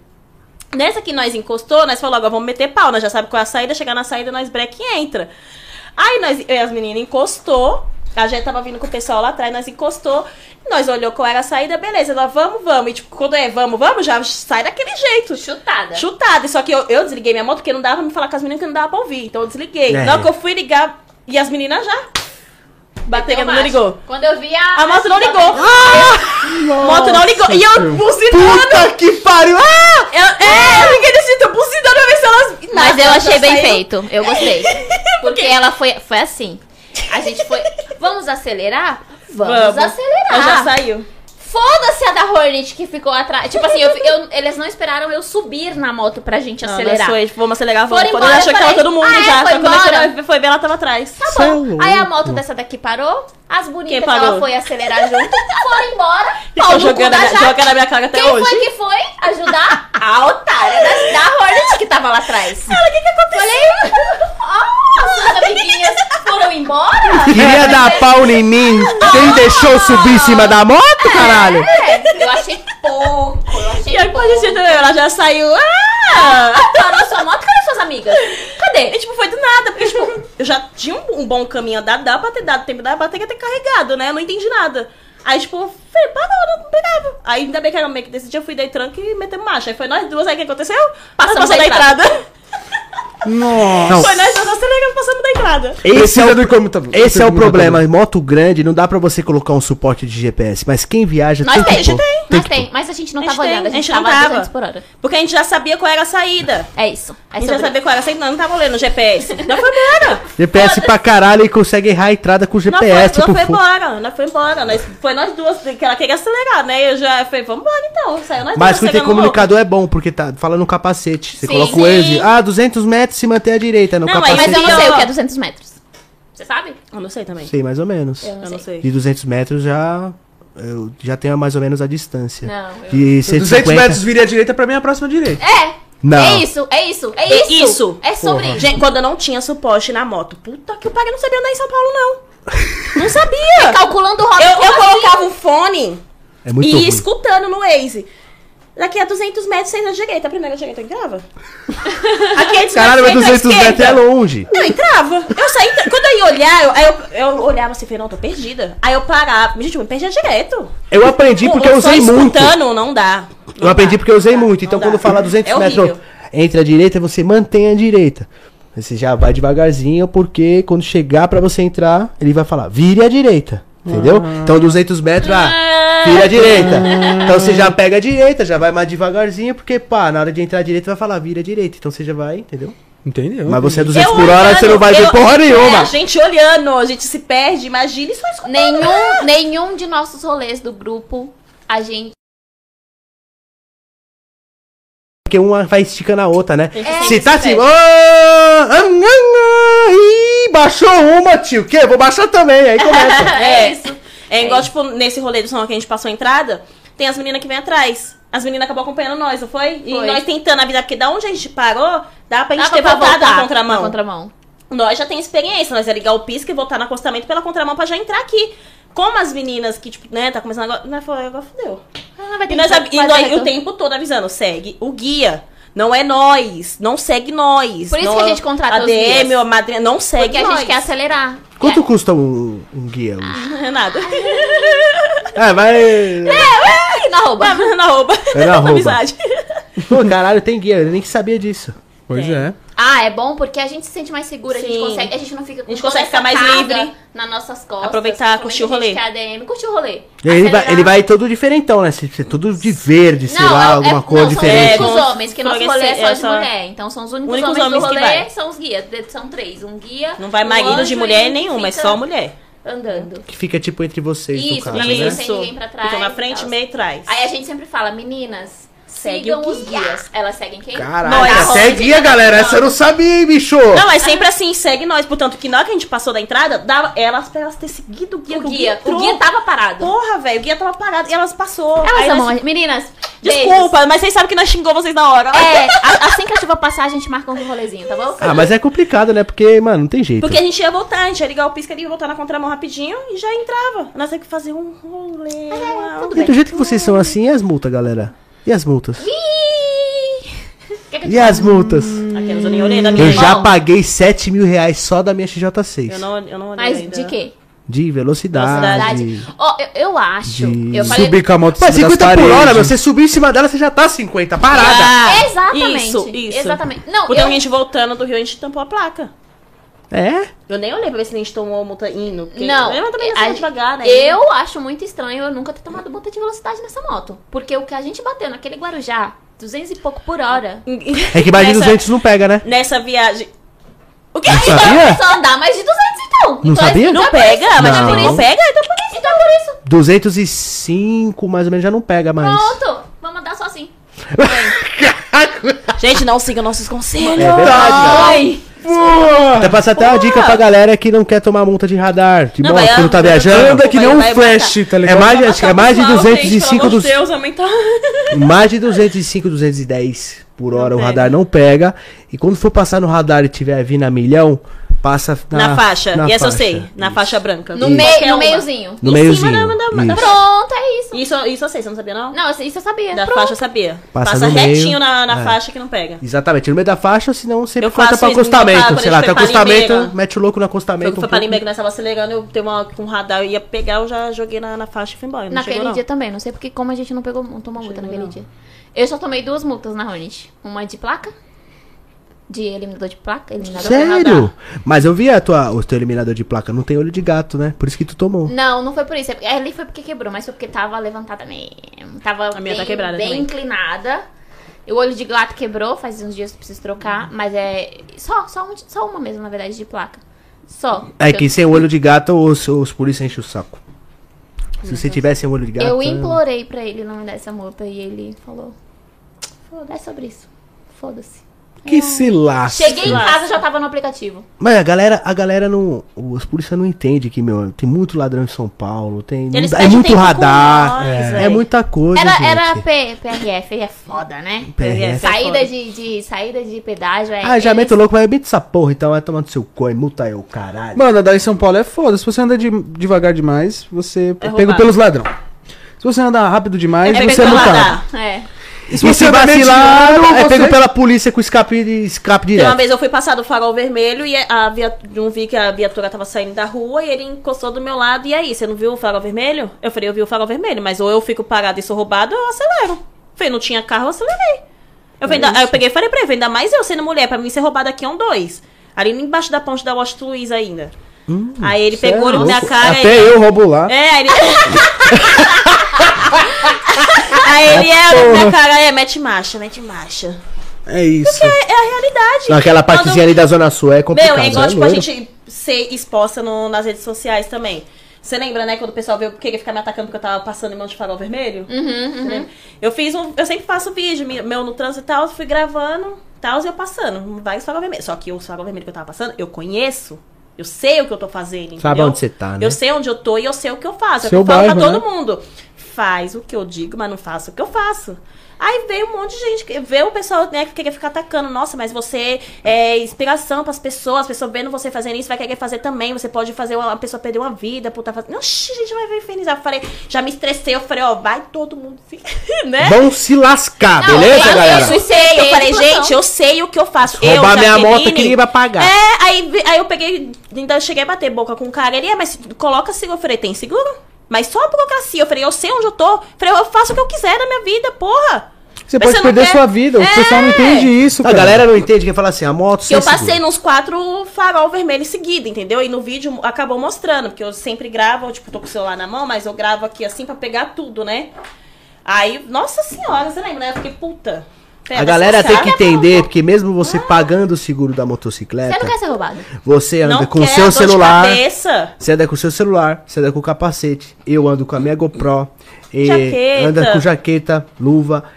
Speaker 2: Nessa que nós encostou, nós falou, agora vamos meter pau, nós já sabe qual é a saída, chegar na saída, nós break e entra. Aí nós, eu e as meninas encostou, a gente tava vindo com o pessoal lá atrás, nós encostou, nós olhou qual era a saída, beleza, nós vamos, vamos. E tipo, quando é vamos, vamos, já sai daquele jeito.
Speaker 4: Chutada.
Speaker 2: Chutada. Só que eu, eu desliguei minha moto porque não dava pra me falar com as meninas que não dava pra ouvir. Então eu desliguei.
Speaker 3: É.
Speaker 2: Na hora que eu fui ligar, e as meninas já. Bateria
Speaker 4: Eu
Speaker 2: não
Speaker 4: acho.
Speaker 2: ligou.
Speaker 4: Quando Ah, eu vi a.
Speaker 2: A moto não ligou. A moto não ligou. E eu buzinando.
Speaker 3: Puta que pariu! Ah!
Speaker 2: Eu, é, eu fiquei desse jeito, buzinando pra ver se elas.
Speaker 4: Mas
Speaker 2: Nada,
Speaker 4: eu achei
Speaker 2: só
Speaker 4: bem
Speaker 2: saiu-
Speaker 4: feito. Eu
Speaker 2: (laughs)
Speaker 4: (laughs) gostei. Porque ela foi, foi assim. A gente foi. Vamos acelerar? Vamos,
Speaker 2: Vamos. Ela já
Speaker 4: acelerar.
Speaker 2: saiu.
Speaker 4: Foda-se a da Hornet que ficou atrás. Tipo assim, eu, eu- eles não esperaram eu subir na moto pra gente
Speaker 2: Não, nós
Speaker 4: acelerar.
Speaker 2: foi, tipo, vamos acelerar, vamos.
Speaker 4: Foram
Speaker 2: Quando
Speaker 4: embora,
Speaker 2: ela achou que
Speaker 4: eu
Speaker 2: tava
Speaker 4: falei,
Speaker 2: todo mundo
Speaker 4: "Ah, é,
Speaker 2: já.
Speaker 4: foi
Speaker 2: só quando
Speaker 4: embora?"
Speaker 2: ela foi- foi ver, ela tava atrás.
Speaker 4: Tá bom. Aí a moto dessa daqui parou. As bonitas
Speaker 2: Quem
Speaker 4: que
Speaker 2: parou?
Speaker 4: ela foi acelerar junto foram embora. Pau
Speaker 2: Ficou
Speaker 4: no cu
Speaker 2: jogando,
Speaker 4: da
Speaker 2: a minha-
Speaker 4: Jaque.
Speaker 2: jogando a minha cara até
Speaker 4: Quem
Speaker 2: hoje.
Speaker 4: foi que foi
Speaker 2: (laughs)
Speaker 4: ajudar? A otária da, da Hornet que tava lá atrás. Cara, o que que aconteceu? Falei,
Speaker 2: "Ah,
Speaker 4: ó, as suas amiguinhas foram embora?
Speaker 3: Queria dar pau em mim! Quem deixou eu subir em cima da moto, caralho?
Speaker 4: É, eu achei pouco, eu achei
Speaker 2: E aí,
Speaker 4: pouco.
Speaker 2: quando a gente entendeu, ela já saiu. Ah!
Speaker 4: Parou sua moto, cadê suas amigas?
Speaker 2: E,
Speaker 4: Cadê?
Speaker 2: tipo, foi do nada, porque, tipo,
Speaker 4: (laughs)
Speaker 2: eu já tinha um, um bom caminho andado, dava pra ter dado tempo, dava pra ter, ter carregado, né? Eu não entendi nada. Aí, tipo, eu falei, parou, não pegava. Aí, ainda bem que era meio que desse dia, eu fui dar tranco e metemos marcha. Aí foi nós duas, aí o que aconteceu?
Speaker 4: Passamos
Speaker 2: Nós
Speaker 4: da entrada. É.
Speaker 5: Nossa.
Speaker 3: Não,
Speaker 2: Foi nós duas acelerando, passamos da entrada.
Speaker 3: esse é o
Speaker 5: como tá
Speaker 3: Esse é o problema, moto grande não dá pra você colocar um suporte de GPS, mas quem viaja
Speaker 4: Nós
Speaker 3: tem
Speaker 4: tem,
Speaker 3: que pôr.
Speaker 4: nós tem, mas a gente não
Speaker 2: A gente
Speaker 4: tava
Speaker 2: tem,
Speaker 4: olhando, a gente,
Speaker 2: a gente não
Speaker 4: tava
Speaker 2: tava.
Speaker 4: 200 por hora.
Speaker 2: Porque a gente já sabia qual era a saída.
Speaker 4: É isso. É
Speaker 2: A gente já
Speaker 4: sobre-
Speaker 2: sabia qual era a saída, nós não tava olhando o GPS. Nós foi
Speaker 3: (laughs)
Speaker 2: embora.
Speaker 3: GPS pra caralho e consegue errar a entrada com o
Speaker 2: Nós
Speaker 3: GPS.
Speaker 2: foi, nós
Speaker 3: tipo,
Speaker 2: foi
Speaker 3: fu-
Speaker 2: embora, nós foi embora. Nós, foi nós duas, que ela queria acelerar, né? Eu já falei, vambora então. Saiu
Speaker 3: mas
Speaker 2: nós duas.
Speaker 3: com
Speaker 2: acelerando louco.
Speaker 3: comunicador é bom, porque tá falando no capacete. Você
Speaker 4: Sim,
Speaker 3: coloca o
Speaker 4: sim.
Speaker 3: Waze. Ah, 200 metros se manter à direita no
Speaker 2: Não,
Speaker 3: capacete.
Speaker 4: Mas eu não
Speaker 2: Sim,
Speaker 4: sei
Speaker 2: ó.
Speaker 4: o que é 200 metros. Você sabe?
Speaker 2: Eu não sei também.
Speaker 3: Sei, mais ou menos.
Speaker 4: Eu
Speaker 2: Eu não sei.
Speaker 3: De 200 metros já... Eu já tenho mais ou menos a distância.
Speaker 4: Não, eu-
Speaker 3: De 150...
Speaker 5: 200 metros vira à direita, pra mim é a próxima direita.
Speaker 4: É!
Speaker 3: Não.
Speaker 4: É isso, é isso, é
Speaker 2: É
Speaker 4: isso!
Speaker 2: isso.
Speaker 4: É sobre isso.
Speaker 2: Gente, quando eu não tinha suporte na moto, puta que o pariu, eu não sabia andar em São Paulo, não. Não sabia.
Speaker 4: Calculando rota.
Speaker 2: Eu, eu
Speaker 4: como assim?
Speaker 2: colocava o fone
Speaker 3: É muito
Speaker 2: e ia
Speaker 3: ruim.
Speaker 2: escutando no Waze. Daqui a 200 metros, você entra à direita. A primeira direita eu entrava. A 500
Speaker 3: Caralho, mas
Speaker 2: metros, você entra à
Speaker 3: 200 metros é
Speaker 2: esquerda.
Speaker 3: longe.
Speaker 2: Eu entrava. Eu saí. Quando eu ia olhar, eu, aí eu, eu olhava assim, falei, não, tô perdida. Aí eu parava. Gente, eu me perdia direto.
Speaker 3: Eu aprendi porque eu
Speaker 2: Só
Speaker 3: usei muito.
Speaker 2: escutando, não dá. Não
Speaker 3: Eu aprendi
Speaker 2: dá.
Speaker 3: porque eu usei muito.
Speaker 2: não
Speaker 3: Então,
Speaker 2: dá.
Speaker 3: quando falar 200
Speaker 2: É horrível.
Speaker 3: metros entre a direita, você mantém a direita. Você já vai devagarzinho, porque quando chegar pra você entrar, ele vai falar, vire à direita. Entendeu? Então, 200 metros, ah, vira à direita. Então, você já pega a direita, já vai mais devagarzinho, porque, pá, na hora de entrar à direita, vai falar, vira à direita. Então, você já vai, entendeu?
Speaker 1: Entendeu?
Speaker 3: Mas você é
Speaker 1: do.
Speaker 3: 200 por hora, você não vai ver
Speaker 2: eu-
Speaker 3: porra
Speaker 2: É, a
Speaker 3: nenhuma.
Speaker 2: gente olhando, a gente se perde, imagina e só escutando.
Speaker 4: Nenhum, nenhum de nossos rolês do grupo, a gente.
Speaker 3: Porque uma vai esticando a outra, né?
Speaker 2: É,
Speaker 3: Se tá assim,
Speaker 4: pede.
Speaker 3: "Ô, ah, ah, ah", ih, baixou uma, tio, que? Vou baixar também, aí
Speaker 2: (laughs)
Speaker 3: começa.
Speaker 2: É, É igual, tipo, nesse rolê do som que a gente passou a entrada, tem as meninas que vêm atrás. As meninas acabou acompanhando nós, não foi? E
Speaker 4: Foi.
Speaker 2: nós tentando avisar, porque da onde a gente parou, dá pra gente
Speaker 4: Dava
Speaker 2: ter
Speaker 4: pra
Speaker 2: voltado
Speaker 4: voltar
Speaker 2: na contramão.
Speaker 4: na contramão.
Speaker 2: Nós já tem experiência, nós ia ligar o pisca e voltar no acostamento pela contramão pra já entrar aqui. Como as meninas que, tipo, né, tá começando agora. Nós falou, agora fodeu.
Speaker 4: Ah, vai ter
Speaker 2: E,
Speaker 4: que
Speaker 2: nós,
Speaker 4: fazer
Speaker 2: e nós- e o
Speaker 4: retorno.
Speaker 2: tempo todo avisando, segue o guia. Não é nós, não segue nós.
Speaker 4: Por isso
Speaker 2: não
Speaker 4: que a
Speaker 2: é
Speaker 4: gente contrata os
Speaker 2: ADM,
Speaker 4: guias.
Speaker 2: ou a madrinha, não segue
Speaker 4: Porque a
Speaker 2: nós.
Speaker 4: gente quer acelerar.
Speaker 3: Quanto
Speaker 2: (laughs)
Speaker 3: custa um, um guia? Lu?
Speaker 2: Não (laughs) é
Speaker 4: (laughs)
Speaker 2: nada.
Speaker 3: Ah, vai.
Speaker 4: Ai, na rouba.
Speaker 2: Na arroba.
Speaker 3: É na arroba.
Speaker 2: (laughs) amizade.
Speaker 3: Pô, caralho, tem guia, eu nem sabia disso.
Speaker 1: Pois
Speaker 2: Tem.
Speaker 1: é.
Speaker 4: Ah, é bom porque a gente se sente mais segura, a gente
Speaker 2: Sim.
Speaker 4: consegue, a gente não fica com
Speaker 2: A gente
Speaker 4: toda
Speaker 2: consegue
Speaker 4: essa
Speaker 2: ficar mais
Speaker 4: carga
Speaker 2: livre.
Speaker 4: nas nossas costas.
Speaker 2: Aproveitar, curtir o rolê.
Speaker 4: principalmente a gente que é ADM, curtir o rolê.
Speaker 3: E aí ele, vai,
Speaker 4: Acelerar.
Speaker 3: ele vai todo diferentão, né? Se- se- Todo de verde, sei
Speaker 4: Não,
Speaker 3: lá,
Speaker 4: é- é-
Speaker 3: alguma cor
Speaker 4: não,
Speaker 3: diferente.
Speaker 4: São os
Speaker 2: É,
Speaker 4: únicos homens, que nosso
Speaker 2: Floresta-
Speaker 4: rolê é só
Speaker 2: é
Speaker 4: de
Speaker 2: só-
Speaker 4: mulher. Então são os únicos,
Speaker 2: únicos
Speaker 4: homens,
Speaker 2: homens
Speaker 4: do
Speaker 2: que
Speaker 4: rolê,
Speaker 2: vai.
Speaker 4: são os guias. de- São três. Um guia.
Speaker 2: Não vai
Speaker 4: um
Speaker 2: marido de
Speaker 4: anjo e
Speaker 2: mulher
Speaker 4: um
Speaker 2: nenhuma, é
Speaker 4: fica
Speaker 2: só mulher.
Speaker 4: Andando.
Speaker 3: Que fica tipo entre vocês, no
Speaker 4: Isso,
Speaker 3: caso,
Speaker 4: Não, ninguém-
Speaker 3: né?
Speaker 4: sem ninguém pra trás
Speaker 2: Então na
Speaker 4: e
Speaker 2: frente,
Speaker 4: tal.
Speaker 2: meio e trás.
Speaker 4: Aí a gente sempre fala, meninas,
Speaker 2: Segue
Speaker 4: sigam
Speaker 2: o
Speaker 4: os guias. Elas seguem quem?
Speaker 2: Nós.
Speaker 3: Caraca, até guia, galera. Essa eu não sabia, hein, bicho.
Speaker 2: Não, é sempre assim, segue nós. Portanto, que na hora que a gente passou da entrada, dava elas pra elas ter seguido o guia.
Speaker 4: O
Speaker 2: que
Speaker 4: guia. O
Speaker 2: entrou.
Speaker 4: guia tava parado.
Speaker 2: Porra, velho, o guia tava parado e elas passou.
Speaker 4: Elas
Speaker 2: Aí
Speaker 4: amam.
Speaker 2: nós- assim,
Speaker 4: a- Meninas, beijos.
Speaker 2: Desculpa, mas vocês sabem que nós xingou vocês na hora.
Speaker 4: É, a- assim que a chuva passar, a gente marca um rolezinho, tá bom?
Speaker 3: Ah, mas é complicado, né? Porque, mano, não tem jeito.
Speaker 4: é
Speaker 2: Porque a gente ia voltar, a gente ia ligar o pisca ali, ia voltar na contramão rapidinho e já entrava. Nós temos que fazer um rolê. uma-
Speaker 4: tudo
Speaker 3: E do jeito que vocês são assim, e as multas, galera? E as multas?
Speaker 4: Quer que eu te
Speaker 3: E as multas?
Speaker 4: hum,
Speaker 2: Aquelas eu nem olhei da minha
Speaker 3: Eu
Speaker 2: irmã.
Speaker 3: já paguei 7 mil reais só da minha XJ6.
Speaker 2: Eu não, eu não olhei.
Speaker 4: Mas
Speaker 2: ainda.
Speaker 4: de quê?
Speaker 3: De
Speaker 2: Velocidade.
Speaker 3: velocidade.
Speaker 4: Ó, eu, eu acho.
Speaker 3: De
Speaker 4: Eu falei.
Speaker 5: Subir com a moto em
Speaker 3: Mas
Speaker 5: cima
Speaker 3: 50
Speaker 5: das
Speaker 3: por hora,
Speaker 5: paredes.
Speaker 3: você subir em cima dela, você já tá 50, parada.
Speaker 2: Ah,
Speaker 4: Exatamente.
Speaker 2: Isso, isso.
Speaker 4: Exatamente. Não,
Speaker 2: Porque
Speaker 4: eu-
Speaker 2: a gente voltando do Rio, a gente tampou a placa.
Speaker 4: Ah.
Speaker 3: É?
Speaker 2: Eu nem olhei pra ver se a gente tomou multa indo. porque-
Speaker 4: Não.
Speaker 2: Eu também não
Speaker 4: a
Speaker 2: sei
Speaker 4: gente-
Speaker 2: devagar, né?
Speaker 4: Eu acho muito estranho eu nunca ter tomado multa de velocidade nessa moto. Porque o que a gente bateu naquele Guarujá, 200 e pouco por hora.
Speaker 3: É que mais de
Speaker 2: Nessa-
Speaker 3: 200 não pega, né?
Speaker 2: Nessa viagem. O que?
Speaker 3: Não sabia?
Speaker 4: Só andar mais de 200 então.
Speaker 3: Não
Speaker 4: então,
Speaker 3: sabia?
Speaker 2: Não
Speaker 4: então é por isso.
Speaker 2: pega, mas
Speaker 3: Não.
Speaker 2: não, não pega, então por
Speaker 4: Então é por isso.
Speaker 3: 205 mais ou menos já não pega mais.
Speaker 4: Pronto. Vamos andar só assim.
Speaker 2: que... Gente, não siga nossos conselhos.
Speaker 3: É verdade, cara.
Speaker 2: Ai.
Speaker 3: Até passa até uma dica pra galera que não quer tomar multa de radar, de
Speaker 2: Não,
Speaker 3: moto,
Speaker 2: vai,
Speaker 3: que não tá
Speaker 2: anda,
Speaker 3: viajando.
Speaker 5: Anda que nem
Speaker 2: Vai-
Speaker 5: um
Speaker 2: vai
Speaker 5: flash, tá
Speaker 3: É
Speaker 5: ligado?
Speaker 3: mais, de- acho que é mais de
Speaker 2: Pessoal, gente,
Speaker 3: 205,
Speaker 2: pelo amor
Speaker 3: dos,
Speaker 2: de Deus, aumenta.
Speaker 3: mais de 205, 210 por hora o
Speaker 2: pega.
Speaker 3: radar não pega. E quando for passar no radar e tiver vindo a milhão, passa na,
Speaker 2: Na faixa.
Speaker 3: na
Speaker 2: e essa eu
Speaker 3: faixa.
Speaker 2: sei. Na faixa branca.
Speaker 4: No,
Speaker 3: Isso.
Speaker 4: mei,
Speaker 2: Qualquer
Speaker 4: no
Speaker 2: uma.
Speaker 4: meiozinho.
Speaker 3: No
Speaker 2: Em
Speaker 3: meiozinho.
Speaker 2: cima da- da- da-
Speaker 3: Isso.
Speaker 4: Pronto, é isso.
Speaker 2: Isso, isso eu sei, você não sabia, não?
Speaker 4: Não, isso eu sabia.
Speaker 2: Da
Speaker 4: Pronto.
Speaker 2: faixa eu sabia.
Speaker 3: Passa
Speaker 2: Passa,
Speaker 3: no meio.
Speaker 2: retinho na, na
Speaker 3: É.
Speaker 2: faixa que não pega.
Speaker 3: Exatamente, no meio da faixa, senão sempre
Speaker 2: Eu
Speaker 3: corta
Speaker 2: faço
Speaker 3: pra
Speaker 2: isso, não
Speaker 3: acostamento.
Speaker 2: dá,
Speaker 3: Sei
Speaker 2: quando
Speaker 3: lá,
Speaker 2: a
Speaker 3: até
Speaker 2: gente foi pra
Speaker 3: acostamento,
Speaker 2: Limeira.
Speaker 3: mete o louco no
Speaker 2: Foi
Speaker 3: acostamento.
Speaker 2: que
Speaker 3: um
Speaker 2: foi pra
Speaker 3: pouco.
Speaker 2: Limbeck, nós tava acelerando, eu dei uma, com um radar, eu ia pegar, eu já joguei na, na faixa e fui embora. Não
Speaker 4: Naquele
Speaker 2: chegou, não.
Speaker 4: dia também, não sei porque como a gente não pegou, não tomou multa
Speaker 2: chegou,
Speaker 4: naquele
Speaker 2: não.
Speaker 4: dia. Eu só tomei duas multas na Hornet. Uma de placa, de eliminador de placa, eliminador de
Speaker 3: Sério?
Speaker 4: radar.
Speaker 3: Mas eu vi a tua, o teu eliminador de placa, não tem olho de gato, né? Por isso que tu
Speaker 2: Hum.
Speaker 3: tomou.
Speaker 4: Não, não foi por isso. É porque- Ali foi porque quebrou, mas foi porque tava levantada mesmo. Tava
Speaker 2: A minha
Speaker 4: bem,
Speaker 2: tá quebrada
Speaker 4: bem
Speaker 2: também.
Speaker 4: inclinada. E O olho de gato quebrou, faz uns dias que eu preciso trocar,
Speaker 2: Uhum.
Speaker 4: mas é só, só, um- só uma mesmo, na verdade, de placa. Só.
Speaker 3: É
Speaker 4: Eu-
Speaker 3: que sem olho de gato, os, os polícia enchem o saco. Se você tivesse um olho de gato. é-
Speaker 4: Eu implorei pra ele não me dar essa multa e ele falou: "Foda- é sobre isso. Foda-se.
Speaker 5: Que se lasca.
Speaker 4: Cheguei em casa já tava no aplicativo.
Speaker 3: Mas a galera, a galera não. Os polícia não entende que, meu, tem muito ladrão em São Paulo, tem.
Speaker 2: Eles
Speaker 3: é
Speaker 2: pedem
Speaker 3: muito
Speaker 2: tempo com
Speaker 3: radar.
Speaker 2: nós,
Speaker 3: é, é
Speaker 2: velho.
Speaker 3: muita coisa.
Speaker 4: Era,
Speaker 3: gente.
Speaker 4: era P- PRF, e é foda, né?
Speaker 3: PRF.
Speaker 4: Saída de, de- saída de pedágio é.
Speaker 3: é Ah, já
Speaker 4: eles-
Speaker 3: meto louco, vai meter essa porra, então vai tomando seu coi, multa eu, caralho.
Speaker 5: Mano, andar em São Paulo é foda. Se você anda de- devagar demais, você é pego
Speaker 2: roubado.
Speaker 5: pelos ladrão. Se você andar rápido demais,
Speaker 2: É
Speaker 5: você é
Speaker 2: pelo
Speaker 5: multado.
Speaker 2: radar.
Speaker 4: É.
Speaker 3: E
Speaker 5: você
Speaker 3: se
Speaker 5: anda
Speaker 3: vacilar,
Speaker 5: mediano,
Speaker 3: é
Speaker 5: você-
Speaker 3: pego pela polícia com escape, de- escape
Speaker 2: Tem uma
Speaker 3: direto.
Speaker 2: vez eu fui passar do farol vermelho e a via... não vi que a viatura tava saindo da rua e ele encostou do meu lado. E aí, você não viu o farol vermelho? Eu falei, eu vi o farol vermelho, mas ou eu fico parado e sou roubado ou eu acelero. Falei, não tinha carro, eu acelerei. Eu falei, ainda- Aí eu peguei e falei pra ele, ainda mais eu sendo mulher, pra mim ser roubada aqui é um dois. Ali embaixo da ponte da Washington Luiz ainda. aí ele pegou
Speaker 3: é
Speaker 2: o minha
Speaker 3: louco.
Speaker 2: cara
Speaker 5: Até
Speaker 2: e...
Speaker 5: eu roubo lá.
Speaker 2: É, aí ele... aí ele é, olhou pra minha cara, é, mete marcha, mete marcha.
Speaker 1: É isso.
Speaker 2: É, é a realidade.
Speaker 3: Naquela
Speaker 2: Quando-
Speaker 3: partezinha ali da Zona Sul é complicado.
Speaker 2: Meu, é igual, tipo, a
Speaker 3: loiro.
Speaker 2: gente ser exposta no- nas redes sociais também. Você lembra, né, quando o pessoal veio querer ficar me atacando porque eu tava passando em mão de farol vermelho?
Speaker 4: Uhum, uhum.
Speaker 2: Eu fiz um. Eu sempre faço vídeo mi- meu no trânsito e tal, fui gravando tal, e eu passando. Vários farol vermelho. Só que o farol vermelho que eu tava passando, eu conheço. Eu sei o que eu tô fazendo.
Speaker 3: Sabe
Speaker 2: entendeu?
Speaker 3: onde você tá, né?
Speaker 2: Eu sei onde eu tô e eu sei o que eu faço. É o que
Speaker 5: Seu
Speaker 2: eu falo pra
Speaker 5: bairro,
Speaker 2: todo mundo. Faz o que eu digo, mas não faça o que eu faço. Aí veio um monte de gente, que- veio o pessoal né, que queria ficar atacando. Nossa, mas você é inspiração pras pessoas, as pessoas vendo você fazendo isso, vai querer fazer também. Você pode fazer uma, a pessoa perder uma vida por estar fazendo. Não, xixi, a gente vai ver infernizar. Eu falei, já me estressei, eu falei, ó, vai todo mundo se. (laughs) né?
Speaker 3: Vão se lascar,
Speaker 4: Não,
Speaker 3: beleza,
Speaker 4: eu-
Speaker 3: galera?
Speaker 2: Eu sei, eu falei,
Speaker 4: Educação.
Speaker 2: gente, eu sei o que eu faço. eu,
Speaker 3: Roubar minha
Speaker 2: Jaqueline,
Speaker 3: moto que ninguém vai pagar.
Speaker 2: é, aí, vi- aí eu peguei, ainda cheguei a bater boca com o cara. Ele, é, mas coloca seguro. Eu falei, tem seguro? Mas só a burocracia. Eu falei, eu sei onde eu tô. Eu falei, eu faço o que eu quiser na minha vida, porra.
Speaker 5: Você
Speaker 2: Mas
Speaker 5: pode
Speaker 2: você não
Speaker 5: perder
Speaker 2: quer-
Speaker 5: sua vida. O
Speaker 2: É.
Speaker 5: pessoal não entende isso,
Speaker 3: A
Speaker 5: cara.
Speaker 3: galera não entende que fala assim, a moto
Speaker 2: Que
Speaker 3: sem
Speaker 2: eu passei
Speaker 3: seguro.
Speaker 2: nos quatro farol vermelho em seguida, entendeu? E no vídeo acabou mostrando, porque eu sempre gravo, tipo, tô com o celular na mão, mas eu gravo aqui assim pra pegar tudo, né? Aí, nossa senhora, você lembra, né? Eu fiquei puta. Pera,
Speaker 3: A galera
Speaker 2: você
Speaker 3: tem que
Speaker 2: sabe? é
Speaker 3: entender, porque mesmo
Speaker 2: Ah.
Speaker 3: você pagando o seguro da
Speaker 4: Você não
Speaker 3: motocicleta,
Speaker 4: quer ser roubado.
Speaker 3: você anda
Speaker 2: Não
Speaker 3: com o
Speaker 2: quer
Speaker 3: seu
Speaker 2: dor de
Speaker 3: celular.
Speaker 2: cabeça.
Speaker 3: Você anda com o seu celular, você anda com o capacete, eu ando com a minha GoPro, e
Speaker 2: Jaqueta.
Speaker 3: anda com jaqueta, luva.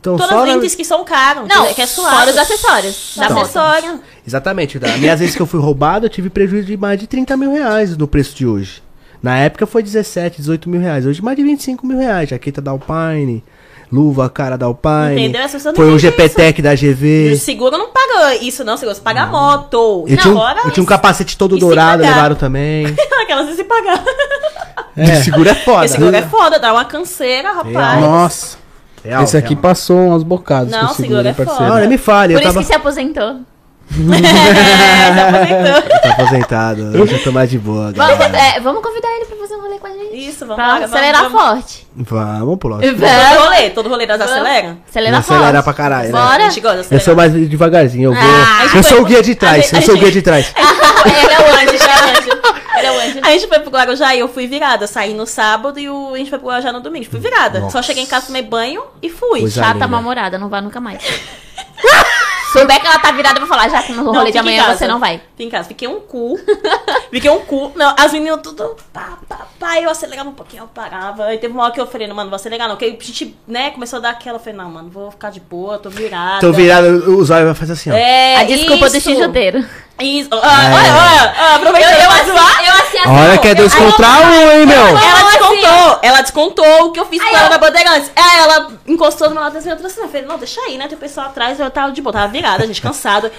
Speaker 3: Então
Speaker 2: Todas
Speaker 3: só
Speaker 2: as
Speaker 3: na-
Speaker 2: lentes que são caras.
Speaker 4: Não,
Speaker 2: que é suave.
Speaker 4: fora os acessórios da moto.
Speaker 2: acessório.
Speaker 3: Exatamente. Da minha vez que eu fui roubado, eu tive prejuízo de mais de 30 mil reais no preço de hoje. Na época foi 17, 18 mil reais. Hoje mais de 25 mil reais. Jaqueta da Alpine, luva cara da Alpine.
Speaker 2: Entendeu? As pessoas não
Speaker 3: Foi um
Speaker 2: entendem
Speaker 3: GPTEC da
Speaker 2: E
Speaker 3: GV.
Speaker 2: o seguro não paga isso, não, seguro. Você paga a moto.
Speaker 3: Eu, tinha um,
Speaker 2: Agora,
Speaker 3: eu tinha um capacete todo
Speaker 2: e sem
Speaker 3: dourado,
Speaker 2: pagar.
Speaker 3: levaram
Speaker 2: (laughs)
Speaker 3: também.
Speaker 2: Aquelas de se pagar.
Speaker 3: É. Seguro é foda.
Speaker 2: Esse seguro é foda, dá uma canseira, rapaz.
Speaker 5: Nossa.
Speaker 3: é Real,
Speaker 5: Esse aqui
Speaker 3: real.
Speaker 5: passou uns bocados
Speaker 2: Não,
Speaker 5: com o seguro,
Speaker 2: seguro é
Speaker 5: hein, parceiro.
Speaker 2: foda.
Speaker 3: Olha, me fale.
Speaker 4: Por
Speaker 3: eu
Speaker 4: isso
Speaker 3: tava
Speaker 4: que se aposentou.
Speaker 2: É, se aposentou.
Speaker 3: Tá aposentado, eu já tô mais de boa,
Speaker 4: Vamos,
Speaker 3: galera.
Speaker 4: é, vamos convidar ele pra fazer um rolê com a gente.
Speaker 2: Isso, vamos
Speaker 4: Pra
Speaker 2: lá,
Speaker 4: acelerar
Speaker 2: vamos, vamos.
Speaker 4: forte.
Speaker 3: Vamos pro lado.
Speaker 2: Todo
Speaker 4: Vamos.
Speaker 2: rolê, todo rolê das
Speaker 4: Vamos.
Speaker 2: acelera.
Speaker 4: Acelera forte.
Speaker 3: Acelera pra caralho, né?
Speaker 4: Bora.
Speaker 2: A gente gosta de
Speaker 3: Eu sou
Speaker 2: acelerar.
Speaker 3: mais devagarzinho, eu vou.
Speaker 4: Ah,
Speaker 3: eu sou o guia de
Speaker 2: a
Speaker 3: trás,
Speaker 2: gente-
Speaker 3: eu
Speaker 2: a
Speaker 3: sou o guia
Speaker 2: gente-
Speaker 3: de trás.
Speaker 4: Ele é o anjo, ele (laughs) é o anjo. Ele é o anjo.
Speaker 2: A gente foi pro Guarujá e eu fui virada. Saí no sábado e o... a gente foi pro Guarujá no domingo. Fui virada.
Speaker 3: Nossa. é.
Speaker 2: Só cheguei em casa, tomei banho e fui.
Speaker 3: Coisa
Speaker 4: Chata,
Speaker 3: linda.
Speaker 4: mal-humorada, não vá nunca (laughs) mais. Souber que ela tá virada pra falar, já que no rolê
Speaker 2: fica
Speaker 4: de
Speaker 2: em
Speaker 4: amanhã
Speaker 2: casa.
Speaker 4: você não vai.
Speaker 2: Fiquei em casa, fiquei um cu. (laughs) fiquei um cu. Não, as meninas tudo. Pá, pá, pá. Eu acelerava um pouquinho, eu parava. E teve uma hora que eu falei, não, mano, não vou acelerar não. Que a gente, né, começou a dar aquela. Eu falei, não, mano, vou ficar de boa, tô virada.
Speaker 3: Tô virado, o zóio vai fazer assim, ó.
Speaker 2: É,
Speaker 4: a desculpa do
Speaker 2: isso.
Speaker 4: tijoteiro.
Speaker 2: Isso. Ah, olha, olha, ah, aproveitando pra zoar.
Speaker 4: eu assim, assim.
Speaker 3: Olha que é dois contra um, hein,
Speaker 2: (laughs)
Speaker 3: meu?
Speaker 2: Ela
Speaker 4: Não, assim,
Speaker 2: descontou, ela descontou o que eu fiz
Speaker 4: Aí
Speaker 2: com ela
Speaker 4: eu-
Speaker 2: na Bandeirantes. Aí ela encostou no meu lado e eu assim, eu falei, não, deixa aí, né? Tem o pessoal atrás, eu tava de boa, tava virada, a gente cansada.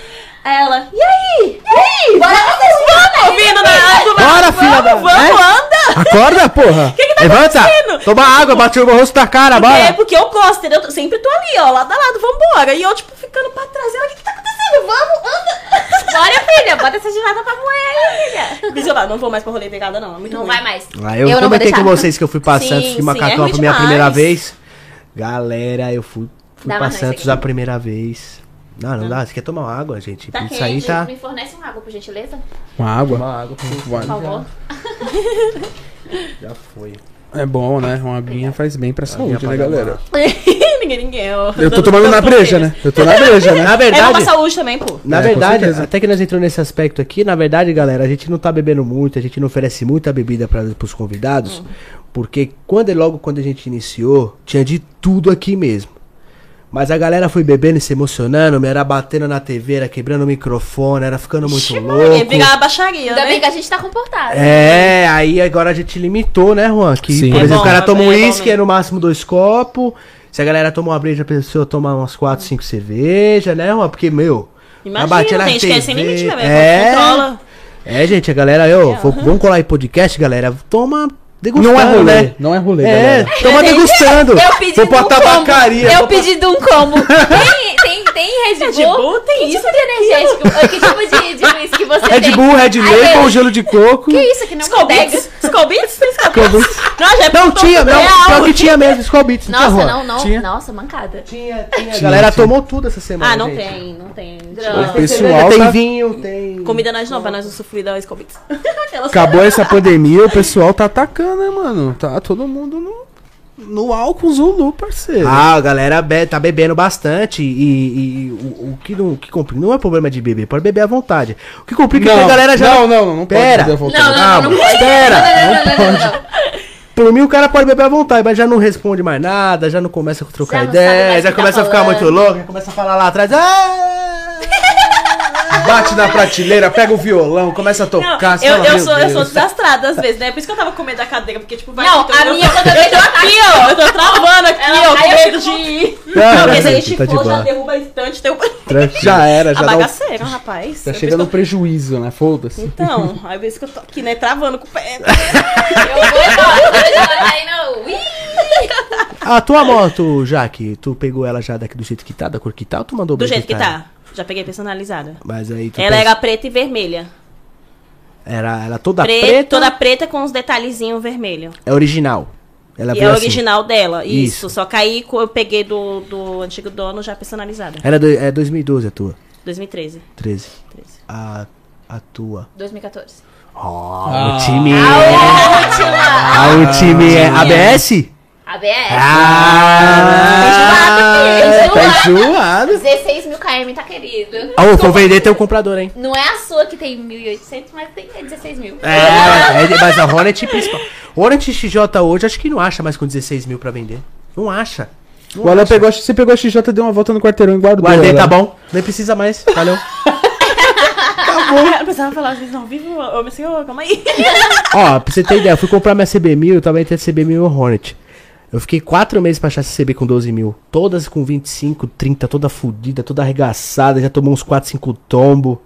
Speaker 2: Aí ela, e aí? E aí? Bora vamos, vindo na do
Speaker 3: Bora,
Speaker 2: né? vamos,
Speaker 3: filha da-
Speaker 2: vamos,
Speaker 3: É?
Speaker 2: anda!
Speaker 3: Acorda, porra!
Speaker 2: que tá
Speaker 3: Levanta!
Speaker 2: acontecendo?
Speaker 3: Toma água, bateu o rosto na cara,
Speaker 2: É
Speaker 3: bora!
Speaker 2: porque eu gosto, entendeu? Eu sempre tô ali, ó, lado a lado, vambora. E eu, tipo, ficando pra trás. Ela, o que, que tá acontecendo? Vamos,
Speaker 4: (laughs)
Speaker 2: anda!
Speaker 4: (laughs) Bora, filha, bota essa girada pra moer, filha.
Speaker 2: Bicho, eu falo, não vou mais pra rolê virada, não. É muito
Speaker 4: Não
Speaker 2: ruim.
Speaker 4: vai mais.
Speaker 3: Ah, eu
Speaker 4: Eu não vou
Speaker 3: comentei com
Speaker 4: deixar.
Speaker 3: vocês que eu fui pra
Speaker 2: Sim,
Speaker 3: Santos de
Speaker 2: sim, é
Speaker 3: Macacão
Speaker 2: ruim
Speaker 3: pra minha primeira
Speaker 2: demais.
Speaker 3: vez. Galera, eu fui, fui
Speaker 4: Dá
Speaker 3: pra
Speaker 4: mais,
Speaker 3: Santos
Speaker 4: segue.
Speaker 3: a primeira vez. Não, não dá, você quer tomar uma água, gente?
Speaker 4: Tá
Speaker 3: Isso aí
Speaker 4: quente.
Speaker 3: tá.
Speaker 4: Me fornece uma água, por gentileza,
Speaker 5: Com água.
Speaker 3: Uma água,
Speaker 5: Vai.
Speaker 4: por favor.
Speaker 3: já foi.
Speaker 5: É bom, né? Uma aguinha faz bem pra saúde, né,
Speaker 3: apagar
Speaker 5: galera?
Speaker 2: (laughs) ninguém, ninguém.
Speaker 5: Eu tô tomando na breja, né? Eu tô na breja, né?
Speaker 3: Na
Speaker 2: É uma
Speaker 3: verdade,
Speaker 2: saúde também, pô.
Speaker 3: Na
Speaker 5: É, com
Speaker 3: verdade,
Speaker 5: certeza.
Speaker 3: até que nós entramos nesse aspecto aqui, na verdade, galera, a gente não tá bebendo muito, a gente não oferece muita bebida para os convidados, porque quando é logo quando a gente iniciou, tinha de tudo aqui mesmo. Mas a galera foi bebendo e se emocionando, me era batendo na TV, era quebrando o microfone, era ficando muito
Speaker 2: Maria,
Speaker 3: louco.
Speaker 2: Virar a baixaria,
Speaker 4: Ainda
Speaker 2: né?
Speaker 4: bem que a gente tá comportado.
Speaker 3: É, aí agora a gente limitou, né, Juan? Que,
Speaker 5: Sim.
Speaker 3: por
Speaker 5: É
Speaker 3: exemplo, o
Speaker 2: bom,
Speaker 3: cara
Speaker 2: é
Speaker 3: toma um
Speaker 2: bem- é bom
Speaker 3: uísque, é
Speaker 2: mesmo.
Speaker 3: no máximo dois copos. Se a galera toma uma breja, a pessoa toma umas quatro, cinco cervejas, né, Juan? Porque, meu.
Speaker 2: Imagina,
Speaker 3: batia na
Speaker 2: gente, que é sem
Speaker 3: TV,
Speaker 2: limite mesmo,
Speaker 3: é.
Speaker 2: controla.
Speaker 3: É, gente, a galera, eu, vou- vamos colar aí podcast, galera. Toma degustando,
Speaker 5: Não é rolê.
Speaker 3: né?
Speaker 5: Não é rolê,
Speaker 3: É,
Speaker 5: galera.
Speaker 3: toma
Speaker 4: Gente,
Speaker 3: degustando.
Speaker 4: Eu pedi
Speaker 3: vou pra
Speaker 4: de um
Speaker 3: tabacaria.
Speaker 4: como. Eu
Speaker 3: vou pra- (laughs)
Speaker 4: pedi de um como. Tem, tem, tem tem Red Bull.
Speaker 2: Red Bull tem
Speaker 4: que
Speaker 2: isso,
Speaker 4: tipo de (laughs) energético? que tipo de, de uísque que você tem?
Speaker 3: Red Bull, Red
Speaker 4: Aí,
Speaker 3: Label, gelo de coco.
Speaker 4: Que isso, aqui não é uma
Speaker 2: Skull
Speaker 4: bodega.
Speaker 2: Beats? Skull Beats? Tem Skull Beats? Não, já é
Speaker 3: Não,
Speaker 2: ponto
Speaker 3: tinha, não.
Speaker 2: real.
Speaker 3: Pior que tinha mesmo, Skull Beats. não tinha
Speaker 4: Nossa,
Speaker 3: rua.
Speaker 4: não, não.
Speaker 1: Tinha.
Speaker 4: Nossa, mancada.
Speaker 3: Tinha, tinha. A galera tomou tudo essa semana.
Speaker 2: Ah, não
Speaker 3: gente.
Speaker 2: tem, não tem.
Speaker 4: Droga.
Speaker 5: O pessoal
Speaker 3: tem
Speaker 5: tá-
Speaker 3: vinho, tem.
Speaker 2: Comida nós não, pra nós não sofrer da Skull
Speaker 4: (laughs)
Speaker 2: Beats. Aquelas-
Speaker 5: Acabou essa pandemia, o pessoal tá atacando, né, mano? Tá todo mundo no, no álcool Zulu, parceiro.
Speaker 3: Ah, a galera be- tá bebendo bastante e, e o, o que não o que complica não é problema de beber, pode beber à vontade. O que complica é que a galera já
Speaker 5: Não, não, não, não
Speaker 3: Pera.
Speaker 5: pode. Pera.
Speaker 4: Não, não, não, não pode.
Speaker 3: Espera.
Speaker 4: Não, não, não, não, não.
Speaker 3: Por mim o cara pode beber à vontade, mas já não responde mais nada, já não começa a trocar
Speaker 4: Já não sabe mais
Speaker 3: ideia,
Speaker 4: o
Speaker 3: já
Speaker 4: que tá
Speaker 3: começa a ficar
Speaker 4: falando.
Speaker 3: muito louco, já começa a falar lá
Speaker 5: (laughs)
Speaker 3: atrás. "Ah!" Bate na prateleira, pega o violão, começa a
Speaker 2: Não,
Speaker 3: tocar. você
Speaker 2: eu,
Speaker 3: fala,
Speaker 2: eu,
Speaker 3: "Meu
Speaker 2: sou, eu
Speaker 3: Deus."
Speaker 2: sou
Speaker 3: (laughs)
Speaker 2: desastrada às vezes, né? Por isso que eu tava com medo da cadeira, porque tipo, vai.
Speaker 4: Não,
Speaker 2: então (laughs)
Speaker 4: a
Speaker 2: eu-
Speaker 4: minha quando eu vejo ela tá
Speaker 2: Aqui, ó, eu tô travando aqui,
Speaker 4: Ela
Speaker 2: ó,
Speaker 4: cai,
Speaker 2: com
Speaker 4: eu
Speaker 2: medo de
Speaker 4: fico-
Speaker 3: (laughs)
Speaker 2: ir.
Speaker 3: Ah,
Speaker 2: Não, porque se a
Speaker 3: gente,
Speaker 2: gente
Speaker 3: tá de
Speaker 2: for, já
Speaker 3: boa.
Speaker 2: derruba a
Speaker 3: (laughs)
Speaker 2: estante, derruba.
Speaker 5: Já era, já
Speaker 2: A
Speaker 5: dá um-
Speaker 2: bagaceira,
Speaker 3: Tá
Speaker 2: rapaz.
Speaker 5: Já
Speaker 2: Eu
Speaker 5: chega no
Speaker 2: estou-
Speaker 5: prejuízo, né? Foda-se.
Speaker 2: Então,
Speaker 3: (laughs)
Speaker 2: aí por isso que eu tô aqui, né, travando com o pé.
Speaker 4: Eu vou embora. Eu vejo ela tá indo. Ui!
Speaker 3: A tua moto, Jaque, tu pegou ela já daqui do jeito que tá, da cor que tá, ou tu mandou
Speaker 2: Do jeito que
Speaker 3: brinquedo?
Speaker 2: tá. Já peguei personalizada.
Speaker 3: Mas aí tu
Speaker 2: Ela é
Speaker 3: pensa-
Speaker 2: era preta e vermelha.
Speaker 3: era ela toda
Speaker 2: Pre-
Speaker 3: Tá preta,
Speaker 2: Toda preta com uns detalhezinhos vermelho.
Speaker 3: é original. Ela
Speaker 2: e é
Speaker 3: veio
Speaker 2: o
Speaker 3: assim.
Speaker 2: original dela, isso.
Speaker 3: Isso.
Speaker 2: Só que aí co- eu peguei do, do antigo dono já personalizada.
Speaker 3: Era do, é 2012 a tua,
Speaker 2: 2013.
Speaker 3: 13.
Speaker 2: 13.
Speaker 3: A a tua.
Speaker 4: 2014.
Speaker 3: Ó, o time é,
Speaker 4: Última.
Speaker 3: ah, o time é ABS?
Speaker 4: ABS.
Speaker 3: Ah!
Speaker 4: enjoado, filho,
Speaker 3: Tá enjoado.
Speaker 4: 16 mil km, tá querido.
Speaker 3: Ah. Ô, vou vender teu comprador, hein?
Speaker 4: Não é a sua que tem 1.800, mas tem 16 mil.
Speaker 3: É, é, mas a Hornet principal. Hornet XJ hoje acho que não acha mais com 16 mil pra vender. Não acha. Não
Speaker 5: O Alan
Speaker 3: acha.
Speaker 5: pegou, a- você pegou a XJ, deu uma volta no quarteirão e guardou.
Speaker 3: Guardei,
Speaker 5: ela.
Speaker 3: tá bom. Nem precisa mais. Valeu.
Speaker 2: Ah, eu precisava falar, vocês não vivem? Eu pensei, ô, calma aí.
Speaker 3: Ó, pra você ter ideia, eu fui comprar minha CB1000, eu tava entre a CB1000 e a Hornet. Eu fiquei quatro meses pra achar essa CB com 12 mil. Todas com 25, 30, toda fodida, toda arregaçada, já tomou uns 4, 5 tombo.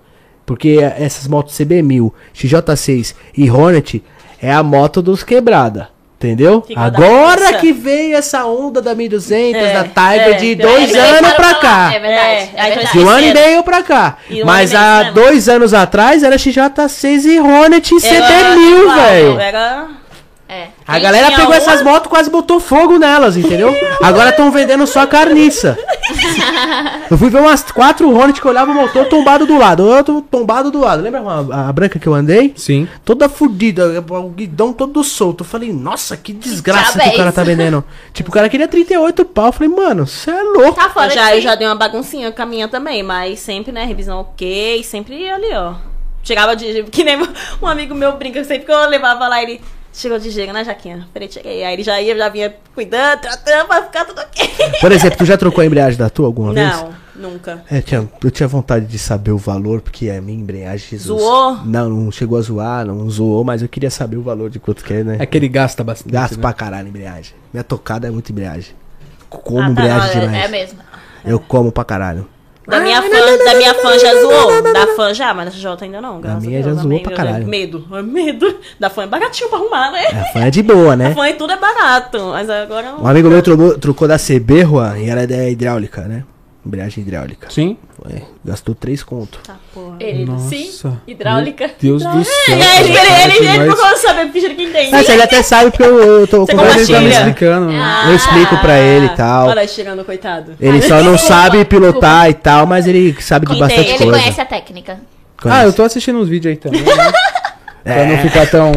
Speaker 3: Porque essas motos CB1000, XJ6 e Hornet é a moto dos quebrada. Entendeu?
Speaker 2: Que guarda-
Speaker 3: Agora
Speaker 2: Nossa.
Speaker 3: que veio essa onda da 1200,
Speaker 2: É,
Speaker 3: da Tiger,
Speaker 2: é,
Speaker 3: de
Speaker 2: é.
Speaker 3: dois
Speaker 4: É,
Speaker 3: anos
Speaker 4: agora
Speaker 3: pra
Speaker 4: falar,
Speaker 3: cá.
Speaker 4: É verdade.
Speaker 2: É, aí
Speaker 4: É,
Speaker 3: De
Speaker 2: então
Speaker 4: verdade.
Speaker 3: um
Speaker 2: Esse
Speaker 3: ano e
Speaker 2: ano.
Speaker 3: meio pra cá.
Speaker 2: E um
Speaker 3: Mas
Speaker 2: ano e meio
Speaker 3: há
Speaker 2: mesmo.
Speaker 3: dois anos atrás era XJ6 e Hornet em
Speaker 2: Era-
Speaker 3: 70 é mil,
Speaker 2: claro,
Speaker 3: velho.
Speaker 2: Era...
Speaker 4: É.
Speaker 3: A galera
Speaker 2: tinha
Speaker 3: pegou
Speaker 2: uma-
Speaker 3: essas motos e quase botou fogo nelas, entendeu? Agora estão vendendo só carniça. Eu fui ver umas quatro Hornet que olhava o motor tombado do lado. Eu tô tombado do lado. Lembra uma- a branca que eu andei?
Speaker 5: Sim.
Speaker 3: Toda fudida, o guidão todo solto. Eu falei, nossa, que desgraça
Speaker 4: diabo
Speaker 3: que,
Speaker 4: é
Speaker 3: o cara
Speaker 4: isso?
Speaker 3: tá vendendo. tipo, o cara queria 38 pau. Eu falei, mano, você é louco.
Speaker 4: Tá fora
Speaker 2: Eu já,
Speaker 4: de
Speaker 2: eu já dei uma baguncinha com a minha também, mas sempre, né, revisão ok, sempre ali, ó. Chegava de. Que nem um amigo meu brinca, sempre que eu levava lá, ele. Chegou de jeito, né, Jaquinha? Peraí, cheguei. Aí ele já ia, já vinha cuidando, tratando pra ficar tudo ok.
Speaker 3: Por exemplo, tu já trocou a embreagem da tua alguma vez?
Speaker 2: Não, nunca.
Speaker 3: É, tinha, eu tinha vontade de saber o valor, porque a minha embreagem. Jesus.
Speaker 2: Zoou?
Speaker 3: Não, não chegou a zoar, não zoou, mas eu queria saber o valor de quanto que é, né?
Speaker 5: É que ele gasta bastante.
Speaker 3: Gasto
Speaker 5: né?
Speaker 3: pra caralho embreagem. Minha tocada é muito embreagem. Como
Speaker 4: Ah, tá,
Speaker 3: embreagem
Speaker 4: não, é-
Speaker 3: demais.
Speaker 4: É mesmo.
Speaker 3: Eu como pra caralho.
Speaker 2: Da minha fã, da minha fã já zoou. Da fã já, mas da Jota ainda não. graças a
Speaker 3: minha
Speaker 2: Deus,
Speaker 3: já zoou
Speaker 2: amém,
Speaker 3: pra
Speaker 2: meu Deus.
Speaker 3: caralho.
Speaker 2: Medo, é medo. (laughs) Da fã é baratinho pra arrumar, né?
Speaker 3: A fã é de boa,
Speaker 2: Da
Speaker 3: né?
Speaker 2: fã e tudo é barato. Mas agora.
Speaker 3: Um amigo meu trocou, trocou da CB, Juan, e ela é hidráulica, né? Embreagem hidráulica.
Speaker 5: Sim.
Speaker 3: Ué, gastou três conto.
Speaker 2: Tá, porra.
Speaker 4: Ele, sim, hidráulica.
Speaker 5: Meu Deus do
Speaker 2: É,
Speaker 5: céu.
Speaker 2: é, ele,
Speaker 5: cara,
Speaker 2: ele, ele
Speaker 5: que nós-
Speaker 2: procurou saber, fingindo que entende.
Speaker 3: Mas ele Ah, até sabe porque eu, eu tô
Speaker 2: Você
Speaker 5: Mas ele tá me
Speaker 2: compartilha.
Speaker 5: explicando. né?
Speaker 4: Ah,
Speaker 3: Eu explico pra ele e tal.
Speaker 2: Olha, chegando, coitado.
Speaker 3: Ele só não sabe pilotar e tal, mas ele sabe de
Speaker 2: Entende.
Speaker 3: bastante
Speaker 4: Ele
Speaker 3: coisa.
Speaker 4: conhece a técnica.
Speaker 5: Ah, eu tô assistindo uns vídeos aí também. Né?
Speaker 3: (laughs)
Speaker 5: Pra
Speaker 3: É.
Speaker 5: não ficar tão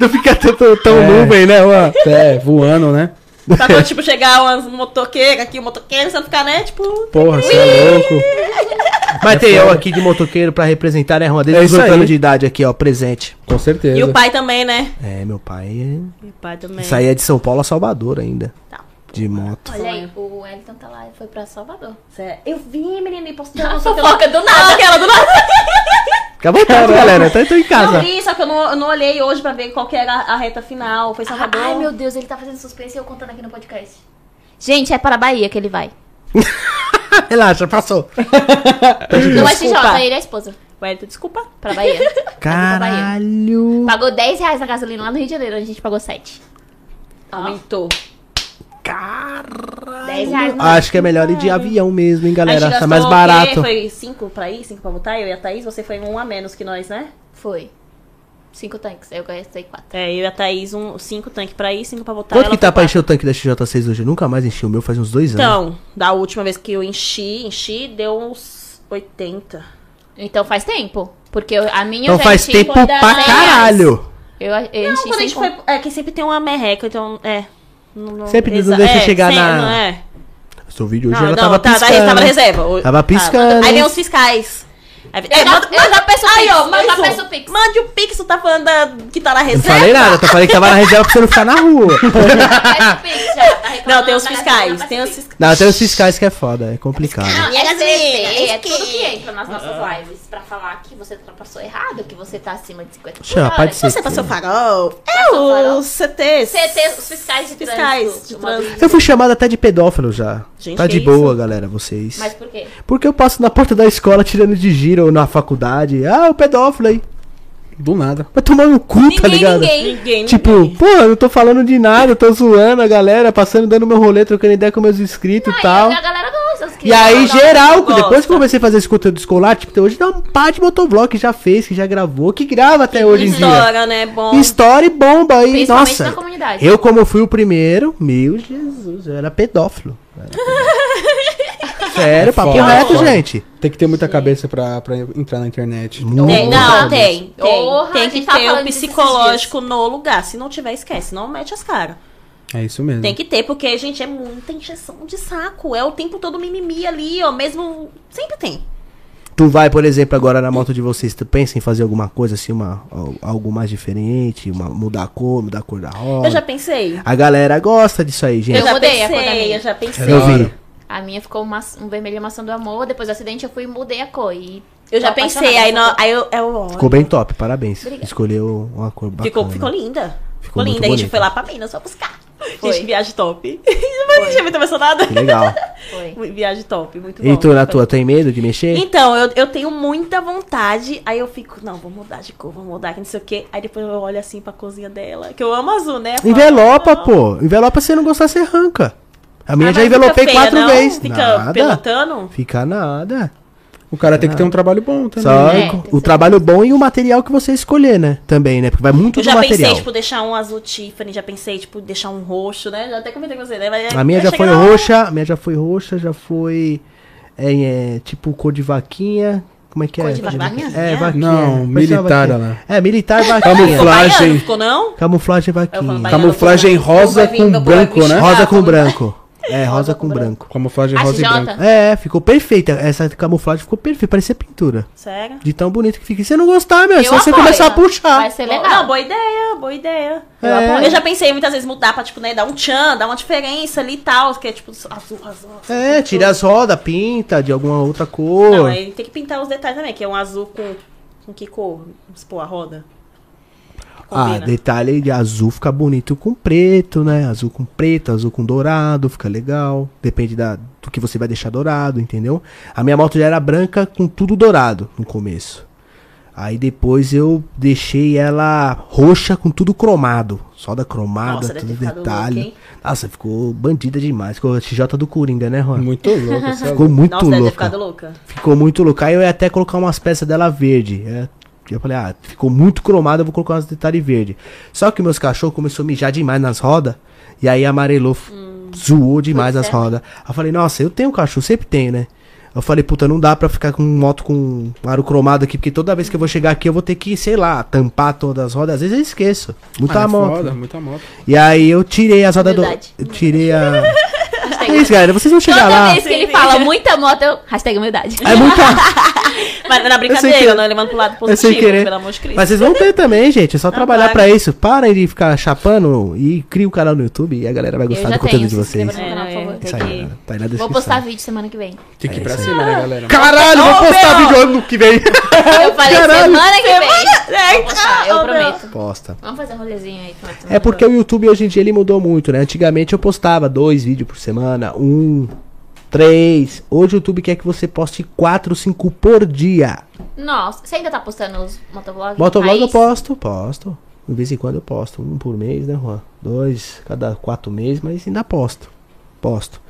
Speaker 3: Não fica tão, tão
Speaker 5: É.
Speaker 3: nuvem, né, mano?
Speaker 5: é, voando, né?
Speaker 2: Pra quando, tipo, chegar umas motoqueiras aqui, um motoqueiro, você não ficar, né, tipo...
Speaker 5: Porra, você é louco.
Speaker 3: Mas tem eu aqui de motoqueiro pra representar, né, Juan? Desde
Speaker 5: É
Speaker 3: os
Speaker 5: isso
Speaker 3: oito
Speaker 5: aí.
Speaker 3: anos de idade aqui, ó, presente.
Speaker 5: Com certeza.
Speaker 2: E o pai também, né?
Speaker 3: É, meu pai.
Speaker 2: E o pai também.
Speaker 3: Isso aí é de São Paulo a Salvador ainda.
Speaker 2: Tá.
Speaker 3: De moto.
Speaker 4: Olha aí, o Wellington tá lá, ele foi pra Salvador.
Speaker 2: Cê- é- Eu vi, menina, e (laughs) postando...
Speaker 4: A
Speaker 2: só que eu-
Speaker 4: fofoca do nada.
Speaker 2: Aquela do nada.
Speaker 3: Fica à vontade, galera. Tá, tô em
Speaker 2: Eu
Speaker 3: casa.
Speaker 2: vi, só que eu não, eu não olhei hoje pra ver qual que era a reta final. Foi Salvador.
Speaker 4: Ai, meu Deus, ele tá fazendo suspense e eu contando aqui no podcast. Gente, é para a Bahia que ele vai.
Speaker 3: Relaxa, passou.
Speaker 4: Não é
Speaker 2: Desculpa.
Speaker 4: XJ, ele é a esposa.
Speaker 2: Ué, tu desculpa.
Speaker 4: Pra (laughs) Bahia.
Speaker 3: Caralho.
Speaker 4: Pagou 10 reais na gasolina lá no Rio de Janeiro, onde a gente pagou 7.
Speaker 2: Aumentou.
Speaker 3: Caralho.
Speaker 4: 10 reais. mano.
Speaker 3: Acho que é melhor ir de avião mesmo, hein, galera.
Speaker 2: a gente
Speaker 3: Tá
Speaker 2: gastou
Speaker 3: mais
Speaker 2: o quê?
Speaker 3: barato.
Speaker 2: Foi cinco pra ir, cinco pra voltar? Eu e a Thaís, você foi um a menos que nós, né?
Speaker 4: Foi. Cinco tanques. Eu gastei quatro.
Speaker 2: É, eu e a Thaís, um, cinco tanque pra ir, cinco pra voltar.
Speaker 3: Quanto
Speaker 2: Ela
Speaker 3: que tá
Speaker 2: foi
Speaker 3: pra
Speaker 2: quatro.
Speaker 3: encher o tanque da XJ6 hoje? Eu nunca mais enchi o meu faz uns dois anos.
Speaker 2: Então, da última vez que eu enchi, enchi, deu uns 80.
Speaker 4: Então faz tempo. Porque eu- a minha
Speaker 3: Então
Speaker 4: eu já
Speaker 3: faz
Speaker 4: enchi
Speaker 3: tempo
Speaker 4: quando
Speaker 3: pra
Speaker 4: era dez reais.
Speaker 3: caralho.
Speaker 4: Eu, eu
Speaker 2: Não,
Speaker 4: enchi
Speaker 2: quando a gente
Speaker 4: sem conta.
Speaker 2: foi. É que sempre tem uma merreca, então. É. Não, não-
Speaker 3: Sempre não
Speaker 2: exa-
Speaker 3: deixa
Speaker 2: é,
Speaker 3: chegar
Speaker 2: sem-
Speaker 3: na-
Speaker 2: Não, é.
Speaker 3: Seu vídeo hoje
Speaker 2: Não,
Speaker 3: ela
Speaker 2: não,
Speaker 3: tava
Speaker 2: tá, tá,
Speaker 3: piscando.
Speaker 2: tava na reserva. O-
Speaker 3: Tava piscando,
Speaker 2: Aí
Speaker 3: hein?
Speaker 2: vem os fiscais. Aí vem-
Speaker 4: Eu
Speaker 2: é,
Speaker 4: já-
Speaker 2: manda-
Speaker 4: eu já
Speaker 2: manda-
Speaker 4: peço o
Speaker 2: Aí,
Speaker 4: Pix,
Speaker 2: ó,
Speaker 4: eu
Speaker 2: mais
Speaker 4: já
Speaker 2: um.
Speaker 4: peço o Pix.
Speaker 2: Mande o Pix, tu tá falando da- que tá na
Speaker 3: Eu não
Speaker 2: reserva.
Speaker 3: falei nada, eu falei que tava na reserva pra você não ficar na rua.
Speaker 2: (laughs)
Speaker 4: Faz o Pix já, tá reclamando
Speaker 2: Não, tem os
Speaker 4: da
Speaker 2: fiscais.
Speaker 4: gasolina,
Speaker 2: Tem
Speaker 4: faz
Speaker 2: os
Speaker 4: o Pix.
Speaker 2: fiscais.
Speaker 3: Não, tem os fiscais que é foda, é complicado.
Speaker 4: Não, é
Speaker 2: gasolina,
Speaker 4: CC, é
Speaker 2: que- Ah.
Speaker 4: tudo que entra nas nossas lives pra falar que você ultrapassou errado, que você tá acima de 50 por
Speaker 3: Chama,
Speaker 4: hora.
Speaker 3: pode ser.
Speaker 2: Você passou farol? É
Speaker 4: Passou farol.
Speaker 2: o CT.
Speaker 4: CT, os fiscais de
Speaker 2: Fiscais
Speaker 4: trânsito,
Speaker 2: de
Speaker 4: uma vez.
Speaker 2: trânsito.
Speaker 3: Eu fui chamado até de pedófilo já.
Speaker 2: Gente,
Speaker 3: tá
Speaker 2: que
Speaker 3: de
Speaker 2: isso?
Speaker 3: boa, galera, vocês.
Speaker 4: Mas por quê?
Speaker 3: Porque eu passo na porta da escola tirando de giro ou na faculdade. Ah, o pedófilo aí.
Speaker 5: Do nada.
Speaker 3: Vai tomar no cu, tá
Speaker 4: ninguém,
Speaker 3: ligado?
Speaker 4: ninguém.
Speaker 2: Ninguém.
Speaker 3: Tipo, pô, eu não tô falando de nada, eu tô zoando a galera, passando, dando meu rolê, trocando ideia com meus inscritos
Speaker 4: Aí
Speaker 3: e tal.
Speaker 4: Ah, a galera gosta. as
Speaker 3: E aí,
Speaker 4: crianças gostam.
Speaker 3: geral,
Speaker 2: gosta.
Speaker 3: depois que eu comecei a fazer esse conteúdo escolar, tipo, hoje dá um par de motovlog que já fez, que já gravou, que grava até hoje em dia.
Speaker 2: Estoura, né? Bom.
Speaker 3: História e bomba aí,
Speaker 4: Principalmente
Speaker 3: nossa.
Speaker 4: na comunidade.
Speaker 3: Eu, como fui o primeiro, meu Jesus, eu era pedófilo. Eu era pedófilo. Sério, papo
Speaker 5: É foda,
Speaker 3: reto,
Speaker 5: foda.
Speaker 3: gente.
Speaker 5: Tem que ter muita cabeça pra, pra entrar na internet. Então,
Speaker 3: Não.
Speaker 2: Tem, não,
Speaker 4: Porra,
Speaker 2: tem. Tem,
Speaker 4: Porra, a
Speaker 2: tem
Speaker 4: gente
Speaker 2: que
Speaker 4: tava
Speaker 2: ter o
Speaker 4: falando disso esses
Speaker 2: psicológico no lugar. Se não tiver, esquece. Não mete as caras.
Speaker 5: É isso mesmo.
Speaker 2: Tem que ter, porque, gente, é muita injeção de saco. É o tempo todo mimimi ali, ó. Mesmo. Sempre tem.
Speaker 3: Tu vai, por exemplo, agora na moto de vocês, tu pensa em fazer alguma coisa assim, uma, al- algo mais diferente, uma- mudar a cor, mudar a cor da roda.
Speaker 2: Eu já pensei.
Speaker 3: A galera gosta disso aí, gente.
Speaker 2: Eu já
Speaker 4: mudei a cor da
Speaker 2: pensei,
Speaker 4: minha.
Speaker 2: eu já
Speaker 3: Eu,
Speaker 2: pensei.
Speaker 5: da
Speaker 3: vi.
Speaker 5: hora.
Speaker 4: A minha ficou uma- um vermelho maçã do amor, depois do acidente eu fui e mudei a cor. E
Speaker 2: Eu já
Speaker 4: tô
Speaker 2: pensei. Aí,
Speaker 4: apaixonada
Speaker 2: não, aí eu, eu ó,
Speaker 3: Ficou bem top, parabéns.
Speaker 4: Obrigada.
Speaker 3: Escolheu uma cor bacana.
Speaker 2: ficou, ficou linda.
Speaker 3: Ficou
Speaker 2: Ficou,
Speaker 3: muito
Speaker 2: linda. A gente
Speaker 3: bonita.
Speaker 2: foi lá pra Minas só buscar.
Speaker 4: Foi.
Speaker 2: Gente, viagem top. (laughs) Mas a gente é muito emocionada.
Speaker 3: Que
Speaker 2: (laughs)
Speaker 3: Legal.
Speaker 4: Foi.
Speaker 2: Viagem top, muito bom.
Speaker 3: e tu, na tua, tem medo de mexer?
Speaker 2: Então, eu, eu tenho muita vontade. Aí eu fico, não, vou mudar de cor, vou mudar, que não sei o quê. Aí depois eu olho assim pra cozinha dela, que eu amo azul, né? Eu falo,
Speaker 3: Envelopa,
Speaker 2: não.
Speaker 3: pô. Envelopa, se não gostar, você arranca. A
Speaker 2: Ah,
Speaker 3: minha
Speaker 2: mas
Speaker 3: já
Speaker 2: fica
Speaker 3: envelopei
Speaker 2: feia,
Speaker 3: quatro
Speaker 2: não?
Speaker 3: vezes.
Speaker 2: Fica
Speaker 3: nada.
Speaker 2: pelotando?
Speaker 3: Fica nada.
Speaker 5: O cara tem que ter um trabalho bom também.
Speaker 3: Ah. Só
Speaker 4: É,
Speaker 3: o-
Speaker 4: tem
Speaker 3: o
Speaker 4: que
Speaker 3: trabalho bom e o material que você escolher, né? Também, né? Porque vai muito
Speaker 2: Eu
Speaker 3: do
Speaker 2: já
Speaker 3: material.
Speaker 2: pensei, tipo, deixar um azul Tiffany, já pensei, tipo, deixar um roxo, né? Já até comentei com você, né? Mas
Speaker 3: A minha
Speaker 2: vai
Speaker 3: já
Speaker 2: chegar
Speaker 3: foi
Speaker 2: lá.
Speaker 3: roxa, a minha já foi roxa, já foi é, é, tipo cor de vaquinha. Como é que
Speaker 4: Cor
Speaker 3: é?
Speaker 4: de vaquinha?
Speaker 3: É, vaquinha.
Speaker 5: Não,
Speaker 3: Parece uma
Speaker 5: militar,
Speaker 3: vaquinha.
Speaker 5: ela.
Speaker 3: É, militar vaquinha.
Speaker 5: Camuflagem.
Speaker 2: Ficou baiano,
Speaker 5: Flagem.
Speaker 2: ficou não?
Speaker 3: Camuflagem
Speaker 2: Eu falo
Speaker 3: vaquinha.
Speaker 2: baiano,
Speaker 5: Camuflagem
Speaker 2: não vou- não
Speaker 5: rosa
Speaker 2: vai vir,
Speaker 5: com
Speaker 2: não vou
Speaker 5: branco,
Speaker 2: vir. Ah,
Speaker 5: né?
Speaker 3: Rosa com
Speaker 4: camufla-
Speaker 3: branco. É, rosa com branco.
Speaker 5: Camuflagem rosa e
Speaker 4: AJ.
Speaker 5: branca.
Speaker 3: É, ficou perfeita. Essa camuflagem ficou perfeita, parecia pintura.
Speaker 2: Sério?
Speaker 3: De tão bonito que fica. E se você não gostar, meu, é
Speaker 4: Eu
Speaker 3: só você
Speaker 4: apoio,
Speaker 3: começar a
Speaker 4: então.
Speaker 3: puxar.
Speaker 4: Vai ser
Speaker 2: Bo-
Speaker 4: legal.
Speaker 2: Não, boa ideia, boa ideia.
Speaker 3: É.
Speaker 2: Eu apoio. Eu já pensei muitas vezes mudar pra, tipo, né, dar um tchan, dar uma diferença ali e tal, que é tipo azul, azul, azul.
Speaker 3: É, tira as rodas, pinta de alguma outra cor.
Speaker 2: Não, é aí tem que pintar os detalhes também, que é um azul com, com que cor? Vamos supor, a roda.
Speaker 3: Ah,
Speaker 2: Combina.
Speaker 3: detalhe de azul fica bonito com preto, né? Azul com preto, azul com dourado, fica legal. Depende da, do que você vai deixar dourado, entendeu? A minha moto já era branca com tudo dourado no começo. Aí depois eu deixei ela roxa com tudo cromado. Soda cromada,
Speaker 2: Nossa, deve
Speaker 3: tudo
Speaker 2: ter ficado
Speaker 3: detalhe.
Speaker 2: louco, hein?
Speaker 3: Nossa, ficou bandida demais. Ficou a XJ do Coringa, né, Juan?
Speaker 5: (laughs) Muito
Speaker 3: (laughs)
Speaker 5: louco, assim, essa
Speaker 3: Ficou muito
Speaker 2: Nossa, deve ter
Speaker 3: louca.
Speaker 2: ficado louca.
Speaker 3: Ficou muito louco. Aí eu ia até colocar umas peças dela verde. É, eu falei, ah, ficou muito cromado, eu vou colocar umas detalhes verde. Só que meus cachorros começou a mijar demais nas rodas. E aí amarelou, f-
Speaker 4: Hum.
Speaker 3: zoou demais
Speaker 4: é.
Speaker 3: as rodas. Aí eu falei, nossa, eu tenho um cachorro, sempre tenho, né? Eu falei, puta, não dá pra ficar com moto com um aro cromado aqui, porque toda vez que eu vou chegar aqui eu vou ter que, sei lá, tampar todas as rodas. Às vezes eu esqueço. Muita
Speaker 5: Ah, é
Speaker 3: Tá moto.
Speaker 5: foda, muita moto.
Speaker 3: E aí eu tirei as rodas do.
Speaker 4: Humildade.
Speaker 3: eu Tirei
Speaker 4: (laughs)
Speaker 3: a.
Speaker 4: Hashtag-
Speaker 3: É isso, galera, vocês vão chegar
Speaker 4: Toda
Speaker 3: lá.
Speaker 4: vez que ele fala muita moto, eu... Hashtag humildade.
Speaker 3: É
Speaker 4: (laughs)
Speaker 3: muita.
Speaker 2: Mas na
Speaker 3: Eu
Speaker 2: brincadeira,
Speaker 3: sei que-
Speaker 2: não é levando pro lado
Speaker 3: Eu É sem
Speaker 2: positivo,
Speaker 3: querer.
Speaker 2: pelo amor de Cristo.
Speaker 3: Mas vocês vão ter também, gente. É só trabalhar pra
Speaker 2: claro.
Speaker 3: isso. Parem de ficar chapando e cria um canal no YouTube e a galera vai gostar
Speaker 4: já
Speaker 3: do conteúdo
Speaker 4: tenho,
Speaker 3: de
Speaker 4: se inscreva
Speaker 3: vocês.
Speaker 4: no-
Speaker 2: É, não, é, tem
Speaker 3: Isso aí,
Speaker 2: que-
Speaker 3: galera. Tá aí na descrição.
Speaker 4: Vou postar vídeo semana que vem.
Speaker 5: Tem que ir
Speaker 3: É
Speaker 5: pra
Speaker 3: isso aí.
Speaker 5: cima, né, galera?
Speaker 3: Caralho,
Speaker 2: Ô,
Speaker 3: vou postar
Speaker 2: Bel!
Speaker 3: vídeo ano que vem. (laughs)
Speaker 4: Eu falei
Speaker 3: Caralho.
Speaker 4: semana que vem.
Speaker 2: É,
Speaker 4: Vou postar,
Speaker 2: ô,
Speaker 4: eu
Speaker 2: meu.
Speaker 4: prometo.
Speaker 3: Posta.
Speaker 4: Vamos fazer um rolezinho aí. final de semana.
Speaker 3: É porque o YouTube hoje em dia ele mudou muito, né? Antigamente eu postava dois vídeos por semana, um, três. Hoje o YouTube quer que você poste quatro, cinco por dia.
Speaker 4: Nossa, você ainda tá postando os motovlogs?
Speaker 3: Motovlog eu
Speaker 4: Raiz?
Speaker 3: posto, posto. De vez em quando eu posto. Um por mês, né, Juan? Dois, cada quatro meses, mas ainda posto. posto.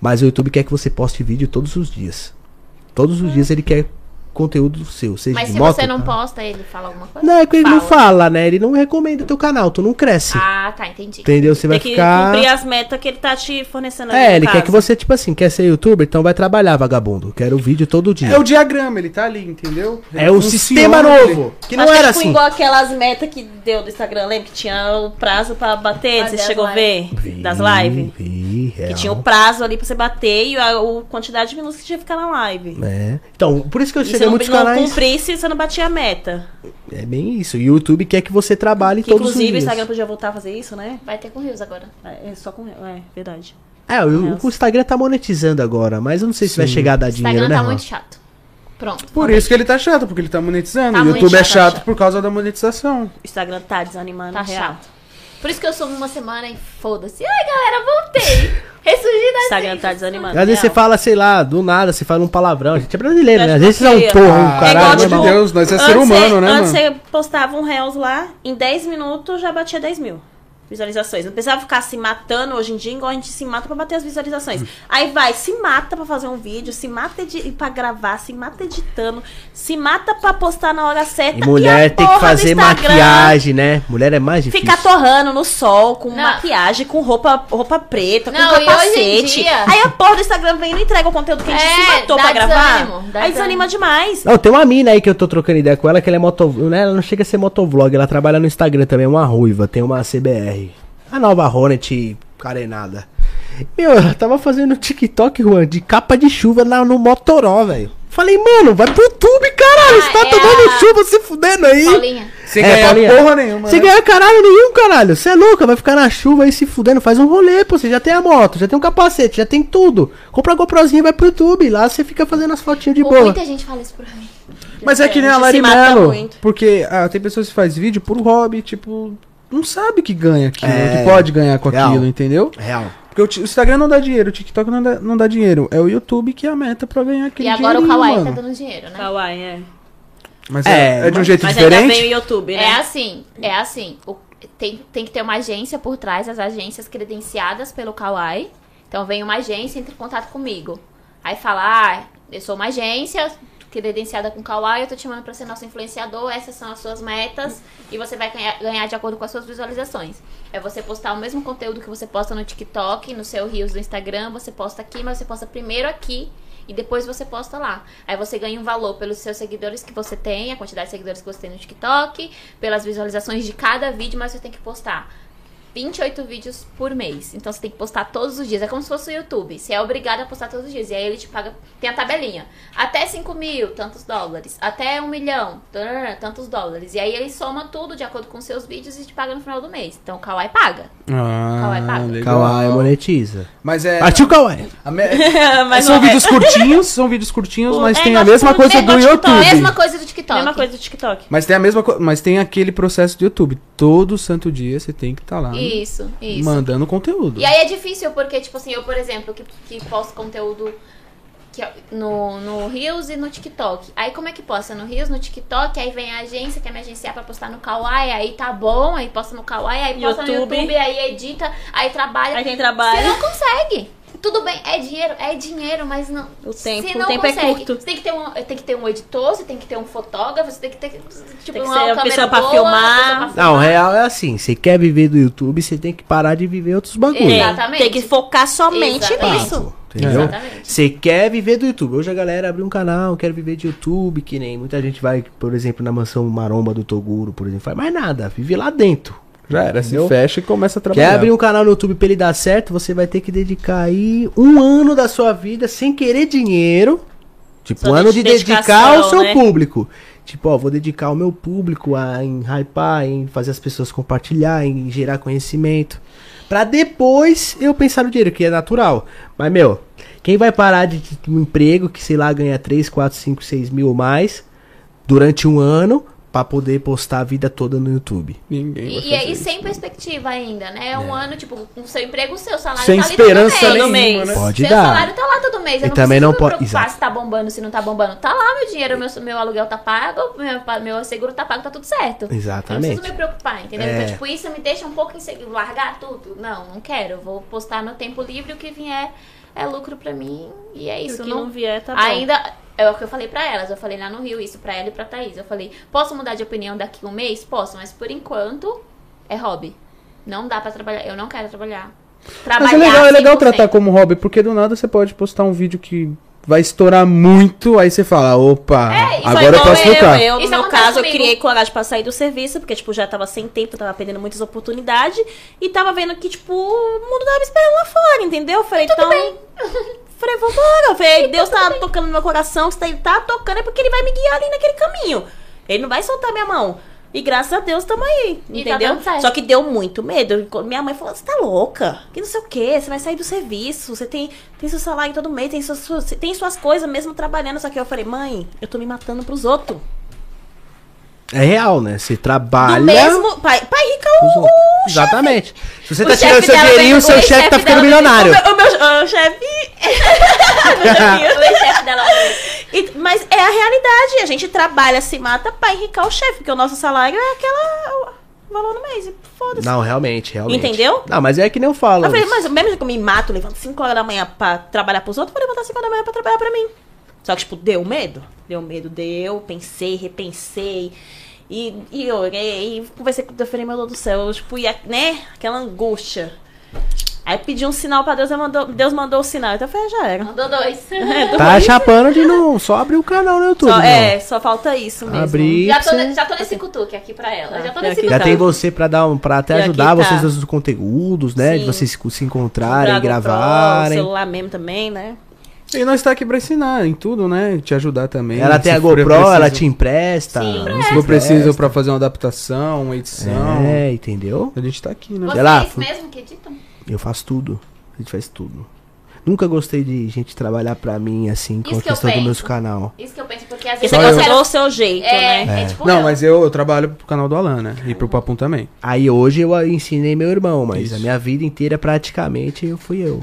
Speaker 3: Mas o YouTube quer que você poste vídeo todos os dias. Todos os dias ele quer conteúdo seu. Seja
Speaker 4: Mas
Speaker 3: de
Speaker 4: se
Speaker 3: moto,
Speaker 4: você não
Speaker 3: tá?
Speaker 4: posta, ele fala alguma coisa?
Speaker 3: Não, é que ele não fala, né? Ele não recomenda teu canal, tu não cresce.
Speaker 4: Ah, tá, entendi.
Speaker 3: Entendeu? Você vai
Speaker 2: Tem que
Speaker 3: ficar.
Speaker 2: cumprir as metas que ele tá te fornecendo. ali
Speaker 3: É,
Speaker 2: no
Speaker 3: ele quer
Speaker 2: caso.
Speaker 3: que você, tipo assim, quer ser youtuber, então vai trabalhar, vagabundo. Quero vídeo todo dia.
Speaker 1: É o né? diagrama, ele tá ali, entendeu?
Speaker 3: É o sistema novo. Que não
Speaker 2: Acho que
Speaker 3: era
Speaker 2: foi
Speaker 3: assim.
Speaker 2: igual aquelas metas que deu do Instagram, lembra? Que tinha o prazo pra bater,
Speaker 4: Fazer
Speaker 2: você
Speaker 4: as
Speaker 2: chegou a ver?
Speaker 3: Vi,
Speaker 2: Das lives.
Speaker 3: vi,
Speaker 2: Que
Speaker 3: real.
Speaker 2: tinha um o prazo ali pra você bater e a, o quantidade de minutos que tinha que ficar na live.
Speaker 3: É. Então, por isso que eu
Speaker 2: E se
Speaker 3: cheguei a
Speaker 2: não,
Speaker 3: muitos
Speaker 2: não
Speaker 3: canais.
Speaker 2: cumprisse, você não batia a meta.
Speaker 3: É bem isso. E o YouTube quer que você trabalhe
Speaker 2: Que,
Speaker 3: todos os
Speaker 2: inclusive o
Speaker 3: dias.
Speaker 2: Instagram podia voltar a fazer isso, né?
Speaker 4: Vai ter com Rios agora.
Speaker 2: É, é só com. É, verdade.
Speaker 3: É, o,
Speaker 2: Nossa.
Speaker 3: o Instagram tá monetizando agora, mas eu não sei se vai chegar a dar dinheiro,
Speaker 4: Instagram
Speaker 3: né?
Speaker 4: tá
Speaker 3: Rafa?
Speaker 4: muito chato. Pronto.
Speaker 1: Por isso que ele tá chato, porque ele tá monetizando.
Speaker 4: Tá
Speaker 1: o
Speaker 4: muito
Speaker 1: YouTube é
Speaker 4: chato,
Speaker 1: chato,
Speaker 4: chato.
Speaker 1: por causa da monetização.
Speaker 2: O Instagram tá desanimando.
Speaker 4: Tá
Speaker 2: real.
Speaker 4: chato. Por isso que eu sumo uma semana e foda-se. Ai, galera,
Speaker 3: (laughs)
Speaker 4: voltei. assim. Ressurgi
Speaker 2: O
Speaker 4: das
Speaker 2: Instagram tá
Speaker 4: cinzas.
Speaker 2: desanimando.
Speaker 3: Às vezes você
Speaker 2: real.
Speaker 3: fala, sei lá, do nada, você fala um palavrão. A gente é brasileiro,
Speaker 2: Eu
Speaker 3: né?
Speaker 2: acho
Speaker 3: Às vezes você é um
Speaker 2: porcaria.
Speaker 3: porra,
Speaker 1: Ah,
Speaker 3: um
Speaker 2: igual,
Speaker 3: caralho.
Speaker 1: pelo amor
Speaker 2: tipo,
Speaker 1: de Deus, nós é
Speaker 2: Antes
Speaker 1: ser humano, né,
Speaker 2: você,
Speaker 1: mano?
Speaker 2: antes você postava um Reels lá, em 10 minutos já batia 10 mil visualizações. Não precisava ficar se matando hoje em dia, igual a gente se mata pra bater as
Speaker 3: Hum.
Speaker 2: visualizações. Aí vai, se mata pra fazer um vídeo, se mata edi- pra gravar, se mata editando, se mata pra postar na hora certa.
Speaker 3: E
Speaker 2: a
Speaker 3: mulher tem que
Speaker 2: porra do
Speaker 3: fazer
Speaker 2: Instagram
Speaker 3: maquiagem, né? Mulher é mais difícil.
Speaker 2: Ficar torrando no sol, com
Speaker 4: Não.
Speaker 2: maquiagem, com roupa, roupa preta, com
Speaker 4: Não, e hoje em
Speaker 2: capacete.
Speaker 4: dia-
Speaker 2: Aí a porra do Instagram vem e não entrega o conteúdo que a gente
Speaker 4: É,
Speaker 2: se matou
Speaker 4: dá
Speaker 2: pra gravar.
Speaker 4: desânimo, dá
Speaker 2: aí desanima demais.
Speaker 3: Não, tem uma mina aí que eu tô trocando ideia com ela, que ela é moto... né, Ela não chega a ser motovlog, ela trabalha no Instagram também, é uma ruiva, tem uma CBR. A nova Hornet carenada. Meu, ela tava fazendo TikTok, Juan, de capa de chuva na, no Motoró, velho. Falei, mano, vai pro YouTube, caralho, você tá
Speaker 4: Ah, é
Speaker 3: tomando
Speaker 4: a-
Speaker 3: chuva, se fudendo aí.
Speaker 4: Paulinha.
Speaker 1: Sem
Speaker 3: É,
Speaker 1: ganhar
Speaker 3: Paulinha,
Speaker 1: porra nenhuma.
Speaker 3: Você
Speaker 1: né?
Speaker 3: ganha caralho nenhum, caralho. Você é louca, vai ficar na chuva aí se fudendo. Faz um rolê, pô. Você já tem a moto, já tem um capacete, já tem tudo. Compra a GoProzinha e vai pro YouTube. Lá você fica fazendo as fotinhas de
Speaker 4: Pô,
Speaker 3: boa.
Speaker 4: Muita gente fala isso pra mim.
Speaker 1: Mas é que nem
Speaker 2: A
Speaker 1: a
Speaker 2: gente se
Speaker 1: Lari
Speaker 2: mata
Speaker 1: Mello,
Speaker 2: muito.
Speaker 1: porque ah, tem pessoas que faz vídeo por hobby, tipo, não sabe que ganha aquilo,
Speaker 3: É.
Speaker 1: que pode ganhar com
Speaker 3: Real.
Speaker 1: aquilo, entendeu?
Speaker 3: Real.
Speaker 1: Porque o ti- o Instagram não dá dinheiro, o TikTok não dá, não dá dinheiro, é o YouTube que é a meta pra ganhar
Speaker 4: E
Speaker 1: aquele
Speaker 4: agora o
Speaker 1: dinheirinho,
Speaker 4: Kawaii tá
Speaker 1: mano.
Speaker 4: dando dinheiro, né?
Speaker 2: Kawaii, é.
Speaker 1: Mas
Speaker 3: É,
Speaker 1: é, é de um
Speaker 3: mas-
Speaker 1: jeito
Speaker 2: Mas ainda
Speaker 1: diferente.
Speaker 2: vem o YouTube, né?
Speaker 4: É assim, é assim. O- tem, tem que ter uma agência por trás, as agências credenciadas pelo Kawai. Então vem uma agência, entra em contato comigo. Aí fala, ah, eu sou uma agência credenciada com o Kawai, eu tô te chamando pra ser nosso influenciador, essas são as suas metas e você vai ganhar, ganhar de acordo com as suas visualizações. É você postar o mesmo conteúdo que você posta no TikTok, no seu Reels do Instagram, você posta aqui, mas você posta primeiro aqui e depois você posta lá. Aí você ganha um valor pelos seus seguidores que você tem, a quantidade de seguidores que você tem no TikTok, pelas visualizações de cada vídeo, mas você tem que postar 28 vídeos por mês. Então você tem que postar todos os dias. É como se fosse o YouTube. Você é obrigado a postar todos os dias. E aí ele te paga. Tem a tabelinha. Até 5 mil, tantos dólares. Até 1 milhão, tarará, tantos dólares. E aí ele soma tudo de acordo com os seus vídeos e te paga no final do mês. Então o Kawaii paga. Kawaii
Speaker 1: Ah,
Speaker 4: paga.
Speaker 1: legal.
Speaker 3: Kawaii monetiza. Ah,
Speaker 1: Mas é...
Speaker 3: Partiu Kawaii.
Speaker 1: a me-
Speaker 2: (laughs) Mas
Speaker 1: são
Speaker 2: não é.
Speaker 1: vídeos curtinhos, são vídeos curtinhos, mas
Speaker 2: É
Speaker 1: tem a
Speaker 2: igual
Speaker 1: mesma
Speaker 2: tudo,
Speaker 1: coisa
Speaker 2: mesmo
Speaker 1: do
Speaker 2: TikTok.
Speaker 1: YouTube.
Speaker 4: tá- Mesma coisa do TikTok.
Speaker 2: Mesma coisa do TikTok.
Speaker 1: Mas tem a mesma co- mas tem aquele processo do YouTube. Todo santo dia você tem que estar lá
Speaker 4: Isso, isso.
Speaker 1: mandando conteúdo.
Speaker 4: E aí é difícil, porque, tipo assim, eu, por exemplo, que, que posto conteúdo que eu- no, no Reels e no TikTok. Aí como é que posta? No Reels, no TikTok, aí vem a agência, quer me agenciar pra postar no Kawaii, aí tá bom, aí posta no Kawaii, aí posta
Speaker 2: YouTube.
Speaker 4: no YouTube, aí edita, aí trabalha.
Speaker 2: Aí tem
Speaker 4: Você
Speaker 2: trabalho.
Speaker 4: não consegue. Tudo bem, é dinheiro, é dinheiro, mas não.
Speaker 2: O tempo-
Speaker 4: você
Speaker 2: o tempo é curto.
Speaker 4: Você tem que, ter um, tem que ter um editor, você tem que ter um fotógrafo, você tem que ter. Tipo,
Speaker 2: Tem que
Speaker 4: uma
Speaker 2: ser a
Speaker 4: câmera
Speaker 2: pessoa pra
Speaker 4: boa,
Speaker 2: filmar.
Speaker 4: uma pessoa pra
Speaker 3: Não, real é assim. Você quer viver do YouTube, você tem que parar de viver outros bagulhos.
Speaker 2: É,
Speaker 4: Exatamente.
Speaker 2: tem que focar somente
Speaker 4: Exatamente.
Speaker 2: nisso.
Speaker 3: Entendeu?
Speaker 4: Exatamente.
Speaker 3: Você quer viver do YouTube. Hoje a galera abriu um canal, quero viver de YouTube, que nem muita gente vai, por exemplo, na mansão maromba do Toguro, por exemplo. Faz mais nada, vive lá dentro.
Speaker 1: Já era,
Speaker 3: Entendeu?
Speaker 1: se fecha e começa a trabalhar.
Speaker 3: Quer abrir um canal no YouTube pra ele dar certo, você vai ter que dedicar aí um ano da sua vida sem querer dinheiro. Tipo,
Speaker 2: Só
Speaker 3: um ano de
Speaker 2: dedicação,
Speaker 3: dedicar ao seu
Speaker 2: né?
Speaker 3: público. Tipo, ó, vou dedicar o meu público a, em hypar, em fazer as pessoas compartilhar, em gerar conhecimento. Pra depois eu pensar no dinheiro, que é natural. Mas, meu, quem vai parar de de um emprego que, sei lá, ganha 3, 4, 5, 6 mil ou mais durante um ano pra poder postar a vida toda no YouTube.
Speaker 5: um-
Speaker 1: Ninguém vai
Speaker 4: E, e
Speaker 1: fazer
Speaker 4: aí
Speaker 1: isso.
Speaker 3: né?
Speaker 4: sem perspectiva ainda, né? É um ano, tipo, o seu emprego, o seu salário
Speaker 3: Sem
Speaker 4: tá ali
Speaker 3: esperança
Speaker 4: todo mês.
Speaker 2: nenhuma, né?
Speaker 3: Pode
Speaker 4: seu
Speaker 3: dar.
Speaker 4: salário tá lá todo mês. Eu
Speaker 3: E
Speaker 4: não
Speaker 3: também
Speaker 4: preciso
Speaker 3: não
Speaker 4: me
Speaker 3: pode-
Speaker 4: preocupar
Speaker 3: Exato.
Speaker 4: se tá bombando, se não tá bombando. Tá lá meu dinheiro, meu, meu aluguel tá pago, meu, pa- meu seguro tá pago, tá tudo certo. Eu não
Speaker 3: Exatamente.
Speaker 4: preciso me preocupar, entendeu?
Speaker 3: É.
Speaker 4: Então, tipo, isso me deixa um pouco inseguro. Largar tudo? Não, não quero. Eu Vou postar no tempo livre o que vier é lucro pra mim. E é
Speaker 2: Isso
Speaker 4: isso.
Speaker 2: que
Speaker 4: não-
Speaker 2: não vier, tá bom.
Speaker 4: Ainda é o que eu falei pra elas. Eu falei lá no Rio isso pra ela e pra Thaís. Eu falei, posso mudar de opinião daqui um mês? Posso, mas por enquanto é hobby. Não dá pra trabalhar. Eu não quero trabalhar.
Speaker 5: Mas é legal, é legal tratar como hobby, porque do nada você pode postar um vídeo que vai estourar muito, aí você fala, opa,
Speaker 4: É, isso
Speaker 5: agora eu
Speaker 4: igual
Speaker 5: posso
Speaker 4: eu,
Speaker 5: focar.
Speaker 4: eu-
Speaker 2: Eu,
Speaker 4: Isso
Speaker 2: no
Speaker 4: acontece
Speaker 2: caso, eu
Speaker 4: comigo.
Speaker 2: criei coragem pra sair do serviço, porque, tipo, já tava sem tempo, tava perdendo muitas oportunidades. E tava vendo que, tipo, o mundo tava me esperando lá fora, entendeu? Eu falei, então. Falei, vambora.
Speaker 4: Então
Speaker 2: Eu falei, Deus tá tocando no meu coração, se tá- ele tá tocando é porque ele vai me guiar ali naquele caminho. Ele não vai soltar minha mão. E graças a Deus tamo aí,
Speaker 4: E tá
Speaker 2: entendeu?
Speaker 4: dando certo.
Speaker 2: Só que deu muito medo. Minha mãe falou: você tá louca? Que não sei o quê, você vai sair do serviço, você tem, tem seu salário todo mês, tem suas, suas- tem suas coisas mesmo trabalhando. Só que eu falei: mãe, eu tô me matando pros outros.
Speaker 3: É real, né? Você trabalha.
Speaker 2: Do mesmo. Pai, pai rica é
Speaker 3: os
Speaker 2: o.
Speaker 3: outros. Exatamente. Se você
Speaker 4: o
Speaker 3: tá
Speaker 4: chefe
Speaker 3: tirando seu
Speaker 4: dela
Speaker 3: dinheirinho,
Speaker 4: vem-
Speaker 3: seu
Speaker 4: o
Speaker 3: chefe tá
Speaker 4: chefe
Speaker 3: ficando
Speaker 4: dela vem-
Speaker 2: O
Speaker 3: milionário.
Speaker 2: meu, o meu- o chefe. (laughs)
Speaker 3: (laughs)
Speaker 4: chefe dela.
Speaker 2: (laughs) e- mas é a realidade. A gente trabalha, se mata pra enricar o chefe, porque o nosso salário é aquela. O valor no mês. e Foda-se.
Speaker 3: Não, realmente, realmente.
Speaker 2: Entendeu?
Speaker 3: Não, mas é que nem eu falo.
Speaker 2: Eu falei, mas mesmo assim que eu me mato, levanto 5 horas da manhã pra trabalhar pros outros, eu vou levantar 5 horas da manhã pra trabalhar pra mim. Só que, tipo, deu medo. Deu medo, deu. Pensei, repensei. E, e orei, e conversei com Deus, falei, meu Deus do céu, eu, tipo, ia, né? Aquela angústia. Aí pedi um sinal pra Deus, eu mandou, Deus mandou o sinal. Então eu falei, já era.
Speaker 4: Mandou dois.
Speaker 5: (laughs) É,
Speaker 3: Tá chapando de não. Só abrir o canal no YouTube.
Speaker 2: Só,
Speaker 3: não.
Speaker 2: é, só falta isso mesmo.
Speaker 3: Abrir.
Speaker 4: Já tô,
Speaker 3: pra você-
Speaker 4: já tô nesse cutuque aqui pra
Speaker 5: Ah,
Speaker 4: ela.
Speaker 2: Tá,
Speaker 4: já tô
Speaker 2: pior
Speaker 4: nesse
Speaker 2: que
Speaker 4: cutuque.
Speaker 3: Já
Speaker 2: tá.
Speaker 3: tem você pra dar um, para até
Speaker 2: E aqui
Speaker 3: ajudar
Speaker 2: tá.
Speaker 3: vocês nos conteúdos, né? De
Speaker 2: Sim.
Speaker 3: vocês se- se
Speaker 2: Dragon
Speaker 3: encontrarem,
Speaker 2: Pro,
Speaker 3: gravarem.
Speaker 2: celular mesmo também, né?
Speaker 5: E nós tá aqui pra ensinar em tudo, né? Te ajudar também.
Speaker 3: Ela tem a
Speaker 5: Se for
Speaker 3: GoPro,
Speaker 5: preciso-
Speaker 3: ela te empresta.
Speaker 2: Sim,
Speaker 3: não
Speaker 5: Se for preciso pra fazer uma adaptação, uma edição.
Speaker 3: É, entendeu?
Speaker 5: A gente tá aqui, né?
Speaker 3: Vai lá.
Speaker 4: Vocês mesmo que editam?
Speaker 3: Eu faço tudo. A gente faz tudo. Nunca gostei de gente trabalhar pra mim, assim, com
Speaker 4: Isso
Speaker 3: a
Speaker 4: que eu
Speaker 3: questão do
Speaker 4: penso.
Speaker 3: meu canal.
Speaker 4: Isso que eu penso, porque às
Speaker 2: Porque você
Speaker 4: vezes eu
Speaker 2: gostou
Speaker 4: quero-
Speaker 2: do seu jeito,
Speaker 4: É,
Speaker 2: né?
Speaker 4: é tipo
Speaker 5: então, Não,
Speaker 4: eu.
Speaker 5: mas eu, eu trabalho pro canal do Alan, né? E pro Papum também.
Speaker 3: Aí hoje eu ensinei meu irmão, mas
Speaker 5: Isso.
Speaker 3: a minha vida inteira praticamente eu fui eu.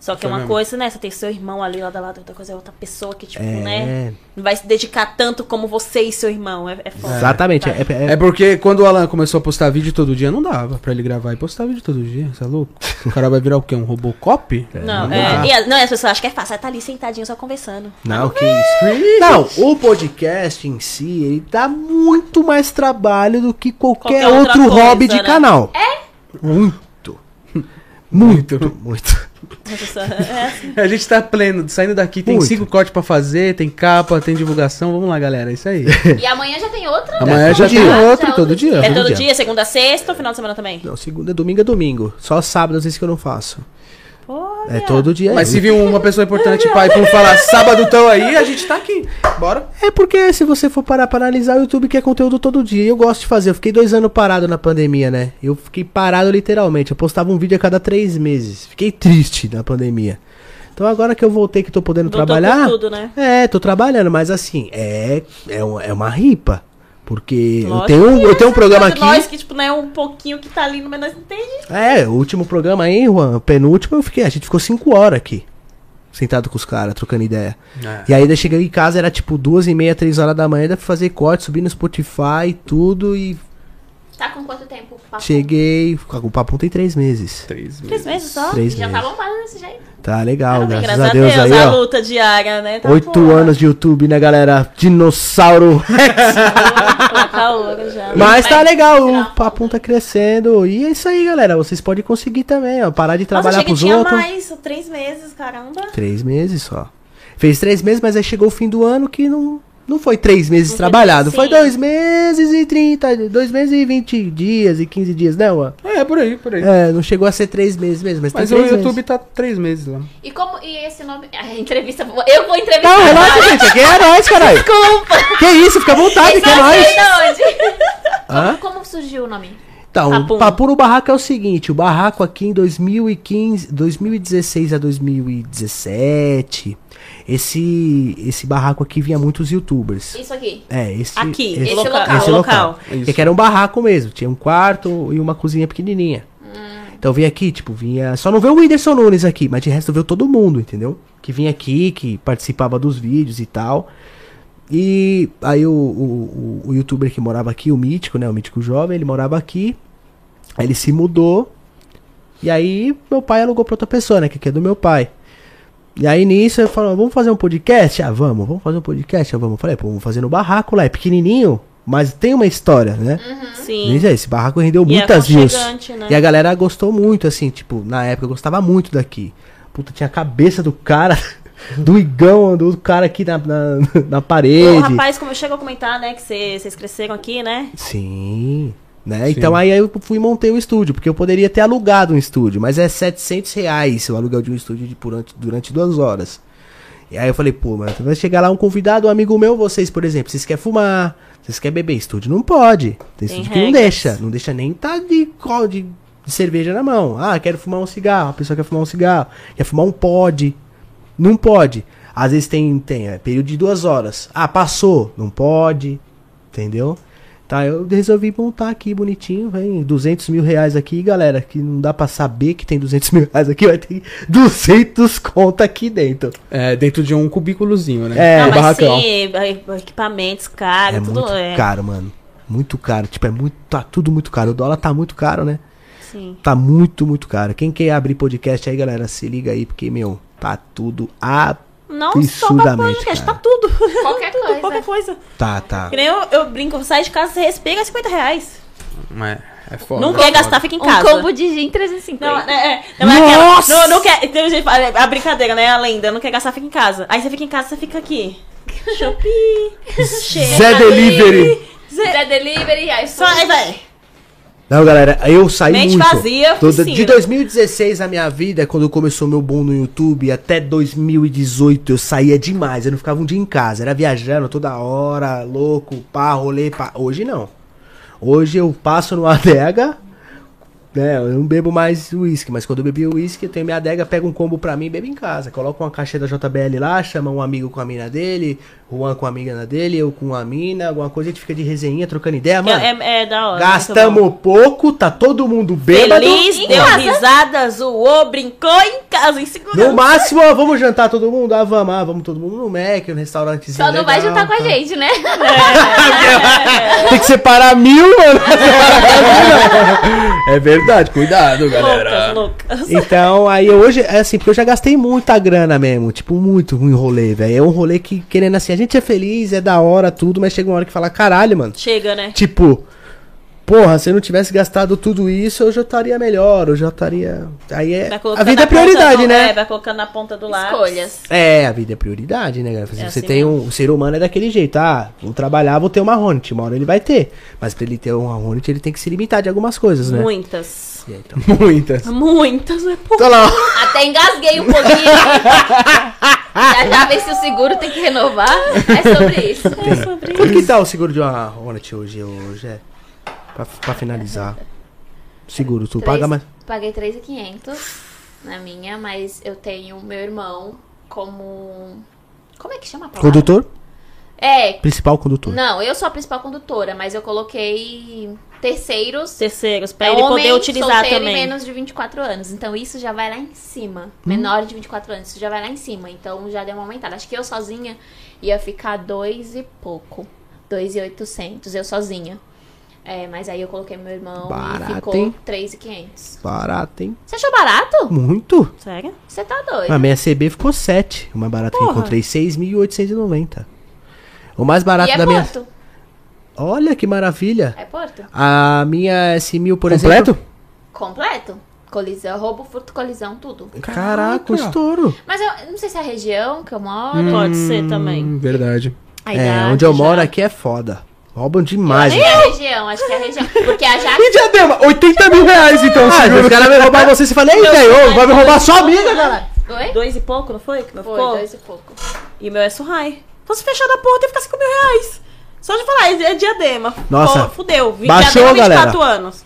Speaker 2: Só que é
Speaker 5: Foi
Speaker 2: uma
Speaker 5: mesmo.
Speaker 2: coisa, né? Você tem seu irmão ali lado a lado, outra coisa é outra pessoa que, tipo,
Speaker 3: É,
Speaker 2: né? Não vai se dedicar tanto como você e seu irmão. É, é foda.
Speaker 3: Exatamente.
Speaker 2: Tá.
Speaker 3: É, é-
Speaker 5: É porque quando o Alan começou a postar vídeo todo dia, não dava pra ele gravar e postar vídeo todo dia, você é louco? O cara vai virar o quê? Um Robocop?
Speaker 2: Não,
Speaker 3: não
Speaker 2: é,
Speaker 3: dá.
Speaker 2: e as, não, e as pessoas acham que é fácil. Aí tá ali sentadinho só conversando.
Speaker 3: Não, que isso. Não, o podcast em si, ele dá muito mais trabalho do que qualquer,
Speaker 2: Qualquer outra
Speaker 3: outro
Speaker 2: coisa,
Speaker 3: hobby de
Speaker 2: né?
Speaker 3: canal. É? Muito. (laughs) Muito, muito.
Speaker 2: As pessoas- (laughs) é.
Speaker 5: A gente tá pleno, saindo daqui, tem
Speaker 3: Muito.
Speaker 5: cinco cortes pra fazer, tem capa, tem divulgação. Vamos lá, galera, é isso aí.
Speaker 4: E amanhã já tem Tá outra.
Speaker 5: Amanhã já
Speaker 3: todo
Speaker 5: tem
Speaker 3: dia.
Speaker 5: outro, todo dia.
Speaker 2: É todo
Speaker 3: dia.
Speaker 2: dia, segunda a sexta ou final de semana também?
Speaker 3: Não, segunda, domingo é domingo. Só sábado às vezes que eu não faço.
Speaker 2: Pô,
Speaker 3: É todo dia.
Speaker 5: Mas
Speaker 3: eu-
Speaker 5: se vir uma pessoa importante pai por falar sábado tão aí, a gente tá aqui. Bora.
Speaker 3: É porque se você for parar pra analisar, o YouTube quer conteúdo todo dia. E eu gosto de fazer. Eu fiquei dois anos parado na pandemia, né? Eu fiquei parado literalmente. Eu postava um vídeo a cada três meses. Fiquei triste na pandemia. Então agora que eu voltei, que tô podendo
Speaker 2: Voltou
Speaker 3: trabalhar.
Speaker 2: com tudo, né?
Speaker 3: É, tô trabalhando, mas assim, é, é, um- é uma ripa. Porque eu
Speaker 2: Lógico
Speaker 3: tenho, um- eu tenho um programa
Speaker 2: Mas
Speaker 3: aqui.
Speaker 2: Nós que, tipo, né, um pouquinho que tá ali, mas nós não tem.
Speaker 3: É, o último programa aí, Juan, o penúltimo, eu fiquei. A gente ficou cinco horas aqui. Sentado com os caras, trocando ideia. E aí eu cheguei em casa, era tipo duas e meia, três horas da manhã, dá pra fazer corte, subir no Spotify e tudo. E
Speaker 4: Tá com quanto tempo? Papo?
Speaker 3: cheguei. O papo tem três meses.
Speaker 5: Três
Speaker 2: Três
Speaker 5: meses.
Speaker 2: meses só.
Speaker 3: Três
Speaker 4: Já
Speaker 3: meses.
Speaker 4: tá bombado desse jeito.
Speaker 3: Tá legal,
Speaker 2: Parabéns,
Speaker 3: graças, a Deus, aí,
Speaker 2: a
Speaker 3: ó.
Speaker 2: luta diária, né? Tá
Speaker 3: Oito
Speaker 2: boa.
Speaker 3: anos de YouTube, né, galera?
Speaker 2: (laughs)
Speaker 3: Dinossauro.
Speaker 2: Tá calor já.
Speaker 3: Mas tá
Speaker 4: Vai
Speaker 3: legal,
Speaker 4: tirar
Speaker 3: o papum tá crescendo. E é isso aí, galera. Vocês podem conseguir também, ó. Parar de
Speaker 2: Nossa,
Speaker 3: trabalhar
Speaker 2: achei que
Speaker 3: pros
Speaker 2: tinha
Speaker 3: outros.
Speaker 2: mais, três meses, caramba.
Speaker 3: Três meses só. Fez três meses, mas aí chegou o fim do ano que não, não foi três meses
Speaker 2: Não foi
Speaker 3: trabalhado.
Speaker 2: três,
Speaker 3: Foi
Speaker 2: sim.
Speaker 3: dois meses e trinta, dois meses e vinte dias e quinze dias, né, Juan?
Speaker 5: É, por aí, por aí.
Speaker 3: É, não chegou a ser três meses mesmo, mas,
Speaker 5: Mas
Speaker 3: tem
Speaker 5: o
Speaker 3: três
Speaker 5: YouTube
Speaker 3: meses.
Speaker 5: tá três meses lá.
Speaker 4: E como. E esse nome. (laughs) A entrevista. Eu vou entrevistar.
Speaker 3: Não, é nóis, gente. Aqui é nóis, caralho.
Speaker 4: Tá Desculpa.
Speaker 3: Que isso, fica à vontade, que é
Speaker 4: Sei
Speaker 3: nóis.
Speaker 4: de onde.
Speaker 3: Hã?
Speaker 4: Como surgiu o nome?
Speaker 3: Então,
Speaker 2: Papum.
Speaker 3: o Papu no Barraco é o seguinte, o Barraco aqui em 2015, 2016 a 2017, Esse, esse barraco aqui vinha muitos youtubers.
Speaker 4: Isso aqui.
Speaker 3: É, esse.
Speaker 2: Aqui,
Speaker 3: esse,
Speaker 2: esse
Speaker 4: local.
Speaker 2: local.
Speaker 3: esse local.
Speaker 1: Isso.
Speaker 3: Porque que era um barraco mesmo. Tinha um quarto e uma cozinha pequenininha.
Speaker 2: Hum.
Speaker 3: Então vinha aqui, tipo, vinha. Só não vê o Whindersson Nunes aqui, mas de resto veio todo mundo, entendeu? Que vinha aqui, que participava dos vídeos e tal. E aí o, o, o- o youtuber que morava aqui, o Mítico, né? O Mítico Jovem, ele morava aqui. Aí ele se mudou. E aí meu pai alugou pra outra pessoa, né? Que aqui é do meu pai. E aí nisso eu falo, vamos fazer um podcast? Ah, vamos, vamos fazer um podcast? Ah, vamos. Eu falei, pô, vamos fazer no barraco lá, é pequenininho, mas tem uma história, né?
Speaker 4: Uhum.
Speaker 2: Sim.
Speaker 3: Isso aí, Esse barraco rendeu
Speaker 2: Hum. E é
Speaker 3: muitas views.
Speaker 2: aconchegante, né?
Speaker 3: E a galera gostou muito, assim, tipo, na época eu gostava muito daqui. Puta, tinha a cabeça do cara, (laughs) do igão, do cara aqui na, na, (laughs) na
Speaker 2: O
Speaker 3: parede.
Speaker 2: rapaz como chegou a comentar, né, que cê- vocês cresceram aqui, né?
Speaker 3: Sim. Né? Então aí eu fui e montei o estúdio, porque eu poderia ter alugado um estúdio, mas é 700 reais o aluguel de um estúdio de por, ante- durante duas horas. E aí eu falei, pô, mano, vai chegar lá um convidado, um amigo meu, vocês, por exemplo, vocês querem fumar, vocês querem beber, estúdio não pode. Tem estúdio que não
Speaker 2: regras.
Speaker 3: deixa, não deixa nem tá de, co- de, de cerveja na mão. Ah, quero fumar um cigarro, a pessoa quer fumar um cigarro, quer fumar um pod, não pode. Às vezes tem, tem é, período de duas horas. Ah, passou, não pode, entendeu? Tá, eu resolvi montar aqui bonitinho, vem 200 mil reais aqui, galera, que não dá pra saber que tem 200 mil reais aqui, vai ter 200 conta aqui dentro.
Speaker 1: É, dentro de um cubículozinho, né?
Speaker 3: É,
Speaker 2: não, mas
Speaker 3: barracão.
Speaker 2: sim, é, equipamentos caros,
Speaker 3: É
Speaker 2: tudo.
Speaker 3: muito
Speaker 2: é,
Speaker 3: caro, mano. Muito caro, tipo, é muito, tá tudo muito caro. O dólar tá muito caro, né?
Speaker 2: sim.
Speaker 3: Tá muito, muito caro. Quem quer abrir podcast aí, galera, se liga aí, porque, meu, tá tudo a...
Speaker 2: Não só pra
Speaker 3: Absurdamente,
Speaker 2: podcast,
Speaker 3: cara.
Speaker 2: tá tudo.
Speaker 4: Qualquer
Speaker 2: Tudo,
Speaker 4: coisa.
Speaker 2: (laughs) Qualquer coisa.
Speaker 3: Tá, tá.
Speaker 2: Que nem eu, eu brinco, eu saio de casa, você respira é 50 reais.
Speaker 1: É, é foda.
Speaker 2: não
Speaker 1: é
Speaker 2: quer
Speaker 1: foda.
Speaker 2: gastar, fica em
Speaker 4: Um
Speaker 2: casa.
Speaker 4: combo de gin
Speaker 2: Não,
Speaker 4: 350.
Speaker 2: é, é, não é aquela-
Speaker 3: Nossa!
Speaker 2: Não, não quer. Tem um gente que fala, a brincadeira, né? A lenda. Não quer gastar, fica em casa. Aí você fica em casa, você fica aqui. Shopee. Chega
Speaker 3: Zé
Speaker 2: tá ali.
Speaker 3: Delivery.
Speaker 2: Zé-
Speaker 4: Zé Delivery, iFood.
Speaker 2: Só aí, vai.
Speaker 3: Não, galera, eu saí
Speaker 2: Mente
Speaker 3: muito.
Speaker 2: vazia,
Speaker 3: Todo-
Speaker 2: oficina.
Speaker 3: de 2016 a minha vida, é quando começou meu boom no YouTube, até 2018 eu saía demais. Eu não ficava um dia em casa, era viajando toda hora, louco, pá, rolê, pá. Hoje não. Hoje eu passo numa (laughs) adega, né? Eu não bebo mais uísque, mas quando eu bebi uísque, eu tenho minha adega, pego um combo pra mim e bebo em casa. Coloco uma caixa da JBL lá, chama um amigo com a mina dele, Juan com a amiga dele, eu com a mina, alguma coisa, a gente fica de resenha, trocando ideia, mano.
Speaker 2: É, é da hora. muito bom.
Speaker 3: Gastamos pouco, tá todo mundo bêbado.
Speaker 2: Feliz,
Speaker 4: Em
Speaker 2: deu
Speaker 4: casa.
Speaker 2: risada, zoou, brincou em casa, em segurança.
Speaker 3: No máximo, ó, vamos jantar todo mundo? Ah, vamos, ah, vamos todo mundo no Mac, no restaurantezinho.
Speaker 4: Só não
Speaker 3: legal,
Speaker 4: vai juntar com a
Speaker 3: tá.
Speaker 4: gente, né?
Speaker 3: Tem que separar mil, mano. é verdade, cuidado,
Speaker 2: (laughs) Loucas, loucas.
Speaker 3: Então, aí hoje, é assim, porque eu já gastei muita grana mesmo. Tipo, muito ruim rolê, velho. É um rolê que, querendo assim, a gente é feliz, é da hora, tudo, mas chega uma hora que fala, caralho, mano.
Speaker 2: Chega, né?
Speaker 3: Tipo, porra, se eu não tivesse gastado tudo isso, eu já estaria melhor, eu já estaria. Aí é.
Speaker 2: Vai
Speaker 3: A
Speaker 2: colocando
Speaker 3: vida
Speaker 2: na
Speaker 3: é prioridade,
Speaker 2: ponta do- É,
Speaker 3: né?
Speaker 2: vai colocando na ponta do lápis.
Speaker 4: Escolhas.
Speaker 3: É, a vida é prioridade, né, galera? Você
Speaker 2: É assim
Speaker 3: tem um. O ser humano é daquele jeito, ah, vou trabalhar, vou ter uma Hornet, uma hora ele vai ter. Mas pra ele ter uma Hornet, ele tem que se limitar de algumas coisas, né?
Speaker 2: Muitas.
Speaker 3: E aí, então.
Speaker 5: Muitas.
Speaker 2: Muitas, é pouco.
Speaker 3: Tá lá, ó.
Speaker 4: Até engasguei um pouquinho. já já vê se o seguro tem que renovar. É sobre isso.
Speaker 2: É sobre
Speaker 3: Quanto que tá o seguro de uma Hornet hoje, hoje é? Pra, pra finalizar. Seguro, tu
Speaker 4: Três-
Speaker 3: paga mais.
Speaker 4: Paguei 3,500 na minha, mas eu tenho meu irmão como. Como é que chama a palavra?
Speaker 3: Condutor?
Speaker 4: É.
Speaker 3: Principal condutor.
Speaker 4: Não, eu sou a principal condutora, mas eu coloquei terceiros.
Speaker 2: terceiros, pra
Speaker 4: É
Speaker 2: ele
Speaker 4: homem,
Speaker 2: poder utilizar
Speaker 4: solteiro e
Speaker 2: também.
Speaker 4: menos de 24 anos. Então isso já vai lá em cima.
Speaker 3: Hum.
Speaker 4: Menor de 24 anos, isso já vai lá em cima. Então já deu uma aumentada. Acho que eu sozinha ia ficar dois e pouco. 2,800, eu sozinha. É, mas aí eu coloquei meu irmão
Speaker 3: Barato,
Speaker 4: e
Speaker 3: hein?
Speaker 4: ficou 3,500.
Speaker 3: Barato, hein?
Speaker 4: Você achou barato?
Speaker 3: Muito.
Speaker 2: Sério?
Speaker 4: Você tá
Speaker 3: A
Speaker 4: doido.
Speaker 3: minha CB ficou 7. Uma barata que eu
Speaker 2: Porra.
Speaker 3: encontrei 6.890. O mais barato
Speaker 4: e é
Speaker 3: da minha.
Speaker 4: Porto.
Speaker 3: Olha que maravilha.
Speaker 4: É Porto?
Speaker 3: A minha S1000, por
Speaker 5: Completo?
Speaker 3: exemplo.
Speaker 4: Completo. Colisão, roubo, furto, colisão, tudo.
Speaker 3: Caraca, um estouro.
Speaker 4: Mas eu eu não sei se é a região que eu moro.
Speaker 2: Pode ser também.
Speaker 1: Hum, Verdade.
Speaker 4: a
Speaker 3: É,
Speaker 4: idade
Speaker 3: onde eu
Speaker 4: já.
Speaker 3: moro um. aqui é foda. Roubam demais.
Speaker 4: Nem é a região, acho que é a região. Porque a Jaque.
Speaker 5: E diadema? 80 mil reais, então,
Speaker 3: Ah, se
Speaker 5: seguro.
Speaker 3: os caras vão roubar você, você fala, ei, velho, vai me roubar sua amiga, cara.
Speaker 4: Oi?
Speaker 2: né? Dois e pouco, não foi? Que não
Speaker 4: Foi,
Speaker 2: ficou?
Speaker 4: dois e pouco.
Speaker 2: E o meu é Surrai. Então se fechar da porta, ia ficar 5 mil reais. Só de falar, é diadema.
Speaker 3: Nossa.
Speaker 2: Pô, fudeu. Vi-
Speaker 3: Baixou,
Speaker 2: diadema
Speaker 3: galera.
Speaker 2: 24 anos.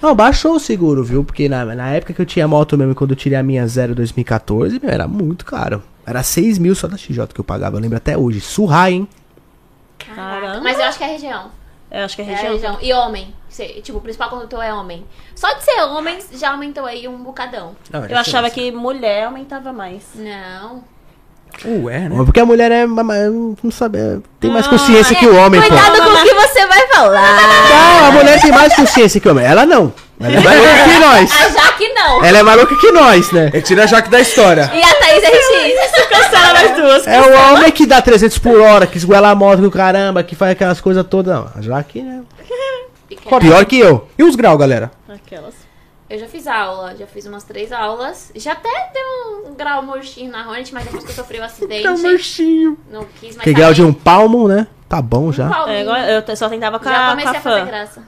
Speaker 3: Não, baixou o seguro, viu? Porque na, na época que eu tinha moto mesmo, quando eu tirei a minha zero 2014, meu, era muito caro. Era 6 mil só da XJ que eu pagava, eu lembro até hoje. Surrai, hein?
Speaker 4: Caraca.
Speaker 2: Caramba.
Speaker 4: Mas eu acho que é a região.
Speaker 2: Eu acho que é
Speaker 4: É a
Speaker 2: região.
Speaker 4: região. E homem. Você- tipo, o principal condutor é homem. Só de ser homem já aumentou aí um bocadão.
Speaker 3: É
Speaker 2: Eu achava que mulher aumentava mais.
Speaker 4: Não.
Speaker 1: Ué, né?
Speaker 3: Porque a mulher é. ma- ma- Não sabe, é- tem mais
Speaker 2: Ah,
Speaker 3: consciência
Speaker 4: é,
Speaker 3: que o homem, pô.
Speaker 4: Cuidado com o que você vai falar.
Speaker 3: Não, a mulher tem mais consciência que o homem. Ela não. Ela é mais louca
Speaker 2: (laughs)
Speaker 3: que nós.
Speaker 4: A Jaque não.
Speaker 3: Ela é mais louca que nós, né?
Speaker 1: É
Speaker 5: Retira a Jaque da história.
Speaker 4: E a Thaís é RX.
Speaker 2: Cancela mais duas.
Speaker 3: É o homem que dá 300 por hora, que esguela a moto do caramba, que faz aquelas coisas todas. Não, já que, né? Pior que eu.
Speaker 5: E os graus, galera?
Speaker 2: Aquelas.
Speaker 4: Eu já fiz aula, já fiz umas três aulas. Já até deu um grau murchinho na Hornet, mas depois que eu sofri o acidente. grau murchinho. Não quis mais.
Speaker 3: Que grau de um palmo, né? Tá bom já.
Speaker 2: É, igual- eu t- só tentava com
Speaker 4: Já
Speaker 2: a, com
Speaker 4: comecei
Speaker 2: a
Speaker 4: a fazer
Speaker 2: fã.
Speaker 4: graça.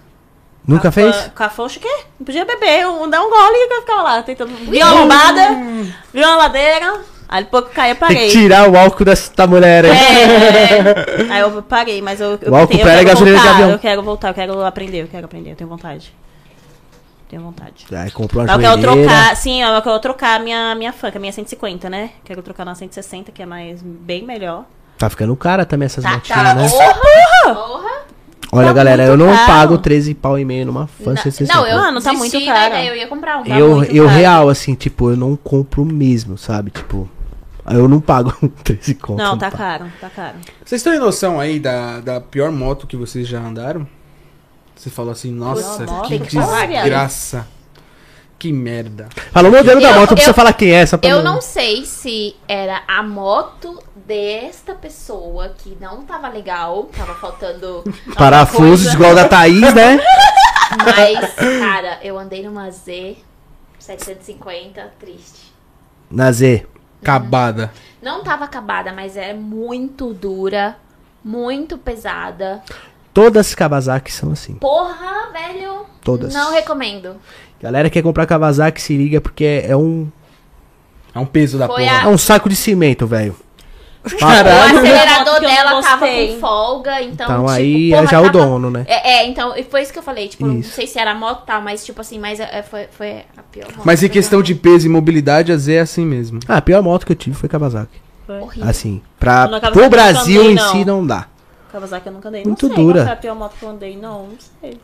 Speaker 3: Nunca
Speaker 4: Tá
Speaker 2: A
Speaker 3: fez?
Speaker 2: fã- Com a fã, acho que é. Não podia beber, um, dar um gole e eu ficava lá. Tentando... Viu
Speaker 3: Hum.
Speaker 2: uma lombada, viu uma ladeira. Aí pouco caí, eu
Speaker 3: Tem que
Speaker 2: parei.
Speaker 3: tirar o álcool dessa mulher aí.
Speaker 2: É, é. Aí eu parei, mas eu, eu,
Speaker 3: O álcool
Speaker 2: tentei, eu
Speaker 3: pera é
Speaker 2: quero
Speaker 3: gasolina de
Speaker 2: voltar,
Speaker 3: avião.
Speaker 2: eu quero voltar, eu quero aprender, eu quero aprender, eu tenho vontade. Tenho vontade.
Speaker 4: É.
Speaker 3: Aí comprou
Speaker 4: Tá,
Speaker 3: uma
Speaker 2: Mas eu quero
Speaker 3: joelheira.
Speaker 2: trocar, sim, eu quero trocar a minha, minha fã, que a minha é 150, né? Quero trocar na 160, que é mais bem melhor.
Speaker 3: Tá ficando cara também essas
Speaker 4: Tá,
Speaker 3: motinhas,
Speaker 4: tá.
Speaker 3: né?
Speaker 4: Porra! Porra!
Speaker 3: Olha,
Speaker 2: tá
Speaker 3: galera, eu
Speaker 2: muito
Speaker 3: não
Speaker 2: caro.
Speaker 3: pago 13 pau e meio numa
Speaker 4: Na-
Speaker 3: Fan 60.
Speaker 4: Não, eu
Speaker 2: Mano, tá muito
Speaker 4: desisti da
Speaker 2: caro.
Speaker 4: ideia, Eu ia comprar um. tá
Speaker 3: eu,
Speaker 4: muito
Speaker 3: eu
Speaker 4: caro.
Speaker 3: real, assim, tipo, eu não compro mesmo, sabe? Tipo, eu não pago (laughs) 13 conto.
Speaker 2: Não, tá
Speaker 3: pago.
Speaker 2: caro, tá caro.
Speaker 1: Vocês têm noção aí da, da pior moto que vocês já andaram? Você falou assim, nossa,
Speaker 2: Pior moto?
Speaker 1: que
Speaker 2: Tem que falar, viado.
Speaker 1: desgraça. Que merda.
Speaker 3: Fala o modelo da
Speaker 4: Eu-
Speaker 3: moto, não precisa
Speaker 4: eu-
Speaker 3: falar quem é, só pra
Speaker 4: Eu não sei se era a moto desta pessoa que não tava legal,
Speaker 3: (laughs)
Speaker 4: tava faltando
Speaker 3: Parafusos
Speaker 4: coisa.
Speaker 3: igual da Thaís, né?
Speaker 4: Mas, cara, eu andei numa Z 750, triste.
Speaker 3: Na Z.
Speaker 1: Acabada.
Speaker 4: Não tava acabada, mas é muito dura, muito pesada.
Speaker 3: Todas as Kawasaki são assim.
Speaker 4: Porra, velho.
Speaker 3: Todas.
Speaker 4: Não recomendo.
Speaker 3: Galera que quer comprar Kawasaki, se liga, porque é, é um,
Speaker 1: É um peso da
Speaker 4: Foi
Speaker 1: porra.
Speaker 3: é um saco de cimento, velho.
Speaker 4: o
Speaker 3: Caralho.
Speaker 2: Uma moto
Speaker 4: acelerador
Speaker 2: que eu
Speaker 4: dela
Speaker 2: não
Speaker 4: tava
Speaker 2: gostei.
Speaker 4: com folga, então.
Speaker 3: Então
Speaker 4: tipo,
Speaker 3: aí
Speaker 4: porra,
Speaker 3: é já o
Speaker 4: tava-
Speaker 3: dono, né?
Speaker 4: É, é, então, e foi isso que eu falei, tipo, não
Speaker 3: Isso.
Speaker 4: sei se era a moto tal, mas tipo assim, mas é, foi, foi a pior. moto.
Speaker 1: Mas em questão de peso e mobilidade, a Z é assim mesmo.
Speaker 3: Ah, a pior moto que eu tive foi Kawasaki.
Speaker 4: Horrível.
Speaker 3: Assim, pra,
Speaker 2: Não, Kawasaki
Speaker 3: pro
Speaker 2: eu
Speaker 3: Brasil
Speaker 2: também
Speaker 3: em
Speaker 2: não.
Speaker 3: si não dá.
Speaker 2: Kawasaki eu nunca andei.
Speaker 3: Muito
Speaker 2: não sei qual
Speaker 3: dura.
Speaker 2: foi a pior moto que eu andei, não. Não sei.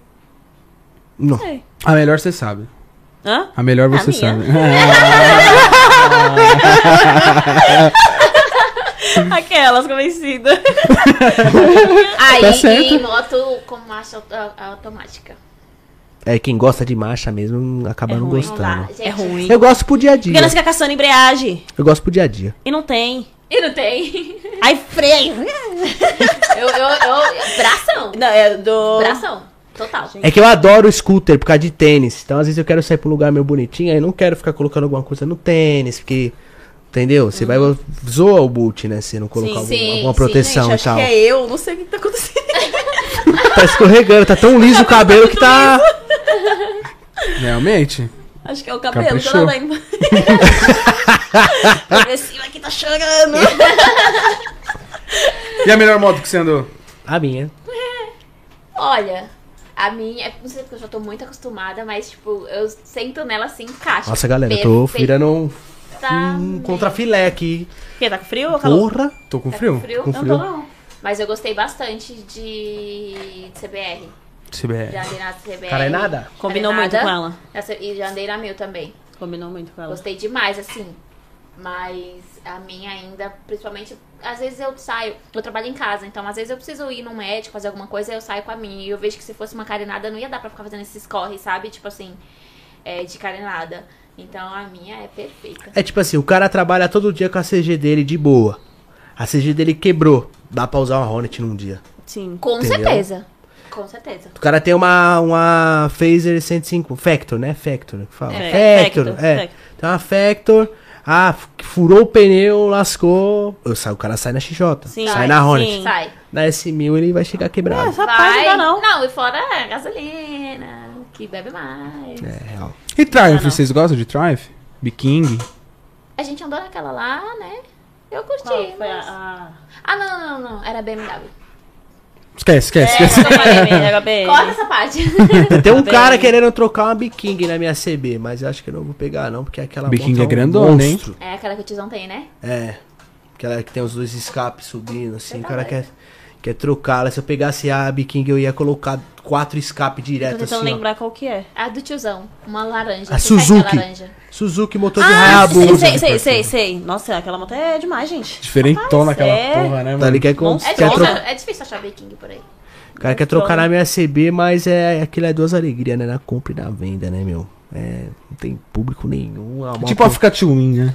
Speaker 3: Não.
Speaker 2: Não sei.
Speaker 1: A melhor você sabe.
Speaker 3: (laughs)
Speaker 2: Hã?
Speaker 1: A melhor
Speaker 2: A
Speaker 1: você
Speaker 2: minha.
Speaker 1: sabe. (laughs)
Speaker 3: (laughs)
Speaker 2: Aquelas convencidas.
Speaker 4: Aí,
Speaker 3: Tá certo.
Speaker 4: e moto com marcha auto- automática.
Speaker 3: É, quem gosta de marcha mesmo acaba
Speaker 2: É
Speaker 3: não
Speaker 2: ruim,
Speaker 4: Não dá,
Speaker 3: gostando.
Speaker 4: gente.
Speaker 2: É ruim.
Speaker 3: Eu gosto pro dia a dia.
Speaker 2: Porque nós fica caçando embreagem.
Speaker 3: Eu gosto pro dia a dia.
Speaker 2: E não tem.
Speaker 4: E não tem. (laughs)
Speaker 2: Aí freio.
Speaker 4: Eu, eu, eu, bração.
Speaker 2: Não, é do.
Speaker 4: Bração. Total.
Speaker 3: É que eu adoro scooter por causa de tênis. Então, às vezes, eu quero sair pra um lugar meio bonitinho. Aí, eu não quero ficar colocando alguma coisa no tênis. Porque, entendeu? Você vai zoa o boot, né? Se não colocar
Speaker 2: Sim,
Speaker 3: algum-
Speaker 4: sim,
Speaker 3: alguma
Speaker 4: sim,
Speaker 3: proteção
Speaker 2: Gente,
Speaker 3: e
Speaker 2: acho
Speaker 3: tal.
Speaker 2: que é eu. Não sei o que tá acontecendo.
Speaker 3: Tá escorregando, tá tão
Speaker 2: (laughs)
Speaker 3: liso o cabelo que tá.
Speaker 1: Realmente?
Speaker 2: Acho que é o cabelo que eu
Speaker 1: Caprichou.
Speaker 3: (laughs)
Speaker 2: não (laughs) lembro. Progressiva aqui tá chorando.
Speaker 3: (laughs)
Speaker 1: E a melhor moto que você andou?
Speaker 3: A minha.
Speaker 4: Olha, a minha, é, não sei porque eu já tô muito acostumada, mas tipo, eu sento nela assim, encaixa.
Speaker 3: Nossa, galera, eu tô virando um, um
Speaker 2: Ah,
Speaker 4: Perfeitamente.
Speaker 3: contrafilé aqui.
Speaker 2: Quem tá com frio ou calor?
Speaker 3: Porra!
Speaker 1: Tô com
Speaker 4: Tá com
Speaker 1: frio?
Speaker 4: frio?
Speaker 3: Com
Speaker 4: Não
Speaker 3: frio.
Speaker 4: tô não. Mas eu gostei bastante de, de CBR. Já
Speaker 1: CBR.
Speaker 4: andei na CBR.
Speaker 3: Cara, é nada?
Speaker 2: Combinou
Speaker 4: Cara, é
Speaker 2: muito com
Speaker 4: nada.
Speaker 2: ela.
Speaker 4: Essa- E já andei na mil também.
Speaker 2: Combinou muito com ela.
Speaker 4: Gostei demais, assim. Mas a minha ainda, principalmente, às vezes eu saio, eu trabalho em casa, então às vezes eu preciso ir num médico, fazer alguma coisa, eu saio com a minha. E eu vejo que se fosse uma carenada, não ia dar pra ficar fazendo esses corres, sabe? Tipo assim, é, de carenada. Então a minha é perfeita.
Speaker 3: É tipo assim, o cara trabalha todo dia com a CG dele de boa. A CG dele quebrou. Dá pra usar uma Hornet num dia.
Speaker 2: Sim.
Speaker 4: Com
Speaker 3: Entendeu?
Speaker 4: certeza. Com certeza.
Speaker 3: O cara tem uma, uma Phaser 105, Factor, né? Factor, que fala.
Speaker 2: É,
Speaker 3: Factor,
Speaker 2: Factor,
Speaker 3: é.
Speaker 2: Factor.
Speaker 3: Tem uma Factor, ah, f- furou o pneu, lascou. Eu saio, o cara sai na XJ,
Speaker 2: Sim.
Speaker 3: sai
Speaker 2: Sai,
Speaker 3: na Hornet.
Speaker 2: sim. É,
Speaker 4: Sai.
Speaker 3: Na S1000 ele vai chegar quebrado.
Speaker 2: Essa parte não dá, Tá não.
Speaker 4: e fora a gasolina, que bebe mais.
Speaker 3: É, real.
Speaker 1: E Triumph,
Speaker 2: Ah, não.
Speaker 1: vocês gostam de Triumph? Biking?
Speaker 4: A gente andou naquela lá, né? Eu curti.
Speaker 2: Qual foi
Speaker 4: mas-
Speaker 2: a- a-
Speaker 4: Ah, não, não, não, não. Era BMW.
Speaker 1: Esquece,
Speaker 2: É.
Speaker 1: esquece, esquece.
Speaker 4: (laughs) Corta essa
Speaker 2: (laughs)
Speaker 4: parte.
Speaker 3: Tem um
Speaker 2: Tá
Speaker 3: cara
Speaker 2: bem.
Speaker 3: querendo trocar uma biking na minha CB, mas eu acho que eu não vou pegar, não, porque aquela
Speaker 5: Biking
Speaker 3: moto
Speaker 5: é
Speaker 3: um
Speaker 5: grandona, hein?
Speaker 3: monstro.
Speaker 4: É aquela que o tiozão tem, né?
Speaker 3: É. Aquela que tem os dois escapes subindo, assim. O cara quer, quer trocá-la. Se eu pegasse a biking, eu ia colocar quatro escapes
Speaker 2: Tô
Speaker 3: direto, assim.
Speaker 2: tentando
Speaker 3: ó.
Speaker 2: lembrar qual que é.
Speaker 4: A do tiozão. Uma laranja.
Speaker 3: A
Speaker 4: Você sabe aquela
Speaker 3: Suzuki.
Speaker 4: laranja.
Speaker 3: Suzuki, motor de
Speaker 2: Ah,
Speaker 3: rabo.
Speaker 2: sei, sei, sei, sei, sei. Nossa, aquela moto é demais, gente.
Speaker 5: Diferentona
Speaker 2: Rapaz,
Speaker 1: Aquela
Speaker 2: é.
Speaker 1: porra, né,
Speaker 3: Tá,
Speaker 1: mano?
Speaker 3: ele quer, com-
Speaker 2: Monstro.
Speaker 4: É
Speaker 3: quer
Speaker 4: difícil,
Speaker 3: trocar.
Speaker 4: é difícil achar Viking por aí.
Speaker 3: O cara quer trocar na minha CB, mas é aquilo é duas alegrias, né? Na compra e na venda, né, meu? É, não tem público nenhum. A moto,
Speaker 1: Tipo a Fica Twin, né?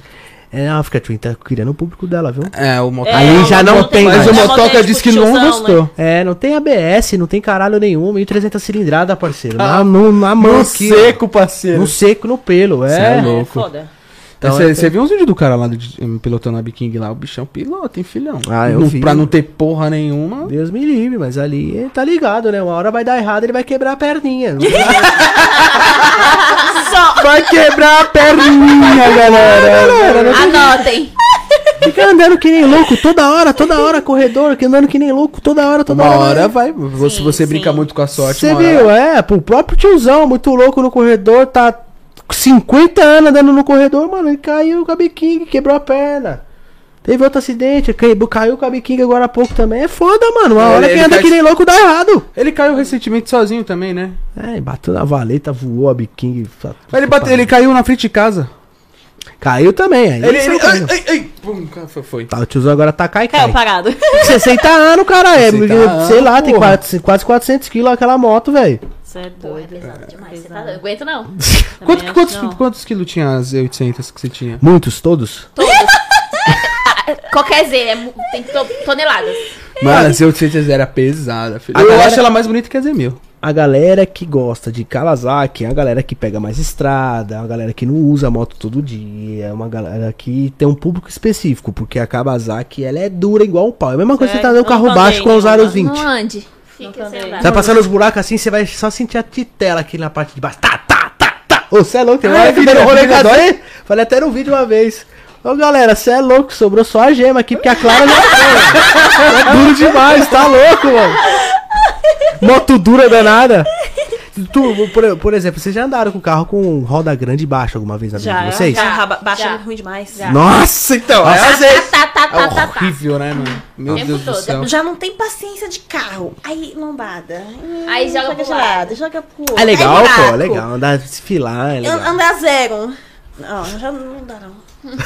Speaker 3: É, a Africa Twin tá criando o público dela, viu?
Speaker 1: É, o motor.
Speaker 2: É,
Speaker 3: Aí já
Speaker 2: a
Speaker 3: não
Speaker 2: moto
Speaker 3: tem
Speaker 2: é-
Speaker 3: mais.
Speaker 1: Mas
Speaker 2: a
Speaker 1: o
Speaker 2: moto é
Speaker 1: motoca
Speaker 2: tipo
Speaker 1: disse que não
Speaker 2: tiozão, né?
Speaker 1: gostou.
Speaker 3: É, não tem ABS, não tem caralho nenhum. 1300 cilindrada, parceiro. na, no, na mão
Speaker 1: Mão
Speaker 3: aqui.
Speaker 1: Ah, seco, parceiro.
Speaker 3: No seco, no pelo,
Speaker 1: Cê é
Speaker 3: é.
Speaker 1: louco.
Speaker 2: (laughs) Foda.
Speaker 3: Então,
Speaker 1: Você
Speaker 3: é-
Speaker 1: viu uns vídeos do cara lá do, de- pilotando a Biking lá? O bichão pilota, hein, filhão?
Speaker 3: Ah, eu
Speaker 1: Não-
Speaker 3: vi.
Speaker 1: Pra não ter porra nenhuma.
Speaker 3: Deus me livre, mas ali eh, tá ligado, né? Uma hora vai dar errado, ele vai quebrar a
Speaker 1: (laughs)
Speaker 3: perninha.
Speaker 2: Só.
Speaker 1: Vai quebrar a perninha, galera.
Speaker 4: Anotem.
Speaker 3: Fica andando que nem louco toda hora, toda hora, corredor, que andando que nem louco toda hora, toda
Speaker 1: Uma hora vai. se
Speaker 2: Sim,
Speaker 1: você
Speaker 2: sim.
Speaker 1: brinca muito com a sorte,
Speaker 3: Você
Speaker 1: uma hora
Speaker 3: viu, é, pô, o próprio tiozão, muito louco no corredor, tá 50 anos andando no corredor, mano, ele caiu com a biquinha, quebrou a perna. Teve outro acidente, caiu, caiu com a biquinha agora há pouco também. É foda, mano. Uma
Speaker 1: Ele-
Speaker 3: hora
Speaker 1: ele
Speaker 3: quem anda
Speaker 1: cai-
Speaker 3: que nem louco dá errado.
Speaker 1: Ele caiu recentemente sozinho também, né?
Speaker 3: É, bateu na valeta, voou a biquinha. tá-
Speaker 1: Mas ele, bate- ele caiu na frente de casa.
Speaker 3: Caiu também, aí.
Speaker 1: Ele.
Speaker 3: só
Speaker 1: ele
Speaker 3: caiu.
Speaker 1: ai, ai, ai, pum, cara, foi. foi.
Speaker 3: Tá, o tiozão agora tá cai, cai.
Speaker 2: Caiu parado.
Speaker 3: 60 anos, cara, é.
Speaker 1: 60
Speaker 3: sei lá, tem
Speaker 1: porra.
Speaker 3: quatro- quase 400 quilos aquela moto, velho.
Speaker 2: Você é
Speaker 4: Pô, é
Speaker 2: doido.
Speaker 4: pesado demais. Você tá
Speaker 2: Pesado.
Speaker 4: doido. Eu aguento não.
Speaker 2: Também
Speaker 1: Quanto,
Speaker 2: acho
Speaker 1: quantos,
Speaker 2: que não.
Speaker 1: quantos quilos tinha as 800 que você tinha?
Speaker 3: Muitos, todos?
Speaker 4: Qualquer Z, é, mu- tem to- toneladas.
Speaker 1: Mano, as 800 era pesada, filho.
Speaker 3: A
Speaker 1: Eu
Speaker 3: galera-
Speaker 1: acho ela mais bonita que a Zemil.
Speaker 3: A galera que gosta de Kawasaki é a galera que pega mais estrada, é a galera que não usa a moto todo dia, é uma galera que tem um público específico, porque a Kawasaki ela é dura igual um pau. É a mesma coisa que você tá
Speaker 2: Sério?
Speaker 3: andando com o carro
Speaker 2: Não
Speaker 3: baixo
Speaker 2: andei,
Speaker 3: com os
Speaker 2: não
Speaker 3: aros 20.
Speaker 4: Não ande. Fica
Speaker 2: Não
Speaker 4: sem
Speaker 2: também.
Speaker 4: andar.
Speaker 3: Você vai passando os buracos assim, você vai só sentir a titela aqui na parte de baixo. Tá, tá, tá, tá. Ô, cê é louco, tem uma
Speaker 1: Ah,
Speaker 3: hora que eu
Speaker 1: filha,
Speaker 3: dei um rolê
Speaker 1: filha,
Speaker 3: com a Zé. Falei até no vídeo uma vez. Ô galera, cê é louco, sobrou só a gema aqui, porque a Clara já foi. É duro demais, tá louco, mano. Moto dura danada. Tu, por, por exemplo, vocês já andaram com o carro com roda grande e baixa alguma vez na vida
Speaker 2: Já,
Speaker 3: de vocês?
Speaker 2: já, já,
Speaker 4: Já.
Speaker 2: baixa é ruim demais. Já.
Speaker 3: Nossa, então, é às vezes.
Speaker 4: Tá, tá,
Speaker 1: É
Speaker 4: tá, tá, tá.
Speaker 1: horrível, né, mano? Meu
Speaker 4: O tempo
Speaker 1: Deus do
Speaker 4: todo. (laughs)
Speaker 1: céu.
Speaker 2: já não tem paciência de carro. Aí, lombada. Hum,
Speaker 4: Aí joga pro
Speaker 2: de
Speaker 4: lado.
Speaker 2: lado, joga pro outro.
Speaker 3: É legal,
Speaker 2: Aí,
Speaker 3: pô,
Speaker 2: buraco.
Speaker 3: é legal. Andar, desfilar, é legal.
Speaker 2: An- Andar zero. Não, já não dá, não.
Speaker 1: Não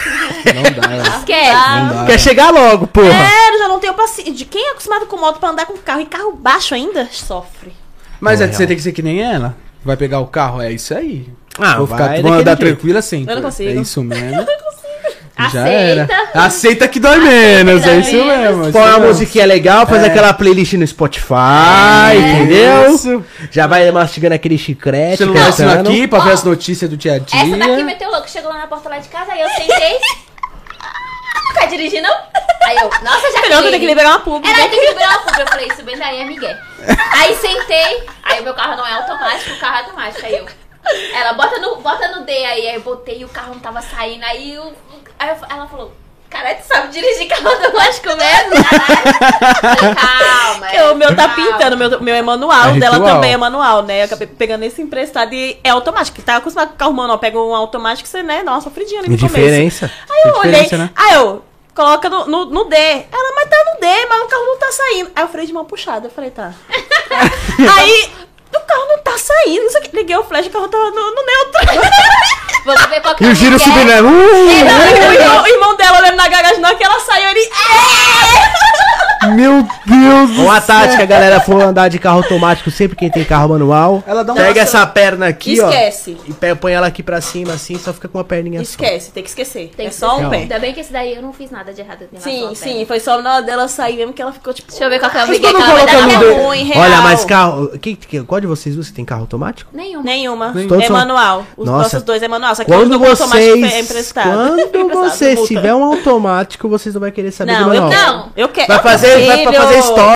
Speaker 1: dá, né?
Speaker 4: Esquece.
Speaker 1: Não dá.
Speaker 3: Quer chegar logo, porra.
Speaker 2: Sério, já não tenho paciência. De quem é acostumado com moto pra andar com carro e carro baixo ainda, sofre.
Speaker 1: Mas é,
Speaker 3: Não,
Speaker 1: você
Speaker 3: real.
Speaker 1: tem que ser que nem ela. Vai pegar o carro, é isso aí.
Speaker 3: Ah,
Speaker 1: vou
Speaker 3: vai
Speaker 1: ficar, vou
Speaker 3: daquele
Speaker 1: andar
Speaker 3: jeito.
Speaker 1: tranquila sempre.
Speaker 2: Eu não consigo.
Speaker 1: É isso mesmo. Já
Speaker 4: Aceita.
Speaker 1: era. Aceita que dói menos, é isso
Speaker 4: menos.
Speaker 1: mesmo. é isso
Speaker 3: Põe uma
Speaker 1: mesmo.
Speaker 3: musiquinha legal,
Speaker 1: É.
Speaker 3: faz aquela playlist no Spotify, entendeu?
Speaker 1: Isso.
Speaker 3: Já vai mastigando aquele chiclete.
Speaker 1: Celular assim
Speaker 3: cantando.
Speaker 1: aqui pra ver
Speaker 4: Ó,
Speaker 1: as notícias do dia a dia.
Speaker 4: Essa daqui meteu louco. Chegou lá na porta lá de casa, aí eu sentei. Tá dirigindo? Aí eu, nossa, já
Speaker 2: Melhor que É eu tenho que liberar uma pub.
Speaker 4: Era que liberar o público. Eu falei, isso bem daí, amigué. Aí sentei, aí o meu carro não é automático, o carro é automático. Aí eu. Ela bota no, bota no D aí, aí eu botei e o carro não tava saindo. Aí, o, aí eu- ela falou. Caralho, tu sabe dirigir carro automático mesmo? Caralho. (laughs) Falei, Calma. é.
Speaker 2: Porque O meu tá
Speaker 4: calma.
Speaker 2: pintando, o meu, meu é manual,
Speaker 1: É
Speaker 2: o dela
Speaker 1: ritual.
Speaker 2: também é manual, né? Eu acabei pegando esse emprestado e é automático. Tá acostumado com o carro manual, pega um automático, você, né? Nossa, sofridinha ali no começo.
Speaker 3: Indiferença.
Speaker 2: Aí eu
Speaker 1: Tem
Speaker 2: olhei,
Speaker 1: diferença, né?
Speaker 2: aí eu, coloca no, no, no D. Ela, mas tá no D, mas o carro não tá saindo. Aí eu falei de mão puxada, eu falei,
Speaker 1: (laughs)
Speaker 2: tá. aí, o carro não tá saindo, não sei o que. Liguei o flash, o carro tava no, no neutro. (laughs)
Speaker 4: Vamos ver qual que
Speaker 3: E
Speaker 4: é
Speaker 3: o giro
Speaker 4: que é.
Speaker 3: subindo. né? Uh,
Speaker 2: o, irmão, o irmão dela olhando na garagem, na hora que ela saiu, ele... "É!"
Speaker 4: (laughs)
Speaker 1: Meu Deus do
Speaker 3: Ou a tática, galera, for andar de carro automático, sempre quem tem carro manual.
Speaker 1: Ela dá um uma-
Speaker 3: Pega essa perna aqui,
Speaker 2: Esquece.
Speaker 3: ó. E pe- põe ela aqui pra cima, assim, só fica com uma perninha
Speaker 2: Esquece, tem que esquecer.
Speaker 4: Tem
Speaker 2: é
Speaker 4: que
Speaker 2: só um
Speaker 4: ser-
Speaker 2: pé.
Speaker 4: Ainda bem que esse daí eu não fiz nada de errado. em relação
Speaker 2: Sim,
Speaker 4: ao
Speaker 2: sim,
Speaker 4: pé.
Speaker 2: foi só na hora dela sair mesmo que ela ficou tipo.
Speaker 4: né? Deixa eu ver qual que é o
Speaker 1: Vocês
Speaker 4: amigué que
Speaker 1: quando
Speaker 4: ela vai dar
Speaker 1: colocam
Speaker 4: na
Speaker 1: no
Speaker 4: minha
Speaker 1: dedo?
Speaker 4: mão.
Speaker 2: ruim,
Speaker 3: só.
Speaker 2: real.
Speaker 3: Olha, mas carro. quem- quem- qual de vocês duas tem carro automático?
Speaker 4: Nenhum.
Speaker 2: Nenhuma.
Speaker 3: Todos
Speaker 2: é
Speaker 3: são-
Speaker 2: manual. Os
Speaker 3: Nossa.
Speaker 2: nossos dois é manual. Só que um
Speaker 3: Quando
Speaker 2: do automático é
Speaker 3: vocês.
Speaker 2: emprestado.
Speaker 3: Quando
Speaker 2: (laughs) Emprestado,
Speaker 3: vocês
Speaker 2: multa.
Speaker 3: tiver um automático, vocês não vão querer saber do
Speaker 2: Não, eu
Speaker 3: manual.
Speaker 2: quero. Eu quero.
Speaker 3: Vai fazer, vai pra
Speaker 2: Filho!
Speaker 3: fazer história.